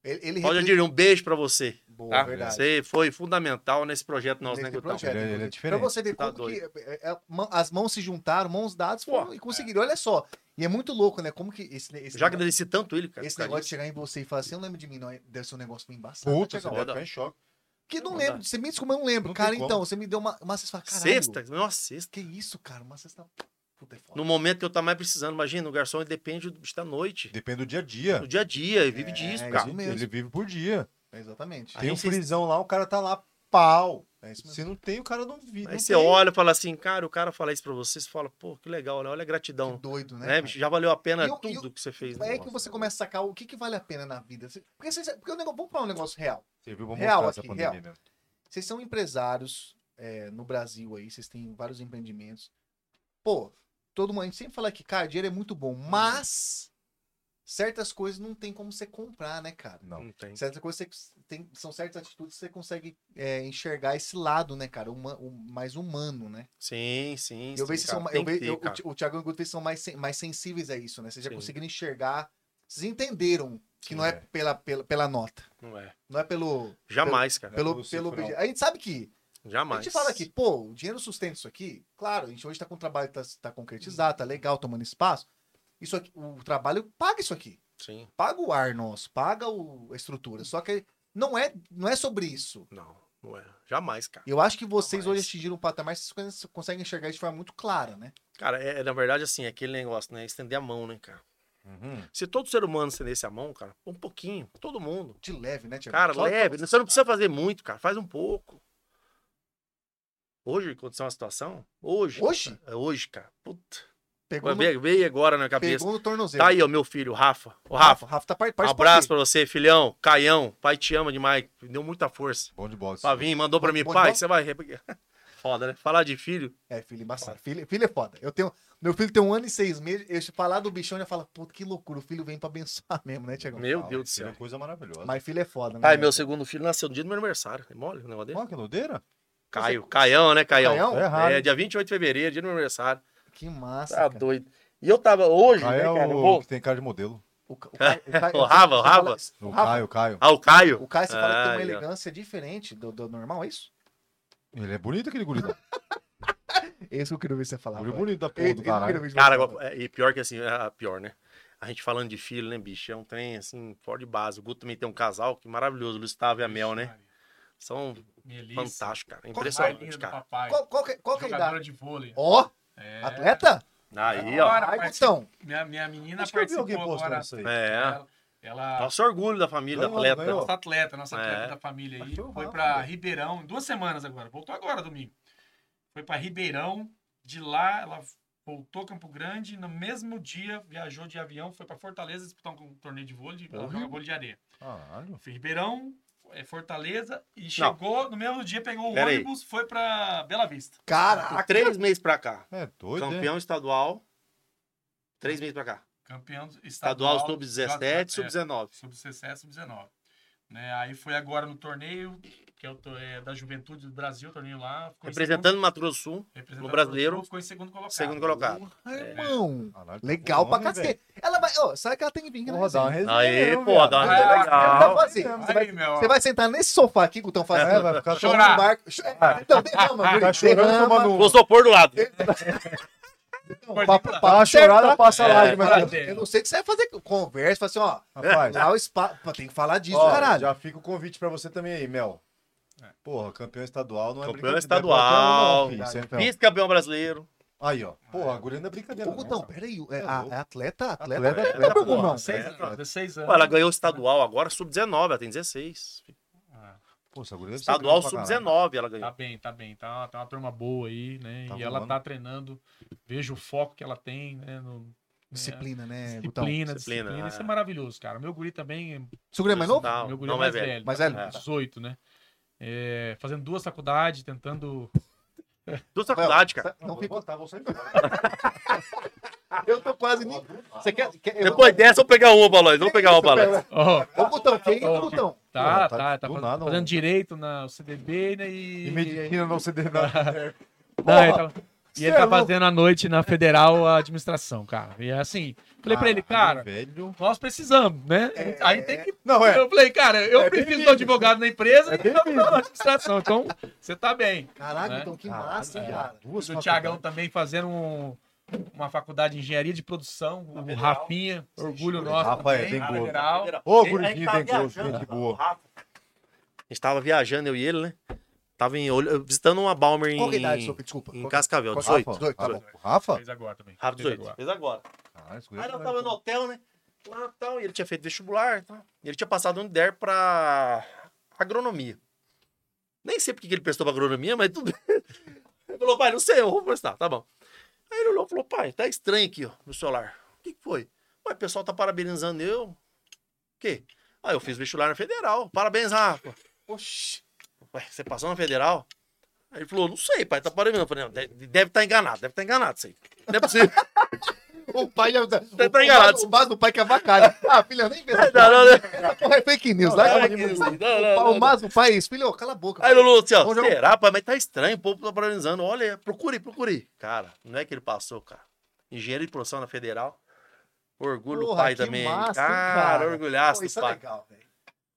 B: Ele, ele
C: Padre
B: repre-
C: Aldir, um beijo pra você.
B: Boa,
C: Tá?
B: verdade.
C: Você foi fundamental nesse projeto nosso,
B: Nesse
C: né, Gutão?
B: projeto.
A: Ele, é- ele é
B: Pra
A: diferente.
B: você ver
C: Tá
B: como que é, é, mão- as mãos se juntaram, mãos dadas foram e conseguiram. Olha só. E é muito louco, né? Como que esse, esse,
C: Eu já agradeci tanto ele, cara.
B: esse
C: por causa
B: negócio de
C: disso.
B: chegar em você e falar assim, eu lembro de mim, não, é- deve ser um negócio meio embaçado.
A: Puta,
B: Chega
A: você
B: lá.
A: deve
C: Roda.
A: ficar em choque.
B: Porque não
C: Não
B: lembro,
C: dá.
B: você me desculpa, eu não lembro.
A: Não tem
B: cara,
A: como.
B: então, você me deu uma, uma cesta e fala, é, caralho.
C: Sexta? Nossa, sexta.
B: Que isso, cara? Uma cesta. Puta, é foda.
C: No momento que eu tá mais precisando, imagina, o garçom ele depende do bicho da noite.
A: Depende do dia a dia.
C: No dia a dia, ele vive
B: É,
C: disso,
B: isso
C: cara.
B: mesmo.
A: Ele vive por dia.
B: É, Exatamente.
C: Aí
A: Tem um
C: você-
A: frisão lá, o cara tá lá, pau.
B: É isso mesmo.
A: Se não tem, o cara não vive.
C: Aí
A: não
C: você
A: tem.
C: olha e fala assim, cara, o cara fala isso pra você, você fala, pô, que legal, olha, olha a
B: Que
C: gratidão.
B: doido, né?
C: Né, bicho? Já valeu a pena
B: E o- e
C: tudo
B: o-
C: que você fez.
B: É
C: né?
B: que você começa a sacar o que, que vale a pena na vida. Você- Porque, vocês, porque o negócio, vamos falar um negócio real.
A: Serviu pra
B: Real
A: mostrar essa
B: aqui,
A: pandemia
B: real.
A: mesmo.
B: Vocês são empresários é, no Brasil aí, vocês têm vários empreendimentos. Pô, todo mundo a gente sempre fala que, cara, dinheiro é muito bom,
C: Uhum.
B: mas certas coisas não tem como você comprar, né, cara?
A: Não.
C: Não tem.
B: Certas coisas você tem, são certas atitudes que você consegue é, enxergar esse lado, né, cara? Uma- o mais humano, né?
C: Sim, sim.
B: E eu
C: sim,
B: vejo que
C: cara,
B: são, ma-
C: tem
B: eu
C: que
B: vejo,
C: ter,
B: eu- o
C: cara.
B: Ti- o Thiago e o Guto eles são mais, sen- mais sensíveis a isso, né? Vocês já
C: Sim.
B: conseguiram enxergar, vocês entenderam que não é,
A: é.
B: Pela, pela, pela nota,
C: Não é.
B: não é pelo.
C: Jamais, cara.
B: Pelo,
A: pelo
B: pelo,
A: cifrão.
B: obje- A gente sabe que.
C: Jamais.
B: A gente fala aqui, pô, o dinheiro sustenta isso aqui. Claro, a gente hoje tá com o trabalho que tá, tá concretizado, tá legal, tomando espaço. Isso aqui, o trabalho paga isso aqui.
C: Sim.
B: Paga o ar nosso, paga o- a estrutura. Só que não é, não é sobre isso.
C: Não, não é. Jamais, cara.
B: Eu acho que vocês
C: Não, é mas-
B: hoje atingiram um patamar, vocês con- conseguem enxergar isso de forma muito clara, né?
C: Cara, é, na verdade, assim, é aquele negócio, né? Estender a mão, né, cara?
A: Uhum.
C: Se todo ser humano estendesse a mão, cara, um pouquinho, todo mundo.
B: De leve, né, Tiago?
C: Cara,
B: Só-
C: leve. Você não precisa fazer muito, cara. Faz um pouco. Hoje, quando é uma situação, hoje.
B: Hoje?
C: É hoje, cara. Puta.
B: Pegou no,
C: Veio veio agora na cabeça.
B: pegou no tornozelo.
C: Tá aí, ó, meu filho, o Rafa. Ô,
B: Rafa,
C: Rafa,
B: Rafa tá par-
C: um
B: participando
C: abraço
B: aqui.
C: pra você, filhão. Caião, pai te ama demais. Me Deu muita força.
A: Bom de bola.
C: Pavinho mandou pra
B: Bom-
C: mim,
B: bom
C: pai,
B: irmão?
C: você vai. re- *laughs* Foda, né? Falar de filho.
B: É, filho embaçado. Filho, filho é foda. Eu tenho, meu filho tem um ano e seis meses. Eu se falar do bichão, já fala, puta, que loucura. O filho vem pra abençoar mesmo, né, Tiagão?
C: Meu
A: Fala,
C: Deus do
A: filho,
C: céu.
A: É coisa maravilhosa.
B: Mas filho é foda, né?
C: Ai, meu segundo filho nasceu no dia do meu aniversário. É mole o negócio dele?
A: Olha que lodeira.
C: Caio, Caião, né, Caião?
B: Caião?
A: É raro.
C: É, dia 28 de fevereiro, dia do meu aniversário.
B: Que massa,
C: Tá
B: cara.
C: doido. E eu tava hoje,
A: Aí
C: né,
A: é
C: cara? no
A: o
C: voo-
A: que tem cara de modelo.
B: O, Ca- o, Ca-
C: *laughs*
B: Ca-
C: O Rafa, o
B: você
C: Rafa.
B: fala-
A: O
B: O Rafa.
A: Caio, Caio.
C: Ah, o Caio?
B: O Caio, você fala que tem
C: Ah,
B: uma
C: aí, ó.
B: elegância diferente do, do normal, é isso?
A: Ele é bonito aquele guri. não.
B: É isso que eu queria ver você falar.
A: Guri
B: velho.
A: bonito da
B: É- é
A: porra
B: isso
A: do
B: que eu queria
A: caralho.
B: ver você
C: Cara,
B: falar.
C: é, e pior que assim, é a pior, né? A gente falando de filho, né, bicho? É um trem, assim, fora de base. O Guto também tem um casal que maravilhoso, o Gustavo e a Mel, né? São
D: Melissa.
C: fantásticos, cara.
D: Rainha
C: Impressionante,
D: do
C: cara.
D: Papai.
B: Qual, qual, que, qual que é a
D: Jogadora
B: idade?
D: de vôlei.
B: Ó,
D: É,
B: atleta?
C: Aí, ó.
D: Cara,
B: Ai,
D: mas-
B: Gutão.
D: Minha, minha menina
A: Acho que eu vi
D: participou
A: alguém postando
D: agora.
A: isso aí.
C: É.
D: Ela, ela
C: Nosso orgulho da família, da
A: Ganhou,
C: atleta. Tá
A: ganhou.
D: nossa atleta, nossa atleta
C: É.
D: da família aí.
A: Aqui eu
D: Foi
A: vou,
D: pra
A: velho.
D: Ribeirão, em duas semanas agora. Voltou agora, domingo. Foi pra Ribeirão. De lá, ela voltou Campo Grande. No mesmo dia, viajou de avião, foi pra Fortaleza disputar um torneio de vôlei. Ela joga vôlei de areia.
A: Caralho.
D: Foi Ribeirão, eh, Fortaleza. E chegou, no mesmo dia, pegou o
C: Pera aí.
D: ônibus, foi pra Bela Vista.
C: De
A: Tá
B: Caraca.
C: três meses pra cá.
A: É doido, hein?
C: campeão estadual. Três meses pra cá.
D: Campeão estadual.
C: Estadual, sub-17,
D: é,
C: sub-19.
D: sub-17, sub-19. Né? Aí foi agora no torneio, que é, o to- é da Juventude do Brasil, torneio lá.
A: é.
D: ficou em
C: Representando Mato Grosso do Sul,
D: segundo- representando
C: no Brasileiro,
D: o Brasil, Ficou em segundo colocado.
C: segundo colocado.
B: Porra, irmão.
A: Caralho, tá
B: Legal
A: bom,
B: pra
A: hein,
B: cacete. Ela vai. Ó, sabe que ela tem vinho,
A: velho?
B: né?
A: Porra, dá uma
B: gente?
A: resenha.
C: Aí,
A: né,
C: pô,
A: viado?
C: dá uma
B: Ah,
C: resenha
B: dá
A: tá
C: legal.
B: pra fazer.
D: Aí,
B: Você vai,
D: meu,
B: você vai sentar nesse sofá aqui, Gutão,
A: É,
B: fazendo.
A: vai ficar
D: Chorar.
A: chorando.
B: no barco. É, Então, derrama, Guri.
A: Tá chorando
B: derrama.
A: tomando um.
C: Gostou por do lado.
B: Não, papo,
D: Tá
B: papo
A: Dá uma
B: certo,
A: chorada,
B: tá?
A: passa
C: É,
A: lá.
B: Eu
A: mas-
D: fala
B: não-
D: dele.
B: Eu não sei o que você vai fazer. Conversa, fala assim, ó.
A: Rapaz,
B: Lá o espaço. pô, Tem que falar disso,
A: ó,
B: caralho.
A: já fica o convite pra você também aí, Mel.
D: É.
A: Porra, campeão estadual não é
C: Campeão
A: brincadeira.
C: estadual.
A: pra qualquer um, não, filho. Isso é-
C: Vice-campeão brasileiro.
A: Aí, ó. Porra, a guria não é brincadeira.
B: Ô,
A: não,
B: Gutão,
A: cara.
B: peraí.
A: É
B: É, a-
A: louco.
B: é atleta, atleta.
A: Atleta,
B: atleta,
A: atleta,
B: meu
A: porra.
B: irmão.
D: Seis,
A: É, cara.
D: 16
C: Pô,
D: anos.
C: Ela ganhou o estadual agora, sub-19, ela tem 16.
D: Ah,
A: Pô, essa guria deve ser
C: Estadual
A: grande pra
C: sub-19 ela
D: Tá
C: ganhou.
D: bem, tá bem. Tá, tá uma turma boa aí, né?
A: Tá
D: e ela
A: voando.
D: tá treinando. Vejo o foco que ela tem, né? No,
B: Disciplina, né, Gutão?
D: Disciplina, disciplina,
C: então. Disciplina,
D: Isso é
C: é.
D: maravilhoso, cara. Meu guri também,
B: Seu Grêmio é mais novo?
C: Não,
D: meu guri é
C: não é
D: mais
C: velho.
D: velho.
B: Mais velho?
D: É. 18, né? É, fazendo duas faculdades, tentando
C: Duas faculdades, cara.
B: Tá- Não fica.
A: botar, vou sair fora.
B: *laughs* Eu tô quase nem. Você quer. quer eu-
C: Depois dessa, eu vou pegar uma, Balões. Vamos pegar uma, Balões.
D: Ó,
B: Ô, Gutão, quem é o
D: Ó,
B: Gutão?
A: Não,
D: tá,
A: tá
D: tá, tá
A: do
D: faz-
A: nada,
D: fazendo
A: ó.
D: direito na CDB, né? E.
A: E medicina não se deve
D: Não, ele tá- E
A: cê
D: ele
A: é
D: tá
A: louco.
D: fazendo à noite na Federal a administração, cara. E é assim, falei pra ele, cara,
A: Velho.
D: nós precisamos, né? Aí tem que.
A: Não, Ah, é.
D: Eu falei, cara, eu
A: É
D: preciso
A: bem
D: do advogado na empresa
A: É
D: e
A: bem
D: eu na administração. Então, você tá bem.
B: Caraca,
D: É.
B: Gutão, que
A: Caralho,
B: massa, hein,
A: é.
B: cara.
A: Duas
D: o Tiagão também fazendo um- uma faculdade de engenharia de produção, o
C: Federal.
D: Rafinha,
C: Sim,
D: orgulho
C: jura?
D: nosso.
A: Rafa é
D: também,
A: bem
D: na
A: gordo.
D: Federal.
A: Ô,
C: Ele- a gente
A: gordinho
C: tava
A: tem gosto,
C: viajando,
A: gente boa.
C: Rafa. A gente tava viajando, eu e ele, né? Tava em, Olho- visitando uma Balmer em,
B: Qual que é a idade, Sophie? Desculpa.
C: em
B: Qual que-
C: Cascavel,
B: Qual-
C: 18.
A: Rafa?
B: 18, tá bom.
A: O Rafa?
D: Fez agora também.
C: Rafa,
D: Fez
C: 18.
D: agora.
C: Fez agora.
A: Caralho, esse
C: Aí
A: goleiro
C: nós
A: tá-
C: tava no hotel, né? Lá tal, e ele tinha feito vestibular e tal. E ele tinha passado no DER pra agronomia. Nem sei porque que ele prestou pra agronomia, mas tudo bem. *laughs* Ele falou, pai, não sei, eu vou prestar, tá bom. Aí ele olhou e falou, pai, tá estranho aqui, ó, no celular. O que que foi? Ué, o pessoal tá parabenizando eu. O quê? Ah, eu fiz vestibular na Federal. Parabéns, Rafa. Oxi. Ué, você passou na Federal? Aí ele falou, não sei, pai, tá parabenizando. Eu falei, não, deve estar enganado, deve estar enganado isso aí. Não é possível.
B: O pai já.
C: tá
B: o- o pai-
C: enganado.
B: O pai do pai que é vacalha. Ah, filha, nem pensa.
C: *laughs* Não, não, não.
B: Essa porra é fake news.
C: Não,
B: Larga
C: não,
B: de-
C: não,
B: o
C: não,
B: pau-
C: não.
B: O mas do pai é isso. Filho, cala a boca.
C: Aí, Lulu, assim, ó,
B: Vamos jogar-
C: será, pai? Mas tá estranho, o povo tá paralisando. Olha, procure, procure. Cara, não é que ele passou, cara. Engenheiro de produção na Federal. Orgulho do
B: Porra,
C: pai
B: que
C: também.
B: massa, hein,
C: cara,
B: cara?
C: orgulhaço
B: Pô,
C: do
B: isso é
C: pai.
B: legal, velho.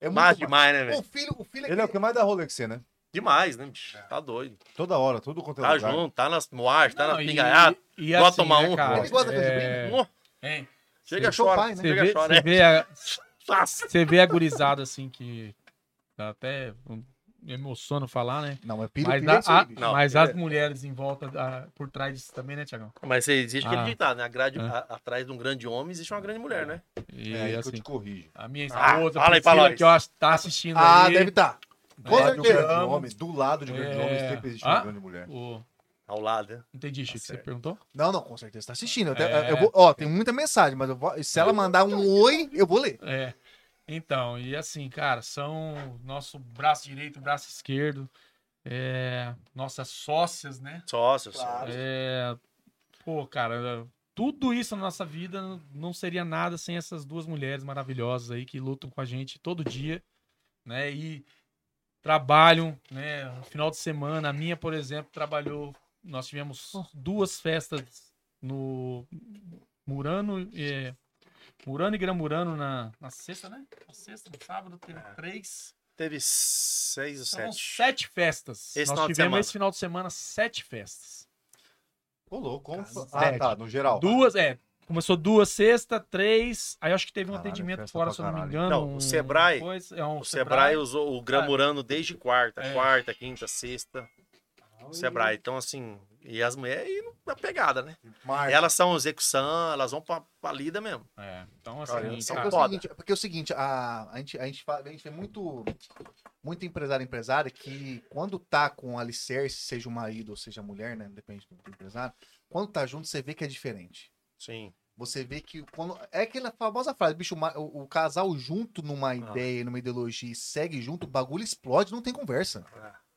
B: É muito
C: Mas
B: massa.
C: demais, né,
B: O
C: velho?
B: filho, o filho
A: Ele é o que mais dá rolê que você, né?
C: Demais, né,
B: É.
C: bicho? Tá doido.
A: Toda hora, todo é conteúdo.
C: Tá junto, tá nas moagens, tá
D: Não,
C: na
D: e-
C: pingaiada.
D: e
C: Bota
D: assim,
C: tomar
D: né,
C: um,
D: cara,
B: Ele gosta de fazer
D: é,
C: Nó,
D: hein?
C: Chega,
B: Seu
C: chora.
B: pai, né?
D: Você
C: Chega,
D: vê,
C: chora.
D: você
C: é.
D: vê a,
C: Fácil.
D: você vê a gurizada assim que dá até um- me emociono falar, né?
B: Não, é filho,
D: mas
B: filho é
D: a-
B: isso aí,
D: a-
B: bicho.
C: Não,
D: mas
C: filho
D: as
C: é-
D: mulheres em volta da- por trás disso também, né, Tiagão?
C: Mas você existe aquele
D: Ah.
C: ditado, né? A grade-
D: Ah.
C: a- atrás de um grande homem existe uma grande mulher, né?
D: E
A: É, aí que eu
D: assim,
A: te corrijo.
D: a minha
C: Ah,
D: esposa,
C: fala aí,
D: Priscila,
C: Palores.
D: que eu acho que tá assistindo né?
B: Ah,
D: ali.
B: deve estar.
A: Do
B: Com
A: lado de um
B: certeza.
A: grande homem, do lado de um grande
D: É.
A: homem, sempre existe
D: Ah?
A: uma grande mulher.
D: Ô,
C: Ao lado, né?
D: entendi, Chico, você
C: certo.
D: perguntou?
B: Não, não, com certeza tá assistindo. Eu te-
D: É.
B: eu vou- ó, tem muita mensagem, mas eu vou- se ela mandar um oi, eu vou ler.
D: É. Então, e assim, cara, são nosso braço direito, braço esquerdo, é, nossas sócias, né?
C: Sócio,
B: Claro.
C: sócio.
D: É, pô, cara, tudo isso na nossa vida não seria nada sem essas duas mulheres maravilhosas aí que lutam com a gente todo dia, né? E trabalham, né? No final de semana, a minha, por exemplo, trabalhou. Nós tivemos duas festas no Murano e Murano e Gran Murano na, na sexta, né? Na sexta, no sábado, teve três.
C: Teve seis ou
B: Então,
D: São
C: sete.
D: sete festas.
C: Esse
D: Nós
C: final de
D: tivemos
C: semana.
D: esse final de semana sete festas.
A: Ô, louco, como...
B: Cara,
A: Ah, tá, no geral.
D: Duas, é. Começou duas sexta, três. Aí eu acho que teve um
A: Caralho,
D: atendimento
A: festa
D: fora,
A: pra
D: se eu não me
A: caralho.
D: engano.
C: Não, o
D: um-
C: Sebrae-
D: coisa- é um
C: O Sebrae usou o Gramurano desde quarta,
D: É.
C: quarta, quinta, sexta. O Sebrae. Então, assim, e as mulheres aí na pegada, né?
B: Marcos.
C: Elas são execução, elas vão pra, pra lida mesmo.
D: É, então assim,
C: Olha,
B: É
C: são
D: cara,
B: porque, é o
C: foda.
B: seguinte, é porque é o seguinte, a, a, gente, a, gente, fala- a gente vê muito, muito empresário e empresária que quando tá com alicerce, seja o marido ou seja a mulher, né? Depende do empresário, quando tá junto, você vê que é diferente.
C: Sim.
B: Você vê que quando. É aquela famosa frase, bicho, o ma- o, o casal junto numa ideia, numa ideologia e segue junto, o bagulho explode, não tem conversa.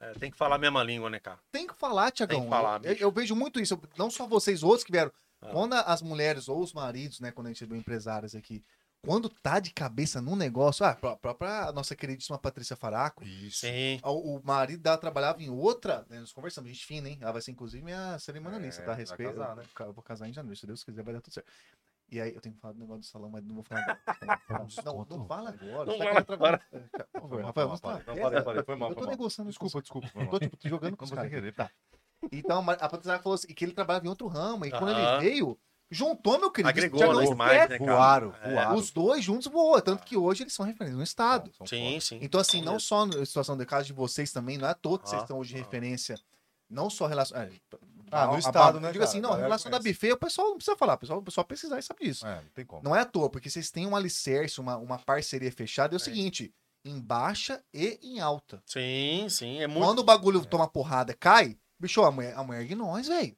C: É, tem que falar a mesma língua, né, cara?
B: Tem que falar, Tiagão.
C: Tem que falar,
B: eu, eu-
C: bicho.
B: eu vejo muito isso. eu- não só vocês, outros que vieram.
C: Ah.
B: Quando a- as mulheres ou os maridos, né? Quando a gente vê empresários aqui, quando tá de cabeça num negócio, ah, a pró- própria nossa queridíssima Patrícia Faraco.
A: Isso.
C: Sim.
B: O, o marido dela trabalhava em outra. né, nós conversamos, gente fina, hein? Ela vai ser, inclusive, minha cerimonialista,
A: É,
B: tá?
A: vai
B: Respeito.
A: casar, né?
B: Eu vou casar em janeiro, se Deus quiser, vai dar tudo certo. E aí, eu tenho que falar do negócio do salão, mas não vou falar agora. Não, não fala agora. você
C: Não
B: tá com
C: fala
B: outra-
C: agora.
B: Por favor,
A: Foi mal, É,
B: Rafael,
A: foi
B: vamos
A: mal,
B: lá.
A: foi mal. Falei, falei, foi mal,
B: Eu tô
A: foi mal.
B: negócios.
A: Desculpa, desculpa. foi
B: Eu
A: mal.
B: tô tipo,
C: *laughs*
B: jogando com
A: Não
B: os
A: vou
B: caras.
A: sem querer. Tá.
B: Então, mas a Patrícia falou assim, que ele trabalhava em outro ramo, e quando ele
C: Aham.
B: veio, juntou, meu querido.
C: Agregou,
B: Thiago,
C: né?
B: não
C: Mais,
B: esquece.
C: né, cara?
A: Voaram,
C: É.
A: voaram.
B: Os dois juntos voam, tanto que hoje eles são referência no Estado.
A: São
C: Sim, sim.
B: Então, assim, não
C: Beleza.
B: só na situação do caso de vocês também, não é à toa que vocês
C: Ah,
B: estão hoje de
C: ah.
B: referência, não só relação... é,
A: Ah, no
B: a- a-
A: Estado, né,
B: Digo assim,
A: cara?
B: não,
A: A
B: a
A: galera
B: relação da
A: conhece.
B: buffet, o pessoal não precisa falar, o pessoal, o pessoal pesquisar e sabe disso.
A: É, não tem como.
B: Não é à toa, porque vocês têm um alicerce, uma, uma parceria fechada, é o seguinte, em baixa e em alta.
C: Sim, sim. É
B: Quando
C: muito.
B: o bagulho toma porrada, cai, bicho, a mulher, a mulher ergue nós, velho.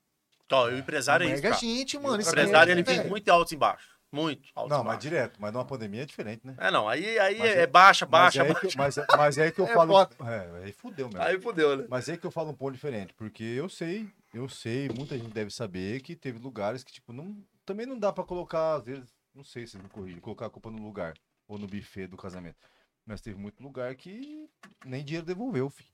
C: Ó, o empresário
B: A
C: é
B: mulher
C: isso,
B: ergue a
C: cara.
B: gente,
C: O
B: mano. isso aqui é-
C: empresário, ele
B: velho.
C: vive muito alto e embaixo. Muito. altos e
A: Não, mas
C: baixos.
A: direto. Mas numa pandemia é diferente, né?
C: É, não. Aí, aí
A: Mas
C: é,
A: é-
C: baixa, baixa,
A: mas, é aí
C: baixa.
A: que, mas, mas é aí que eu
B: É
A: falo.
B: foda.
A: É, aí fudeu mesmo.
C: Aí fudeu, né?
A: Mas é que eu falo um ponto diferente, porque eu sei, eu sei, muita gente deve saber que teve lugares que, tipo, não, também não dá pra colocar, às vezes, não sei se me corrigem, colocar a culpa no lugar ou no buffet do casamento. Mas teve muito lugar que nem dinheiro devolveu, filho.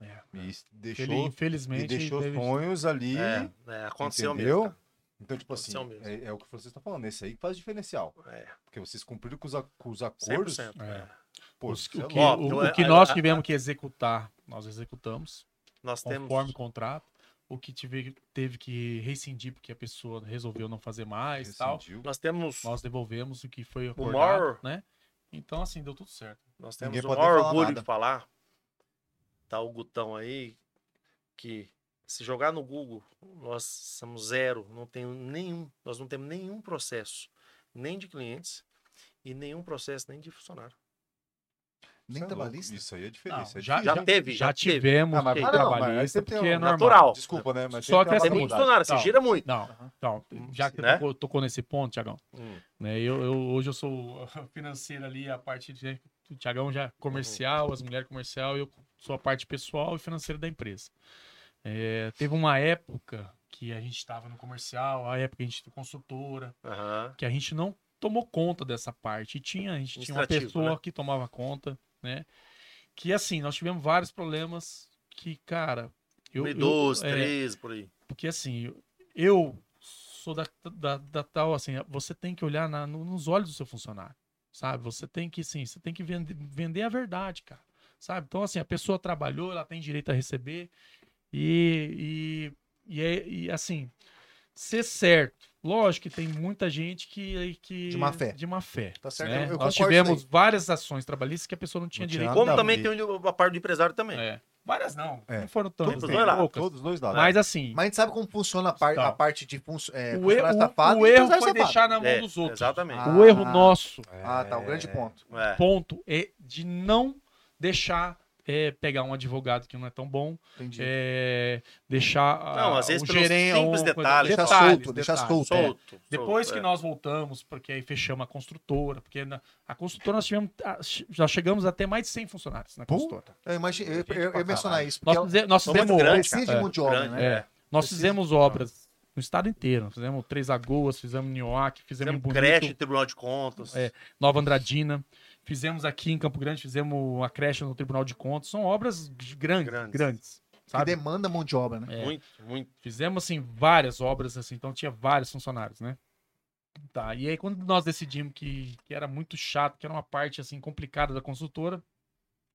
D: É.
A: E isso
D: Ele,
A: deixou, e
D: infelizmente,
A: deixou
D: teve-
A: sonhos ali.
C: É, é, aconteceu
A: entendeu?
C: mesmo.
A: Então, tipo assim,
C: Aconteceu mesmo.
A: é, é o que vocês estão falando. Esse aí que faz diferencial.
C: cara. É,
A: Porque vocês cumpriram com os, ac- com os acordos.
C: 100%.
D: É.
C: é.
A: Pô,
D: os-
A: isso é
D: o, que,
A: louco.
C: louco. Ó,
D: o- o
C: não é-
D: que
C: a-
D: nós
C: a-
D: tivemos que executar, nós executamos
C: Nós temos.
D: conforme o contrato. O que tive, teve que rescindir porque a pessoa resolveu não fazer mais e tal.
A: Rescindiu.
C: Nós temos.
D: Nós devolvemos o que foi acordado,
C: maior-
D: né? Então, assim, deu tudo certo.
C: Nós temos
A: Ninguém
C: o
A: pode
C: maior
A: falar
C: orgulho
A: nada.
C: de falar. Tá o Gutão aí, que se jogar no Google, nós somos zero, não tem nenhum, nós não temos nenhum processo, nem de clientes e nenhum processo nem de funcionário.
A: Isso é louco.
B: trabalhista?
A: Isso aí é diferença. é
D: já,
A: difícil.
D: já,
C: Já teve, já
D: já
C: teve.
D: tivemos
A: Ah, mas-
D: lei
A: ah, não, mas aí
D: trabalhista,
A: sempre tem
D: porque
A: um-
D: é normal.
C: Natural.
A: Desculpa, né? Mas
D: Só
A: sempre
D: que
A: é uma
D: essa
C: Tem
A: faculdade.
C: muito funcionário, você
D: Não.
C: gira muito.
D: Não, então, já que você
C: Né?
D: tocou, tocou nesse ponto, Tiagão, né, eu, eu- hoje eu sou *laughs* financeiro ali, a parte de... O Tiagão já é comercial, as mulheres comercial, eu sou a parte pessoal e financeira da empresa. É, teve uma época que a gente estava no comercial, a época a gente foi consultora,
C: Aham.
D: que a gente não tomou conta dessa parte. E tinha, a gente tinha uma
C: Administrativo,
D: pessoa
C: né?
D: que tomava conta, né? Que assim, nós tivemos vários problemas que, cara, eu. eu-
C: 2012,
D: é,
C: 13, por aí.
D: porque assim, eu sou da, da, da tal, assim, você tem que olhar na- no- nos olhos do seu funcionário, sabe? Você tem que, sim, você tem que vende- vender a verdade, cara, sabe? Então, assim, a pessoa trabalhou, ela tem direito a receber e, e, e, é- e, assim, ser certo. Lógico que tem muita gente que, que...
B: De má fé.
D: De má fé.
B: Tá certo,
D: né?
B: eu- eu concordo
D: Nós tivemos várias ações trabalhistas que a pessoa não tinha
A: Não tinha
D: direito.
A: nada
C: Como
A: a
C: também
A: ver.
C: tem o- a parte do empresário também.
D: É. Várias não.
A: É.
D: Não foram tantas.
C: Todos
D: né?
C: os dois lados,
D: Poucas.
A: Todos os dois lados.
D: Mas assim,
B: Mas a gente sabe como funciona a, par-
D: Então.
B: a parte de funcio- é,
D: o, erro,
B: funcionário safado
D: o
B: e
D: erro foi
B: empresário safado.
D: deixar na mão
C: É,
D: um dos outros.
C: Exatamente.
B: Ah.
D: O erro nosso,
A: É.
B: Ah, tá, o grande ponto.
C: É.
D: ponto, é de não deixar é, pegar um advogado que não é tão bom,
B: Entendi.
D: é, deixar ah,
C: Não, às vezes
D: o
C: pelos
D: gerente...
C: simples
D: ou-
C: detalhes,
B: Deixar
D: detalhes,
B: solto, deixar
D: detalhes.
B: solto.
D: É.
C: Solto. solto,
D: Depois que
C: é.
D: nós voltamos, porque aí fechamos a construtora, porque na, a construtora nós tivemos, ah, já chegamos até mais de 100 funcionários na
A: Pô,
D: construtora.
B: Eu, imagino, eu,
A: Gente
B: eu, eu
A: pra
B: ia mencionar
A: caralho.
B: isso, porque
D: Nós,
B: ela
D: fize- nós
C: São muito
D: fizemos
C: grandes,
B: precisa de
A: cara.
B: mão de obra,
C: Grande,
B: né?
D: É. Nós
B: Precisa
D: fizemos obras no estado inteiro. Fizemos Três Lagoas, fizemos Nioaque, fizemos,
C: Fizemos
D: em Bonito,
C: creche, Tribunal de Contas.
D: um É. Nova Andradina. Fizemos aqui em Campo Grande, fizemos a creche no Tribunal de Contas. São obras g- grandes,
C: Grandes.
D: grandes.
B: Que
D: sabe?
B: demanda mão de obra, né?
D: É.
C: Muito, muito.
D: Fizemos, assim, várias obras, assim. Então, tinha vários funcionários, né? Tá, e aí quando nós decidimos que, que era muito chato, que era uma parte, assim, complicada da consultora,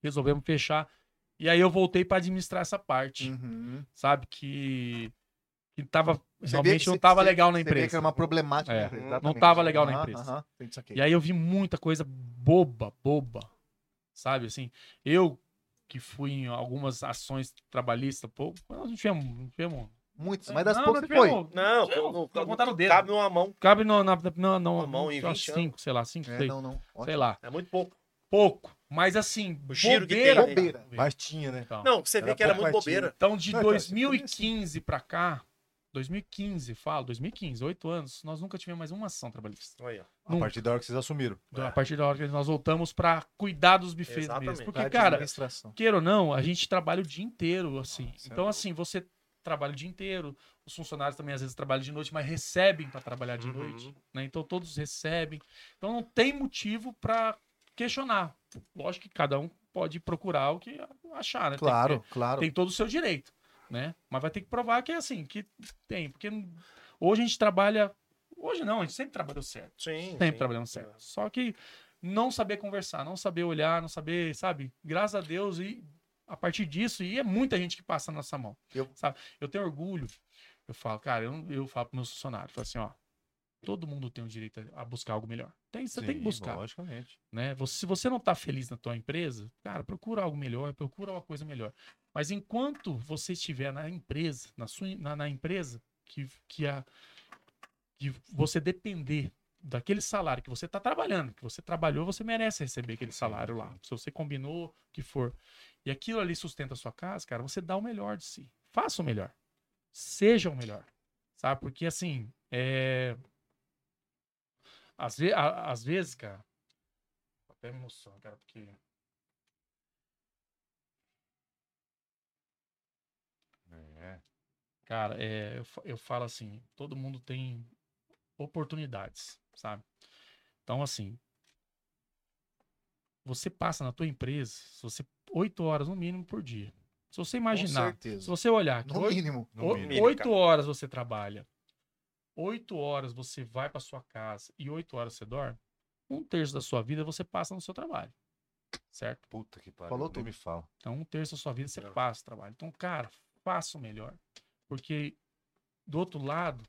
D: resolvemos fechar. E aí eu voltei para administrar essa parte,
B: Uhum.
D: sabe? Que, que tava,
B: Você vê
D: realmente
B: que
D: não
B: você-
D: tava
B: você-
D: legal na
B: Você vê que
D: empresa.
B: era uma problemática.
D: É,
B: né? Exatamente.
D: não tava legal na
B: Aham,
D: empresa.
B: aham, tem isso aqui.
D: E aí eu vi muita coisa boba, boba. Sabe assim? Eu que fui em algumas ações trabalhistas, pô, nós não tivemos. Não tivemos
B: Muitos, mas das
D: não,
B: poucas
D: não
B: você foi.
D: tivemos-
C: Não,
D: Eu-
C: não,
D: eu contar no dedo.
C: cabe numa mão.
D: Cabe no, na, na,
C: Uma mão em 20 anos.
D: 5, sei lá, 5,
B: É,
D: sei,
B: não, não.
D: sei
B: Ótimo.
D: lá.
C: É muito pouco.
D: Pouco. Mas assim,
C: O giro que
D: bobeira,
C: tem, né?
D: cara.
A: Mas tinha, né?
D: Então,
C: Não, você vê
A: Era
C: que era
A: pouco
C: muito
A: artigo.
C: bobeira.
D: então, de
A: Não, então, isso também é
D: 2015 pra cá, 2015, falo, 2015, 8 anos, nós nunca tivemos mais uma ação trabalhista.
C: Olha,
A: A
D: Nunca.
A: partir da hora que vocês assumiram.
C: É.
D: Então, A partir da hora que nós voltamos pra cuidar dos bufês
C: Exatamente.
D: mesmo. Porque,
B: Vai de
D: cara,
B: administração.
D: queira ou não, a gente trabalha o dia inteiro, assim.
B: Ah,
A: isso é
D: então,
A: louco.
D: assim, você trabalha o dia inteiro, os funcionários também às vezes trabalham de noite, mas recebem para trabalhar de
C: Uhum.
D: noite, né? Então todos recebem. Então não tem motivo para questionar. Lógico que cada um pode procurar o que achar, né? Tem que-
B: Claro, claro.
D: tem todo o seu direito, né? Mas vai ter que provar que é assim, que tem, porque hoje a gente trabalha, hoje não, a gente sempre trabalhou certo.
C: sim.
D: Sempre
C: sim.
D: trabalhando certo. Só que não saber conversar, não saber olhar, não saber, sabe? Graças a Deus e a partir disso, e é muita gente que passa na nossa mão.
B: Eu-
D: sabe? eu tenho orgulho. Eu falo, cara, eu, eu falo pro meus funcionários, falo assim, ó, todo mundo tem o direito a buscar algo melhor. Tem, você tem que
C: É.
A: Sim,
D: buscar,
A: Logicamente.
D: né? Você- se você não tá feliz na tua empresa, cara, procura algo melhor, procura uma coisa melhor. Mas enquanto você estiver na empresa, na sua na, na empresa que que a que você depender daquele salário que você está trabalhando, que você trabalhou, você merece receber aquele salário lá. Se você combinou, o que for. E aquilo ali sustenta a sua casa, cara, você dá o melhor de si. Faça o melhor. Seja o melhor. Sabe? Porque assim, é... Às, ve a- às vezes, cara. Tô até emoção, cara, porque.
A: É.
D: Cara, é, eu, fa- eu falo assim, todo mundo tem oportunidades, sabe? Então, assim, você passa na tua empresa, se você oito horas no mínimo por dia. Se você imaginar, se
B: certeza.
D: você olhar que
B: No
D: oito-
B: mínimo.
A: No
D: o-
A: mínimo.
C: mínimo,
D: oito
C: cara.
D: horas você trabalha, oito horas você vai para sua casa e oito horas você dorme, um terço da sua vida você passa no seu trabalho, certo?
A: Puta que pariu.
B: Falou
A: nem
B: tudo.
A: me fala.
D: Então, um terço da sua vida você
C: Não.
D: passa o trabalho. Então, cara, faça o melhor. Porque, do outro lado,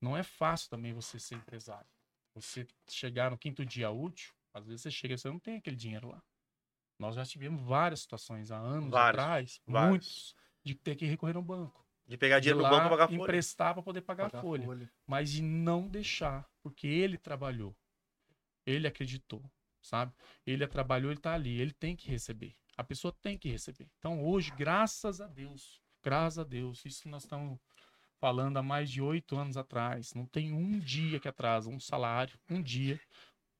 D: não é fácil também você ser empresário. Você chegar no quinto dia útil, às vezes você chega e você não tem aquele dinheiro lá. Nós já tivemos várias situações há anos
C: Vários,
D: atrás,
C: vários.
D: muitos, de ter que recorrer no banco.
C: De pegar
D: De
C: dinheiro
D: lá,
C: no banco pra pagar folha.
D: emprestar para poder pagar,
B: Pagar
D: a folha mas de não deixar, porque ele trabalhou, ele acreditou, sabe? Ele trabalhou, ele tá ali, ele tem que receber. A pessoa tem que receber. Então hoje, graças a Deus, graças a Deus, isso nós estamos falando há mais de oito anos atrás. Não tem um dia que atrasa um salário, um dia,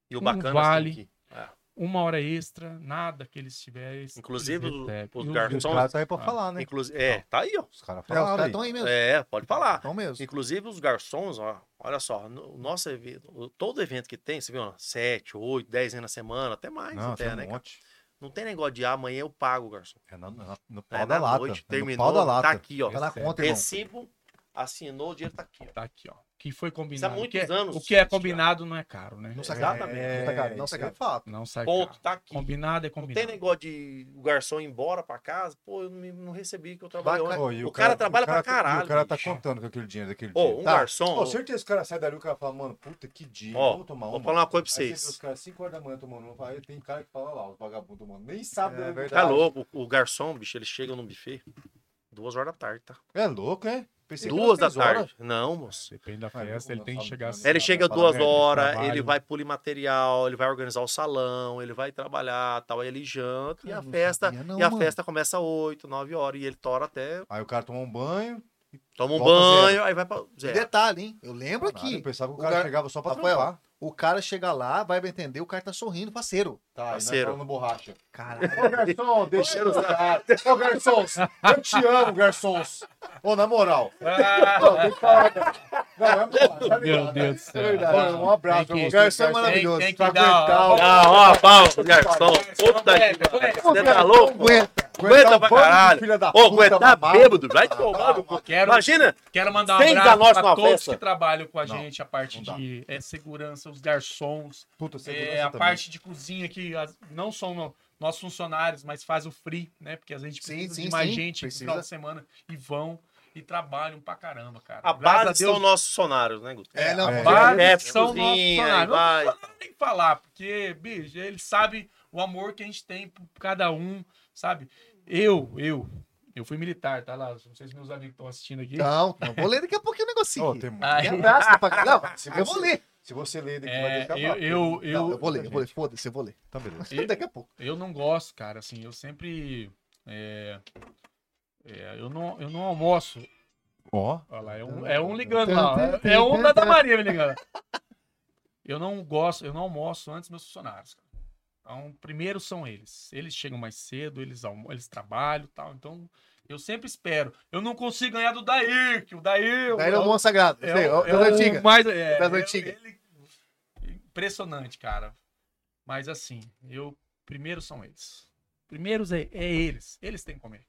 C: E o
D: um
C: bacana
D: vale.
C: assim, que- é.
D: uma hora extra, nada que eles tiverem. eles-
C: Inclusive,
D: eles
C: os-
D: recebem.
C: os
D: E
C: garçons-
B: Os
C: Só- um
B: caras tá aí pra
D: Ah,
B: falar, né?
C: Inclusive, é, tá aí, ó.
A: Os caras
B: É, os
A: falaram
B: caras
A: aí.
B: estão aí mesmo.
C: É, pode falar.
B: Estão mesmo.
C: Inclusive, os garçons, ó, olha só, no- o nosso evento, o- todo evento que tem, você viu, ó, 7, 8, 10 vezes na semana, até mais,
A: Não,
C: até,
A: tem um
C: né? cara?
A: monte.
C: Não tem negócio de ah, amanhã eu pago, garçom.
A: É na- na- no
C: É
A: pau da
C: na
A: lata.
C: noite,
A: é no
C: terminou,
A: pau da lata.
C: tá aqui, ó.
B: Tá na conta, irmão.
C: Recibo, assinou, o dinheiro tá aqui, ó.
D: Tá aqui, ó. Que foi combinado. O
C: muitos
D: que, é,
C: anos
D: o que é
C: isso já.
D: combinado não é caro, né?
C: Não
B: sai
C: sai
B: caro.
C: caro.
B: Não tá caro, não tá
A: isso é
B: caro.
A: fato.
D: Não sai
C: Ponto,
D: caro.
C: tá aqui.
D: Combinado é
C: Não tem
D: combinado.
C: negócio de o garçom ir embora pra casa, pô, eu não, não recebi que eu trabalhei
B: Bacana.
C: ontem.
A: Ô, e
C: O cara trabalha
A: o cara,
C: pra
A: tá- e
C: caralho,
A: O cara tá
C: bicho.
A: contando com aquele dinheiro daquele
C: Ô,
A: dia.
C: um
A: Tá.
C: garçom,
A: Ô,
C: ó,
A: certeza que o cara sai dali e o cara fala, mano, puta que dia.
C: Ó,
A: vou tomar
C: vou
A: uma.
C: falar uma coisa pra
A: Aí você vê
C: vocês.
A: os caras 5 horas da manhã tomando uma. Aí tem cara que fala lá, os vagabundos, mano. Nem sabe.
B: É
A: da-
B: verdade.
C: Tá louco, o garçom, bicho, ele chega num buffet duas horas da tarde, tá?
A: É louco, é? Pensei que
C: duas da
A: era seis horas.
C: tarde. Não, moço.
D: Depende da
A: Ah,
D: festa,
A: eu
D: ele
A: não
D: tem que
A: sabe
D: chegar.
A: nada.
C: Ele chega
A: Fala,
C: duas
A: velho,
C: horas,
D: trabalho.
C: ele vai polir material, ele vai organizar o salão, ele vai trabalhar, tal, aí ele janta e
B: Cara,
C: a
B: não
C: festa,
B: sabia não,
C: e a
B: mano.
C: festa começa às 8, 9 horas e ele tora até
A: Aí o cara toma um banho.
C: toma um
A: Volta
C: banho, aí vai pra
B: E
C: zero.
B: Detalhe, hein? Eu lembro
A: Caralho, Eu
B: aqui.
A: pensava que o
B: O
A: cara
B: gar-
A: chegava só pra
B: Rafael,
A: trampar.
B: O cara chega lá, vai me entender, o cara tá sorrindo, parceiro.
A: Tá,
C: Parceiro.
A: falando borracha.
B: Caralho.
A: Ô, garçom, deixa eu usar. Ô, garçons, eu te amo, garçons. Ô, na moral.
C: Ah,
A: Não, tem que falar, cara. Não, é borracha. tá
D: Meu
A: ligado, né?
D: Deus do céu.
A: É verdade. Mano, um abraço pra
D: Tem que-
A: você.
B: Garçom
A: garçom.
B: maravilhoso.
D: Tem- tem que
A: pra
D: dar-
A: aguentar o-
C: Ah, ó, pau, garçom, puta que pariu, você tá louco?
B: Aguenta.
C: Aguenta
A: bando
C: pra
A: de
C: caralho.
A: um Filha da
C: Ô,
A: puta,
C: aguentar
A: mamado.
C: bêbado, vai tomar no cu.
D: Quero,
C: Imagina,
D: quero mandar um
C: seis da
D: abraço
C: nossa
D: para
C: numa
D: todos
C: festa.
D: que trabalham com a
A: Não,
D: gente, a parte
A: não dá.
D: de é, segurança, os garçons,
A: Puta,
D: é, a parte de cozinha que as- não são no- nossos funcionários, mas faz o free, né? Porque a gente
B: Sim,
D: precisa
B: sim,
D: de mais
B: sim,
D: gente no
B: precisa.
D: final de semana e vão e trabalham pra caramba, cara.
C: a
D: Graças
C: base são nossos sonários, né, Guto?
B: É, não,
A: É.
B: vai-
D: Base
C: Chefe,
D: são nossos
C: cozinha, aí
D: funcionários.
C: vai.
D: tem que falar, porque, bicho, ele sabe o amor que a gente tem por cada um, sabe? Eu, eu, eu fui militar, tá lá? Não sei se meus amigos estão assistindo aqui.
B: Não, não. Então, Vou ler daqui a pouquinho o negocinho.
A: Ô,
B: aqui.
A: tem-
D: Ai,
C: Ah,
B: Me abraça pra caralho. Não, eu vou ler.
A: Se você ler, daqui vai
D: é,
A: deixar
D: eu,
A: bravo.
D: eu,
B: Não, eu
D: eu,
B: vou ler, eu vou ler. Foda-se, eu vou ler.
A: Tá beleza.
D: Eu-
B: Daqui a pouco.
D: eu não gosto, cara, assim, eu sempre. é, é, eu, não, eu não almoço.
A: Ó.
D: Olha lá, é um, é um ligando lá. ó. É um da Ana Maria me ligando. *laughs* Eu não gosto, eu não almoço antes dos meus funcionários. cara. Então, primeiro são eles. Eles chegam mais cedo, eles, almo eles trabalham e tal. Então, eu sempre espero. Eu não consigo ganhar do Dair, que o Dair.
B: Daí
D: é
B: é
D: o-
B: o Mão Sagrado.
D: é
B: eu sei,
D: o-
B: ó,
D: é
B: das
D: o
B: antigas.
D: mais- é,
B: Das
D: é-
B: antigas.
D: ele- Impressionante, cara. Mas assim, eu. Primeiro são eles. Primeiros é, é eles. Eles têm que comer.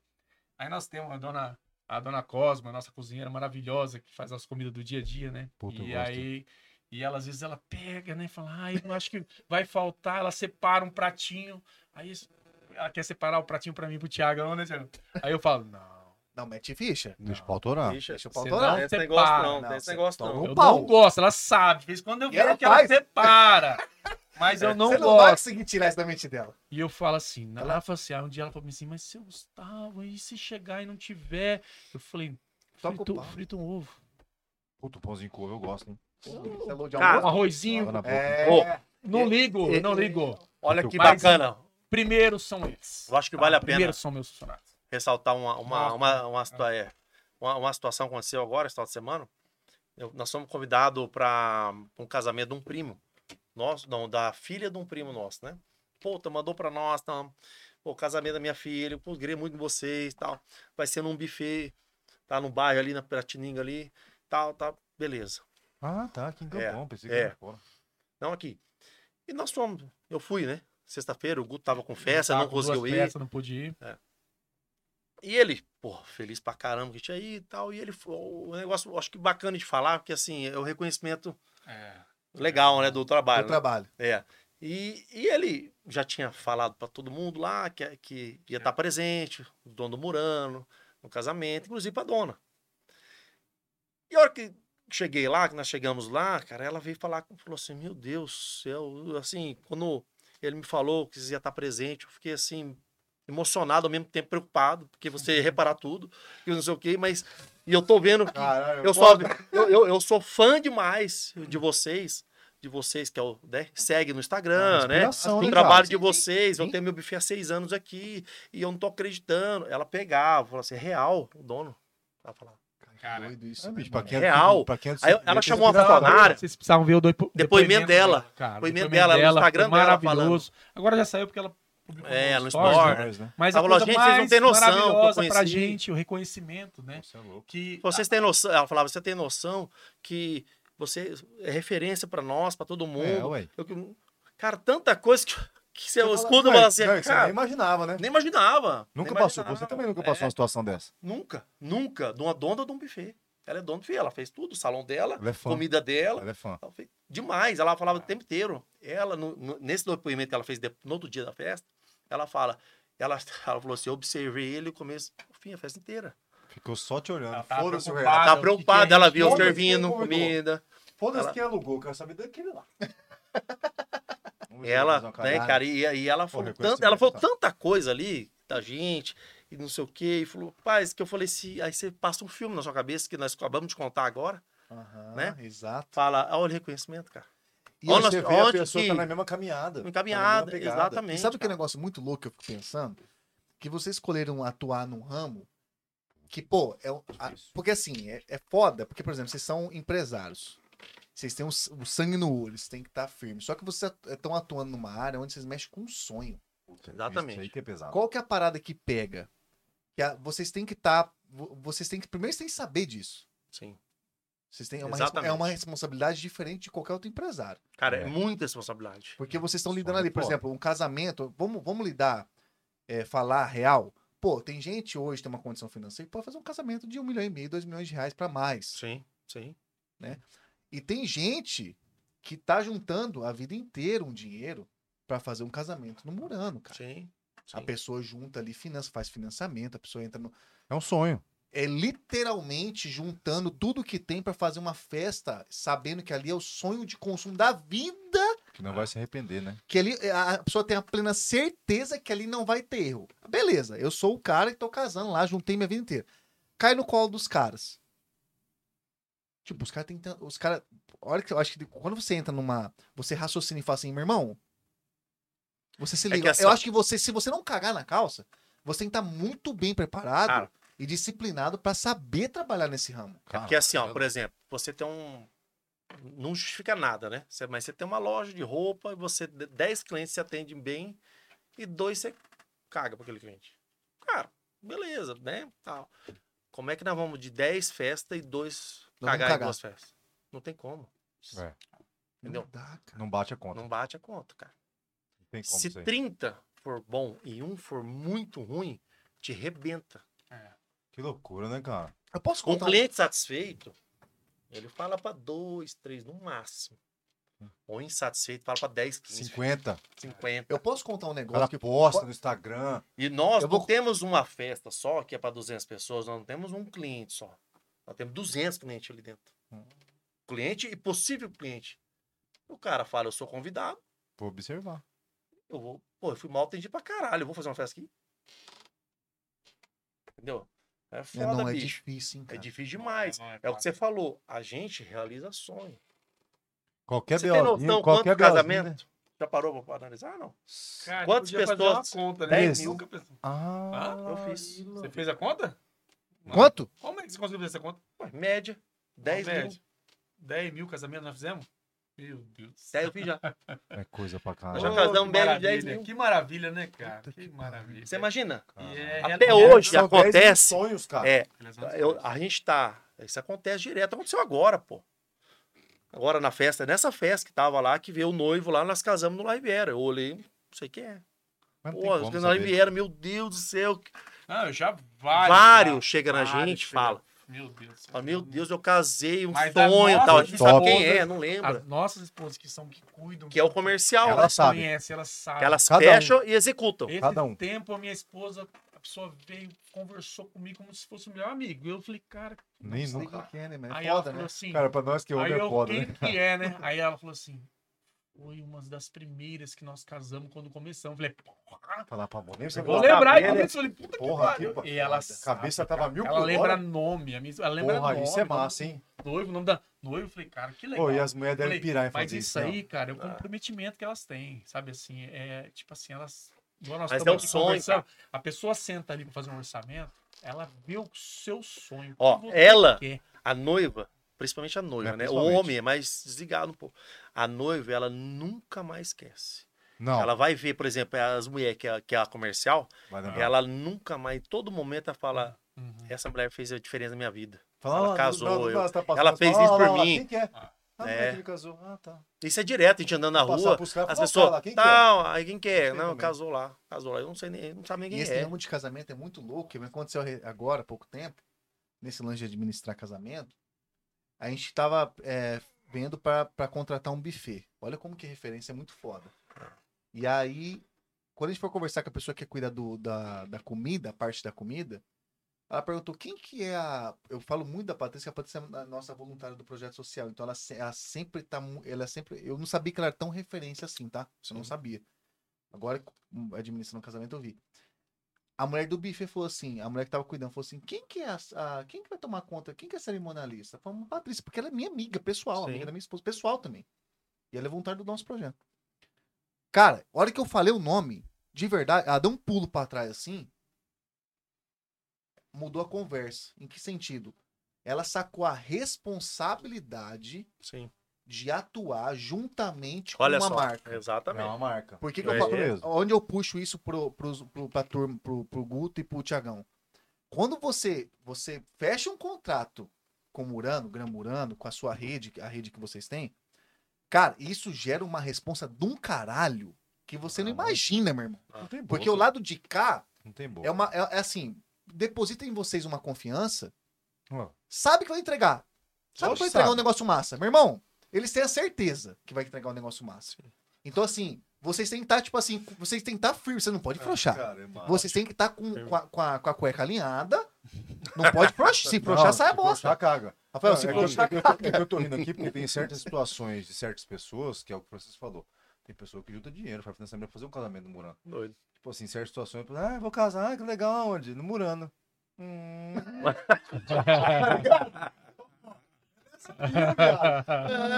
D: Aí nós temos a dona, a dona Cosma, nossa cozinheira maravilhosa, que faz as comidas do dia a dia, né?
A: Puta, eu
D: e
A: gosto.
D: aí. E ela, às vezes, ela pega, né? Fala, ah, eu acho que vai faltar. Ela separa um pratinho. Aí ela quer separar o pratinho pra mim e pro Thiagão, né, Thiago? Aí eu falo, não.
B: Não, mete ficha.
A: Deixa eu autorar.
C: Bicho,
B: Deixa eu
D: Você
B: pautar.
C: Não tem esse
D: Separa.
C: negócio não,
B: Não,
C: tem esse
B: você
C: negócio
B: toma
C: não.
B: um
D: Eu
B: pau.
D: não gosto, ela sabe. De vez em quando eu
B: E
D: vejo
B: ela
D: que ela
B: faz. É,
D: separa.
B: *laughs*
D: Mas eu não
B: Você não vai
D: gosto.
B: conseguir tirar isso da mente dela.
D: E eu falo assim,
B: Ela-
D: ela fala assim, ah, um dia ela falou assim, mas seu Gustavo, e se chegar e não tiver? Eu falei,
B: Toca o
D: frita,
B: pau.
D: frita um ovo.
A: Puta, o pãozinho com ovo eu gosto, hein?
B: Você é louco de
C: Cara,
B: almoço?
D: Um
A: Água
D: arrozinho.
A: na boca.
B: É.
C: Ô,
D: Não ligo,
C: é-
D: não ligo.
C: Olha que
D: Mas-
C: bacana.
D: Primeiro são eles.
C: Eu acho que vale a pena.
D: Primeiro são meus funcionários.
C: ressaltar uma, uma,
D: Nossa. Ah.
C: uma, uma, situa- é, uma, uma situação que aconteceu agora, esse final de semana. Eu- nós fomos convidados para um casamento de um primo. Nosso, não, da filha de um primo nosso, né? Puta, mandou pra nós, tá? Pô, casamento da minha filha, pô, queria muito em vocês tal. Vai ser num buffet, tá? No bairro ali, na Piratininga ali, tal, tal. Beleza.
A: Ah, tá, aqui em
C: É,
A: Campão, pensei que
C: é.
A: era fora.
C: Não, aqui. E nós fomos. Eu fui, né? Sexta-feira, o Guto tava com festa,
D: Tava
C: não
D: Tá, com duas
C: conseguiu ir.
D: festas, não pude ir.
C: E ele, pô, feliz pra caramba que tinha ido e tal. E ele, foi- o negócio, acho que bacana de falar, porque assim, é o reconhecimento
D: É.
C: legal, né, do trabalho.
B: Do
C: né?
B: trabalho.
C: É. E, e ele já tinha falado pra todo mundo lá que, que ia estar presente, o dono do Murano, no casamento, inclusive pra dona. E a hora que cheguei lá, que nós chegamos lá, cara, ela veio falar, com- falou assim, meu Deus do céu, assim, quando ele me falou que você ia estar presente, eu fiquei assim, emocionado, ao mesmo tempo preocupado, porque você ia reparar tudo, que eu não sei o quê, mas... E eu tô vendo que
B: Caralho,
C: eu sou, eu, eu, eu sou fã demais de vocês, de vocês que é o, né, segue no Instagram,
A: Ah,
C: né?
A: inspiração,
C: O
A: hein,
C: trabalho
A: cara?
C: de vocês, eu
B: sim.
C: tenho meu buffet há seis anos aqui e eu não tô acreditando. Ela pegava, falou assim, real, o dono. Ela falava.
D: Cara,
B: doido isso.
A: É,
B: né,
A: bicho, pra
B: mano?
A: quem é-
C: Real.
A: pra quem é do
C: Aí
A: sul,
C: ela
A: deve ter
C: chamou né? uma
A: inspirado.
C: funcionária.
D: Vocês precisavam ver o doi-
C: Depoimento dela.
D: Cara,
C: Depoimento dela no
D: foi
C: Instagram dela,
D: Maravilhoso. Agora já saiu porque ela publicou
C: É, no
D: stories,
C: Stories,
D: né?
A: Mas, né?
D: Mas a
C: Ela falou,
D: coisa
C: "Gente, vocês não
D: mais
C: têm noção que eu
D: maravilhosa pra
C: conheci."
D: gente, o reconhecimento, né?
A: Nossa, é louco.
D: Que
C: Vocês têm noção, ela falava, você tem noção que você é referência pra nós, pra todo
A: É,
C: mundo.
A: ué.
C: Eu- cara, tanta coisa que, *laughs* que
A: Você
C: você,
A: fala-
C: escuta e
A: Ué,
C: fala assim,
A: não, isso eu
C: cara,
A: nem imaginava, né?
C: nem imaginava.
A: Nunca
C: nem
A: passou.
C: imaginava.
A: Você também nunca passou
C: É.
A: uma situação dessa.
C: Nunca, nunca. De uma dona de um buffet. Ela é dona do buffet, ela fez tudo, o salão dela,
A: Ela é fã.
C: comida dela.
A: Ela é fã.
C: Ela fez demais, ela falava o tempo inteiro. Ela, no- no- nesse depoimento que ela fez de- no outro dia da festa, ela fala, ela, *laughs* ela falou assim, eu observei ele o começo, o fim, a festa inteira.
A: Ficou só te olhando.
D: Ela tá
A: Foda-se o resto.
C: Ela
D: preocupada. Ah,
C: tá
D: não, que que
C: preocupada,
D: é
C: ela
D: isso?
C: viu eu
A: Foda-se
C: servindo
A: quem convidou.
C: comida.
A: Foda-se
C: Ela-
A: quem alugou, quero saber daquele
C: *laughs*
A: lá. Vamos ver,
C: Ela,
A: fazer uma
C: né,
A: caralho.
C: cara, e, e ela falou,
A: reconhecimento,
C: tanto, ela falou
A: tá.
C: tanta coisa ali da gente, e não sei o quê, e falou, paz, que eu falei assim, aí você passa um filme na sua cabeça que nós acabamos de contar agora,
B: Aham,
C: né?
B: Exato.
C: fala, olha o reconhecimento, cara.
A: E aí
C: Olha
A: você
C: só,
A: vê a
C: onde
A: pessoa
C: que-
A: tá na mesma caminhada.
C: Uma
A: tá na mesma
C: encaminhada,
A: pegada.
C: exatamente.
B: E sabe que
C: cara.
B: negócio muito louco que eu fico pensando? Que vocês escolheram atuar num ramo que, pô, é. o- a- porque assim, é, é foda, porque, por exemplo, vocês são empresários. Vocês têm o, s- o sangue no olho, vocês têm que estar firme. Só que vocês estão atuando numa área onde vocês mexem com um sonho.
C: Exatamente.
A: Isso aí que é pesado.
B: Qual que é a parada que pega? Que a- vocês têm que estar. vocês têm que. Primeiro vocês têm que saber disso.
C: Sim.
B: Vocês têm, é, uma, respo- é
C: Exatamente.
B: uma responsabilidade diferente de qualquer outro empresário.
C: Cara, é,
A: É.
C: muita responsabilidade.
B: Porque vocês estão
A: Sonho
B: lidando ali, por
A: foda.
B: exemplo, um casamento. Vamos, vamos lidar, é, falar real. Pô, tem gente hoje que tem uma condição financeira que pode fazer um casamento de um milhão e meio, dois milhões de reais pra mais.
C: Sim, sim.
B: E tem gente que tá juntando a vida inteira um dinheiro pra fazer um casamento no Murano, cara.
C: Sim.
B: A pessoa junta ali, finança, faz financiamento, a pessoa entra no.
A: É um sonho.
B: É literalmente juntando tudo que tem pra fazer uma festa, sabendo que ali é o sonho de consumo da vida
A: Que não vai se arrepender, né?
B: que ali é, a a pessoa tem a plena certeza que ali não vai ter erro. Beleza, eu sou o cara e tô casando lá, juntei minha vida inteira. Cai no colo dos caras. Tipo, os caras tentam. Os caras. a hora que eu acho que quando você entra numa. Você raciocina e fala assim, meu irmão. Você se
C: É que
B: liga.
C: essa-
B: Eu acho que você, se você não cagar na calça, você tem que estar muito bem preparado
C: Cara.
B: e disciplinado pra saber trabalhar nesse ramo.
C: É porque assim, ó, por exemplo, você tem um. Não justifica nada, né? Você- Mas você tem uma loja de roupa e você. 10 clientes se atendem bem e dois você caga para aquele cliente. Cara, beleza, né? Tal. Como é que nós vamos de 10 festas e dois
B: Nós vamos
C: cagar,
B: cagar.
C: em duas festas? Não tem como.
A: É.
C: Entendeu?
B: Não dá, cara.
A: Não bate a conta.
C: Não bate a conta, cara.
A: Não tem como
C: Se
A: isso aí.
C: 30 for bom e um for muito ruim, te rebenta.
A: Que loucura, né, cara?
B: Eu posso
C: Com o
B: contar. um-
C: cliente satisfeito, ele fala pra dois, três no máximo. Ou insatisfeito, fala pra 10, 15,
A: 50.
C: 50.
B: Eu posso contar um
A: O
B: negócio
A: cara
B: que
A: posta no Instagram.
C: E nós
B: Eu
C: não
B: vou-
C: temos uma festa só, que é pra 200 pessoas, nós não temos um cliente só. Nós temos 200 clientes ali dentro.
B: Hum.
C: Cliente e possível cliente. O cara fala, eu sou convidado,
A: Vou observar.
C: eu vou... Pô, eu fui mal atendido pra caralho, eu vou fazer uma festa aqui. Entendeu? É
B: É,
C: foda,
B: não, é
C: bicho.
B: difícil, hein,
C: É
B: cara.
C: difícil demais.
D: Não, não é
C: É o que você
D: fácil.
C: falou, a gente realiza sonho.
A: Qualquer
C: Você tem
A: BOzinho,
C: noção quanto
A: qualquer BOzinho, né?
C: casamento? Já parou pra analisar, não?
D: Cara,
C: Quantas
D: podia fazer
C: pessoas?
D: uma conta, né?
A: 10
D: Eu
A: mil.
D: nunca pensei.
A: Ah,
C: Eu fiz.
D: Você fez a conta?
B: Quanto?
D: Como é que você conseguiu fazer essa conta?
C: Ué, média, 10 mil.
D: média. 10 mil casamentos nós fizemos? Meu Deus do céu.
C: Até eu fiz já.
A: É coisa pra
C: Nós
A: caralho.
C: já
D: Ô,
C: casamos
D: que
C: bem de 10
D: maravilha,
C: mil.
D: Que maravilha, né, cara? Que maravilha.
C: Você imagina?
D: E
A: Caralho.
D: é
C: Até
D: realidade,
C: hoje
A: São dez
C: acontece.
A: sonhos, cara.
C: É,
D: elas vão
C: eu- a gente tá. Isso acontece direto. Aconteceu agora, pô. Agora na festa, nessa festa que tava lá, que veio o noivo lá, nós casamos no Laiviera. Eu olhei, não sei quem é.
A: Mas não tem
C: Pô, as
A: como
C: coisas na
A: saber.
C: Laiviera, meu Deus do céu.
D: Não, eu já
C: Vários,
D: vários. cara.
C: chega na
D: Vários
C: gente,
D: chega-
C: fala.
D: Meu Deus. do céu.
C: Fala, meu Deus, eu casei, um
D: Mas a
C: sonho e tal. A
D: nossa
C: gente não sabe
A: esposa-
C: quem é, não lembra.
D: As nossas esposas que são que cuidam.
C: Que é o comercial.
A: Ela
C: né?
D: Elas
A: sabe.
D: conhecem, elas sabem.
C: Elas
A: Cada um.
C: fecham e executam.
D: Esse
A: Cada um.
D: tempo a minha esposa, a pessoa veio, conversou comigo como se fosse o meu amigo. Eu falei, cara.
A: Nem
B: Sei
A: nunca.
B: que é, né, mano?
D: aí
B: É
D: ela
B: foda,
D: falou
B: né?
D: assim.
A: Cara, pra nós que
D: aí
A: ouve é
D: eu,
A: foda,
D: quem
A: né?
D: que é, né? Aí ela falou assim. Foi uma das primeiras que nós casamos quando começamos. Eu falei, porra,
A: Falar pra mulher, você
D: vou
A: vai lá,
D: lembrar. E
A: né?
D: começou, eu falei, puta
A: Porra,
D: que
A: que
D: pariu. E ela
A: A
D: sabe,
A: cabeça tava mil
D: Ela
A: por
D: lembra
A: hora.
D: nome, a minha, ela lembra
A: Porra,
D: nome.
A: isso é
D: nome
A: massa, hein?
D: do Noivo, nome da noivo, eu falei, cara, que legal.
A: Pô, e as mulheres devem
D: Falei,
A: pirar em
D: Mas
A: fazer
D: isso
A: né?
D: aí, cara, é o
C: Ah.
D: comprometimento que elas têm, sabe assim? É tipo assim, elas. Igual nós
C: Mas
D: estamos
C: é um
D: aqui
C: sonho,
D: conversando, A pessoa senta ali pra fazer um orçamento, ela vê o seu sonho. o
C: Ó,
D: que você
C: ela-
D: quer.
C: A noiva, principalmente a noiva,
A: É,
C: né? O
A: principalmente.
C: homem é mais desligado um pouco. A noiva, ela nunca mais esquece.
A: Não,
C: Ela vai ver, por exemplo, as mulheres que é, que é a comercial,
A: vai lembrar.
C: ela nunca mais, em todo momento, ela fala:
D: Uhum.
C: essa mulher fez a diferença na minha vida.
A: Fala,
C: ela
A: "Ah,
C: casou,
A: não, não,
C: eu-
A: você tá passando,
C: ela
A: você
C: fez
A: fala,
C: isso
A: "Ah,
C: por
A: lá, lá,
C: mim."
A: Quem que é? Ah, não,
C: É.
A: ele casou. Ah, tá.
C: Isso é direto, a gente andando na
A: Vou
C: rua,
A: passar pros caras,
C: as
A: falar,
C: pessoas.
A: "Cara, quem que é?"
C: Não, aí quem que
A: Não
C: é?
A: sei
C: Não,
A: também.
C: casou lá, casou lá. Eu não sei nem, não sabe nem
B: E
C: quem
B: esse
A: um,
C: é.
B: ramo de casamento é muito louco, que aconteceu re- agora, há pouco tempo, nesse lance de administrar casamento, a gente tava é, vendo pra pra contratar um buffet. Olha como que referência é muito foda. E aí, quando a gente foi conversar com a pessoa que cuida do, da, da comida, a parte da comida, ela perguntou quem que é a. Eu falo muito da Patrícia, que a Patrícia é a nossa voluntária do projeto social. Então ela, se- ela sempre tá. mu- Ela sempre. Eu não sabia que ela era tão referência assim, tá? Isso eu não sabia. Agora, hum, administrando o casamento, eu vi. A mulher do buffet falou assim, a mulher que tava cuidando falou assim, quem que é a, a- quem que vai tomar conta? Quem que é a cerimonialista? Falou, Patrícia, porque ela é minha amiga pessoal,
C: Sim.
B: amiga da minha esposa, pessoal também. E ela é voluntária do nosso projeto. Cara, a hora que eu falei o nome, de verdade, ela deu um pulo pra trás assim. Mudou a conversa. Em que sentido? Ela sacou a responsabilidade
C: Sim.
B: de atuar juntamente com
C: Olha
B: uma
C: só.
B: marca.
A: É
C: Exatamente.
A: uma marca.
B: Por que, que
A: É
B: eu falo?
A: mesmo.
B: Onde eu puxo isso pro, pros- pro, pra turma, pro, pro Guto e pro Tiagão? Quando você, você fecha um contrato com o Murano, Gran Murano, com a sua rede, a rede que vocês têm, cara, isso gera uma responsa de um caralho que você não
A: Ah.
B: imagina, meu irmão.
A: Não tem boca.
B: Porque o lado de cá
A: Não tem boca.
B: é uma. É, é assim, deposita em vocês uma confiança,
A: Ó,
B: sabe que vai entregar. Sabe que vai
A: Lógico
B: entregar
A: sabe.
B: um negócio massa. Meu irmão, eles têm a certeza que vai entregar um negócio massa. Então, assim, vocês têm que estar, tipo assim, vocês têm que estar firme, você não pode frouxar.
A: cara, é massa.
B: vocês têm que estar com, com, a, com, a, com a cueca alinhada. Não pode frouxar. Se frouxar,
A: *laughs* Não,
B: sai a
A: se
B: bosta.
A: frouxar, caga.
B: Rafael,
A: Não,
B: se
A: é que eu-
B: frouxar,
A: é que eu, tô- é que eu tô rindo aqui porque tem certas situações de certas pessoas, que é o que vocês falou. Tem pessoa que junta dinheiro, faz financiamento pra fazer um casamento no Murano.
C: Doido.
A: Tipo assim, certas situações, ah, vou casar, ah, que legal, onde? No Murano. Hum,
B: Ah,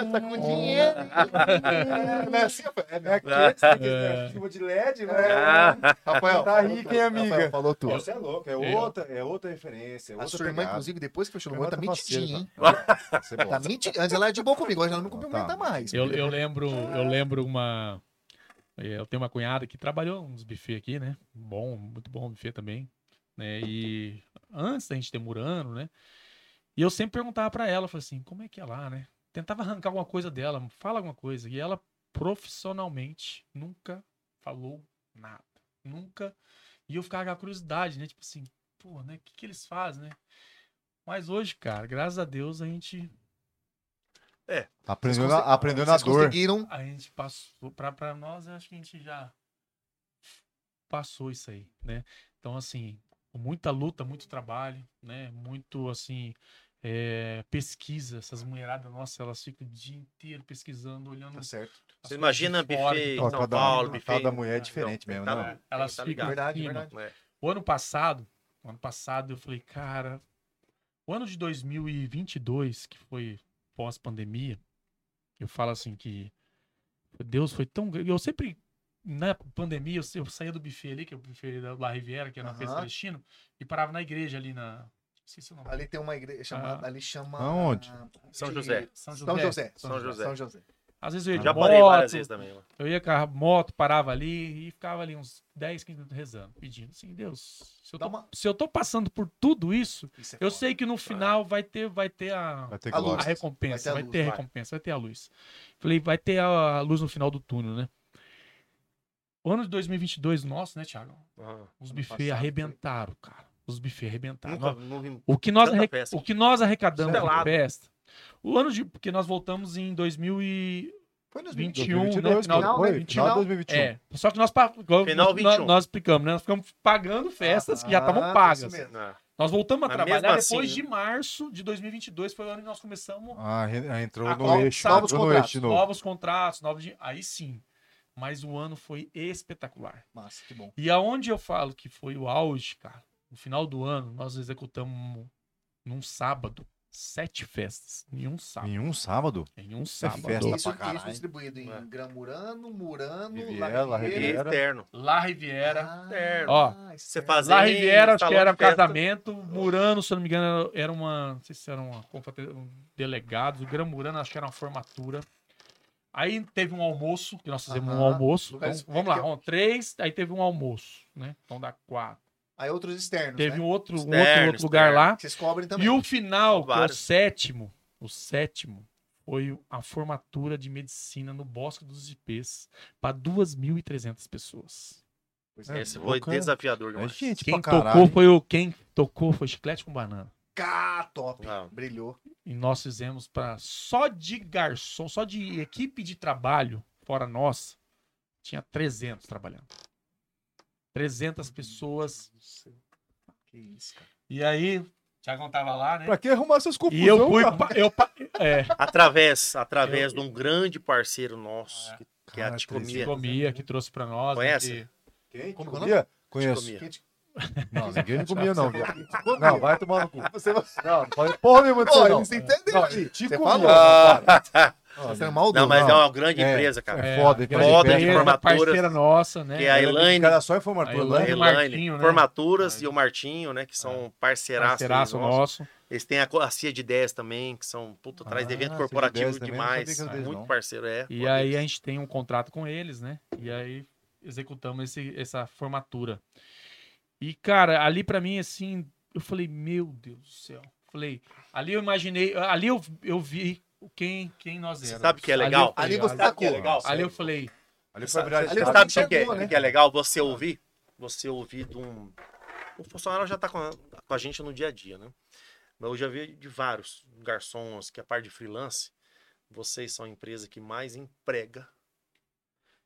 B: tá com dinheiro. *laughs*
A: é, né? Assim, é, é aqui,
C: Ah.
A: você tem que ter chuva de LED,
C: *laughs*
A: né?
C: Ah,
B: Rafael,
A: Tá rica, hein, amiga?
B: Rafael, falou
A: Pô,
B: tudo.
A: Você é louco, é
D: Eu.
A: outra, é outra referência. É
B: A
A: outra
B: sua irmã,
A: pegada.
B: inclusive, depois que fechou o
A: Minha
B: olho,
A: irmã
B: tá
A: tá faceira,
B: mentidinha, hein?
C: né?
A: Você é bom.
B: Tá mentindo. Antes ela era de boa comigo, hoje ela não me cumprimenta
A: Tá.
B: mais.
D: Eu, eu lembro, eu lembro uma. eh, Eu tenho uma cunhada que trabalhou uns buffet aqui, né? Bom, muito bom buffet também. Né? E antes da gente ter Murano, né? E eu sempre perguntava pra ela, eu falei assim, como é que é lá, né? Tentava arrancar alguma coisa dela, fala alguma coisa. E ela profissionalmente nunca falou nada. Nunca. E eu ficava com a curiosidade, né? Tipo assim, pô, né? O que, que eles fazem, né? Mas hoje, cara, graças a Deus a gente
A: Aprendeu,
B: Vocês
A: na,
B: consegui-
A: aprendeu na
B: Vocês
A: dor.
B: conseguiram.
D: a gente passou pra pra nós eu acho que a gente já passou isso aí né então assim com muita luta muito trabalho né muito assim é, pesquisa essas mulheradas nossa elas ficam o dia inteiro pesquisando olhando
B: Tá certo.
D: as
C: você
D: coisas
C: imagina
D: de fora.
C: buffet em
A: Ó,
C: São
A: cada- um-
C: Paulo,
A: cada
C: buffet. em-
A: mulher é diferente
C: Não,
A: mesmo,
C: tá-
A: não?
C: tem que
D: Elas
C: tá
D: ficam-
C: ligado.
B: Verdade,
D: Sim,
B: verdade.
C: É.
D: o ano passado o ano passado eu falei cara o ano de 2022 que foi pós pandemia eu falo assim que Deus foi tão grande. Eu sempre, na pandemia, eu, eu saía do buffet ali, que é o buffet da La Riviera, que é na
B: Aham.
D: Pedro Celestino, e parava na igreja ali na. Esqueci o nome.
B: Ali tem uma igreja chamada.
D: Ah.
B: Ali chama.
A: Aonde?
B: de-
C: São José.
D: São José.
B: São José.
C: São José.
B: São José.
D: Às vezes eu ia de
C: Já parei várias
D: moto,
C: vezes também, mano.
D: Eu ia com a moto, parava ali e ficava ali uns 10, 15 minutos rezando, pedindo assim, Deus, se eu,
B: Dá
D: tô,
B: uma-
D: se eu tô passando por tudo isso,
B: Isso é
D: eu
B: foda.
D: sei que no final vai ter, vai ter a,
A: Vai ter
B: A luz.
D: a
A: glória.
D: recompensa,
B: Vai ter
D: vai
B: a
D: ter
C: luz,
D: a
C: vai.
D: recompensa, vai ter a luz. Falei, vai ter a luz no final do túnel, né? O ano de 2022 nosso, né, Thiago?
C: Ah,
D: Os
B: Ano
D: buffets
B: passado
D: arrebentaram, cara. Os buffets
A: Tá,
D: arrebentaram.
C: nunca, não vi
D: O que nós,
C: Tanta
D: arre-
C: festa.
D: o que nós arrecadamos na
C: Selado.
D: festa. O ano de. Porque nós voltamos em 2000 e...
B: Foi em
D: 20.
B: 2021.
D: 21, né? Final-
A: um, Final, foi?
B: né?
A: final de 2021.
D: É. Só que nós. pa- igual
C: Final
D: nós,
C: 21.
D: nós explicamos, né? Nós ficamos pagando festas que já estavam
B: Ah,
D: pagas.
B: isso mesmo.
C: Ah,
D: Nós voltamos a
C: Mas
D: trabalhar
C: mesmo assim,
D: depois
C: né?
D: de março de 2022. Foi o ano que nós começamos
A: Ah, re- entrou
D: Ah,
A: no
D: novos-
A: eixo.
B: novos
A: Entrou no
B: contratos,
A: eixo de novo.
D: novos contratos, novos. di- Aí sim. Mas o ano foi espetacular.
B: Massa, que bom.
D: E aonde eu falo que foi o auge, cara, no final do ano, nós executamos num sábado sete festas. Em um sábado.
A: Em um sábado?
D: Em um
A: é
D: sábado.
A: festa. Tá
B: isso,
A: pra caralho.
B: isso distribuído em
C: É.
B: Gramurano, Murano, Ah,
A: Riviera, La
C: e
A: Riviera.
C: externo.
D: La Riviera.
C: externo.
D: Ó,
C: Você
B: faz
C: fazia
D: La Riviera,
C: em
D: acho que
C: salão
D: era um
C: de festa.
D: casamento. Murano, se eu não me engano, era era uma. Não sei se era uma confrater- um delegado. O Gran Murano, acho que era uma formatura. Aí teve um almoço, que nós fizemos um
B: Aham.
D: almoço.
B: Lugar-
D: Então, vamos lá, um, três, aí teve um almoço, né? Então dá quatro.
B: Aí outros externos,
D: Teve
B: né?
D: um outro, um outro,
C: Externo,
D: outro lugar
C: externo.
D: lá.
B: Que Vocês cobrem também.
D: E o final, que é o
C: Vários.
D: sétimo, o sétimo foi a formatura de medicina no Bosque dos Ipês para 2.300 pessoas.
B: Pois é.
C: Esse foi
A: Louca. É
C: desafiador demais.
A: gente
D: Quem
A: pra
D: tocou
A: caralho.
D: foi o quem tocou foi chiclete com banana.
B: Cá, top.
C: Não.
B: Brilhou.
D: E nós fizemos para só de garçom, só de equipe de trabalho fora nossa, tinha 300 trabalhando. 300 pessoas.
B: Que isso, cara.
D: E aí, Tiagão tava lá, né?
A: Pra que arrumar essas confusões?
D: E eu fui,
A: cara?
D: pa- eu, pa- é,
C: Através, através de um grande parceiro nosso, que, que é
D: Ah,
C: a
A: Cara,
C: Ticomia.
D: comia que trouxe para nós, né,
C: Conhece?
D: que-
A: Quem?
B: Como que tipo, é o
A: comia? Conheço.
C: Ticomia.
B: Quem te-
A: Não, ninguém não comia, não. viado.
B: Comia.
A: Não, vai tomar no cu.
B: Você vai...
A: Não, não pode porra nenhuma disso,
B: Pô,
A: não.
B: eles entenderam
A: Não,
B: aí.
A: e te
B: Você
A: comia,
B: falou.
A: não, para.
B: Você tá sendo
C: Não,
B: maldoso.
C: mas
A: Não.
C: é uma grande
A: É,
C: empresa, cara.
A: é. foda,
D: grande
A: foda,
D: empresa,
C: informaturas.
D: parceira nossa, né?
C: Que é a
A: Ela
C: Elaine,
A: Era só informatura.
D: A
B: É.
A: Elaine.
D: Elaine.
C: Elaine,
D: Martinho, né? É.
C: Formaturas e o Martinho, né? Que são parceiraços. aí
D: parceiraço
C: nossos.
D: nosso.
C: Eles têm a, co- a CIA de 10 também, que são, puta, atrás de
A: Ah,
C: evento
A: CIA de 10
C: corporativo
A: também, não
C: demais.
A: sabia que era deles,
C: Muito
A: não.
C: parceiro, é.
D: E
C: foda
D: aí
C: eles.
D: a gente tem um contrato com eles, né? E aí executamos esse, essa formatura. E, cara, ali pra mim, assim, eu falei, meu Deus do céu. Falei, ali eu imaginei, ali eu, eu vi quem, quem nós
C: Você
D: éramos.
C: sabe o que é
D: eu
C: legal?
D: falei,
B: Ali você
D: ali,
B: tá com.
C: legal?
D: ali eu falei,
A: Ali foi virar
B: Ali
C: Você
A: estátua.
B: tá-
C: sabe o que, é-
B: Chegou, né?
C: que é legal? Você ouvir, você ouvir de um. O funcionário já tá com a, com a gente no dia a dia, né? Mas eu já vi de vários garçons que a parte de freelance, vocês são a empresa que mais emprega,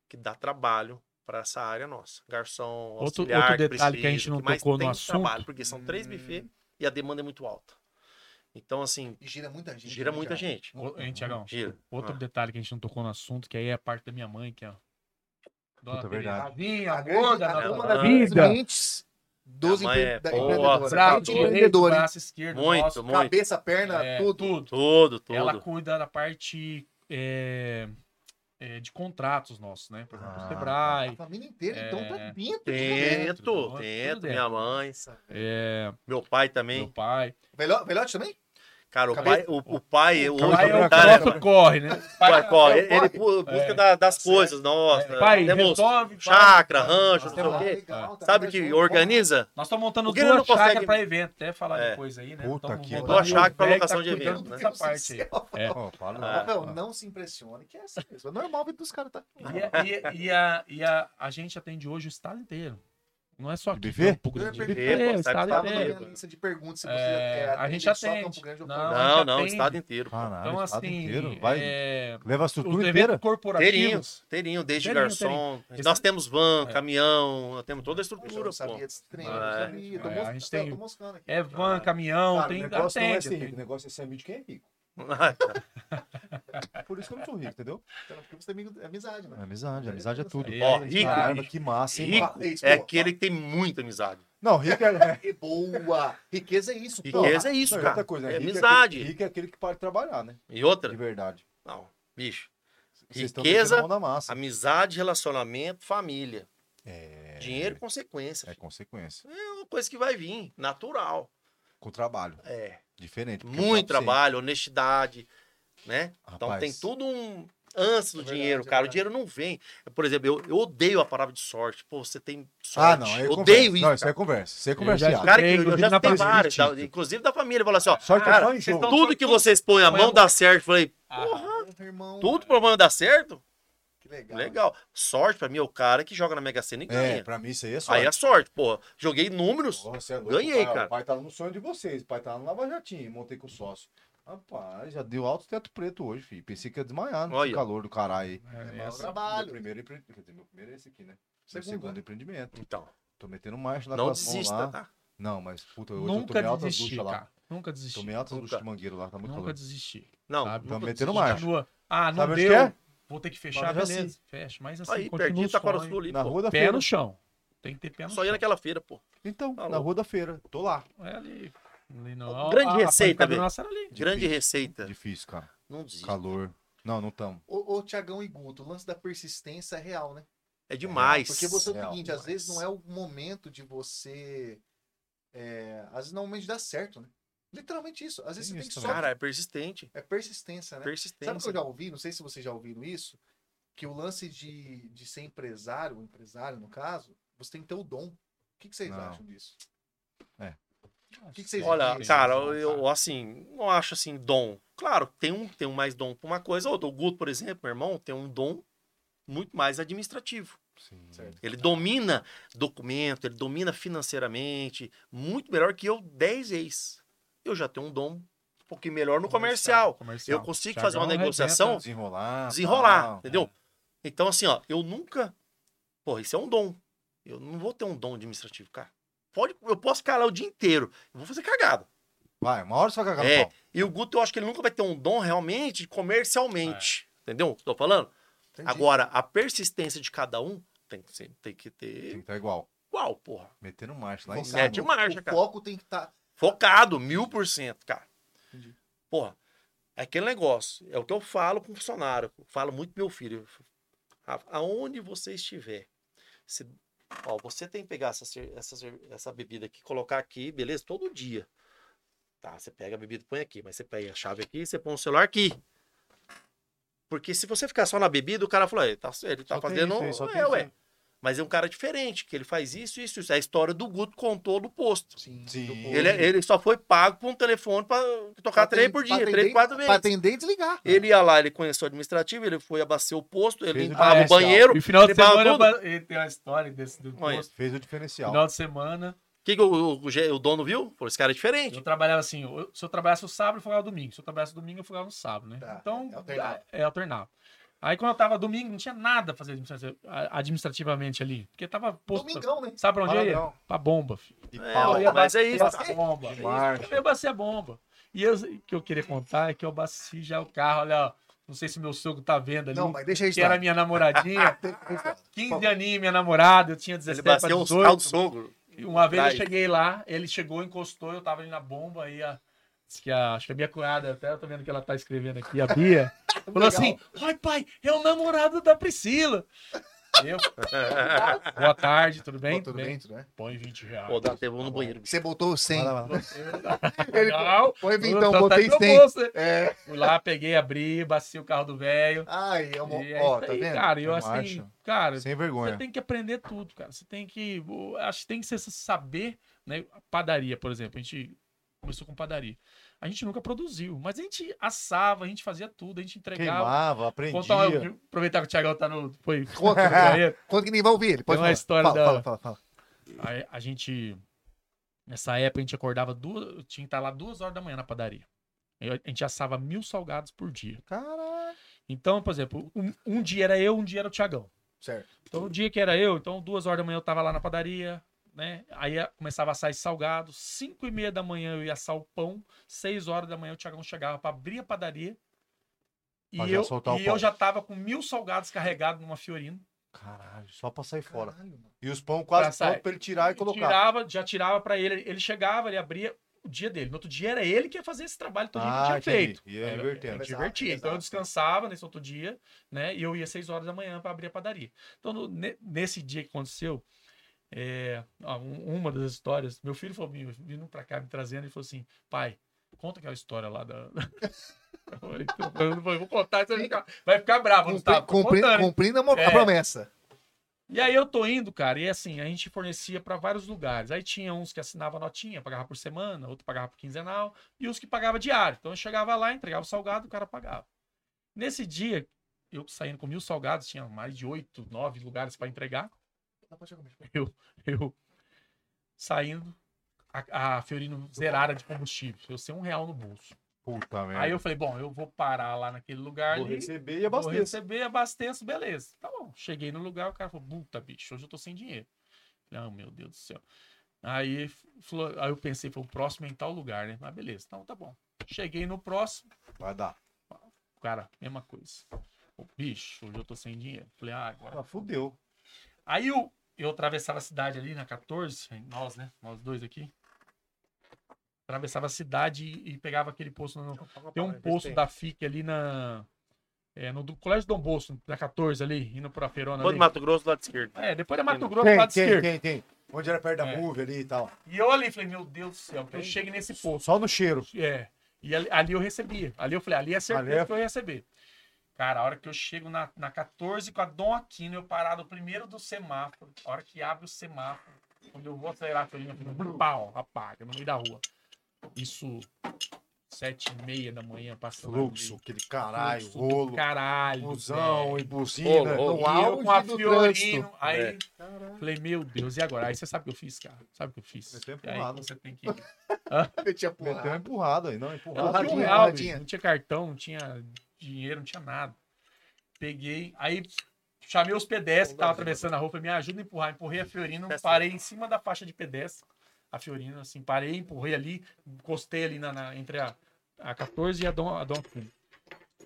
C: que dá trabalho para essa área nossa. Garçom,
D: Outro-
C: auxiliar,
D: outro detalhe que a
C: precisa,
D: gente não
C: mais
D: tocou no
C: tem
D: assunto.
C: trabalho, porque são três
B: Hum.
C: buffets e a demanda é muito alta. Então, assim,
B: E gira muita gente.
C: gira
B: né,
C: muita
B: cara?
C: gente.
D: ô, hein, Tiagão,
C: Gira.
D: outro
C: Ah.
D: detalhe que a gente não tocou no assunto, que aí é a parte da minha mãe, que é. Dona
A: Puta, verdade.
D: Terezinha,
B: A
D: gorda,
B: grande, a
D: na
B: uma
C: da
B: das
D: da
B: grandes
D: vida.
B: mentes dos
C: A mãe é
B: empre... da
C: boa.
B: empreendedoras.
D: Braço
B: Mente
D: direito,
B: empreendedora, hein?
D: braço esquerdo,
C: Muito,
D: nosso,
C: muito.
B: Cabeça, perna,
D: é,
B: tudo.
D: tudo.
C: Todo, todo.
D: Ela cuida da parte é, é, de contratos nossos, né? Por exemplo,
A: Ah,
D: o
B: A
D: Sebrae.
B: família inteira, então, tá
D: É.
B: dentro.
D: Tem.
B: Velho-
D: Tudo dentro,
C: Tento,
D: tudo
C: tento,
D: dentro.
C: minha mãe,
D: É,
C: meu pai
D: meu
C: também.
D: pai.
B: Velhote também?
C: Cara, o
B: Cabe-
C: pai, o, o pai, o um
D: O
A: Hoje
D: pai é
A: eu
D: o
A: cara,
D: cara
A: é-
D: que corre, né?
C: pai,
B: é o
C: ele, ele bu- busca
D: É.
C: da- das
B: Tá
C: coisas, nossa.
D: É, pai,
C: temos
D: resolve. pai.
C: chácara, rancho,
D: Nós
C: não sei
D: temos-
C: o quê.
B: Legal, tá
C: Sabe
B: vendo?
C: que
B: Bom,
C: organiza?
D: Nós estamos montando
C: O Guilherme
D: duas
C: não consegue-
D: chácaras para evento, até falar
C: É.
D: depois aí, né?
A: Puta
D: Tamo
A: que
D: montando
A: pariu.
D: duas
C: Chácara pra
D: velho
C: locação
D: tá
C: de
D: cuidando
C: evento, né?
D: dessa parte aí.
A: Ó, fala,
B: bom.
A: ó,
B: Rafael,
A: fala.
B: não se impressione, que é assim mesmo. É normal ver dos caras, tá?
D: E, a- e a- e a, e a, a gente atende hoje o estado inteiro. Não é só aqui.
A: De buffet?
D: Campo Grande.
B: De
D: De
B: buffet,
D: buffet,
C: pô,
D: o
C: sabe
D: estado
B: Tava
C: que Cadê?
B: na minha
D: inteiro.
B: lista de perguntas se você
D: É, a gente
B: atende só
D: atende.
B: Campo Grande ou
D: Não,
B: Florianópolis.
C: Não,
D: já
C: não, o
D: tem.
C: estado inteiro. pô.
A: Caralho,
D: Então,
A: Ah, estado
D: assim,
A: inteiro. Vai,
D: é,
A: leva a
D: os
A: estrutura
D: eventos
A: inteira.
C: Inteirinho,
D: corporativos,
C: inteirinho, desde
D: Inteirinho,
C: garçom.
D: inteirinho.
C: Nós temos van,
D: É.
C: caminhão, nós temos toda a
B: Eu já
C: estrutura,
B: não
C: pô.
B: sabia desse trem, eu
C: É.
B: não sabia. Tô
D: É, a
B: mos-
D: gente tem-
B: tô moscando aqui.
D: é van, caminhão,
A: Cara,
D: tem
A: o negócio não é
D: atende,
A: ser rico,
D: atende.
A: o negócio é ser amigo de quem é rico. Por isso que eu não sou rico, entendeu?
B: Então, Porque você é amigo, é amizade, né?
A: amizade, amizade É. é tudo.
D: Aí,
C: Ó,
D: aí,
C: rico,
D: cara,
A: Caramba, que massa, hein?
C: Rico
A: mano?
B: Isso,
C: *laughs* É
B: pô.
C: aquele que tem muita amizade.
A: Não, rico é.
B: E boa! Riqueza é isso, pô.
C: Riqueza é isso,
A: Não, e
C: cara.
A: outra coisa, né?
C: É
A: Rico aquele-
C: amizade.
A: Rico é aquele que para de trabalhar, né?
C: E
A: De
C: outra?
A: verdade.
C: Não, bicho.
A: Vocês estão
C: Riqueza,
A: metendo a mão na massa.
C: Amizade, relacionamento, família.
A: É,
C: Dinheiro, consequência.
A: é consequência.
C: É uma coisa que vai vir, natural.
A: Com trabalho.
C: É.
A: Diferente. porque eu falo
C: Muito
A: pra você,
C: trabalho, honestidade, né? Então
A: rapaz,
C: tem tudo um. antes do
B: É verdade,
C: dinheiro,
B: é
C: cara. O
B: verdade.
C: dinheiro não vem. Por exemplo, eu, eu odeio a palavra de sorte. Pô, você tem sorte.
A: Ah, não. aí é
C: Eu
A: conversa.
C: odeio isso.
A: Não, isso
C: cara.
A: aí é conversa. Isso aí é
D: Eu
A: conversa.
D: já-
A: de
C: Cara,
D: Tem,
C: eu, eu
D: inclusive
C: já
D: na
C: citei
D: família.
C: vários, da- inclusive da família. Fala assim, ó,
A: Sorte é
C: cara,
A: só em jogo.
C: tudo que vocês põem a mão dá certo. Eu Falei,
D: Ah,
B: irmão.
C: tudo pro mão dá certo?
B: Que legal.
C: Legal. Sorte pra mim é o cara que joga na Mega Sena e
A: É,
C: ganha.
A: pra mim isso aí é só.
C: Aí é sorte, pô. Joguei números.
A: Porra, você é louco,
C: Ganhei,
A: o pai,
C: cara.
A: O pai tava no sonho de vocês. O pai tava no Lava Jatinho, montei com o sócio. Rapaz, já deu alto teto preto hoje, filho. Pensei que ia desmaiar no
C: Olha.
A: calor do caralho aí.
D: É,
B: Mas
D: essa-
A: Meu
B: trabalho.
A: primeiro empreendimento. Quer dizer, meu primeiro é esse aqui, né? Meu
B: Segundo,
A: segundo
B: né?
A: empreendimento.
C: Então,
A: Tô metendo marcha na
C: não
A: com as mãos
C: desista,
A: lá.
C: tá?
A: Não, mas puta, hoje eu
D: Nunca
A: tomei altas
D: desisti,
A: duchas lá.
D: cara. Nunca desisti.
A: Tomei altas duchas de
C: Nunca.
A: mangueiro lá, tá muito
D: Nunca
A: calor.
D: desisti.
C: Não.
D: sabe?
A: Então
C: nunca
A: metendo
C: desisti.
A: marcha.
D: Continua. Ah, não
A: Sabe onde
D: deu.
A: que é?
D: Vou ter que fechar,
A: Lá na
D: beleza.
A: Jaci.
D: Fecha, mas assim,
C: Aí,
D: continua
C: pertinho,
D: o
C: tá com a
D: sonho.
C: ali,
A: Na
C: pô.
A: rua da
D: Pé
A: feira.
D: no chão. Tem que ter pé no
C: Só ia
D: chão.
C: naquela feira, pô.
A: Então,
C: Tá
A: na
C: louco.
A: rua da feira. Tô lá.
D: É ali. ali no-
C: Ó, grande
D: a- a
C: receita,
D: pancada
C: velho.
D: nossa era ali.
C: Grande receita.
A: Difícil, cara.
C: Não desista.
A: Calor. Não, não tamo.
B: Ô, ô, Tiagão e Guto, o lance da persistência é real, né?
C: É demais.
B: Porque você é o
A: Real,
B: seguinte, às
A: mas-
B: vezes não é o momento de você. É, às vezes normalmente dá certo, né? Literalmente isso. Às vezes
A: Tem
B: você tem que
A: isso
B: só.
A: também.
C: Cara, é persistente.
B: É persistência, né?
C: Persistência.
B: Sabe o que eu já ouvi? Não sei se vocês já ouviram isso. Que o lance de, de ser empresário, empresário no caso, você tem que ter o dom. O que, que vocês
A: Não.
B: acham disso?
D: é O
B: que que vocês
C: Olha,
B: Sim,
C: cara, eu, eu, assim, não acho assim dom. Claro, tem um, tem um mais dom pra uma coisa. Outro, o Guto, por exemplo, meu irmão, tem um dom muito mais administrativo.
A: Sim.
B: Certo.
C: Ele domina documento, ele domina financeiramente, muito melhor que eu 10 vezes. Eu já tenho um dom um pouquinho melhor no comercial.
D: comercial.
C: Eu consigo
D: Thiagão
C: fazer uma
D: arrebenta.
C: negociação,
A: Desenrolar.
C: desenrolar,
A: tal.
C: entendeu? Então, assim, ó, eu nunca. Porra, isso é um dom. Eu não vou ter um dom administrativo, cara. Pode, eu posso ficar lá o dia inteiro. Eu vou fazer cagada.
A: Vai, uma hora você vai cagar
C: É.
A: no pau.
C: E o Guto, eu acho que ele nunca vai ter um dom realmente comercialmente. Entendeu o que eu tô falando?
B: Entendi.
C: Agora, a persistência de cada um tem que, ser- tem que ter
A: Tem que tá igual.
C: igual, porra.
A: Metendo marcha lá em
B: Focado.
A: cima.
C: Mete é marcha,
B: o
C: cara.
B: foco tem que tá, estar.
C: Focado, mil por cento, cara.
B: Entendi.
C: Porra, é aquele negócio. É o que eu falo pro funcionário. Eu falo muito pro meu filho. A- Aonde você estiver, se- ó, você tem que pegar essa, cer- essa, cer- essa bebida aqui, colocar aqui, beleza? Todo dia. Tá, você pega a bebida e põe aqui, mas você pega a chave aqui e você põe o celular aqui. Porque se você ficar só na bebida, o cara fala, "É, tá certo, ele tá
A: Só tem
C: fazendo.
A: isso aí, só tem
C: é,
A: isso
C: ué.
A: aí.
C: Mas é um cara diferente, que ele faz isso, isso, isso. É a história do Guto contou do posto.
B: Sim.
A: Sim.
C: Ele, é,
B: Uhum.
C: ele só foi pago por um telefone pra tocar três por dia, três, quatro
B: Pra
C: vezes.
B: atender e desligar.
C: Ele ia lá, ele conheceu o administrativo, ele foi abastecer o posto, ele
A: Fez o
C: limpava o
A: diferencial.
C: banheiro.
D: E o final de
C: ele paga
D: semana
C: tudo.
D: eu- ele tem uma história desse do
C: Olha.
D: posto.
A: Fez o diferencial.
D: Final de semana.
C: O que, que o, o ge- o dono viu? Falou, esse cara é diferente.
D: Eu trabalhava assim, eu- se eu trabalhasse no sábado, eu folgava no domingo. Se eu trabalhasse no domingo, eu folgava no sábado, né?
B: Tá,
D: então,
B: é- alternava.
D: é, alternava. Aí quando eu tava domingo, não tinha nada a fazer administrati- a- administrativamente ali. Porque tava posto.
B: Domingão, né?
D: Sabe pra onde eu ia?
A: Paradão.
D: Pra bomba, filho.
A: E
C: É,
A: pau.
D: Eu
C: ó,
D: ia
C: mas é
D: bater
C: isso.
D: a bomba.
A: Marcha.
D: Eu bati a bomba. E eu- o que eu queria contar é que eu bati já o carro, olha, ó, não sei se meu sogro tá vendo ali.
B: Não, mas tá. deixa
D: que era
B: registrado. *laughs*
D: minha namoradinha,
B: registrado.
D: 15 aninhos, minha namorada, eu tinha
C: Ele
D: 17 pra
C: bateu um
D: 18.
C: tal do sogro.
D: Uma vez
C: Traz.
D: eu cheguei lá, ele chegou, encostou, eu tava ali na bomba, aí a. diz Que a, acho que a minha cunhada, até eu tô vendo que ela tá escrevendo aqui, a
B: *laughs*
D: Bia, falou
B: Tá Legal.
D: assim: Ai, pai, é o namorado da Priscila. Eu, boa tarde, tudo bem?
B: Pô, tudo bem, tudo bem.
D: Põe 20 reais.
C: Pô, dá teve um no banheiro.
B: Você botou 100.
A: Vai lá, vai lá.
B: Ele-
D: Legal.
B: Foi então,
D: Tá- tá
B: botei
D: no meu
B: 100.
D: bolso, né?
B: É.
D: Fui lá, peguei, abri, baci o carro do velho.
B: Ai, é
D: E
B: uma.
D: é
B: Ó,
D: isso
B: tá
D: aí,
B: vendo?
D: Cara, eu
A: Eu
D: assim,
A: acho.
D: cara,
A: Sem
D: você
A: vergonha.
D: tem que aprender tudo, cara. Você tem que. o- Acho que tem que você saber, né? Padaria, por exemplo. A gente começou com padaria. A gente nunca produziu, mas a gente assava, a gente fazia tudo, a gente entregava.
A: Queimava, aprendia.
D: Contar uma- aproveitar que o Thiagão tá no. Foi. *laughs*
B: Conta, Quanto que nem vai ouvir ele? Pode
D: Tem uma
B: falar.
D: história
B: fala,
D: da-
B: fala, fala, fala.
D: a, a gente. Nessa época a gente acordava duas. eu Tinha que estar lá duas horas da manhã na padaria. Eu- a gente assava mil salgados por dia.
A: Caralho.
D: Então, por exemplo, um, um dia era eu, um dia era o Thiagão.
B: Certo.
D: Então, o dia que era eu, então, duas horas da manhã eu tava lá na padaria, né? Aí a- começava a sair salgado, cinco e meia da manhã eu ia assar o pão, seis horas da manhã o Tiagão chegava pra abrir a padaria. E,
A: Pra já
D: eu,
A: soltar o
D: e
A: pão.
D: eu já tava com mil salgados carregados numa Fiorina.
A: Caralho, só pra sair fora.
B: Caralho, mano.
A: E os pão quase
D: Pra sair.
A: pronto pra ele tirar e colocar.
D: Tirava, já tirava pra ele, ele chegava, ele abria o dia dele. No outro dia era ele que ia fazer esse trabalho todo dia que eu tinha
A: entendi.
D: feito.
A: E é
D: Era-
A: invertendo.
D: era
B: Exato,
D: divertido. Então eu
B: exato.
D: descansava nesse outro dia, né? E eu ia seis horas da manhã para abrir a padaria. Então, no- ne- nesse dia que aconteceu, eh, é, ó, um- uma das histórias, meu filho falou, me- vindo para cá me trazendo, ele falou assim: pai, Conta aquela história lá da. *laughs* eu não vou eu vou contar, você vai ficar, vai ficar bravo, Gustavo. Tô
B: Cumpri-
D: contando, hein?
B: Cumprindo a mo- a
D: É.
B: promessa.
D: E aí eu tô indo, cara, e assim, a gente fornecia pra vários lugares. Aí tinha uns que assinava notinha, pagava por semana, outro pagava por quinzenal, e os que pagava diário. Então eu chegava lá, entregava o salgado, o cara pagava. Nesse dia, eu saindo com mil salgados, tinha mais de oito, nove lugares pra entregar. *laughs* Eu, eu saindo, a, a Fiorino zerada de combustível. Eu sei um real no bolso.
A: Puta merda.
D: Aí eu falei, bom, eu vou parar lá naquele lugar
A: É. Vou
D: ali.
A: receber e é
D: Vou
A: abasteço.
D: receber, abasteço, beleza. Tá bom. Cheguei no lugar, o cara falou, puta, bicho, hoje eu tô sem dinheiro. Falei, ah, meu Deus do céu. Aí, f- falou- aí eu pensei, foi o próximo é em tal lugar, né? Mas beleza, então tá bom. Cheguei no próximo,
A: Vai dar.
D: o cara, mesma coisa. Ô, bicho, hoje eu tô sem dinheiro. Falei, ah, agora
A: Ah, fudeu.
D: Aí eu, eu atravessava a cidade ali na 14, nós, né? Nós dois aqui. Atravessava a cidade e, e pegava aquele posto. no- tem um posto da FIC ali na. é, no do Colégio Dom Bosco, na 14 ali, indo pra Ferona
C: Todo
D: ali.
C: Mato Grosso do lado esquerdo.
D: É, depois da Mato
C: Tem,
D: Grosso, lado esquerdo.
A: tem, tem. Onde era perto da
D: É.
A: move ali e tal.
D: E eu ali falei, meu Deus do céu, então eu cheguei nesse posto.
A: Só no cheiro.
D: É. E ali, ali eu recebia. Ali eu falei, ali é certeza
A: Ali é-
D: que eu ia receber. Cara, a hora que eu chego na, na 14 com a Dom Aquino, eu parado primeiro do semáforo. A hora que abre o semáforo, quando eu vou acelerar a Fiorina, pau, apaga, no meio da rua. Isso, sete e meia da manhã, passando.
A: Fluxo,
D: ali.
A: aquele caralho,
D: Fluxo do
A: rolo, então,
D: Caralho.
A: busão
D: velho.
A: e buzina.
C: Ô, ô,
A: no
D: E eu
A: auge
D: com a
A: do
D: Fiorino,
A: trânsito.
D: aí
C: É.
D: falei, meu Deus, e agora? Aí você sabe o que eu fiz, cara? Sabe o que eu fiz?
A: Meteu
D: E aí
A: empurrada.
D: você tem que
B: Eu *laughs* tinha
A: Meteu um uma
B: pulado.
A: empurrada então é aí, não,
D: Ela
A: empurrada.
D: tinha um
B: Porradinha,
A: né?
D: real,
B: porradinha.
D: bicho. não tinha cartão, não tinha dinheiro, não tinha nada. Peguei, aí chamei os pedestres que estavam atravessando a rua, falei, me ajuda a empurrar. Empurrei a Fiorina,
C: Testa.
D: parei em cima da faixa de pedestre. A Fiorina, assim, parei, empurrei ali, encostei ali na, na- entre a, a 14 e a Dom, a Dom Aquino.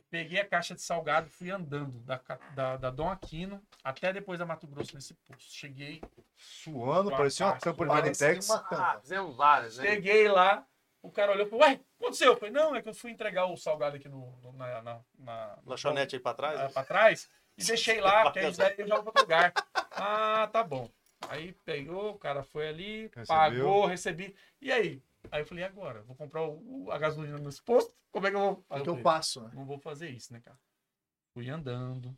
D: Peguei a caixa de salgado, fui andando da, ca- da, da Dom Aquino até depois da Mato Grosso nesse posto. Cheguei,
A: Suando, parecia uma tampa de então, Tá,
B: Parecia
A: Manitex.
B: uma tampa.
E: fizemos várias, né?
D: Cheguei lá, o cara olhou e falou, ué, o que aconteceu? Eu falei, não, é que eu fui entregar o salgado aqui no, no- na, na, na-
C: Lanchonete aí pra trás.
D: ah, pra trás e deixei lá, porque aí daí eu jogo pra outro lugar. Ah, tá bom. Aí pegou, o cara foi ali,
A: Recebeu.
D: pagou, recebi. E aí? Aí eu falei, e agora? Vou comprar o, o- a gasolina nesse posto? Como é que eu vou
B: O
D: fazer?
B: que eu faço? né?
D: Não vou fazer isso, né, cara? Fui andando.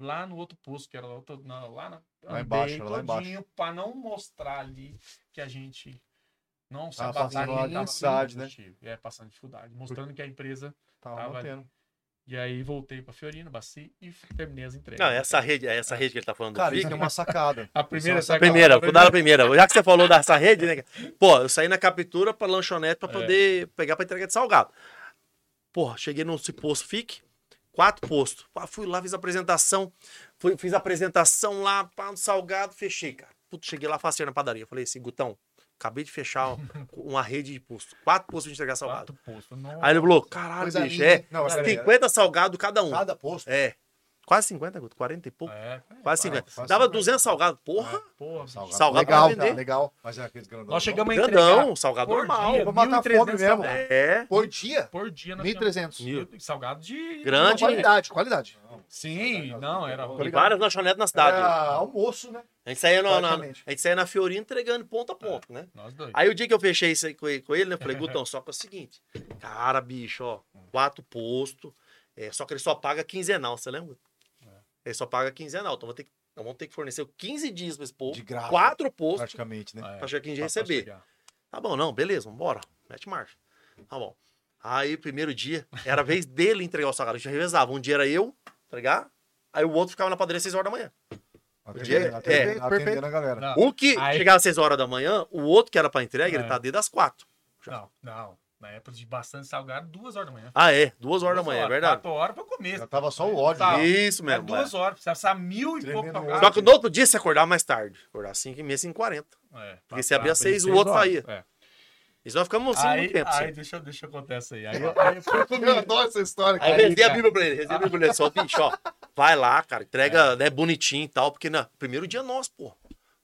D: Lá no outro posto, que era lá, outro, na- lá, na,
A: Lá embaixo,
D: andei
A: lá embaixo.
D: todinho Pra não mostrar ali que a gente não se
A: Tava passando
D: abastar, que a gente tava
A: dificuldade,
D: sem
A: né?
D: combustível. É, passando dificuldade. Mostrando que a empresa...
A: Tava
D: Tava
A: mantendo.
D: E aí voltei pra Fiorino, Baci e terminei as entregas.
C: Não, essa rede, é essa rede que ele tá falando. do
A: Cara,
C: Fica,
A: isso é uma sacada.
D: A primeira
A: Isso é uma
D: saca-
C: Primeira,
D: a
C: cuidado na primeira. Já que você falou dessa rede, né? cara? Pô, eu saí na captura pra lanchonete pra
D: É.
C: poder pegar pra entrega de salgado. Porra, cheguei nesse posto FIC, quatro postos. Pá, Fui lá, fiz a apresentação. Fui, fiz a apresentação lá, pá, no salgado, fechei, cara. Putz, cheguei lá, facei na padaria. Falei assim, Gutão, acabei de fechar *laughs* uma rede de postos. Quatro postos pra entregar salgado.
D: Quatro postos. Nossa.
C: Aí ele falou, caralho,
B: Coisa
C: bicho,
B: linda,
C: é
B: hein?
A: Não, mas peraí,
C: 50 salgado cada um.
A: cada posto.
C: É, quase 50, Guto, 40 e pouco.
D: É,
C: Quase
D: é,
C: 50.
A: quase
C: Dava
A: 50.
C: 200 salgado, porra.
D: Porra, bicho.
A: Salgado.
C: Salgado
B: Legal,
C: pra vender.
B: legal.
A: Mas é aqueles grandão.
D: Nós chegamos a entregar
C: Grandão, salgado
D: por
C: normal.
D: dia,
A: Pra matar a
D: 1.300
A: fome mesmo.
D: salgados.
C: É.
B: Por dia,
D: Por dia nós tínhamos
B: 1.300.
C: Mil.
D: salgado de...
C: Grande.
B: Qualidade, qualidade.
D: Sim, não, era...
C: E várias lanchonetes na cidade.
B: Ah,
A: Era
B: É,
A: almoço, né?
C: A gente saía na, na,
B: praticamente.
C: a gente saía na Fiorina entregando ponta a ponta, né?
D: Nós dois.
C: Aí o dia que eu fechei isso aí com ele, com ele, né, eu falei, Gutão, só que é o seguinte. Cara, bicho, ó, quatro postos. é, só que ele só paga quinzenal, você lembra?
D: É.
C: Ele só paga quinzenal. Então vou ter que- nós vamos ter que fornecer 15 dias pra esse povo.
A: De graça. né?
C: Quatro postos.
A: Praticamente, né?
D: É,
C: pra chegar quem
D: pra- pra
C: receber.
D: chegar.
C: Tá bom, não, beleza, vambora. Mete marcha. Tá bom. Aí, primeiro dia, era a
D: *laughs*
C: vez dele entregar o salgado. A gente revezava. Um dia era eu entregar, aí o outro ficava na padaria às 6 horas da manhã.
A: Atendendo,
C: É,
A: atendendo,
B: perfeito.
A: atendendo a galera.
D: Não,
C: Um que
D: Aí-
C: chegava às 6 horas da manhã, o outro que era pra entrega, ele
D: É.
C: tá dentro das 4.
D: não, não. Na época de bastante salgado, duas horas da manhã.
C: Ah, é, 2 horas da manhã, é verdade.
D: Quatro horas pra comer.
A: Já tava só o ódio.
D: Tá.
A: né?
C: Isso
D: Era
C: mesmo. é.
D: duas horas, precisava precisava mil e pouco
A: Tremendo
D: salgado.
A: horas.
C: Só que no outro dia você acordava mais tarde. Acordava 5 e meia, 5 e 40.
D: É,
C: Porque se
D: pra-
C: abria
D: pra-
C: seis, o
D: seis
C: outro
D: horas.
C: saía.
D: É.
C: Isso nós ficamos assim
D: Aí,
C: muito tempo.
D: aí
C: Aí,
D: deixa, eu- deixa eu contar isso aí. Aí, eu- aí eu fui
B: Eu *laughs*
D: comigo.
B: adoro essa história.
C: aí eu
D: aí,
C: rezei a
D: cara.
C: Bíblia pra ele, rezei a Bíblia pra ele. Só, bicho, ó, vai lá, cara, entrega né, bonitinho e tal, porque na, primeiro dia é nosso, pô.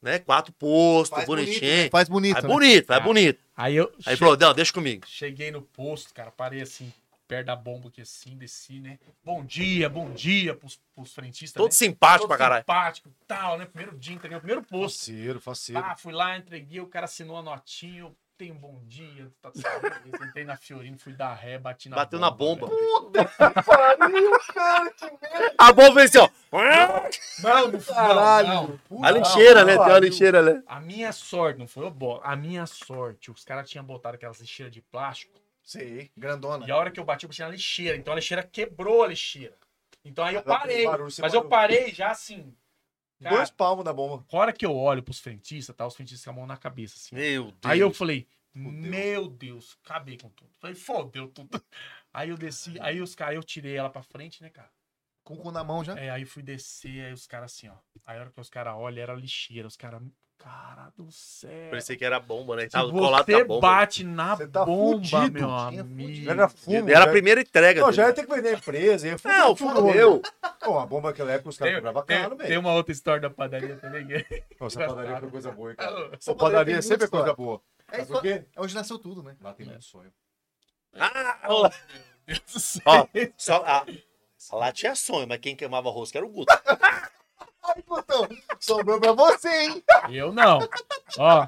C: Né, quatro postos,
B: Faz bonito,
C: bonitinho.
B: né? Faz bonito.
C: É
B: né?
C: bonito, é
D: Cara.
C: bonito.
D: Aí eu
C: Aí falou, não, deixa comigo.
D: Cheguei no posto, cara, parei assim, perto da bomba aqui assim, desci, né? Bom dia, bom dia pros, pros frentistas.
C: Todo
D: né?
C: simpático
D: Todo
C: pra caralho.
D: simpático, tal, né? Primeiro dia, entreguei o primeiro posto.
A: Faceiro, faceiro.
D: Ah, fui lá, entreguei, o cara assinou a notinha, eu tem um bom dia, tá de saúde. Eu Sentei na Fiorino, fui dar ré, bati na né?
C: Bateu na bomba.
D: velho.
B: Pariu, cara, que merda.
C: A bomba veio assim, ó.
D: Não, não,
B: Caralho.
D: não, não.
C: A lixeira, né?
D: não,
C: Tem uma
D: não.
C: lixeira, né?
D: A minha sorte, não foi o bola. A minha sorte, os caras tinham botado aquelas lixeiras de plástico.
B: Sei, grandona.
D: E a hora que eu bati, eu bati na lixeira. Então a lixeira quebrou a lixeira. Então aí eu parei.
B: Barulho, você
D: Mas eu
B: parou.
D: parei já assim. Cara,
A: Dois palmos na bomba.
D: a hora que eu olho pros frentistas, tá? Os frentistas com a mão na cabeça, assim.
C: Meu Deus.
D: Aí eu falei, meu Deus, acabei com tudo. Falei, fodeu tudo. Aí eu desci, aí os caras, eu tirei ela pra frente, né, cara?
B: Com o cu na mão já.
D: É, aí eu fui descer, aí os caras assim, ó. Aí a hora que os caras olham, era lixeira. Os caras, cara do céu.
C: Pensei que era bomba, né?
D: Se
C: Tava colado
D: você
C: na bomba.
D: bate na
A: Você tá
D: bomba,
A: fudido.
D: meu
B: Tinha
D: amigo.
B: fudido.
A: Era fumo. né?
C: Era a
A: já-
C: primeira entrega.
A: Não,
C: dele.
A: já
D: é
A: ia ter que vender a empresa. Ia fumo,
C: Não, fudeu.
A: Pô, a bomba naquela época os caras cobravam caro,
D: tem, tem
A: velho.
D: uma outra história da padaria também. que-
A: Pô, Essa padaria foi coisa boa, hein, cara. Essa
B: Essa padaria
A: padaria
B: tem
A: sempre é
B: muita
A: coisa boa.
B: É,
A: Mas o quê?
B: é onde nasceu tudo, né?
A: Lá tem muito sonho.
C: Ah, ó, ó, só, a, lá tinha sonho, mas quem queimava rosca era o Guto.
B: Ai, Plutão, sobrou pra você, hein?
D: Eu não. Ó,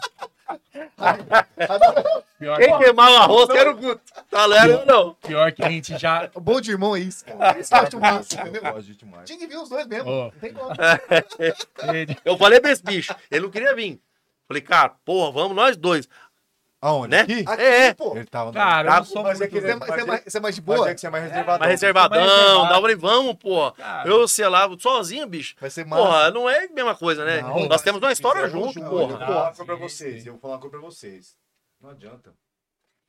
D: pior,
C: Quem queimava rosca era o Guto. Tá lendo, não.
D: pior que a gente já.
B: O bom de irmão é isso,
C: Ah,
B: cara. Isso que eu acho massa, entendeu?
A: Eu gosto demais.
B: Tinha que vir os dois mesmo.
D: Ó,
B: Não tem como.
C: É,
D: ele-
C: Eu falei pra esse bicho, ele não queria vir. Falei, cara, porra, vamos nós dois,
D: Tá
A: Aonde?
C: né?
A: Aqui?
C: É, é.
B: Pô,
A: Ele tava na...
D: cara, eu não sou
A: Mas é
D: muito.
A: que
B: você é, mais- você é mais- você é mais de boa?
A: Mas é que você é mais reservadão.
C: Mais reservadão,
D: tá mais reservado. Tá.
C: dá falei, vamos, porra.
D: Cara,
C: Eu, sei lá, sozinho, bicho.
B: Vai ser massa.
C: Porra, não é a mesma coisa, né?
B: Não, é
C: Nós temos uma história
A: Fizeram
C: junto,
A: junto, Eu
C: porra.
A: vou falar uma coisa pra
D: Sim,
A: vocês.
D: sim.
A: Eu vou falar uma coisa pra vocês. Não adianta.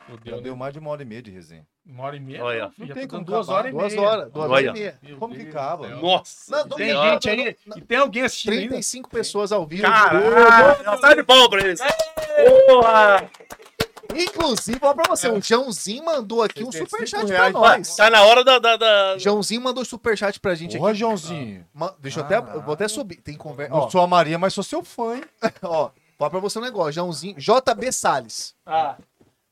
D: fudeu,
A: Já deu mais de uma hora e meia de resenha.
D: Uma hora e meia?
C: Olha,
D: filho,
A: não
D: já
A: tem
D: tô
A: como
D: dando duas
A: acabar.
D: horas e
B: Duas
D: meia.
B: horas, duas
C: Olha.
B: horas e meia.
D: Meu
A: Como que
D: Deus
A: acaba?
D: do céu.
C: Nossa.
B: Não, não
D: Tem
C: senhora.
D: gente ainda. E tem alguém assistindo ainda?
B: 35 pessoas ao vivo.
C: Caralho, tá de pau pra eles. Porra!
B: Inclusive, ó pra você, o Joãozinho mandou aqui um
A: 65
B: superchat pra
A: reais.
B: nós.
C: Tá na hora da. da, da...
B: Joãozinho mandou superchat pra gente aqui.
A: Porra, Joãozinho.
B: Ma- Deixa eu até. Eu vou até subir. Tem conversa.
A: Não
B: Ó,
A: sou a Maria, mas sou seu fã, hein?
B: ó, falar pra você um negócio. Joãozinho. JB Salles.
D: Ah,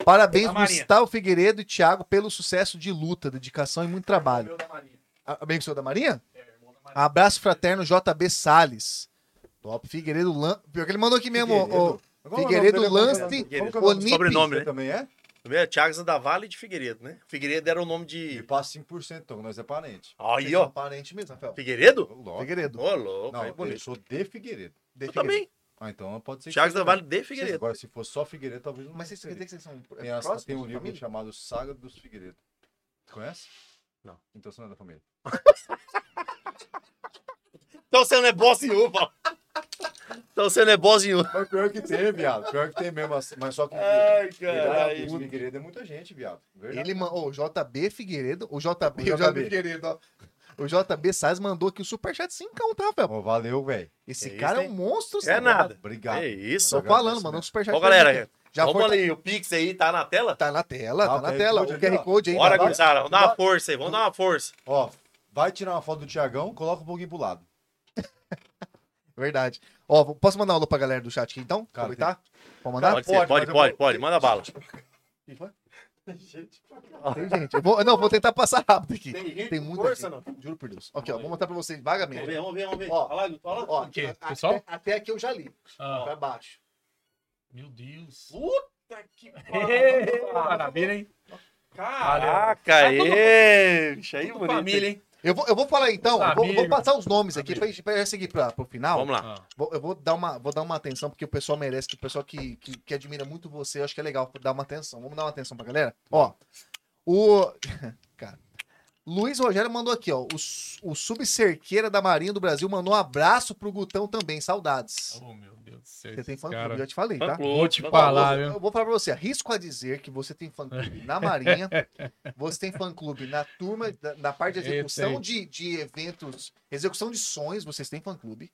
B: Parabéns,
D: Da Marinha.
B: Gustavo Figueiredo e Thiago, pelo sucesso de luta, dedicação e muito trabalho.
D: É, meu da Maria.
B: A- Bem que sou da Marinha?
D: É, irmão da Maria.
B: Abraço fraterno, JB Salles. Top. Figueiredo Lan. Pior que ele mandou aqui mesmo, ô. ô,
A: Como é o nome
B: Figueiredo
A: dele? Como é o nome
B: Lance
A: dele? Como que é o nome
B: Onip.
A: dele?
C: Sobrenome,
A: Você
C: né?
A: também é?
C: Primeiro, Thiago Zandavalle de Figueiredo, né? Figueiredo era o nome
A: E
C: de.
A: passa 5%, então, nós é parente.
C: Aí, ó.
B: Parente mesmo, Rafael.
C: Figueiredo?
A: Lógico.
B: Figueiredo.
C: Ô, louco,
A: Não,
C: aí é
A: eu
C: bonito.
A: sou de Figueiredo.
B: de Figueiredo.
C: Eu também.
A: Ah, então pode ser.
C: Thiago
A: que-
C: Zandavalle de
A: Vocês-
C: Figueiredo.
A: Agora, se for só Figueiredo, talvez não.
B: Mas vocês quer dizer
A: seria.
B: que vocês são
A: tem,
B: é,
A: as-
B: próximos
A: tem um
B: de
A: livro
B: família?
A: chamado Saga dos Figueiredo. Conhece?
C: Não.
A: Então você não é da família.
C: Então você não é boss nenhum, Paulo. Então você não é boss nenhum.
A: Mas pior que tem, viado. Pior que tem mesmo. assim, Mas só que.
C: Ai,
A: Verdade,
C: caralho.
A: os Figueiredo é muita gente, viado. Verdade.
B: Ele mandou. o JB Figueiredo. O JB.
A: *laughs* O
B: O
A: JB.
B: JB Figueiredo, ó. O JB Salles mandou aqui o superchat 5, tá, Rafael?
A: Ó, valeu, velho.
B: Esse
C: É
B: cara é
C: isso,
B: um monstro,
C: É
B: sim.
C: nada.
A: Obrigado.
C: É isso.
B: Tô
A: Obrigado,
B: falando,
A: isso
B: mandou um
A: mesmo.
B: superchat.
C: Ó,
B: pra
C: galera,
B: gente. Já
C: vamos
B: foi.
C: ali. O Pix aí tá na tela?
B: Tá na tela,
A: Tá,
B: tá,
A: o
B: na
A: QR
B: tela.
A: Code
B: O
A: ali, ó.
B: QR Code aí.
C: Bora,
B: tá lá.
C: gurizada. Vamos dar uma
A: Vai.
C: força aí. Vamos dar uma força.
A: Ó, vai tirar uma foto do Tiagão, coloca um pouquinho pro lado.
B: Verdade. Ó, vou- posso mandar um alô pra galera do chat aqui, então?
A: Cara,
B: Aproveitar? Pode mandar?
C: Pode
A: pode,
C: ser, pode,
A: mas eu
C: pode, pode. Manda bala.
B: Tem gente. Eu vou, não, vou tentar passar rápido aqui.
C: Tem gente
B: Tem
C: com
B: muita
C: força,
B: gente. Juro por Deus. Ok, ó, vou mostrar pra vocês
C: Vamos
B: vagamente.
C: ver, vamos ver, vamos ver.
B: Ó.
C: Olha lá, Guto, olha lá.
B: Ó,
D: O quê?
B: a- a-
D: Pessoal?
B: Até, até aqui eu já li.
D: Ah,
B: Pra baixo.
D: meu Deus.
C: Puta
D: *laughs*
C: que
D: Maravilha, hein?
C: Caraca, ê, bicho, aí,
D: Tudo
C: bonito.
D: família, hein?
B: Eu vou, eu vou falar então, eu vou,
D: Família.
B: vou passar os nomes aqui pra, gente- pra gente seguir pra, pro final.
C: Vamos lá.
D: Ah,
B: Vou- eu vou dar, uma, vou dar uma atenção, porque o pessoal merece, que o pessoal que, que, que admira muito você, eu acho que é legal dar uma atenção. Vamos dar uma atenção pra galera? Ó, o. *laughs* Cara. Luiz Rogério mandou aqui, ó. O, su- o subcerqueira da Marinha do Brasil mandou um abraço pro Gutão também. Saudades.
D: Oh, meu Deus do céu.
B: Você tem
D: esses
B: fã
D: cara-
B: clube, já te falei, tá?
D: Vou te
C: Vamos
D: falar.
B: eu,
D: viu?
B: eu vou falar pra você, arrisco a dizer que você tem fã clube na Marinha,
D: *laughs*
B: você tem fã clube na turma, da- na parte de
D: Eu
B: execução
D: tenho.
B: de, de eventos, execução de sonhos, vocês têm fã clube.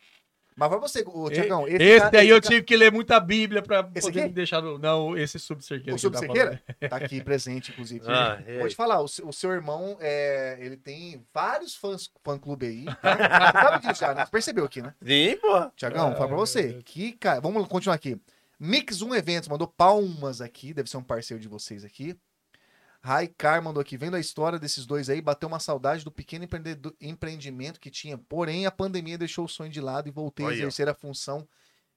B: Mas pra você, ô, Tiagão,
D: Esse,
B: cara-
D: aí eu
B: cara-
D: tive que ler muita Bíblia pra
B: Esse
D: poder
B: aqui?
D: me deixar no. Não, esse subcerqueiro.
B: O
D: que eu tava
B: subcerqueira? Tá aqui presente, inclusive.
C: Ah, e aí?
B: Vou te falar, o, se- o seu irmão, é, ele tem vários fãs, fã-clube aí. tá? Você sabe disso já, né? Você percebeu aqui, né?
C: Sim, porra.
B: Tiagão, vou falar pra
D: Ai, meu
B: você.
D: Deus.
B: Que, cara, vamos continuar aqui. Mix 1 Eventos mandou palmas aqui, deve ser um parceiro de vocês aqui. Raikar mandou aqui, vendo a história desses dois aí, bateu uma saudade do pequeno empreendedor- empreendimento que tinha. Porém, a pandemia deixou o sonho de lado e voltei a
C: Olha aí, ó.
B: exercer a função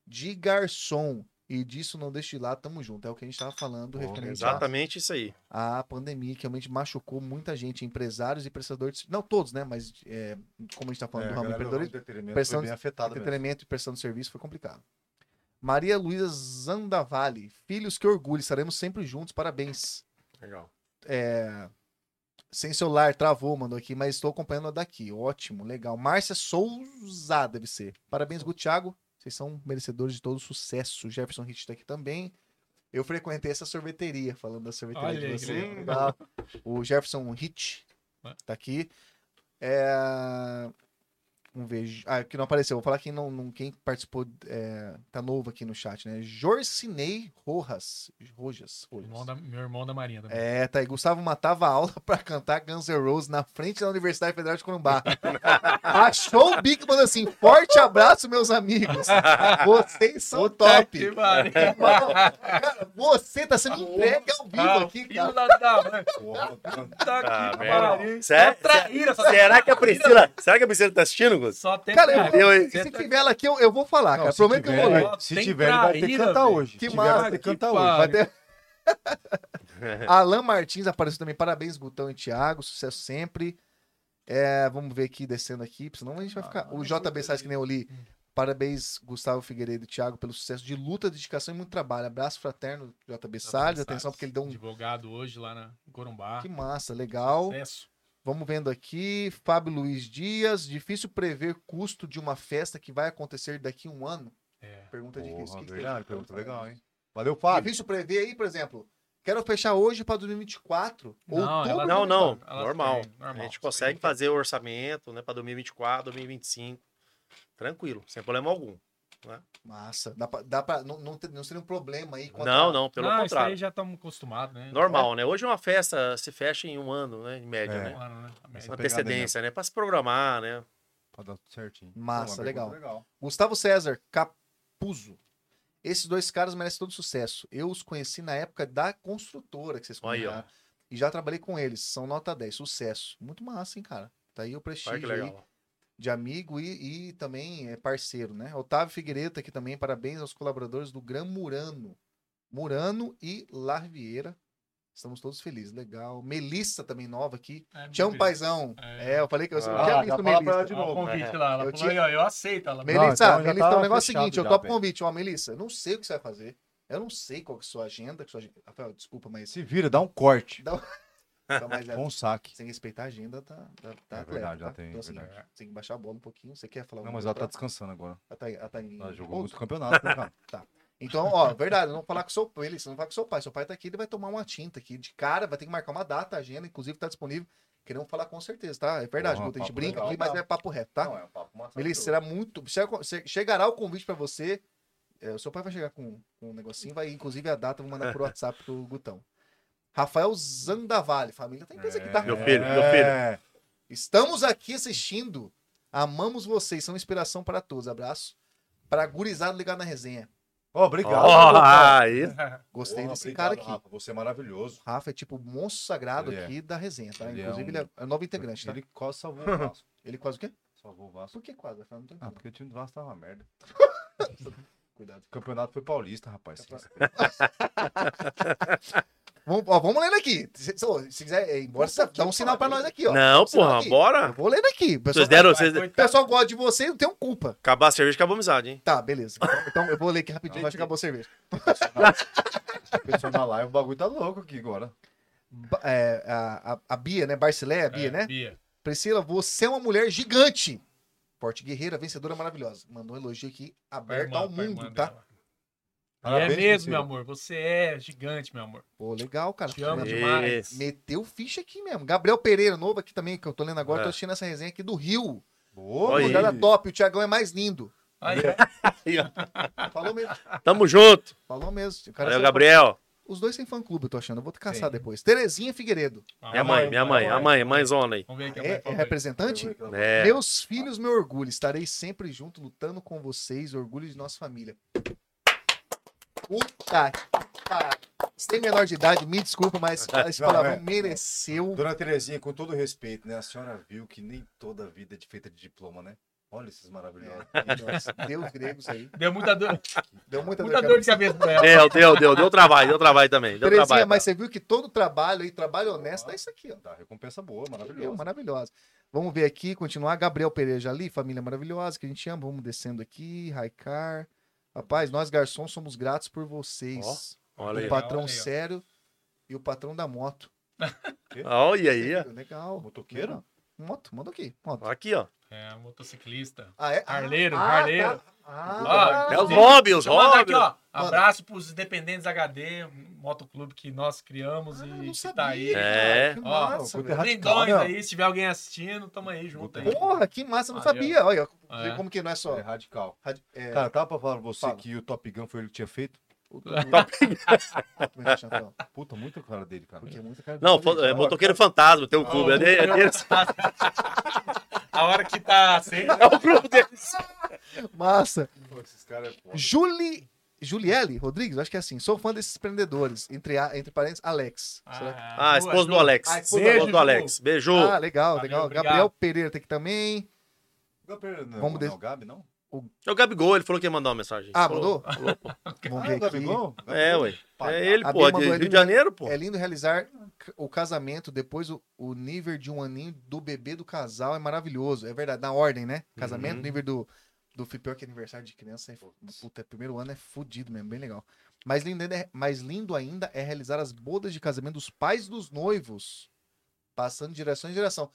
B: de garçom. E disso não deixe de lado, tamo junto. É o que a gente tava falando
A: Pô,
B: referente à-
C: Exatamente isso aí.
B: à pandemia, que realmente machucou muita gente, empresários e prestadores. Não todos, né? Mas é, como a gente tá falando do ramo empreendedorismo, pressão-
A: Pressão bem afetada mesmo.
B: entretenimento e prestação de serviço foi complicado. Maria Luísa Zandavalli. Filhos, que orgulho. Estaremos sempre juntos. Parabéns.
C: Legal.
B: Sem celular, travou, mandou aqui, mas estou acompanhando a daqui. Ótimo, legal. Márcia Souza, deve ser. Parabéns, Gu Thiago. Vocês são merecedores de todo o sucesso. Jefferson Hit tá aqui também. Eu frequentei essa sorveteria, falando da sorveteria
D: Olha aí,
B: de
D: que
B: você.
D: legal.
B: Tá? O Jefferson Hit
D: Né?
B: tá aqui. É... Vamos ver. Ah, que não apareceu. Vou falar quem, não, não- quem participou. É... Tá novo aqui no chat, né? Jorcinei Rojas. Rojas. Rojas.
D: Irmão da- né? meu irmão da Marinha também.
B: É, tá aí. Gustavo matava a aula pra cantar Guns N' Roses na frente da Universidade Federal de
D: *laughs*
B: Corumbá. Achou o bico, mano, assim, forte abraço, meus amigos. Vocês são
D: Puta
B: top. É
D: que pariu.
B: Cara, você tá sendo entregue ao vivo
D: Ah,
B: aqui,
D: Filha
B: cara.
D: da mãe.
A: Porra,
D: Tá
C: Ah,
D: aqui,
C: meu
D: pariu.
C: irmão. Sério?
D: Só traíra, só-
C: é- Será que a Priscila. Será que a Priscila tá assistindo, Gus?
D: Só tem
B: Cara, eu-
D: traíra.
C: Eu, hein?
D: Você
B: Se
D: tá-
B: tiver ela aqui, eu, eu vou falar,
A: Não,
B: cara.
A: se
B: Prometo que eu
A: tiver,
B: vou
A: vai-
B: ler.
A: se
D: Tem
A: tiver, ele vai ter que
D: traíra,
A: cantar
D: velho.
A: hoje.
B: Que
A: se tiver, ele vai ter
D: massa,
A: que
D: que
A: cantar
D: pariu.
A: hoje.
B: Vai ter-
A: é.
B: Alan Martins apareceu também. Parabéns, Gutão e Thiago. Sucesso sempre. É, vamos ver aqui, descendo aqui, senão a gente vai ficar. O JB Sais, que nem eu li. Parabéns, Gustavo Figueiredo e Thiago, pelo sucesso de luta, dedicação e muito trabalho. Abraço fraterno, JB Salles. Atenção, porque ele deu um.
D: Advogado hoje lá na em Corumbá. É
B: Que massa, legal.
D: Sucesso.
B: Vamos vendo aqui. Fábio Luiz Dias. Difícil prever custo de uma festa que vai acontecer daqui a um ano?
D: É.
B: Pergunta difícil. O
A: Porra,
B: que que
A: verdade,
B: você-
A: pergunta legal, hein? Valeu, Fábio.
B: Difícil prever aí, por exemplo. Quero fechar hoje para 2024.
D: Não,
B: outubro
D: ela-
C: Não, não.
D: Ela-
C: Normal. A
D: normal.
C: gente consegue fazer o orçamento, né? Pra 2024, 2025. Tranquilo, sem problema algum.
B: Massa. Dá pra, dá pra, não, não, ter- não seria um problema aí. quanto
C: Não,
B: a-
C: não, pelo
D: não, Ah, Isso aí
C: contrário.
D: já estamos acostumados, né?
C: Normal, né? Hoje uma festa se fecha em um ano, né? Em média,
A: É.
C: né?
D: Um ano, né? A média.
A: Essa
C: Uma
A: pegada aí
C: antecedência, né? Pra se programar, né?
A: Pra dar tudo certinho.
B: Massa,
A: Não, uma
B: legal.
A: pergunta
B: Gustavo César, Capuzzo. Esses dois caras merecem todo sucesso. Eu os conheci na época da construtora que vocês
C: Olha aí,
B: comentaram. E já trabalhei com eles. São nota 10. Sucesso. Muito massa, hein, cara. Tá aí o
C: Olha que
B: prestígio aí
C: legal.
B: de amigo e, e também é parceiro, né? Otávio Figueiredo tá aqui também. Parabéns aos colaboradores do Gran Murano. Murano e Larvieira. Estamos todos felizes. Legal. Melissa também nova aqui.
D: É,
B: Tinha um
D: beleza.
B: paizão. É,
D: É.
B: eu falei que eu sou
A: Ah,
B: tinha
A: já
B: visto
A: fala pra
B: Melissa.
A: ela de
D: Ó, o
A: novo.
D: convite lá. Ela
B: Eu
D: falou,
B: tinha-
D: "Aí, ó, eu aceito. Ela
A: Meli-
B: Melissa,
A: então já
B: Melissa,
A: tá
B: o negócio é o
A: fechado
B: seguinte, eu
A: já,
B: topo o
A: velho.
B: convite. Ó, Melissa, eu não sei o que você vai fazer. Eu não sei qual que é a sua agenda, que sua agenda... Rafael, desculpa, mas
A: Se vira, dá um corte.
B: tá mais leve.
A: Com um saque.
B: sem respeitar a agenda, tá, tá, tá
A: É
B: atleta,
A: verdade, já
B: tá?
A: tem,
B: Então, assim,
A: verdade.
B: tem que baixar a bola um pouquinho. Você quer falar
A: Não,
B: alguma
A: mas
B: coisa
A: ela tá
B: pra-
A: descansando agora.
B: ela tá, ela tá em...
A: Ela jogou
B: Bom,
A: muito campeonato, né, cara?
B: Então, ó, verdade, eu não vou falar com seu pai, você não vai com seu pai. Seu pai tá aqui, ele vai tomar uma tinta aqui de cara, vai ter que marcar uma data, a agenda, inclusive tá disponível. Queremos falar com certeza, tá? É verdade,
A: Porra,
B: Guto, a gente
A: papo
B: brinca
A: legal,
B: aqui, mas
A: tá?
B: é papo reto, tá?
A: é um papo massa.
B: Melissa, será muito. será- se- Chegará o convite pra você. É, o seu pai vai chegar com, com um negocinho, vai, inclusive a data, eu vou mandar por WhatsApp pro Gutão. Rafael Zandavalli, família tá em
A: É,
B: peso aqui, tá?
C: Meu filho, meu filho.
B: Estamos aqui assistindo. Amamos vocês, são inspiração para todos. Abraço. Para gurizado ligado na resenha.
A: Ó, obrigado.
C: Ó,
A: Rafa.
C: aí.
B: Gostei
A: Porra,
B: desse
A: obrigado,
B: cara aqui. Rafa.
A: Rafa, Você é maravilhoso.
B: é tipo o monstro sagrado
A: Ele é.
B: aqui da resenha, tá?
A: Ele é
B: Inclusive,
A: um-
B: ele é o novo integrante, tá? Ele,
A: Ele quase salvou o Vasco.
B: quase o quê?
A: Salvou o
B: *laughs*
A: Vasco.
B: Por que quase? Rafael? Não tô
A: Ah,
B: entendendo.
A: porque o time do Vasco tava uma merda.
B: *laughs* Cuidado.
A: O campeonato foi paulista, rapaz.
B: Vamos, ó, vamos lendo aqui. Se, se- ó, se quiser, é, embora você dá um sinal pra nós aqui, ó.
C: Não,
B: Sinal
C: porra,
B: aqui. Eu
C: bora.
B: vou lendo aqui. O pessoal,
C: Vocês deram. Vocês...
D: Coitado.
B: o pessoal gosta de você e não tem um culpa.
C: Acabar a cerveja, acabou a amizade, hein?
B: Tá, beleza. Então eu vou ler aqui rapidinho, vai acabou a cerveja.
A: O pessoal na live, o bagulho tá louco aqui agora.
B: Ba- é, a, a- a Bia, né? Barcelé, a Bia,
D: É,
B: né?
D: Bia.
B: Priscila, você é uma mulher gigante. Forte guerreira, vencedora maravilhosa. Mandou um elogio aqui aberto
D: Irmã,
B: ao
D: pra irmã
B: mundo, tá?
D: dela. E
A: Parabéns,
D: é mesmo,
A: Priscila.
D: meu amor. Você é gigante, meu amor.
B: Pô, legal, cara. é.
D: Te amo
B: Meteu-
D: demais.
B: Meteu ficha aqui mesmo. Gabriel Pereira, novo aqui também, que eu tô lendo agora,
C: É.
B: tô assistindo essa resenha aqui do Rio.
A: Boa,
C: Olha
B: Rodada
A: ele.
B: top, o Thiagão é mais lindo.
D: Aí,
B: Falou
C: *laughs*
B: mesmo.
C: Tamo junto.
B: Falou mesmo. O cara
C: Valeu,
B: saiu-
C: Gabriel.
B: Os dois têm fã-clube, eu tô achando. Eu vou te caçar
D: Sim.
B: depois. Terezinha Figueiredo.
D: ó.
C: Minha mãe, minha mãe, a mãe, mãezona aí.
D: Vamos ver aqui. a mãe
B: É, é
D: falou.
B: representante?
C: É.
B: Meus filhos, meu orgulho. Estarei sempre junto, lutando com vocês. Orgulho de nossa família. Puta que pariu. Se tem menor de idade, me desculpa,
A: *laughs*
B: mas esse
A: Não,
B: palavrão
A: é.
B: mereceu.
A: Dona Terezinha, com todo respeito, né? A senhora viu que nem toda vida é de- feita de diploma, né? Olha esses maravilhosos.
B: É.
A: né,
B: Nossa, Deus gregos aí.
D: Deu muita dor,
B: Deu muita,
D: muita
B: de
D: dor de
B: cabeça.
D: cabeça pra ela.
C: É, Deu, deu, deu. Deu trabalho, deu trabalho também. Deu
B: Terezinha,
C: trabalho.
B: mas você viu que todo trabalho aí, trabalho honesto, é isso aqui, ó.
A: Dá recompensa boa,
B: Maravilhosa.
A: maravilhosa.
B: maravilhosa. Vamos ver aqui, continuar. Gabriel Pereja ali, família maravilhosa, que a gente ama. Vamos descendo aqui, Raikar. Rapaz, nós garçons somos gratos por vocês.
C: Olha
B: o
C: aí.
D: Opa.
B: patrão
D: olha aí, ó.
B: sério e o patrão da moto.
C: Olha aí, ó.
B: Legal.
A: Motoqueiro?
B: Legal. Moto, manda aqui. Moto.
C: Aqui, ó.
D: É, motociclista.
B: Ah, é? Ah,
D: Arleiro,
B: ah,
D: arleiro.
B: tá. Ah,
D: Ó,
C: É os
D: sim.
C: hobbies, os
D: Deixa eu mandar aqui,
C: hobbies.
D: ó. Abraço pros dependentes HD, um motoclube que nós criamos
B: ah,
D: e
B: não
D: que tá aí.
B: sabia,
C: É.
B: Que
D: Ó,
B: massa,
A: vou
B: velho.
A: errar.
D: Lindões
A: Radical,
D: aí, se tiver alguém assistindo, tamo aí junto aí.
B: Porra, que massa, eu não
D: Valeu.
B: sabia. Olha,
D: É.
B: vê como que não é só.
A: É radical.
B: radi- é,
A: Cara, tava pra falar pra você
B: Fala.
A: que o Top Gun foi ele que tinha feito?
B: o- o- *laughs* como é que chama, Rafael?
A: Puta, muita cara dele, cara.
B: Porque muita cara-
C: Não, fo- é, motoqueiro fantasma, tem um clube. É, de- é deles.
D: A hora que tá Ah, acesa,
C: É o clube deles.
B: Massa.
A: Pô, esses caras é foda.
B: Juli... Juliele Rodrigues, acho que é assim. Sou fã desses empreendedores. Entre, a- entre parênteses, Alex. Será que-
C: Ah, a esposa do Alex.
B: Ah,
C: A
B: esposa
C: esposa
D: do
C: do Alex.
D: Alex.
C: Beijo.
B: Ah, legal,
D: Valeu,
B: legal.
D: obrigado.
B: Gabriel Pereira tem que também.
A: Gabriel, não,
B: Vamos
A: não
B: des-
A: é o Gabi, não?
C: É o Gabigol, ele falou que ia mandar uma mensagem. É
B: Ah,
C: Falou.
B: mandou?
C: Falou, pô.
B: Vamos
A: Ah, é
B: ver
A: o
B: aqui.
A: Gabigol?
C: É,
A: Gabigol.
C: ué. É ele,
B: A
C: pô.
B: Bia
C: De
B: ah, mandou
C: Rio
B: ele
C: de Janeiro, pô.
B: É lindo realizar o casamento depois o, o nível de um aninho do bebê do casal é maravilhoso. É verdade, na ordem, né? Casamento,
C: Uhum.
B: nível do, do fi- pior que aniversário de criança. É, fu- puta, primeiro ano é fudido mesmo, bem legal. Mas lindo, ainda é, mais lindo ainda é realizar as bodas de casamento dos pais dos noivos, passando de geração em geração.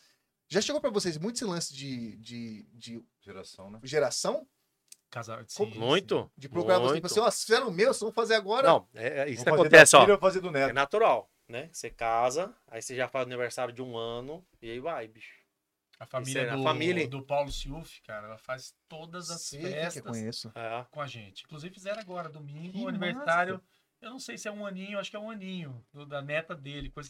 B: Já chegou pra vocês muito esse lance de, de, de
A: Geração, né?
B: geração?
D: Casal,
C: Muito.
B: De procurar vocês,
C: muito.
B: tipo assim, ó, se fizeram o meu, vocês vão fazer agora.
C: Não, é- é- isso
A: Vou fazer
C: acontece,
A: da
C: ó.
A: filha, vou fazer do
C: É
A: neto.
C: natural, né? Você casa, aí você já faz aniversário de um ano, e aí vai, bicho.
D: A
C: Isso
D: família,
C: aí,
D: do,
C: a família.
D: do Paulo Silf, cara, ela faz todas as
B: Sei quem que eu
D: festas
B: conheço.
C: É.
D: com a gente. Inclusive fizeram agora, domingo,
B: Que
D: um aniversário. Eu não sei se é um aninho, acho que é um aninho do- da neta dele. Coisa,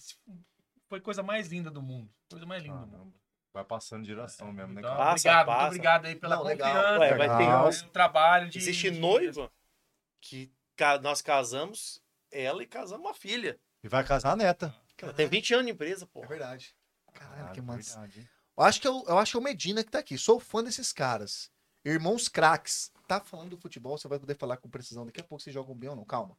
D: foi coisa mais linda do mundo. Coisa mais linda do mundo.
A: Caramba. Ah, Vai passando de
B: É,
A: geração mesmo, né,
B: tá.
D: Então,
A: cara?
C: Passa,
D: obrigado,
C: passa.
D: muito obrigado aí pela
B: Não, legal.
D: confiança.
C: Ué, vai ter
D: pelo
C: um-
D: trabalho de.
C: Existe
D: de-
C: noiva que ca- nós casamos ela e casamos uma filha.
A: E vai casar a neta.
C: Que Ela tem 20 anos de empresa, pô.
B: É verdade. Caralho, que massa.
A: verdade, hein?
B: Eu acho que, é o- eu acho que é o Medina que tá aqui. Sou fã desses caras. Irmãos craques. Tá falando do futebol, você vai poder falar com precisão. Daqui a pouco vocês jogam bem ou não, calma.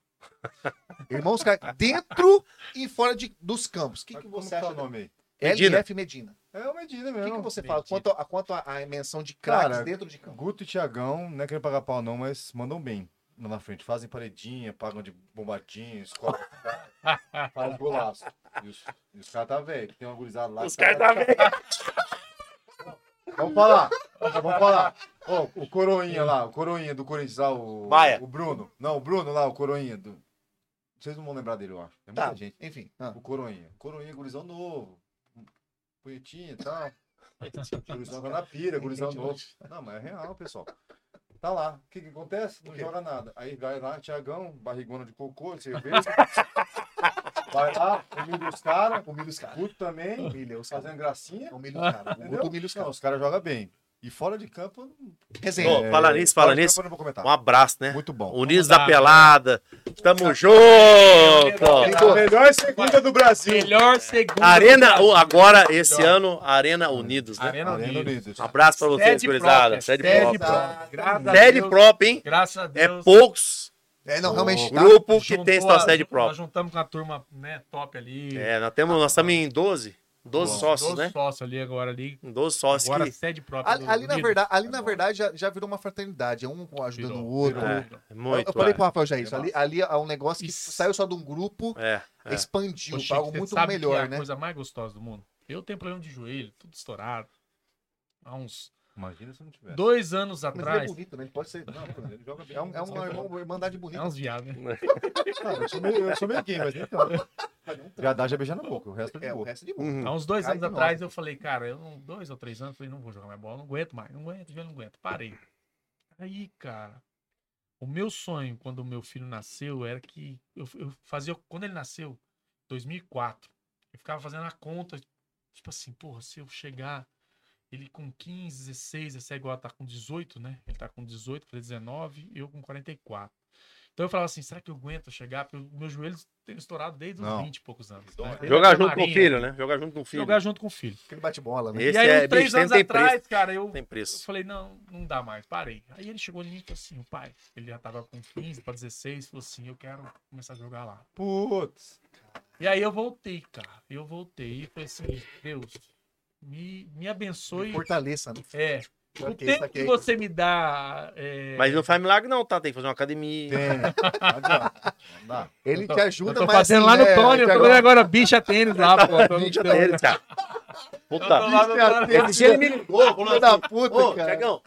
B: Irmãos craques, dentro e fora de, dos campos. O que,
A: Mas
B: que
A: como
B: você
A: tá
B: acha?
A: o nome aí?
C: Medina.
B: LF Medina.
A: É o Medina
B: O que,
A: mesmo.
B: que você fala
D: Medina.
B: quanto a, quanto a, a menção de craques
A: Cara,
B: dentro de campo?
A: Guto e Tiagão, não é querendo pagar pau não, mas mandam bem lá na frente. Fazem paredinha, pagam de bombadinha, escola.
B: *laughs*
A: faz um golaço. E os, e os caras tá velho. Tem uma gurizada lá.
C: Os
A: que
C: caras tá vendo.
A: Vamos falar. Vamos falar. Ó, o Coroinha lá, o Coroinha do Corinthians lá, o,
C: Maia.
A: o Bruno. Não, o Bruno lá, o Coroinha. Do... Vocês não vão lembrar dele, eu acho. Tem muita
B: Tá,
A: gente.
B: enfim. ah.
A: O Coroinha. O Coroinha, é gurizão novo. Bonitinho e tal. Gurizão vai na pira, gurizão
B: Entendi.
A: novo. Não, mas é real, pessoal. Tá lá. O que, que acontece? Não
B: quê?
A: joga nada. Aí vai lá, Tiagão, barrigona de cocô, de
B: *laughs*
A: cerveja. vai lá, humilha os caras.
B: Humilha os caras.
A: Puto também,
B: Humilha os caras.
A: fazendo gracinha.
B: Humilha os caras. O
A: Entendeu?
B: Guto humilha os
A: Não,
B: caras.
A: os caras jogam bem. E fora de campo. é,
B: Resenha.
C: Ô, fala nisso, fala
A: fora de
C: nisso.
A: campo eu não vou
B: Tá.
A: comentar.
C: Um abraço, né?
A: Muito bom.
C: Unidos
D: Vamos
C: da
D: lá.
C: Pelada. Tamo
B: né?
C: junto.
A: A melhor segunda do Brasil.
D: Melhor segunda.
C: É. Arena, um, ah,
D: do Brasil.
C: agora, esse
D: Melhor.
C: ano, Arena Unidos, né?
D: Arena
A: Arena
D: Unidos.
A: Unidos.
C: Um abraço pra vocês, gurizada.
D: própria,
C: Sede
D: sede
C: própria.
D: própria. Graças a
C: Sede
D: Deus.
C: própria, hein?
D: Graças a
C: É
D: Deus.
C: poucos
B: É, não, realmente. Tá,
C: grupo que
D: Juntou
C: tem sua
D: a-
C: sede
D: Nós
C: própria.
D: juntamos com a turma né, top ali.
C: É, nós temos, nós estamos em 12, 12
A: Bom,
C: sócios,
D: Dois
C: né?
D: sócios ali agora ali.
C: 12 sócios
D: Agora
C: que
D: sede própria.
B: ali,
D: do
B: ali na
D: Unidos.
B: verdade, ali, na
A: Agora.
B: verdade já, já virou uma fraternidade. É um ajudando
D: Virou,
B: o outro.
D: virou.
C: É.
B: Eu-
C: muito.
B: eu falei
C: é.
B: pro Rafael já isso.
A: É
B: Ali, ali é um negócio que
D: Isso.
B: saiu só de um grupo,
C: É, é.
B: expandiu
D: Ô,
B: pra
D: Chico,
B: algo
D: você
B: muito
D: sabe que é
B: melhor,
D: a
B: né?
D: coisa mais gostosa do mundo. Eu tenho problema de joelho, tudo estourado. Há uns
A: Imagina se não tiver.
D: dois anos
B: É. Mas ele é
D: atrás.
B: bonito, né? Ele pode ser.
A: Não, pô, ele joga bem.
B: É, um, é uma irmã- irmandade
D: É
B: bonita.
D: uns viados, né?
A: Cara, eu sou meio, eu sou meio gay, mas nem tanto. Já dá, já beijando a boca. O resto é de
B: *laughs* É, o
A: boa.
B: resto é de boa.
C: Uhum.
D: Há uns dois
B: Ai,
D: anos
B: que
D: atrás eu falei, cara, eu não, dois ou três anos, eu falei, não vou jogar mais bola, não aguento mais, não aguento, já não aguento. Parei. Aí, cara, o meu sonho quando o meu filho nasceu era que eu, eu fazia. Quando ele nasceu, 2004, eu ficava fazendo a conta, tipo assim, porra, se eu chegar. Ele com 15, 16, esse é igual tá com 18, né? Ele tá com 18, fazer 19, eu com 44. Então eu falava assim, será que eu aguento chegar? Porque meus joelhos têm estourado desde os
A: Não.
D: 20 e poucos anos. né? Desde
C: Jogar
D: a
C: junto com o
D: marinha,
C: filho, né? Jogar junto com o filho.
D: Jogar junto com o filho.
B: Aquele bate-bola, né?
C: Esse
D: e aí,
C: é-
D: uns três
C: bicho, tem-
D: anos
C: tem
D: atrás,
C: preço.
D: cara, eu
C: Tem
D: Eu
C: preço.
D: falei, não, não dá mais, parei. Aí ele chegou em mim e falou assim, o pai, ele já tava com 15 pra 16, falou assim, eu quero começar a jogar lá.
A: Putz.
D: E aí eu voltei, cara, eu voltei e falei assim, Deus, me, me abençoe.
B: Fortaleça, né?
D: É, o
B: Saquei,
D: tempo
B: saquei.
D: que você me dá... é,
C: Mas não faz milagre, não, tá? Tem que fazer uma academia.
A: Tem. Não adianta. Não dá.
B: Ele
D: Eu tô-
B: te ajuda,
D: eu tô
B: mas
D: fazendo
B: assim,
D: lá
C: é,
B: né,
D: no Tony, eu tô
B: Thiago?
D: fazendo agora bicha tênis lá,
C: *laughs*
D: pô. eu tô no
C: Ninja
D: Tony.
C: deles, cara.
D: Eu tô
C: tá? Puta.
D: lá no Tony.
C: Esse dia ele me ligou, falou
B: Filho da *laughs* puta,
C: Ô,
B: cara.
C: Tiagão,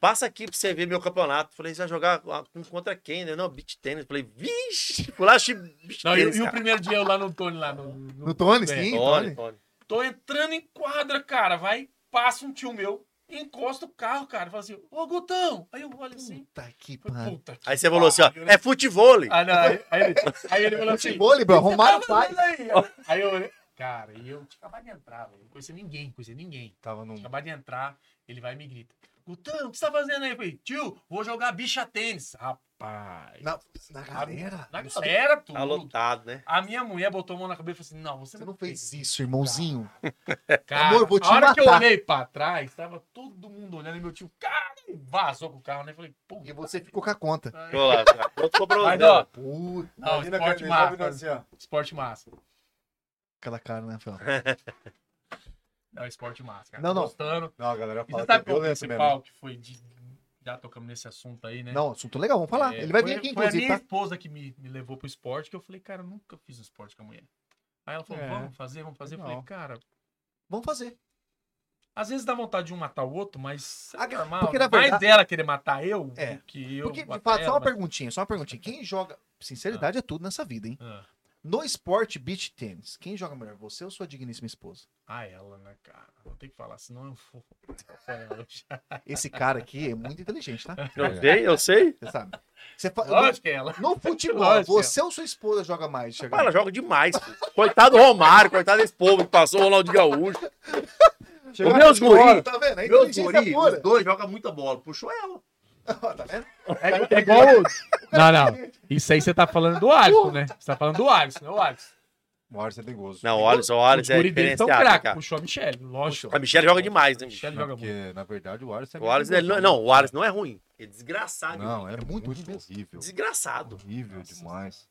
C: passa aqui pra você ver meu campeonato. Falei, você vai jogar com- contra quem? né? Não, beat tênis. Falei, vixe, fui lá, achei beat
D: Não, e,
C: tênis,
D: e o
C: cara.
D: primeiro dia eu lá no Tony, lá no...
B: No Tony,
D: É.
B: sim, Tony.
C: Tony, Tony.
D: Tô entrando em quadra, cara. Vai, passa um tio meu, encosta o carro, cara. Fala assim, ô Gutão. Aí eu olho assim.
B: Puta que
D: Falei,
B: pariu.
D: Puta que
C: Aí você falou assim, ó,
D: pariu, né?
C: é futevôlei.
D: Ah, não, aí, aí ele, aí ele falou assim.
B: Futebol, bro, arrumaram o pai.
D: "Mas Aí, aí- aí eu olhei. Cara, e eu tinha acabado de entrar, velho. Não conhecia ninguém, não conhecia ninguém.
A: Tava num.
D: Tinha acabado de entrar, ele vai e me grita. Gutão, o que você tá fazendo aí? Eu falei, tio, vou jogar bicha tênis. Rapaz.
B: Na, na galera?
D: Na
B: Você
D: galera, tudo.
C: Tá lotado, né?
D: A minha mulher botou a mão na cabeça e falou assim: não, você,
B: não fez isso, irmãozinho.
D: Tá. Cara,
B: Amor, vou te
D: a hora que eu
B: matar.
D: olhei pra trás, tava todo mundo olhando e meu tio, cara, vazou com o carro, né? Eu Falei, pô,
B: E você ficou com a conta.
C: Olha lá, cara. Outro cobrou.
D: Mas, ó,
B: Puta,
D: não,
A: um Imagina
D: esporte
A: aquele jovem
D: massa.
A: assim, ó.
D: Esporte massa.
B: aquela cara, né, Fel?
D: É. Não, É esporte massa, cara.
B: Não, não.
D: Gostando.
A: Não, a galera
D: E
A: fala
D: você
A: que é
D: sabe qual é o
A: violento mesmo.
D: principal que foi de. Já tocamos nesse assunto aí, né?
B: Não, assunto legal, vamos falar.
D: É,
B: Ele vai
D: foi-
B: vir aqui,
D: Foi a
B: inclusive,
D: minha
B: tá?
D: esposa que me, me levou pro esporte, que eu falei, cara, eu nunca fiz um esporte com a mulher. Aí ela falou,
A: É.
D: vamos fazer, vamos fazer. Eu falei,
A: Legal.
D: cara,
B: Vamos fazer.
D: às vezes dá vontade de um matar o outro, mas é
B: Ah, cara,
D: normal.
B: porque na
D: mais
B: verdade-
D: ela querer matar eu
B: É.
D: do que eu
B: Porque, de
D: matar
B: fato, só
D: ela,
B: uma
D: mas-
B: perguntinha, só uma perguntinha. Quem joga. Sinceridade é tudo nessa vida, hein?
D: Ah,
B: No esporte beach tênis, quem joga melhor? Você ou sua digníssima esposa?
D: a ela, né, cara? Não tem que falar, senão eu vou. Foi ela.
B: Esse
C: *laughs*
B: cara aqui é muito inteligente, tá?
C: Eu sei, eu sei.
B: Você sabe. Você fa...
D: Lógico que é ela.
B: No futebol,
D: Lógico. é.
B: você ou sua esposa joga mais? Thiago?
C: Rapaz, ela joga demais. filho. Coitado do Romário, coitado desse povo que passou, o Ronaldo Gaúcho.
A: Chegou
C: Ô, meus
A: agora,
C: guri.
B: Tá vendo? É
C: Meu
B: inteligência
C: guri,
B: pura.
C: os dois jogam muita bola. Puxou ela.
B: Ó, tá vendo?
D: É, é igual. o- Não, não. Isso aí você tá falando do Alisson, né? Você tá falando do Alisson, né? O Alisson.
A: Uma hora você tem gozo.
C: Não, olha só, olha,
D: Os
C: é
D: guri dele são
C: diferenciado,
D: craque.
C: cara.
D: Puxou a Michelle, lógico.
C: A Michelle joga demais, né,
D: A
C: bicho?
D: Michelle joga muito.
A: Porque, na verdade, o Alisson é
C: O Alisson,
A: meio
C: ele não,
A: gozado.
C: não, o Alisson não é ruim. É desgraçado.
A: Não, é, um
B: É muito
A: muito,
B: ruim mesmo.
A: horrível.
C: Desgraçado.
A: Horrível
D: Nossa.
A: demais.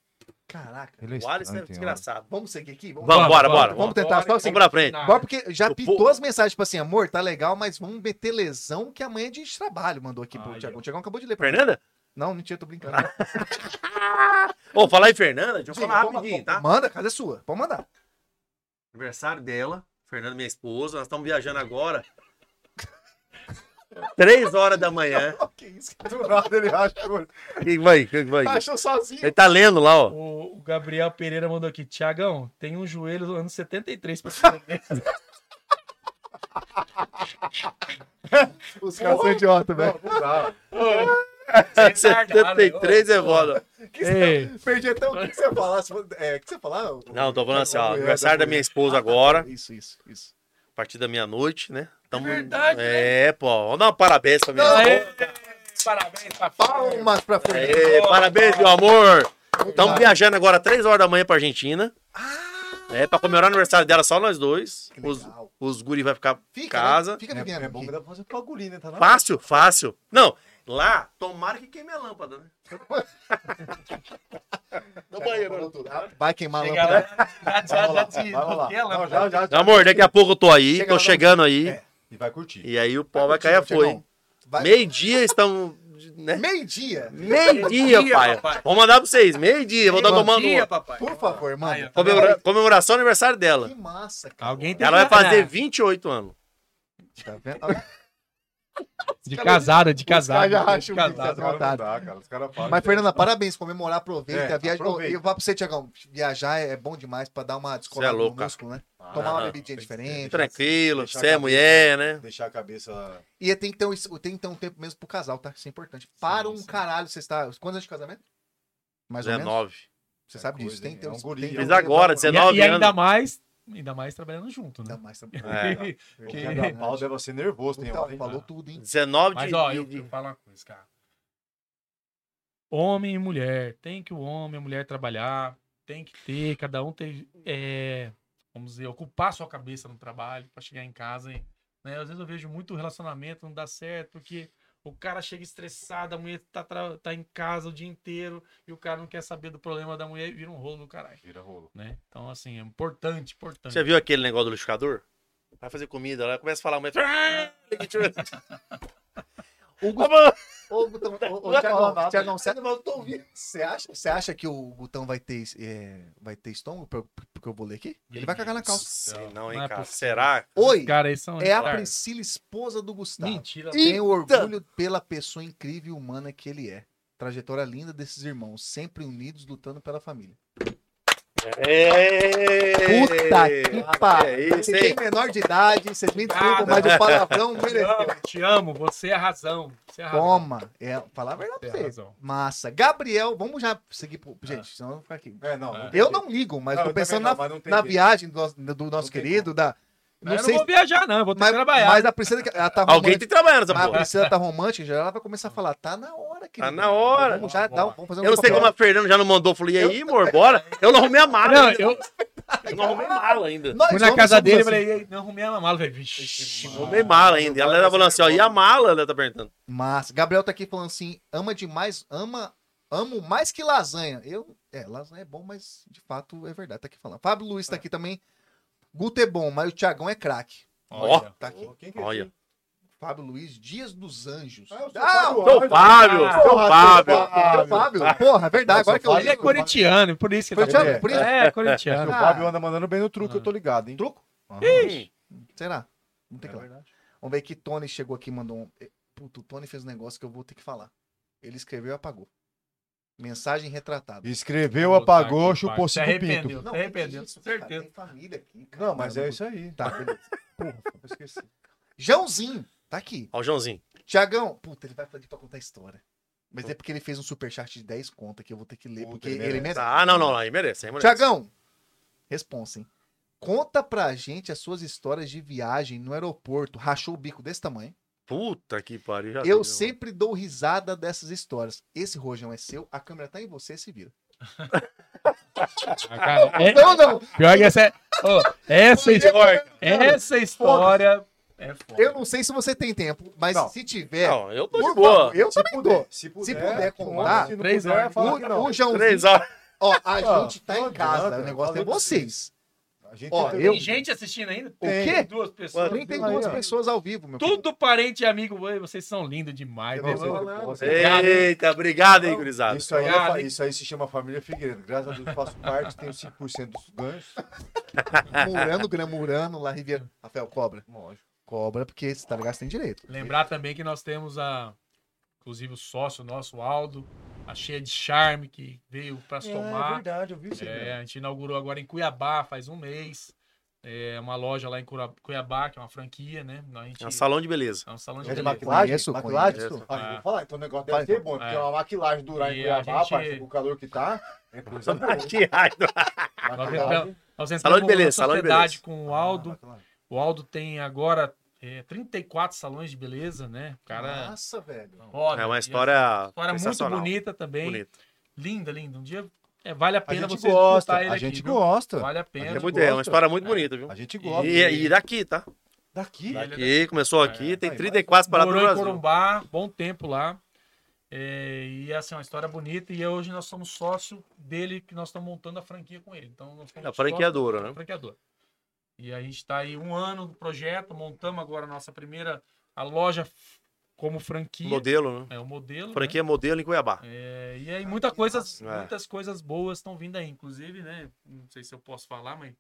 B: Caraca.
A: Ele é
C: O Alisson é
A: estranho, tem hora.
C: desgraçado.
B: Vamos seguir aqui?
C: Vamos, bora, bora.
B: Vamos tentar só assim.
C: Vamos pra frente.
B: Bora, porque já
C: Eu
B: pitou
C: vou-
B: as mensagens, tipo assim, amor, tá legal, mas vamos meter lesão que amanhã é dia de trabalho, mandou aqui pro
D: Ai,
B: Tiagão.
D: eu-
B: O Tiagão acabou de ler. pra mim.
C: Fernanda?
B: Não, mentira, tô brincando.
C: Ô, falar em Fernanda, deixa eu falar
B: Diga,
C: rapidinho,
B: toma-
C: tá?
B: Manda, casa é sua. Pode *laughs* mandar.
C: Aniversário dela, Fernanda, minha esposa, nós estamos viajando agora. *laughs* Três horas da manhã.
B: que isso?
A: Do nada ele racha *laughs* o olho.
C: Quem vai? Quem vai?
B: Achou sozinho.
C: Ele tá lendo lá, ó.
D: O o Gabriel Pereira mandou aqui, Tiagão, tem um joelho do ano 73 pra você
C: *laughs*
D: ver.
B: Os caras são idiota, velho.
A: Não dá.
C: *laughs*
D: Sem tardar, né?
C: 73 é foda. É.
D: Ei,
B: Perdi até o que que você ia falar. se for- É, o que você ia falar? ô-
C: Não, tô falando assim,
B: Tiagão,
C: ó.
B: mulher,
C: Aniversário da
B: mulher.
C: minha esposa agora,
B: Isso, isso, isso.
C: a partir da meia-noite, né? Tamo...
D: verdade,
C: É, pô. Vamos dar um parabéns pra minha
D: Tá, aê,
C: esposa.
D: Parabéns, papai.
B: Palmas um pra frente.
C: Aê, parabéns, meu amor. Estamos viajando agora três horas da manhã pra Argentina. É, pra comemorar o aniversário dela, só nós dois.
B: Que
C: Os,
B: legal.
C: os guri vai ficar em
B: Fica, né?
C: casa.
B: Fica vivendo.
A: É, é bom
B: aqui.
A: que dá pra fazer com agulhinha, né? Tá na
C: Fácil, fácil. Não, lá, tomara que queime a lâmpada, né? No
B: Falou tudo. Ah, Vai
D: *laughs*
B: queimar a
D: Chega
B: lâmpada.
D: lá, já, já, já te bloqueia a
A: Não,
D: lâmpada.
A: já, já, já.
C: Amor, daqui a pouco eu tô aí,
B: Chega
C: tô
B: lá,
C: chegando aí.
B: É.
A: E vai curtir.
C: E aí o pau vai cair a foi.
B: Vai-
C: Meio-dia estamos. Né?
B: Meio-dia.
C: Meio-dia,
D: Meio-dia,
C: pai.
D: papai.
C: Vou mandar pra vocês, meio-dia. Vou estar
B: Meio-dia, tá
C: tomando uma.
D: papai.
B: Por favor,
D: Aí,
B: mano.
D: ó.
C: Comemora- Comemoração do aniversário
B: Que
C: dela.
B: massa, cara.
D: Alguém tem
C: Ela vai
D: que-
C: fazer 28 anos.
B: Tá vendo?
D: De casada, de
B: caras
D: casada.
B: já
D: de
B: racham o bico,
A: Os
D: casada.
B: já-
A: caras não dá, cara. Os caras falam.
B: Mas, Fernanda, parabéns, comemorar, aproveita.
A: É,
B: viaja...
A: aproveita.
B: Eu vou pra você, Tiagão. Viajar é bom demais pra dar uma
C: Cê
B: descolada
C: é
B: no
C: louco,
B: músculo, né?
A: Ah,
B: Tomar uma
C: não,
B: bebidinha diferente.
C: Tranquilo,
A: Deixar
C: você é
A: a cabeça-
C: mulher, né?
A: Deixar a cabeça.
B: E tem que, ter um, tem que ter um tempo mesmo pro casal, tá? Isso é importante. Para um
D: sim.
B: caralho, você está. Quantos anos de casamento? Mais ou menos?
C: 19.
B: Você sabe
A: Coisa,
B: disso. Tem que ter
A: hein? É
B: um
A: um guri,
B: tem que
A: é um
B: ter
C: Mas agora,
B: tempo pra-
C: 19
D: E, e ainda
C: anos.
D: mais, ainda mais trabalhando junto, né?
B: Ainda mais tempo.
C: É.
A: O
D: Que-
A: quebra-pau deve ser nervoso, tem
B: Então,
A: hora. hein?
B: falou tudo, hein?
C: 19 de.
D: Mas, ó,
C: de-
D: eu,
C: de-
D: eu falo uma coisa, cara. homem e mulher. Tem que o homem e a mulher trabalhar, tem que ter, cada um ter, é, vamos dizer, ocupar sua cabeça no trabalho para chegar em casa. E, né, Às vezes eu vejo muito relacionamento não dá certo, porque o cara chega estressado, a mulher tá, tra- tá em casa o dia inteiro e o cara não quer saber do problema da mulher e vira um rolo do caralho.
A: Vira rolo.
D: Né? Então, assim, é importante, importante.
C: *laughs* Você viu aquele negócio do liquidificador? Vai fazer comida, ela começa a falar, um mas...
B: O Gu-
A: Tá
B: Ô, Gutão, ô, ô, Tiagão, Tiagão, você- você acha, você acha que o Gutão vai ter, es- é, vai ter estômago pro- pro- porque eu vou ler aqui? Ele vai cagar *laughs* na calça.
C: Sei não, hein,
D: Não é
C: cara.
D: possível.
C: Será?
B: Oi,
D: Cara, eles são
B: é a
D: retardados.
B: Priscila, esposa do Gustavo.
D: Mentira.
B: Tenho orgulho pela pessoa incrível e humana que ele é. Trajetória linda desses irmãos, sempre unidos, lutando pela família. É. Puta que pariu.
C: É isso,
B: Você tem
C: hein?
B: menor de idade, vocês me desculpam,
D: Obrigado.
B: mas o palavrão mereceu.
D: *laughs* Não, te amo, você é a razão. Você é a razão.
B: Toma. É, falar a verdade
D: Você
B: pra
D: é Ah. a
B: vocês.
D: razão.
B: Massa. Gabriel, vamos já seguir pro... Gente, senão eu vou ficar aqui.
A: É, não.
D: É.
A: não tem
B: Eu
A: jeito.
B: não ligo, mas
A: Não,
B: tô
A: eu também
B: pensando
A: não,
B: na,
A: mas não tem
B: na
A: jeito.
B: viagem do, nosso- do nosso
A: Não tem
B: querido, da...
D: Não,
B: Não
D: eu
B: sei
D: não vou viajar, não. Eu vou ter
B: mas,
D: que trabalhar.
B: mas a Priscila, que- ela tá
C: Alguém
B: romântica,
C: tem trabalho nessa
B: mas a
C: porra.
B: Priscila tá romântica, já ela vai começar a falar, tá na hora, querido.
C: na hora.
B: Vamos já, dá, um- vamos fazer um
C: Eu não sei como
B: papel.
C: a Fernanda já não mandou. Falei, e aí, amor, bora? Eu não arrumei a mala
D: Ah, Não,
C: ainda.
D: eu
C: Eu não arrumei mala ainda.
B: Nós
D: fui na
B: vamos
D: casa
B: somos
D: dele e
B: assim.
D: falei, "Ei, não arrumei a mala. Falei, Vixe,
C: Não arrumei mala ainda. Ela tava falando assim, ó, e a mala? Ela tá perguntando.
B: Mas Gabriel tá aqui falando assim, ama demais, ama, amo mais que lasanha. Eu, é, lasanha é bom, mas de fato é verdade, tá aqui falando. Fábio Luiz tá aqui também. Guto é bom, mas o Thiagão é craque.
C: Ó.
D: Olha.
B: Tá aqui.
A: Ô, quem que é
C: Olha.
A: esse?
B: Fábio Luiz, Dias dos Anjos.
A: Ah, eu sou
B: Ah,
A: Fábio
C: Seu
A: Alves.
C: Fábio,
A: Ah,
C: seu
A: porra,
C: Fábio.
A: seu
B: Ah, Fábio, porra, é verdade, agora que eu
D: Ele é corintiano, por isso que ele
B: Corintiano,
D: bem.
B: por isso?
D: É,
A: O
D: corintiano.
B: Ah.
A: Fábio anda mandando bem no truque,
D: Ah.
A: eu tô ligado, hein?
B: Truco?
A: Aham.
C: Ih,
B: Será? Não tem
A: um É
B: que lá.
A: verdade.
B: Vamos ver que Tony chegou aqui e mandou um. Puto, o Tony fez um negócio que eu vou ter que falar. Ele escreveu e apagou. Mensagem retratada.
A: Escreveu,
D: Vou botar
A: apagou,
D: aqui,
A: chupou
D: pai. Se
A: cinco pinto.
D: arrependeu, se arrependeu,
B: que isso,
D: com
B: cara,
D: certeza.
B: Tem família aqui. cara.
A: Não, mas é
B: Caramba.
A: isso aí.
B: Tá, beleza.
A: Porra, eu esqueci.
B: Joãozinho, tá aqui.
C: Ó, o Joãozinho.
B: Tiagão, puta, ele vai pedir pra contar a história. Mas é porque ele fez um superchat de 10 contas que eu vou ter que ler,
A: Puta,
B: porque
A: ele
B: ele merece.
C: Ah, não, não, não. Aí merece, aí merece.
B: Tiagão, responsa, hein? Conta pra gente as suas histórias de viagem no aeroporto. Rachou o bico desse tamanho.
C: Tá Puta que pariu. já
B: Eu
C: deu.
B: sempre dou risada dessas histórias. Esse rojão é seu, a câmera tá em você, se vira.
D: Ah, cara, é-
B: Não, não,
D: Pior que essa é. Ô, essa, história, essa história é foda.
B: eu não sei se você tem tempo, mas
A: Não.
B: se tiver,
C: Não, eu tô
B: por
C: de
B: favor,
C: boa.
B: eu
A: Se
B: também
A: puder,
B: dou.
A: se
B: Se puder contar,
A: conta, se não
D: três
A: puder,
D: horas.
A: fala que
B: O,
A: não.
B: o Joãozinho,
C: Três horas.
B: ó, a
A: Ó,
B: gente tá em
A: não
B: casa,
A: adianta,
B: o negócio é
A: falei pra
B: vocês.
A: A gente
B: Ó,
A: tem-
B: eu-
D: Tem gente assistindo ainda?
B: Tem.
D: Tem Duas pessoas.
C: Tem.
B: 32
A: Aí, ó.
B: pessoas ao vivo, meu filho.
D: Tudo parente e amigo. Oi, Vocês são lindos demais.
A: Eu não
D: né?
A: sei.
C: Eita, obrigado aí, gurizada.
A: Isso aí, é
D: Obrigado,
A: fa-
D: hein?
A: isso aí se chama Família Figueiredo. Graças a Deus eu faço parte, tenho 5% dos ganhos.
B: Murano, Gramurano, lá Riviera. Rafael, cobra.
A: Lógico.
B: Cobra, porque você tá ligado, você tem direito.
D: Lembrar também que nós temos a, inclusive o sócio nosso, o Aldo, a cheia de charme que veio para se
A: É
D: tomar.
A: verdade, eu vi isso. aí
D: É,
A: mesmo.
D: a gente inaugurou agora em Cuiabá faz um mês. É uma loja lá em Cura- Cuiabá, que é uma franquia, né? A gente,
C: É um salão de beleza.
D: é um salão de
A: É de
D: beleza.
A: maquilagem?
B: Conheço,
A: maquilagem?
C: conheço.
A: Ah, eu
D: É.
A: vou falar, então o negócio
B: Fala,
A: deve ser
B: então.
A: bom, porque
D: É.
A: uma maquilagem durar em
D: E a
A: Cuiabá,
D: gente-
A: parceiro, com o calor que tá, é coisa boa.
D: *laughs*
C: *laughs*
D: Nós
A: Maquilagem.
D: entramos, nós entramos
C: Salão de beleza,
D: na
C: salão de
D: sociedade
C: beleza.
D: com o Aldo.
A: Ah, maquilagem.
D: O Aldo tem agora é, 34 salões de beleza, né? O
A: Ah,
D: cara
B: Nossa, velho.
D: roda.
C: É
D: E
C: uma
D: essa
C: história,
D: história muito
C: sensacional.
D: bonita também.
C: Bonita.
D: Linda, linda. Um dia é, vale a
A: A
D: pena
A: gente
D: você
A: gosta,
D: escutar ele
A: a
D: aqui,
A: gente
D: viu?
A: gosta.
D: Vale a
A: A
D: pena.
A: gente
C: É, muito, é uma
A: gosta.
C: história muito bonita, viu?
A: A gente gosta.
C: E, e daqui, tá?
A: tá Daqui.
D: Daqui.
C: Daqui, começou aqui, tem
A: Aí,
C: 34 paradas no
D: Morou em
C: Brasil.
D: Corumbá, bom tempo lá. É, e assim, uma história bonita. E hoje nós somos sócio dele, que nós estamos montando a franquia com ele. Então, nós somos
C: É a franqueadora,
D: sócio-
C: né?
D: franqueadora. E a gente está aí um ano do projeto, montamos agora a nossa primeira a loja f- como franquia.
C: Modelo, né?
D: É o modelo. né?
C: Franquia modelo em Cuiabá.
D: É, e aí muita coisa,
C: É.
D: muitas coisas boas estão vindo aí. Inclusive, né? Não sei se eu posso falar, mas.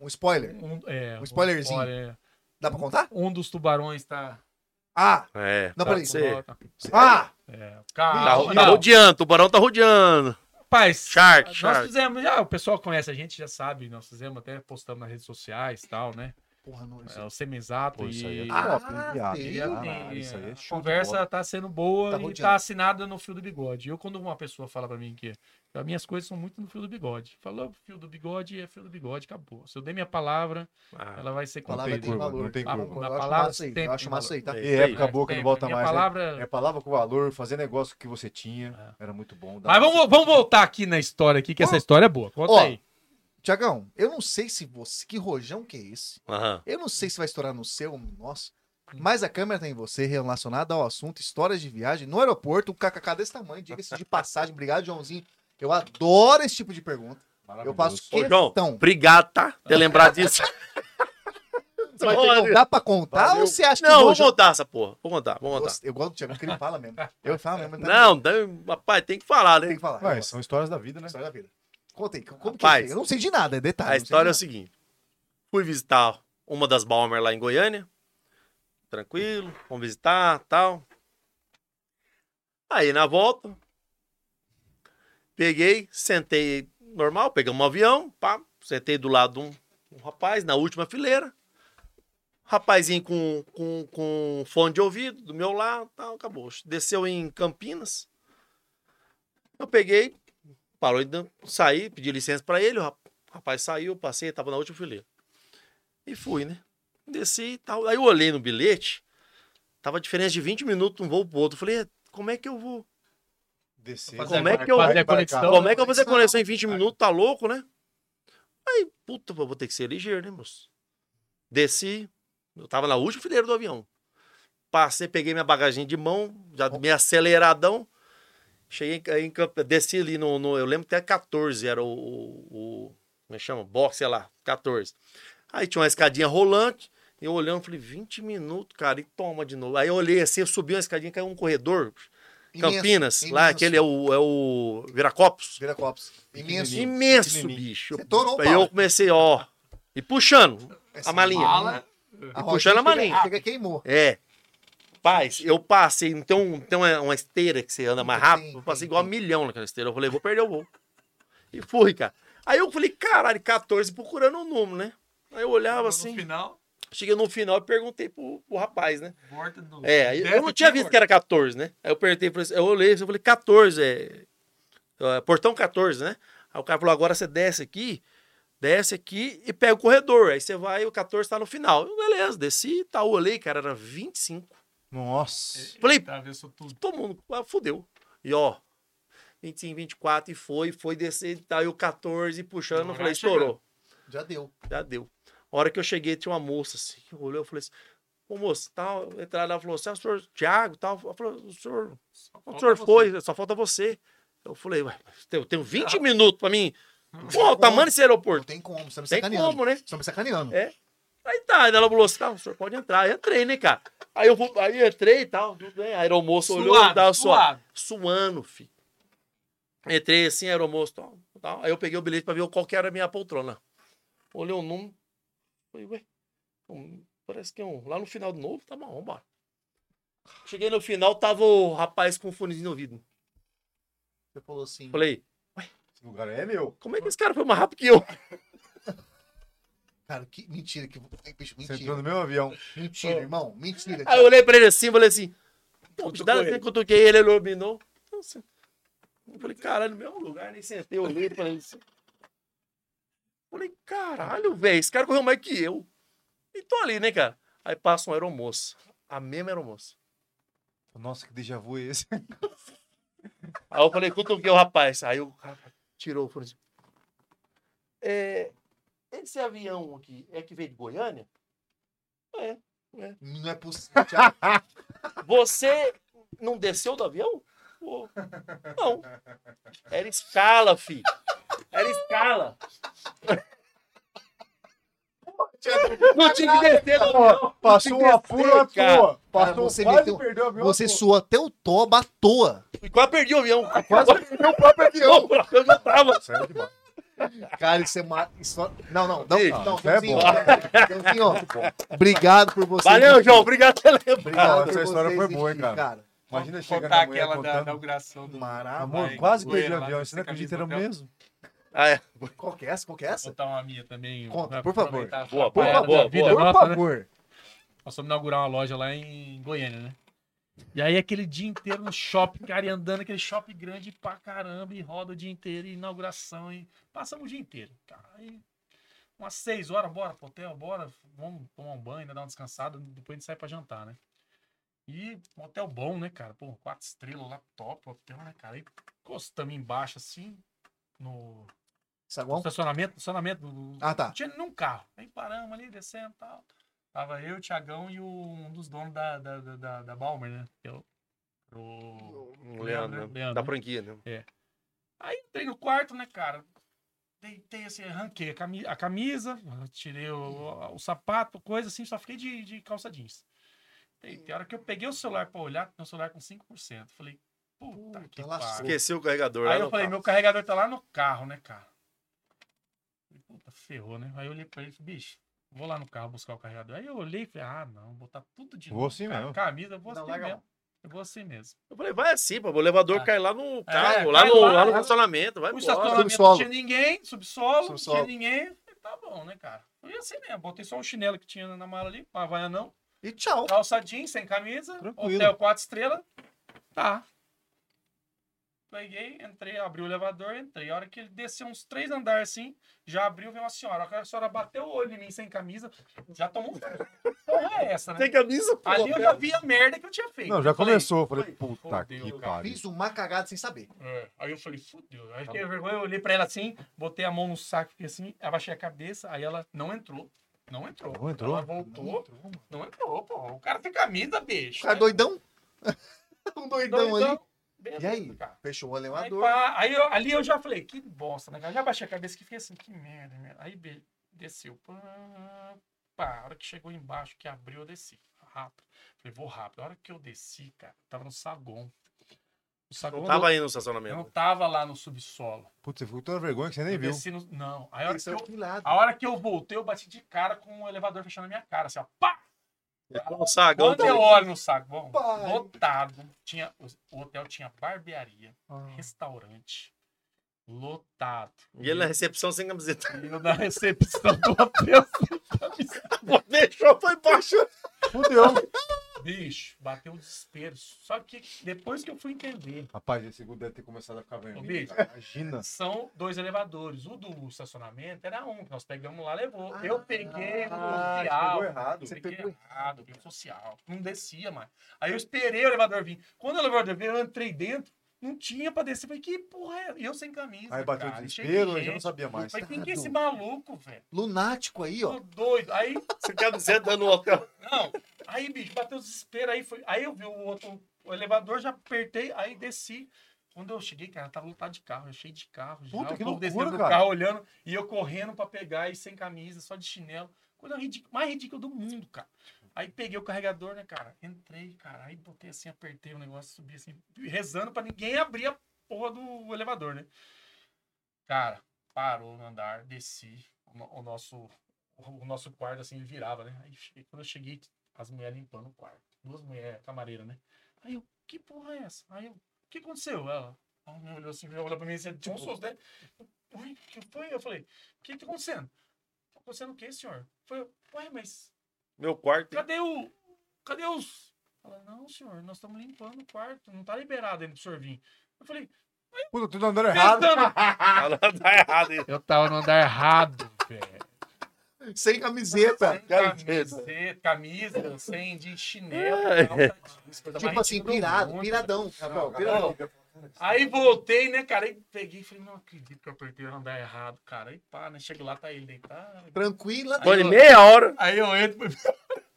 B: Um spoiler.
D: Um, é,
B: Um spoilerzinho.
D: spoiler, é.
B: Dá pra contar?
D: um dos tubarões tá.
B: Ah!
C: É.
B: Não,
C: tá-
B: peraí.
C: Você...
D: tá-
B: Ah!
D: É,
C: Tá,
D: calma,
C: ro- tá
D: não,
C: rodeando, o tubarão tá rodeando.
D: Rapaz,
C: Shark,
D: nós
C: shark.
D: fizemos, já, o pessoal conhece a gente, já sabe, nós fizemos até postamos nas redes sociais e tal, né?
B: Porra, não. isso
D: É o semizato
A: Pô, isso aí é
D: e...
A: top,
B: Ah,
A: hein, viado?
B: tem,
D: E a-
A: Caralho,
D: e
A: isso aí é show
D: a
A: de
D: conversa
A: bola.
D: tá sendo boa
B: Tá
D: e
B: rodeando.
D: tá assinada no fio do bigode. Eu, quando uma pessoa fala pra mim que as minhas coisas são muito no fio do bigode, falou fio do bigode, é fio do bigode, acabou. Se eu dei minha palavra,
C: Ah,
D: ela vai ser
A: Não
B: Palavra
A: tem
D: cumprida.
B: tem
A: curva,
B: valor.
A: não tem
D: Ah,
A: curva.
B: Eu
D: na
B: acho
D: palavra
B: massa aí,
D: tem
B: eu acho
D: valor.
B: massa aí, tá?
C: É.
A: E época boa que não
D: tem,
A: volta
D: minha
A: mais, né?
D: palavra- É.
A: É palavra com valor, fazer negócio que você tinha. Era muito bom.
D: Mas vamos, vamos voltar aqui na história aqui, que essa história é boa. Conta
B: Ó,
D: aí.
B: Tiagão, eu não sei se você. Que rojão que é esse?
C: aham.
B: Eu não sei se vai estourar no seu ou no nosso. Mas a câmera tá em você, relacionada ao assunto histórias de viagem no aeroporto, um kkk desse tamanho, diga-se de passagem. Obrigado, Joãozinho. Eu adoro esse tipo de pergunta. Eu faço
C: Ô, João,
B: questão.
C: obrigado, tá? Ter lembrado disso.
B: Mas, Tiagão, dá pra contar
A: Valeu.
B: ou você acha que
C: Não, vou
B: rojão-
C: contar essa porra. Vou contar, vou contar.
B: Nossa, Eu gosto do Tiagão, porque ele fala
C: *laughs*
B: mesmo. Eu falo mesmo. mas tá-
C: Não, tem- rapaz, tem que falar,
B: Tem
C: né?
B: que falar.
A: Vai,
B: eu
A: são histórias da vida, né?
B: História da vida. Conta aí, como
C: Rapaz,
B: que é? Eu não sei de nada, é detalhe.
C: A
B: não sei
C: história é o
B: de
C: seguinte: fui visitar uma das Balmer lá em Goiânia. Tranquilo, vamos visitar tal. Aí na volta, peguei, sentei normal, pegamos um avião, pá, sentei do lado de um, um rapaz na última fileira. Rapazinho com, com, com fone de ouvido do meu lado, tal, acabou. Desceu em Campinas. Eu peguei, parou de sair, pedi licença pra ele, o rap- o rapaz saiu, eu passei, tava na última fileira. E fui, né? Desci e tal. Aí eu olhei no bilhete, tava a diferença de 20 minutos de um voo pro outro. Eu Falei, como é que eu vou?
A: Descer.
D: Fazer-
C: Como é que eu-
D: fazer a
A: embarcar.
B: Então,
D: conexão?
C: Como é que eu vou fazer
B: isso-
C: conexão em 20 minutos? Tá louco, né? Aí, puta, eu vou ter que ser ligeiro, né, moço? Desci, eu tava na última fileira do avião. Passei, peguei minha bagaginha de mão, já meio aceleradão. Cheguei em, em Camp- desci ali no, no- Eu lembro que até 14 era o. o, o como é que chama? Box, sei lá, 14. Aí tinha uma escadinha rolante. Eu olhando, falei, 20 minutos, cara, e toma de novo. Aí eu olhei assim, eu subi uma escadinha, caiu um corredor,
B: Imenso,
C: Campinas, lá,
B: imenso.
C: aquele é o, é o Viracopos.
B: Viracopos. Imenso.
A: Pequenininho.
C: Imenso,
A: pequenininho.
C: bicho.
B: Você torou o
C: Aí eu
B: pau.
C: comecei, ó, e puxando
B: Essa
C: a malinha.
D: Fala.
B: A
C: puxando
B: rodinha
C: a malinha.
B: Chega, chega queimou.
C: É. Paz, eu passei, não tem, um, tem uma, uma esteira que você anda mais
B: Tem,
C: rápido, eu
B: tem,
C: passei igual
B: tem.
C: a milhão naquela esteira. Eu falei, vou perder o voo. E fui, cara. Aí eu falei, caralho, 14 procurando o número, né? Aí eu olhava
D: No
C: assim,
D: final,
C: cheguei no final e perguntei pro, pro rapaz, né?
D: volta do...
C: É, aí eu
D: Desce
C: não
D: aqui,
C: tinha visto
D: amor.
C: que era 14, né? Aí eu perguntei, pra ele, eu olhei, eu falei, 14, é, é, Portão 14, né? Aí o cara falou, agora você desce aqui, desce aqui e pega o corredor. Aí você vai, o 14 tá no final. Eu, beleza, desci e tal, olhei, cara, era 25.
B: É,
A: Nossa.
C: Falei,
D: Atravessou tudo.
C: todo mundo, ah, fudeu. E ó, 25, 24, e foi, foi descer e tal, e o 14 puxando, eu
D: Vai
C: falei,
D: chegando.
C: estourou,
B: Já deu.
C: já deu. A hora que eu cheguei, tinha uma moça assim, que olhou, eu falei assim, ô moço, tal, entraram lá, falou, você é o senhor Thiago, tal, ela falou, o senhor...
D: Só
C: O
D: falta
C: senhor
D: é você.
C: foi, só falta você. Eu falei, ué, eu tenho 20 minutos pra mim. Pô, o tamanho desse
B: Não
C: aeroporto.
B: tem como, você tá me
C: Tem
B: sacaneando.
C: como, né?
B: Você tá me sacaneando.
C: É. Aí tá, aí ela falou assim, tá, o senhor pode entrar. Aí entrei, né, cara? Aí eu, vou- aí eu entrei e tal, tudo bem. A aeromoça
D: Suado,
C: olhou, tava suado.
D: suado.
C: Suando, filho. Entrei assim, aeromoça, tal, tal. Aí eu peguei o bilhete pra ver qual que era a minha poltrona. Olhei o número, falei, ué, um- parece que é um... Lá no final de novo, tá bom, vambora. Cheguei no final, tava o rapaz com o fonezinho no ouvido.
B: Você falou assim.
C: Falei,
A: Esse lugar é meu.
C: Como é que esse cara foi mais rápido que eu?
B: Cara, que mentira que. Bicho,
A: Você entrou
B: mentira.
A: no meu avião.
B: Mentira, irmão. Mentira.
C: Aí eu olhei pra ele assim, falei assim, pô,
D: Cutucou
C: cuidado,
D: ele.
C: eu cutuquei ele, ele iluminou. Nossa. Eu falei, caralho, no mesmo lugar, nem sentei, olhei pra ele assim. Falei, caralho, velho, esse cara correu mais que eu. E tô ali, né, cara? Aí passa um aeromoço, a mesma aeromoça.
A: Nossa, que déjà vu é esse?
C: Aí eu falei, cutuquei o rapaz. Aí o cara tirou o fone assim. É, esse avião aqui é que veio de Goiânia? É.
B: Não é possível. Thiago.
C: Você não desceu do avião? Pô, Não. Era escala, filho. Era escala. Não tinha que descer do avião.
A: Passou
C: Não
A: uma
C: tem que
A: fura à
C: descer, cara.
A: toa.
B: Cara,
A: Passou,
B: você
A: quase
B: meteu-
A: perdeu o avião. à
B: Você
A: *laughs* toa.
B: suou até o toba à toa.
C: E quase perdi o avião.
A: Quase perdeu o próprio avião.
C: Não, Eu já tava.
A: Saiu de baixo.
B: Cara, isso é ma... isso... Não, não, não.
C: Ei,
B: não, um
A: isso é
B: Joãozinho, Joãozinho, ó, um Obrigado por você.
C: Valeu, João. Obrigado pela
B: Obrigado
A: Não,
B: por
A: Ah, essa história
B: vocês
A: foi boa, hein,
B: existirem,
A: cara. Imagina
D: Vou
A: chegando
D: contar
A: na mulher
D: aquela da
A: contando.
D: inauguração do...
B: Maravilha.
A: Amor,
D: Vai,
A: quase
D: zoeira
A: perdi o
D: lá,
A: avião.
D: sem
A: Você não acredita,
D: camisa
A: era
D: no hotel.
A: mesmo?
C: Ah, é.
B: Qual que é essa? Qual que é essa?
D: Botar uma minha também. né,
B: Conta,
D: pra
B: por favor.
D: aproveitar a
C: Boa,
B: Por
D: atrapalhada
B: favor,
D: da
C: boa,
D: vida
B: por
D: nossa, né?
B: favor.
D: Nós fomos inaugurar uma loja lá em Goiânia, né? E aí aquele dia inteiro no shopping, cara, e andando aquele shopping grande pra caramba, e roda o dia inteiro, e inauguração, e passamos o dia inteiro, cara. E umas seis horas, bora pro hotel, bora, vamos tomar um banho, né, dar uma descansada, depois a gente sai pra jantar, né? E um hotel bom, né, cara? Pô, quatro estrelas lá, top, hotel, né, cara? E encostamos embaixo, assim, no
B: Saguão?
D: estacionamento, estacionamento do, do-
B: Ah, tá.
D: não tinha num carro. Aí paramos ali, descendo e tal. Tava eu, o Thiagão e o, um dos donos da, da, da- da, da Balmer, né? Que é o. o-
C: Um Leandro, né?
D: Leandro,
C: Da
D: né?
C: franquia, né?
D: Aí entrei no quarto, né, cara? Deitei assim, arranquei a cami- a camisa, tirei o, o sapato, coisa assim, só fiquei de, de calça jeans. Deitei. A hora que eu peguei o celular pra olhar, meu celular com 5%. Falei, puta,
B: Puta,
D: que
B: lascou.
D: pariu.
C: Esqueceu o carregador lá
D: Aí eu
C: no
D: falei,
C: carro.
D: meu carregador tá lá no carro, né, cara? Falei, puta, ferrou, né? Aí eu olhei pra ele e falei, bicho, vou lá no carro buscar o carregador. Aí eu olhei e falei, ah, não, botar tudo de
A: Vou
D: novo.
A: assim
D: cara,
A: mesmo.
D: Camisa, eu vou
B: Não,
D: assim
B: larga
D: mesmo. Eu vou assim mesmo.
C: Eu falei, vai assim, pô. O elevador
D: Ah.
C: cai lá no carro, lá,
D: cai
C: no,
D: lá,
C: lá no
D: lá.
C: estacionamento. Vai
D: o
C: embora.
D: estacionamento
B: Subsolo.
D: não tinha ninguém, subsolo,
B: Subsolo.
D: não tinha ninguém. Falei, tá bom, né, cara? Fui assim mesmo, botei só um chinelo que tinha na mala ali, uma Havaianão. não.
B: E tchau.
D: Calça jeans, sem camisa,
A: Tranquilo.
D: hotel quatro estrelas. Tá. Peguei, entrei, abri o elevador, entrei. A hora que ele desceu uns três andares assim, já abriu, veio uma senhora. A hora que a senhora bateu o olho em mim sem camisa, já tomou um fora. Porra, é essa, né?
C: Tem camisa, pô.
D: Ali eu já vi a merda que eu tinha feito.
A: Não, já
D: Eu falei,
A: começou. Eu falei, puta
D: fodeu,
A: que
D: cara.
A: pariu.
B: Fiz uma cagada sem saber.
D: é. Aí eu falei, fudeu. Aí fiquei com vergonha, eu olhei pra ela assim, botei a mão no saco, fiquei assim, abaixei a cabeça, aí ela não entrou. Não entrou.
A: Não entrou?
D: Ela voltou, não entrou, pô. O cara tem camisa, bicho.
B: O
A: é
B: cara doidão? *laughs* um doidão, ali.
D: Então, Beleza,
B: E aí?
D: cara.
B: Fechou o
D: Aí,
B: elevador.
D: pá, aí eu- ali eu já falei, que bosta, né, cara? Já baixei a cabeça que fiquei assim, que merda, né? Aí be- desceu. Pá, pá, a hora que chegou embaixo, que abriu, eu desci. Rápido. Falei, vou rápido. A hora que eu desci, cara, tava no saguão. O saguão
C: Não
D: do-
C: tava aí no
D: não
C: estacionamento.
D: tava lá no subsolo.
A: Putz, você ficou tão vergonha que você nem
D: eu
A: viu.
D: desci no. Não. Aí a hora, que
B: Esse é o
D: eu,
B: que lado.
D: a hora que eu voltei, eu bati de cara com o elevador fechando a minha cara, assim, ó. Pá!
C: O sagão
D: Quando eu olho um no saguão,
B: Pai.
D: lotado. Tinha, o hotel tinha barbearia,
B: Ah.
D: restaurante. Lotado.
C: E ele na recepção sem camiseta. *laughs*
D: E eu na recepção do
B: *laughs*
D: hotel.
C: Deixou, foi baixo.
A: *laughs* Fudeu.
D: Bicho, bateu um desespero. Só que depois que eu fui entender,
A: Rapaz, esse segundo deve ter começado a ficar vermelho.
D: bicho.
A: cara. Imagina.
D: são dois elevadores. O do estacionamento era um, que nós pegamos lá, levou.
B: Ah,
D: eu peguei
A: É
D: o
B: ah,
D: social.
A: errado.
D: Você
B: Você
D: peguei
B: pegou
D: é errado, peguei o social. Não descia mais. Aí eu esperei o elevador vir. Quando o elevador veio, eu entrei dentro. Não tinha pra descer. Falei, que porra é? E eu sem camisa.
A: Aí bateu o
D: cara, e cheio de
A: desespero, eu já não
D: gente.
A: sabia mais.
D: Falei, quem que é esse maluco, velho?
B: Lunático aí,
D: Tô
B: ó.
D: doido. Aí
C: Sem camiseta no hotel.
D: Não. Aí, bicho, bateu desespero. Aí, foi... aí eu vi o outro o elevador, já apertei, aí desci. Quando eu cheguei, cara, tava lotado de carro, eu cheio de carro. Já,
A: Puta,
D: o
A: que
D: povo
A: loucura,
D: descendo do
A: cara.
D: carro olhando e eu correndo pra pegar e sem camisa, só de chinelo. Coisa ridícula, mais ridícula do mundo, cara. Aí peguei o carregador, né, cara? Entrei, cara. Aí botei assim, apertei o negócio, subi assim, rezando pra ninguém abrir a porra do elevador, né? Cara, parou no andar, desci. O, no- o nosso o nosso quarto, assim, ele virava, né? Aí cheguei- quando eu cheguei, as mulheres limpando o quarto. Duas mulheres, camareira, né? Aí eu, que porra é essa? Aí eu, o que aconteceu? Ela, ela me olhou assim, olhou pra mim assim, tipo, um susto, né? Ué, o que foi? Eu falei, o que que tá acontecendo? Tá acontecendo o que, senhor? Foi, ué, mas
C: Meu quarto.
D: cadê o... Cadê os... Ela, não, senhor, nós estamos limpando o quarto, não tá liberado ainda pro senhor vir. Eu falei,
A: Puta, tudo andando errado.
D: pensando...
C: Tá lá, *laughs* tá errado aí.
D: Eu tava no andar errado, velho.
B: Sem camiseta. Tipo
D: Sem
C: Camiseta.
D: camiseta, camisa, sem de chinelo, tá
C: É.
D: calça jeans, coisa
B: Tipo
D: mais
B: assim,
D: ridícula do
B: pirado,
D: mundo.
B: piradão. Rafael, piradão.
D: Aí voltei, né, cara? Aí peguei e falei, não acredito que eu apertei o andar errado, cara. Aí pá, né? Chego lá, tá ele deitado.
B: Tranquila.
C: Foi
D: eu-
C: meia hora.
D: Aí eu entro. *laughs*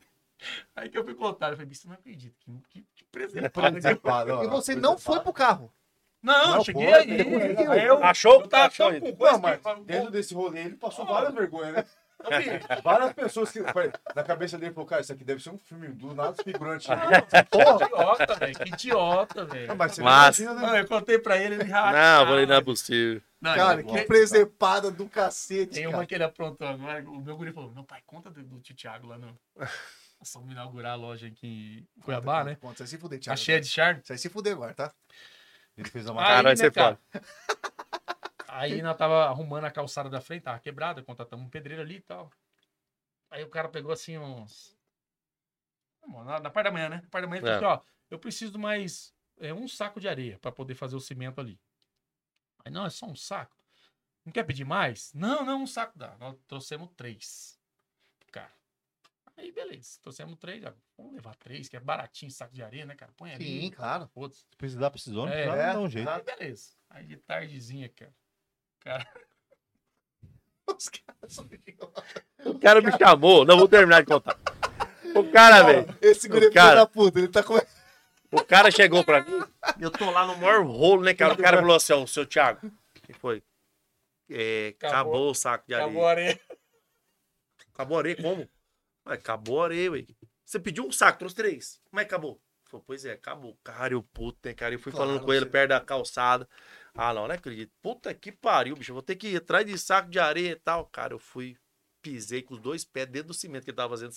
D: Aí que eu fui contar, eu falei, bicho, não acredito, que, que, que preservado.
B: E você não foi pro carro.
D: Não,
A: Não,
D: eu cheguei
A: pô,
D: aí.
A: depois-
D: aí eu,
C: Achou?
D: eu tava
C: tá Achou
D: tão
C: ele.
D: com coisa
A: Não, mas
D: que eu-
A: dentro desse rolê ele passou
D: Oh.
A: várias vergonhas, né?
D: eu vi.
A: Várias pessoas que. peraí, Na cabeça dele falou, cara, isso aqui deve ser um filme do nada os *laughs* figurantes.
D: Não,
B: *laughs*
D: que idiota, velho. Que idiota, velho.
A: Ah, Mas você
C: Mas-
A: não imagina, né?
D: Não, eu contei pra ele, ele já.
C: Não, falei, não é possível.
D: Não,
B: Cara,
D: eu-
B: que presepada do cacete,
D: Tem uma
B: cara.
D: que ele aprontou agora. O meu guri falou: Meu pai, conta do, do tio Thiago
B: *laughs*
D: lá no. Nós vamos inaugurar a loja aqui em Cuiabá, né?
B: Conta, Você vai se fuder, Thiago.
D: A cheia de charme.
B: Você vai se fuder agora, tá?
C: né,
A: Ele fez
D: Aí,
A: uma.
C: Caralho,
D: né,
C: você
D: cara? Aí nós tava arrumando a calçada da frente, tava quebrada, contratamos um pedreiro ali e tal. Aí o cara pegou assim uns. Bom, Na, na parte da manhã, né? Na parte da manhã ele falou assim, ó, eu preciso mais é, um saco de areia pra poder fazer o cimento ali. Aí, não, é só um saco. Não quer pedir mais? Não, não, um saco dá. Nós trouxemos três. Cara. Aí, beleza. Trouxemos três. ó, Vamos levar três, que é baratinho saco de areia, né, cara? Põe ali.
B: Sim, claro.
D: foda-se.
A: Precisar, precisou, não
D: É.
A: precisar, não dá um jeito.
D: Aí, beleza. Aí de tardezinha, cara.
B: *laughs* Os caras são idiotas.
C: O cara me chamou. Não, vou terminar de contar. O cara, velho.
B: Esse guri é filho
C: cara-
B: da puta, ele tá com.
C: O cara chegou pra mim. Eu tô lá no maior rolo, né, cara? O cara falou assim, ó, o seu Thiago. que foi? É, acabou.
D: Acabou
C: o saco de areia. Acabou,
D: Acabou a areia.
C: a areia, como? Ué, acabou a areia, ué. Você pediu um saco, trouxe três. Como é que acabou? Falei, pois é, acabou. Cara, eu puto, né, cara? Eu fui
B: Claro,
C: falando com ele
B: você-
C: perto da calçada. Ah, não, não acredito. Puta que pariu, bicho. Eu vou ter que ir atrás de saco de areia e tal. Cara, eu fui, pisei com os dois pés dentro do cimento que ele tava fazendo.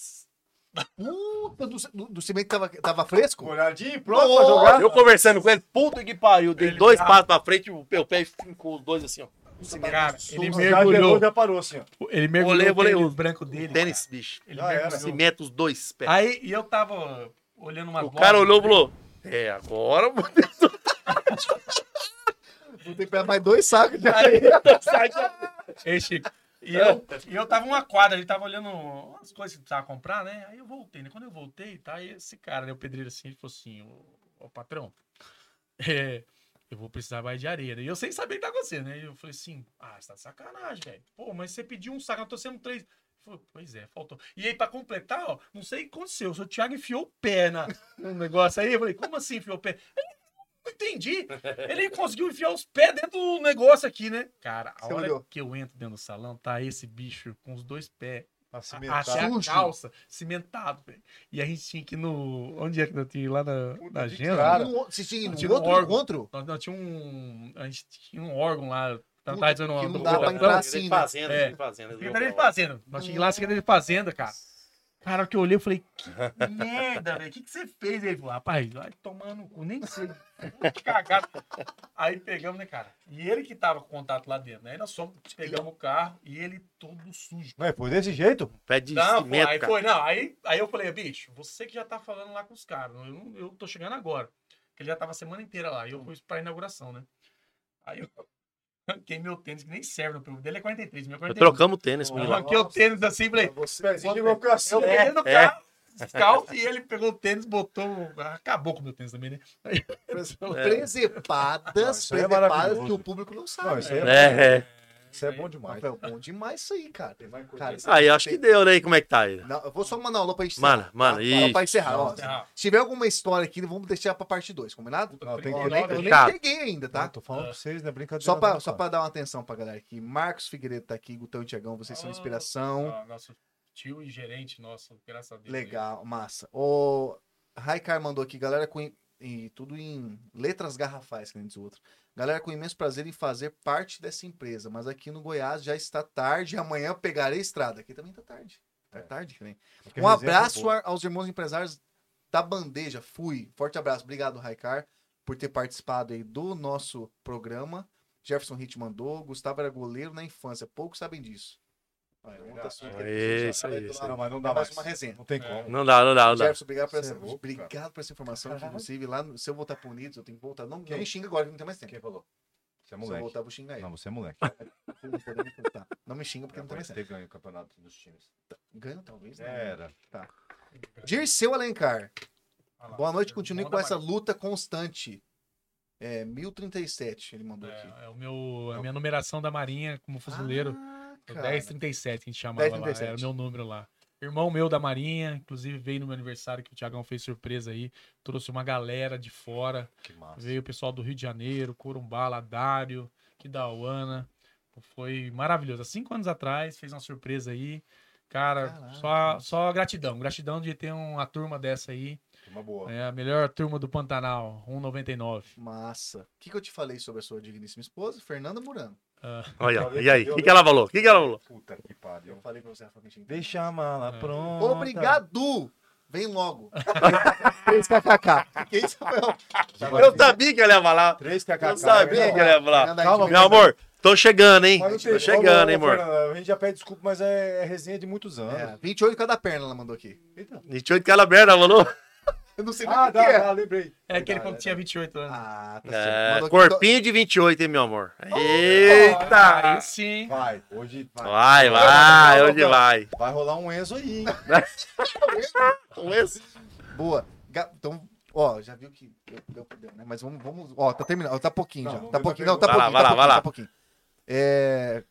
B: Puta do, do, do cimento que tava, tava fresco?
A: Olhadinho,
B: pronto pra jogar.
C: Eu conversando com ele, puta que pariu. Dei
D: Ele
C: dois
D: tá-
C: passos pra frente, o meu pé ficou os dois assim, ó. no cimento.
D: Cara, ele
B: Já
A: Já gerou,
D: mergulhou.
A: já parou assim, ó.
D: Ele mergulhou
C: Olhei,
D: o
C: olhei
D: tênis
C: o-
D: branco
C: O
D: dele.
C: tênis, bicho.
D: cara. Ele
A: Já era.
D: mergulhou.
C: Cimenta os dois pés.
D: Aí e eu tava olhando umas
C: o
D: lojas,
C: cara olhou e falou: É, agora mano,
B: Vou ter que pegar mais dois sacos de areia.
C: eu saio da-
D: Ei, Chico. E
C: *laughs*
D: eu, e eu tava numa quadra, ele tava olhando umas coisas que precisava comprar, né? Aí eu voltei, né? Quando eu voltei, tá? E esse cara, né, o pedreiro assim, ele falou assim: Ô, ô, patrão, *laughs* é, eu vou precisar mais de areia. né? E eu sem saber o que tá acontecendo, né? E eu falei assim: Ah, você tá de sacanagem, velho. Pô, mas você pediu um saco, eu tô sendo três. Ele falou, Pois é, faltou. E aí, pra completar, ó, não sei o que aconteceu. O seu Thiago enfiou o pé na, no negócio aí. Eu falei, como assim enfiou o pé? Não entendi. Ele conseguiu enfiar os pés dentro do negócio aqui, né? Cara, a
B: Você
D: hora
B: olhou.
D: que eu entro dentro do salão, tá esse bicho com os dois pés
A: Assim,
D: a- até a
B: Sujo.
D: calça, cimentado, velho. E a gente tinha que ir no... Onde é que nós tinha? Lá na, na agenda?
A: cara.
B: No, se tinha
D: Não
B: no
D: tinha um
B: outro
D: órgão.
B: encontro?
D: Nós, nós tinha um... A gente tinha um órgão lá. Tá,
B: Puta,
D: tá dizendo,
B: que não
D: um-
B: dá pra
D: um-
B: entrar
D: um-
B: assim, né?
C: fazenda,
D: É.
C: de fazenda.
D: Secretaria de Fazenda. Nós tínhamos lá na Secretaria de Fazenda, cara. Cara, a hora que eu olhei, eu falei, que merda, velho. O que, que você fez? Ele falou, rapaz, vai tomar no cu, nem sei. Que Cagado. Aí pegamos, né, cara? E ele que tava com contato lá dentro, né? Aí nós fomos, pegamos o carro e ele todo sujo.
A: Mas foi desse jeito?
C: Pé de
D: Não, pô,
C: cimento,
D: aí
C: cara.
D: foi, não. Aí, aí eu falei, bicho, você que já tá falando lá com os caras. Eu, não- eu tô chegando agora. Porque ele já tava a semana inteira lá. E eu fui pra inauguração, né? Aí eu arranquei meu tênis, que nem serve no problema. dele, é 43, meu é
C: Eu
D: 43.
C: trocamos o tênis com
D: Eu
C: ele lá.
D: arranquei o tênis assim e falei,
A: Você
D: chegou a
A: ficar
D: eu peguei no
C: É,
D: carro, descalço, e ele pegou o tênis, botou. Acabou com o meu tênis também, né?
A: Não,
C: um- É,
D: é
B: *laughs* Presepadas,
A: isso aí
B: presepadas
A: é maravilhoso.
B: que o público não sabe. né?
A: Não, isso aí é,
C: É,
D: né?
C: é.
A: isso é bom demais.
B: Rafael, bom demais isso aí, cara. Cara, isso-
C: Aí acho que deu, né? E Como é que tá aí?
B: Não, eu vou só mandar um alô pra gente.
C: Mano, mano,
B: Alô pra encerrar. ó.
D: Encerrar.
B: Se tiver alguma história aqui, vamos deixar pra parte 2, combinado?
A: Não, tem que-
B: Ó, eu nem, eu nem
C: Cara.
B: cheguei ainda,
A: Tá?
B: tá?
A: Tô falando pra vocês, né? Brincadeira.
B: Só pra,
A: não,
B: só
A: cara.
B: pra dar uma atenção pra galera aqui. Marcos Figueiredo tá aqui, Gutão e Tiagão, vocês são inspiração.
D: Ah, Nosso tio e gerente nosso, graças a Deus. né?
B: Legal, massa. O Raikar mandou aqui, galera, com. im- E tudo em letras garrafais, que nem diz o outro. Galera, com imenso prazer em fazer parte dessa empresa, mas aqui no Goiás já está tarde. *laughs* Amanhã eu pegarei a estrada. Aqui também tá tarde. Tá
A: É.
B: tarde, que nem.
A: Porque
B: um
A: a resenha foi
B: abraço
A: boa.
B: a- aos irmãos empresários da Bandeja. Fui. Forte abraço. Obrigado, Raikar, por ter participado aí do nosso programa. Jefferson Hit mandou. Gustavo era goleiro na infância. Poucos sabem disso. Ah, é um outro assunto que a gente
C: É,
B: já
C: isso
B: falei
C: aí,
B: do
C: isso
B: lado.
A: Não, mas não
B: É
A: dá
B: mais
A: mais.
B: uma resenha.
A: Não tem
D: É.
A: como.
C: Não dá, não dá, não dá.
B: Jefferson, obrigado por,
A: Você
B: essa,
A: é louco,
B: obrigado por essa informação.
A: Caralho.
B: Inclusive, lá no- se eu voltar para Unidos, eu tenho que voltar. Não, não
A: Quem?
B: me xinga agora, que não tem mais tempo.
A: Quem falou? Você é
B: se eu
A: moleque.
B: voltar, eu vou xingar ele.
A: Não,
B: Não,
A: você é moleque.
B: podemos voltar. Não me xinga porque
A: Era
B: não tem
A: pra
B: mais
A: ele
B: tempo.
A: ter ganho o campeonato dos times.
B: Ganho, talvez. né?
A: Era.
B: Dirceu Alencar.
D: Olha lá.
B: Boa noite, continue
D: Bom
B: com
D: demais.
B: essa luta constante. É, 1037, ele mandou aqui.
D: É, é o meu, a minha numeração da Marinha como fuzileiro.
B: Ah,
D: É o
B: cara.
D: 1037 que a gente chamava
B: 1037.
D: lá. Era o meu número lá. Irmão meu da Marinha, inclusive veio no meu aniversário que o Tiagão fez surpresa aí. Trouxe uma galera de fora.
A: Que massa.
D: Veio o pessoal do Rio de Janeiro, Corumbá, Ladário, Kidauana. Foi maravilhoso. Há cinco anos atrás, fez uma surpresa aí. Cara,
B: Caraca.
D: só, só gratidão. Gratidão de ter uma turma dessa aí.
A: Uma boa.
D: É a melhor turma do Pantanal, 1,99.
B: Massa. O que, que eu te falei sobre a sua digníssima esposa, Fernanda Murano?
C: Olha, ó, e aí?
A: né?
C: O que, que ela falou? O que, é, que ela falou?
A: Puta que
B: Eu
A: pariu.
B: falei pra você, Rafa, que tinha que-
A: Deixa a mala
D: É.
A: pronta.
B: Obrigado! Vem logo. 3kkk. *laughs* Que isso, Rafael?
A: Já vai
C: Eu
A: ter
C: sabia que ela ia falar.
A: Três kkk.
C: Eu sabia
A: né?
C: que ela ia falar.
B: Fernanda, a
A: Calma,
B: gente
C: Meu amor, Tô chegando, hein?
A: Mas não
C: Tô
A: tem-
C: chegando,
A: Ô,
C: hein,
A: ô,
C: amor?
A: Fernando, A gente já pede desculpa, mas é, é resenha de muitos anos.
B: É, 28 cada perna ela mandou aqui.
C: 28 calaberna, falou?
B: Eu não sei nem o
A: Ah,
B: que
A: dá,
B: que é.
A: dá, lembrei.
D: É aquele
B: Cara,
D: quando tinha 28 anos.
B: Ah, tá
C: É,
B: certo. Mandou aqui,
C: corpinho de 28, hein, meu amor? Eita!
D: Ah, Aí sim.
A: Vai, hoje vai.
C: Vai, vai, onde vai?
A: Vai rolar um Enzo aí, hein?
C: Com
B: Um
C: esse-
B: Boa. Ga- Então, ó, já viu que deu, deu, deu, né? Mas vamos, vamos. Ó, tá terminando. Tá pouquinho
A: Não,
B: já.
A: vamos
B: Tá
A: ver
B: pouquinho.
A: pra
B: Não, tá
C: pergunta.
B: pouquinho.
C: Vai lá,
B: tá
C: vai lá,
B: pouquinho, tá pouquinho. É,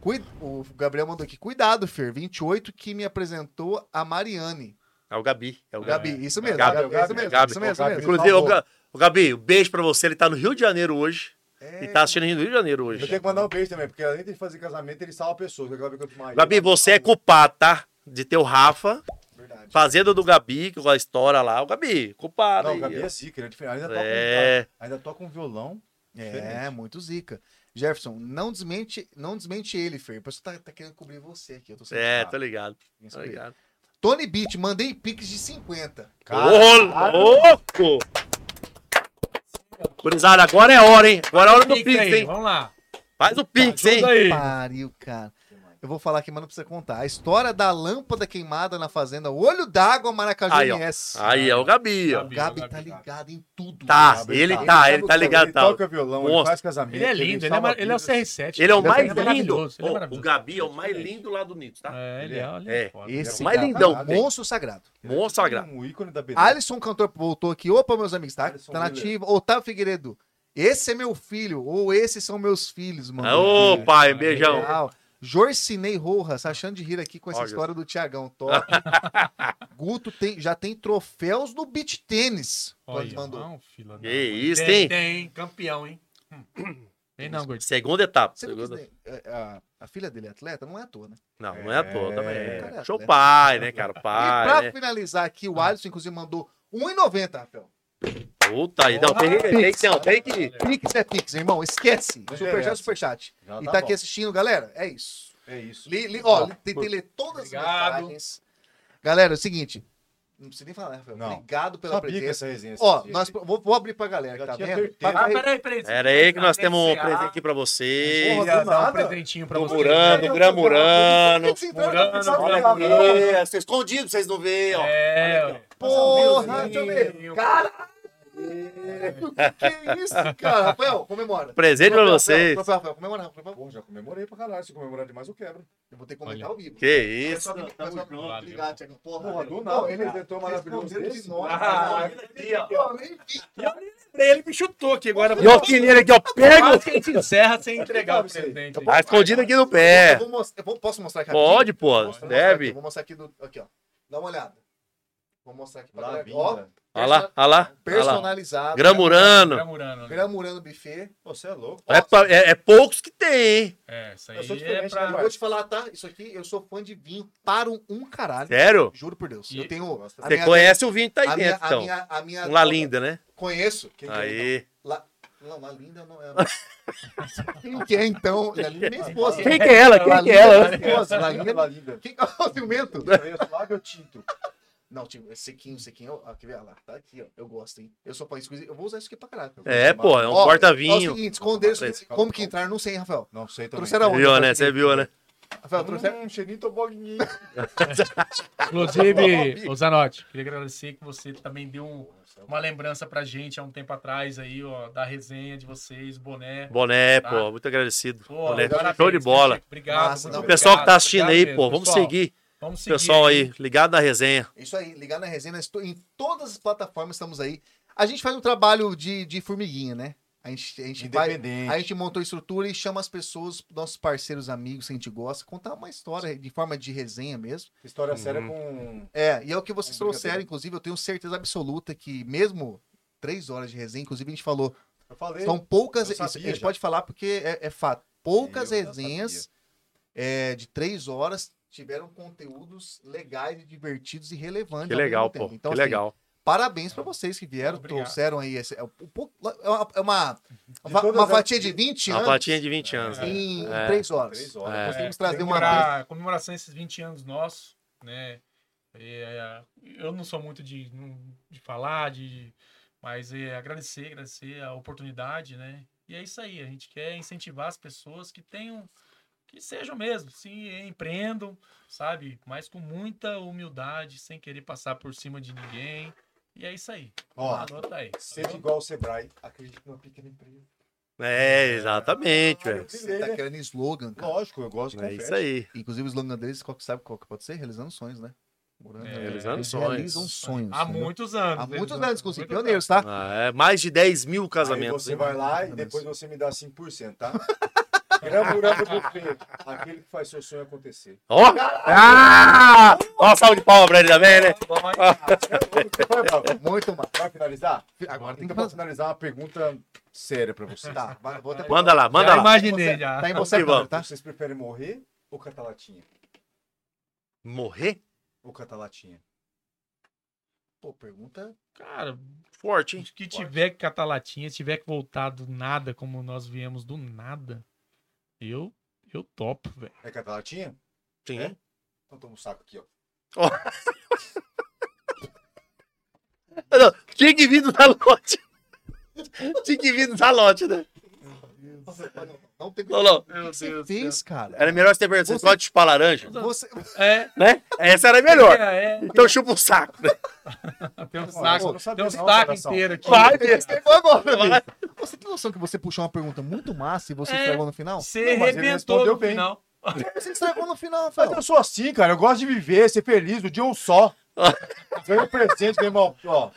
B: cuid- O Gabriel mandou aqui. Cuidado, Fer. 28 que me apresentou a Mariane.
C: É o Gabi, é o Gabi.
B: Gabi, isso mesmo.
C: Gabi,
B: Gabi, isso
A: Gabi,
B: mesmo.
C: Gabi.
B: isso mesmo, isso
A: Gabi,
B: mesmo.
C: Inclusive,
A: Por
C: o,
A: favor.
C: Ga- o Gabi, um beijo pra você. Ele tá no Rio de Janeiro hoje.
B: É,
C: Ele tá assistindo no Rio de Janeiro
A: Eu
C: hoje.
A: tenho que mandar um beijo também, porque além de fazer casamento, ele salva pessoas. que Gabi, quanto mais-
C: Gabi, você é culpado, tá? De ter o Rafa,
A: Verdade.
C: fazendo do Gabi, que a história lá. O Gabi, culpado.
A: Não,
C: aí.
A: Gabi é zica, ele é diferente. Ainda toca, um,
C: É,
A: ainda toca um violão.
B: É, muito zica. Jefferson, não desmente, não desmente ele, Fer. O pessoal tá, tá querendo cobrir você aqui. Eu tô sendo
C: é,
B: chato.
C: tô ligado,
B: Vem
C: tô
B: saber.
C: ligado.
B: Tony Beat, mandei pix de 50.
A: Caralho.
C: Ô, louco! Curizada, agora é hora, hein? Agora é hora do
D: Pix
C: Pix,
D: aí,
C: hein?
D: Vamos lá.
C: Faz o Pix, hein?
D: Ajuda Tá, aí.
B: Pariu, cara. Eu vou falar aqui, mas não precisa contar. A história da lâmpada queimada na fazenda Olho d'Água Maracaju
C: Aí, ó.
B: MS.
C: Aí, é o Gabi, ó.
B: o
D: Gabi,
B: Gabi
D: o Gabi,
B: tá
D: Gabi.
B: ligado em tudo.
C: Tá,
B: Gabi.
C: ele tá, ele tá
A: é,
C: ligado,
A: Ele
C: tá.
A: toca violão, ele
C: Monstro.
A: faz casamento.
D: Ele é lindo, ele é,
A: salva
D: mar- ele é o
A: vidas.
D: CR7.
C: Ele é o
D: cara.
C: mais
D: Ele é
C: lindo.
D: maravilhoso, ele é
C: Ô, o
D: maravilhoso.
C: Gabi é o mais lindo lá do Nito, tá?
D: É, ele é, ele
C: É.
D: é. foda.
B: Esse
C: É o mais
B: cara,
C: lindão.
B: caralho, monstro sagrado.
A: Ele é
C: Monstro
A: tipo
C: sagrado.
A: Um ícone da beleza.
B: Alisson Cantor voltou aqui. Opa, meus amigos, tá?
A: Alisson
B: Tá
A: Miller.
B: nativo. Otávio Figueiredo. Esse é meu filho, ou esses são meus filhos, mano.
C: Ô, pai, beijão.
B: Legal. Jorcinei Rojas, tá achando de rir aqui com essa
C: Olha.
B: história do Tiagão. Top.
C: *laughs*
B: Guto tem, já tem troféus no beach tênis.
D: Olha,
B: Quando mandou.
D: não, fila, não.
C: Que isso,
D: tem,
C: hein?
D: Tem, campeão, hein?
C: *clears throat*
D: Tem não, Gordo.
C: Segunda etapa.
B: Você não
C: segunda-
B: quis nem- a, a- a filha dele é atleta? Não é à toa, né?
C: Não, não é à toa também.
B: o cara é
C: É. Show
B: atleta.
C: pai, né, cara?
B: e pra
C: Pai, né?
B: finalizar aqui, o Alisson, inclusive, mandou 1,90, Rafael.
C: Puta aí. Não, tem, tem, que- não, tem que.
B: Pix é Pix, irmão. Esquece.
A: Não
B: Superchat,
A: interessa.
B: superchat.
A: Já
B: e
A: tá
B: tá,
A: bom.
B: aqui assistindo, galera. É isso.
A: É isso.
B: Li, li- ó,
A: Bom,
B: tentei ler todas as
D: Obrigado.
B: mensagens. Galera, é o seguinte. Não assim, precisa nem falar, né, Rafael.
A: Não.
B: Obrigado pela
A: Sabia que
B: presença.
A: essa resenha.
B: Ó,
A: existia.
B: nós, vou, vou abrir pra galera que
A: Já
B: tá
A: tinha
B: vendo.
A: certeza.
B: Vai-
D: Ah, peraí, peraí.
C: Pera aí que nós temos um
D: Agradecer.
C: presente aqui pra vocês.
A: Porra,
D: Queria
A: do
D: dar
A: nada.
D: um presentinho pra
C: Do
D: vocês.
C: Murano, um Gran Murano.
B: Esse entrou-
D: Murano,
A: Sabe
D: Gran
A: lá,
D: Murano.
A: Murano.
C: Vocês escondido, vocês não veem, ó.
D: É,
C: Olha aqui,
B: Porra,
D: Meu
B: deixa eu ver.
D: Deus.
B: Caralho! Que *laughs* isso, cara? Rafael, comemora.
C: Presente pra
B: Rafael,
C: vocês.
B: Rafael, Rafael, comemora, Rafael. comemora.
A: Pô, já comemorei pra caralho. Se comemorar demais, eu quebro.
B: Eu vou ter que comentar
D: Olha.
B: ao vivo.
C: Que isso.
B: Pessoal, pessoal,
D: junto.
B: Obrigado, Thiago.
A: Porra,
B: Porra,
A: do
B: não,
A: nada.
B: ele
A: Ele tentou maravilhoso.
B: respondeu de
A: desse.
B: nós.
D: é
C: Ah,
B: Eu nem vi.
D: Ele me chutou aqui agora.
C: E o quineiro aqui, ó. Pega!
D: Quase que a gente encerra sem entregar o
A: Isso aí.
D: presente.
C: Tá escondido aqui no pé.
B: Eu vou mostrar- eu vou- Posso mostrar aqui? rapidinho?
C: É. Pode,
B: Vou
C: pô.
B: mostrar- vou mostrar aqui,
C: Deve.
B: Vou mostrar aqui do. Aqui, ó. Dá uma olhada. Vou mostrar aqui pra
A: Lá,
B: galera. Ó,
A: vinda.
C: Olha lá, olha lá. Olha lá.
B: personalizado.
C: Gran Murano.
D: Gran Murano. né?
B: Gramurano Buffet.
A: Pô, Você é louco.
C: É, pra- é- é poucos que tem, hein?
D: É, isso aí
A: Eu sou
D: é
A: diferente,
D: pra...
A: né?
B: Eu vou te falar, tá? Isso aqui, eu sou fã de vinho para um, um caralho.
C: Sério?
B: Juro por Deus.
D: E-
B: Eu tenho. a
C: Você
B: minha-
C: é conhece o vinho que tá
B: a
C: aí
B: minha,
C: dentro,
B: a
C: então.
B: minha, a minha,
C: Um lá linda, né?
B: Conheço. Quem que é, então?
C: Aí.
B: Não, La Linda não
C: *laughs*
B: é. Quem que é então? La Linda é minha esposa.
C: Quem que é ela?
B: La
C: Quem que
B: Linda
C: é ela?
B: minha esposa. La
A: linda,
B: Linda.
A: lá, linda.
B: Quem que é o ciumento?
A: Conheço Lago eu tinto.
B: Não, tipo, é sequinho, sequinho. Ó, quer ver? Olha lá, tá aqui, ó. Eu gosto, hein? Eu sou fã exclusivo. Eu vou usar isso aqui pra caralho.
C: É, pô, é um
B: Ó, Ó, é o
C: porta-vinho.
B: seguinte, esconder isso.
C: Parece.
B: Como que entrar? Não sei, Rafael.
A: Não sei também.
B: Trouxeram aonde?
C: Viu, né? Você viu, né?
B: Rafael, trouxeram.
A: Hum,
B: *laughs*
A: cheirinho toboguinho.
D: Inclusive, ô Zanotti, queria agradecer que você também deu um- uma lembrança pra gente há um tempo atrás aí, ó, da resenha de vocês, boné.
C: Boné,
D: Tá.
C: pô. Muito agradecido.
D: Pô,
C: Boné,
D: parabéns,
C: show de
D: né,
C: bola.
D: Chico? Obrigado.
B: Massa,
D: muito
B: não,
C: O pessoal que tá
D: obrigado,
C: assistindo
D: obrigado
C: aí,
D: mesmo.
C: pô, vamos
D: Pessoal,
C: seguir.
D: Vamos seguir.
C: Pessoal aí, ligado na resenha.
B: Isso aí, ligar na resenha. nós to- Em todas as plataformas estamos aí. A gente faz um trabalho de, de formiguinha, né? A gente, a gente vai.
A: Independente.
B: A gente montou a estrutura e chama as pessoas, nossos parceiros, amigos, que a gente gosta, contar uma história de forma de resenha mesmo.
C: Uhum.
A: História séria com.
B: É, e é o que vocês
A: Um
B: trouxeram,
A: brincadeira.
B: inclusive, eu tenho certeza absoluta que mesmo três horas de resenha, inclusive a gente falou,
A: Eu falei.
B: são poucas,
A: eu
B: isso a
A: sabia
B: gente
A: já.
B: pode falar porque é, é fato, poucas
A: Eu já
B: resenhas é, de três horas tiveram conteúdos legais, e divertidos e relevantes.
C: Que
B: ao mesmo
C: legal,
B: tempo.
C: pô.
B: Então,
C: Que
B: assim,
C: legal.
B: Parabéns pra vocês que vieram,
D: Obrigado.
B: trouxeram aí esse, é um pouco- é uma, é uma,
A: De
B: uma
A: todas as-
B: fatia de 20
C: Uma
B: anos
C: platinha de 20 anos. né?
B: em
C: É.
B: três horas.
A: Três
C: É.
A: horas.
B: Conseguimos trazer uma
D: comemorar, comemoração desses 20 anos nossos, né? É, eu não sou muito de, não- de falar, de, mas é, agradecer, agradecer a oportunidade, né? E é isso aí, a gente quer incentivar as pessoas que tenham, que sejam mesmo, se empreendam, sabe? Mas com muita humildade, sem querer passar por cima de ninguém. E é isso aí.
A: Ó,
D: Anota aí. Tá
A: seja igual o Sebrae, acredite numa pequena empresa.
C: É, exatamente,
A: Ah,
C: velho.
A: eu
B: Você tá querendo slogan, cara.
A: Lógico, eu gosto, né?
C: É
A: confesso.
C: isso aí.
B: Inclusive, o slogan deles, qual que sabe qual que pode ser? Realizando sonhos, né? Morando,
D: É,
B: eles
C: realizando sonhos.
B: Realizam sonhos.
D: Há
B: entendeu?
D: muitos anos.
B: Há muitos
D: eles-
B: anos, inclusive,
D: muitos
B: pioneiros, tá?
C: Ah, é, mais de 10 mil
A: Aí
C: casamentos.
A: você
C: hein?
A: vai lá e depois você me dá 5%, tá? *laughs* Gramurama Buffet, aquele que faz seu sonho acontecer.
C: Ó! Ah! Ó, salve de palma pra ele também, né?
D: anos. Nós-
B: Muito mais.
A: Vai finalizar?
B: Agora tem que
A: Então, pra
B: fazer.
A: finalizar, uma pergunta séria pra você.
B: Tá, vai- vou até
C: Manda lá, manda
D: já
C: lá.
D: imaginei, já.
B: Tá em
C: Vamos
B: você
C: que
B: agora,
C: vamos.
B: tá?
A: Vocês preferem morrer ou catalatinha?
C: Morrer?
A: Ou catalatinha?
B: Pô, pergunta.
D: Cara,
C: Forte, hein?
D: gente que tiver que catar latinha, tiver que voltar do nada, como nós viemos do nada, eu, eu topo, velho.
A: É catalatinha?
C: Sim.
A: É? Então toma um saco aqui, ó.
C: Não, tinha que vir do Zalote. *laughs* tinha que vir do Zalote, né?
B: Não tem
C: Não, não.
B: O que você fez, cara?
C: Era melhor você ter perguntado, você gosta de chupar laranja?
B: Você.
D: É,
C: Né? Essa era melhor.
D: é,
C: Então chupa o saco. Né?
D: é. Tem um
A: eu
D: saco,
A: não sabia
D: tem um
A: não,
D: saco
A: coração.
D: inteiro aqui.
C: *laughs* Vai,
B: Você foi agora, bicho. Você tem noção que você puxou uma pergunta muito massa e você
D: É.
B: estragou no final?
D: Você
A: Não, mas ele
D: arrebentou
A: respondeu
D: no
A: bem.
D: final.
B: Você estragou no final,
A: Mas
B: Rafael.
A: eu sou assim, cara. Eu gosto de viver, ser feliz, o dia um só. Ganha um presente, meu irmão. Ó,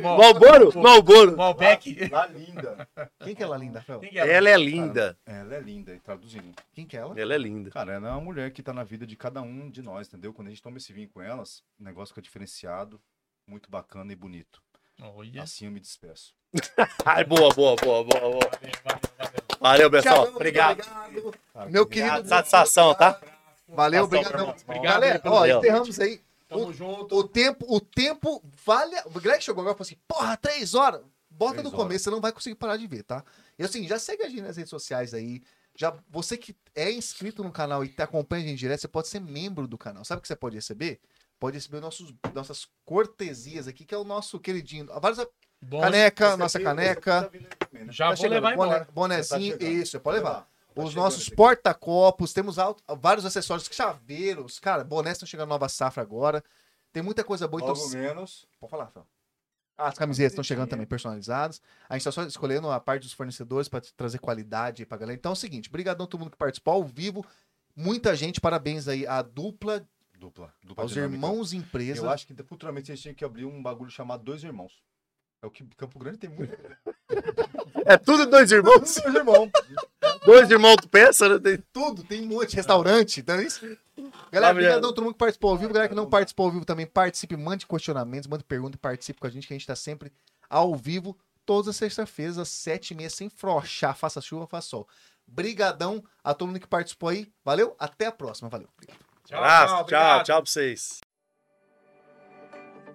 D: Mal-
C: Malboro? Malboro.
D: Malbec.
A: lá é linda.
B: Quem que é ela, linda, Rafael?
D: Quem que é?
C: Ela é linda.
A: Ela é linda, e traduzindo.
B: Quem que é ela?
C: Ela é linda.
A: Cara, ela é uma mulher que tá na vida de cada um de nós, entendeu? Quando a gente toma esse vinho com elas, o negócio fica diferenciado, muito bacana e bonito.
D: Olha.
A: Assim eu me despeço.
C: Ai, boa, boa, boa, boa, boa.
D: valeu, valeu, valeu.
C: Valeu, pessoal.
B: Tchau,
C: Obrigado.
B: obrigado.
A: Cara,
B: Meu
A: que-
B: querido.
C: Satisfação, tá?
B: Valeu,
C: Satisfação,
B: obrigado.
C: irmão.
D: Obrigado,
B: Galera,
D: pelo
B: ó,
C: tempo.
B: enterramos aí.
D: Tamo junto.
B: O tempo, o tempo vale. a- O Greg chegou agora e falou assim: porra, três horas. Bota
A: Três
B: no
A: horas.
B: começo, você não vai conseguir parar de ver, tá? E assim, já segue a gente nas redes sociais aí. Já, você que é inscrito no canal e tá- acompanha a gente direto, você pode ser membro do canal. Sabe o que você pode receber? Pode receber nossos, nossas cortesias aqui, que é o nosso queridinho. Vários,
D: Bom,
B: caneca,
A: Esse
B: nossa
A: aqui-
B: caneca.
A: esse aqui tá vindo aí também, né?
D: já
B: Tá
D: vou levar
B: boné-
D: embora.
B: Bonezinho,
A: Já tá chegando.
B: isso, pode levar.
A: Tá
B: Os
A: chegando
B: nossos
A: aqui.
B: porta-copos, temos al- vários acessórios, chaveiros, cara, bonés estão chegando nova safra agora. Tem muita coisa boa, então
A: Logo menos.
B: Pode falar, Fel. Ah, as camisetas estão chegando também personalizadas. A gente está só escolhendo a parte dos fornecedores para trazer qualidade aí pra galera. Então é o seguinte, brigadão a todo mundo que participou ao vivo. Muita gente, parabéns aí à dupla,
A: Dupla. dupla
B: aos
A: dinâmica.
B: irmãos empresa.
A: Eu acho que futuramente eles tinham que abrir um bagulho chamado Dois Irmãos. É o que Campo Grande tem
B: *laughs*
A: muito.
C: É tudo dois irmãos?
A: Dois irmãos.
C: Dois irmãos do peça, né? Tem-
B: Tudo, tem um monte, restaurante, então é isso. Galera, obrigadão a todo mundo que participou ao vivo. Galera que não participou ao vivo também, participe, mande questionamentos, mande perguntas, participe com a gente, que a gente tá sempre ao vivo, todas as sextas-feiras, às sete e meia, sem frouxar, faça chuva, faça sol. Brigadão a todo mundo que participou aí. Valeu, até a próxima, valeu.
D: Tchau,
C: Abraço,
D: tchau,
C: tchau,
D: obrigado.
C: tchau pra vocês.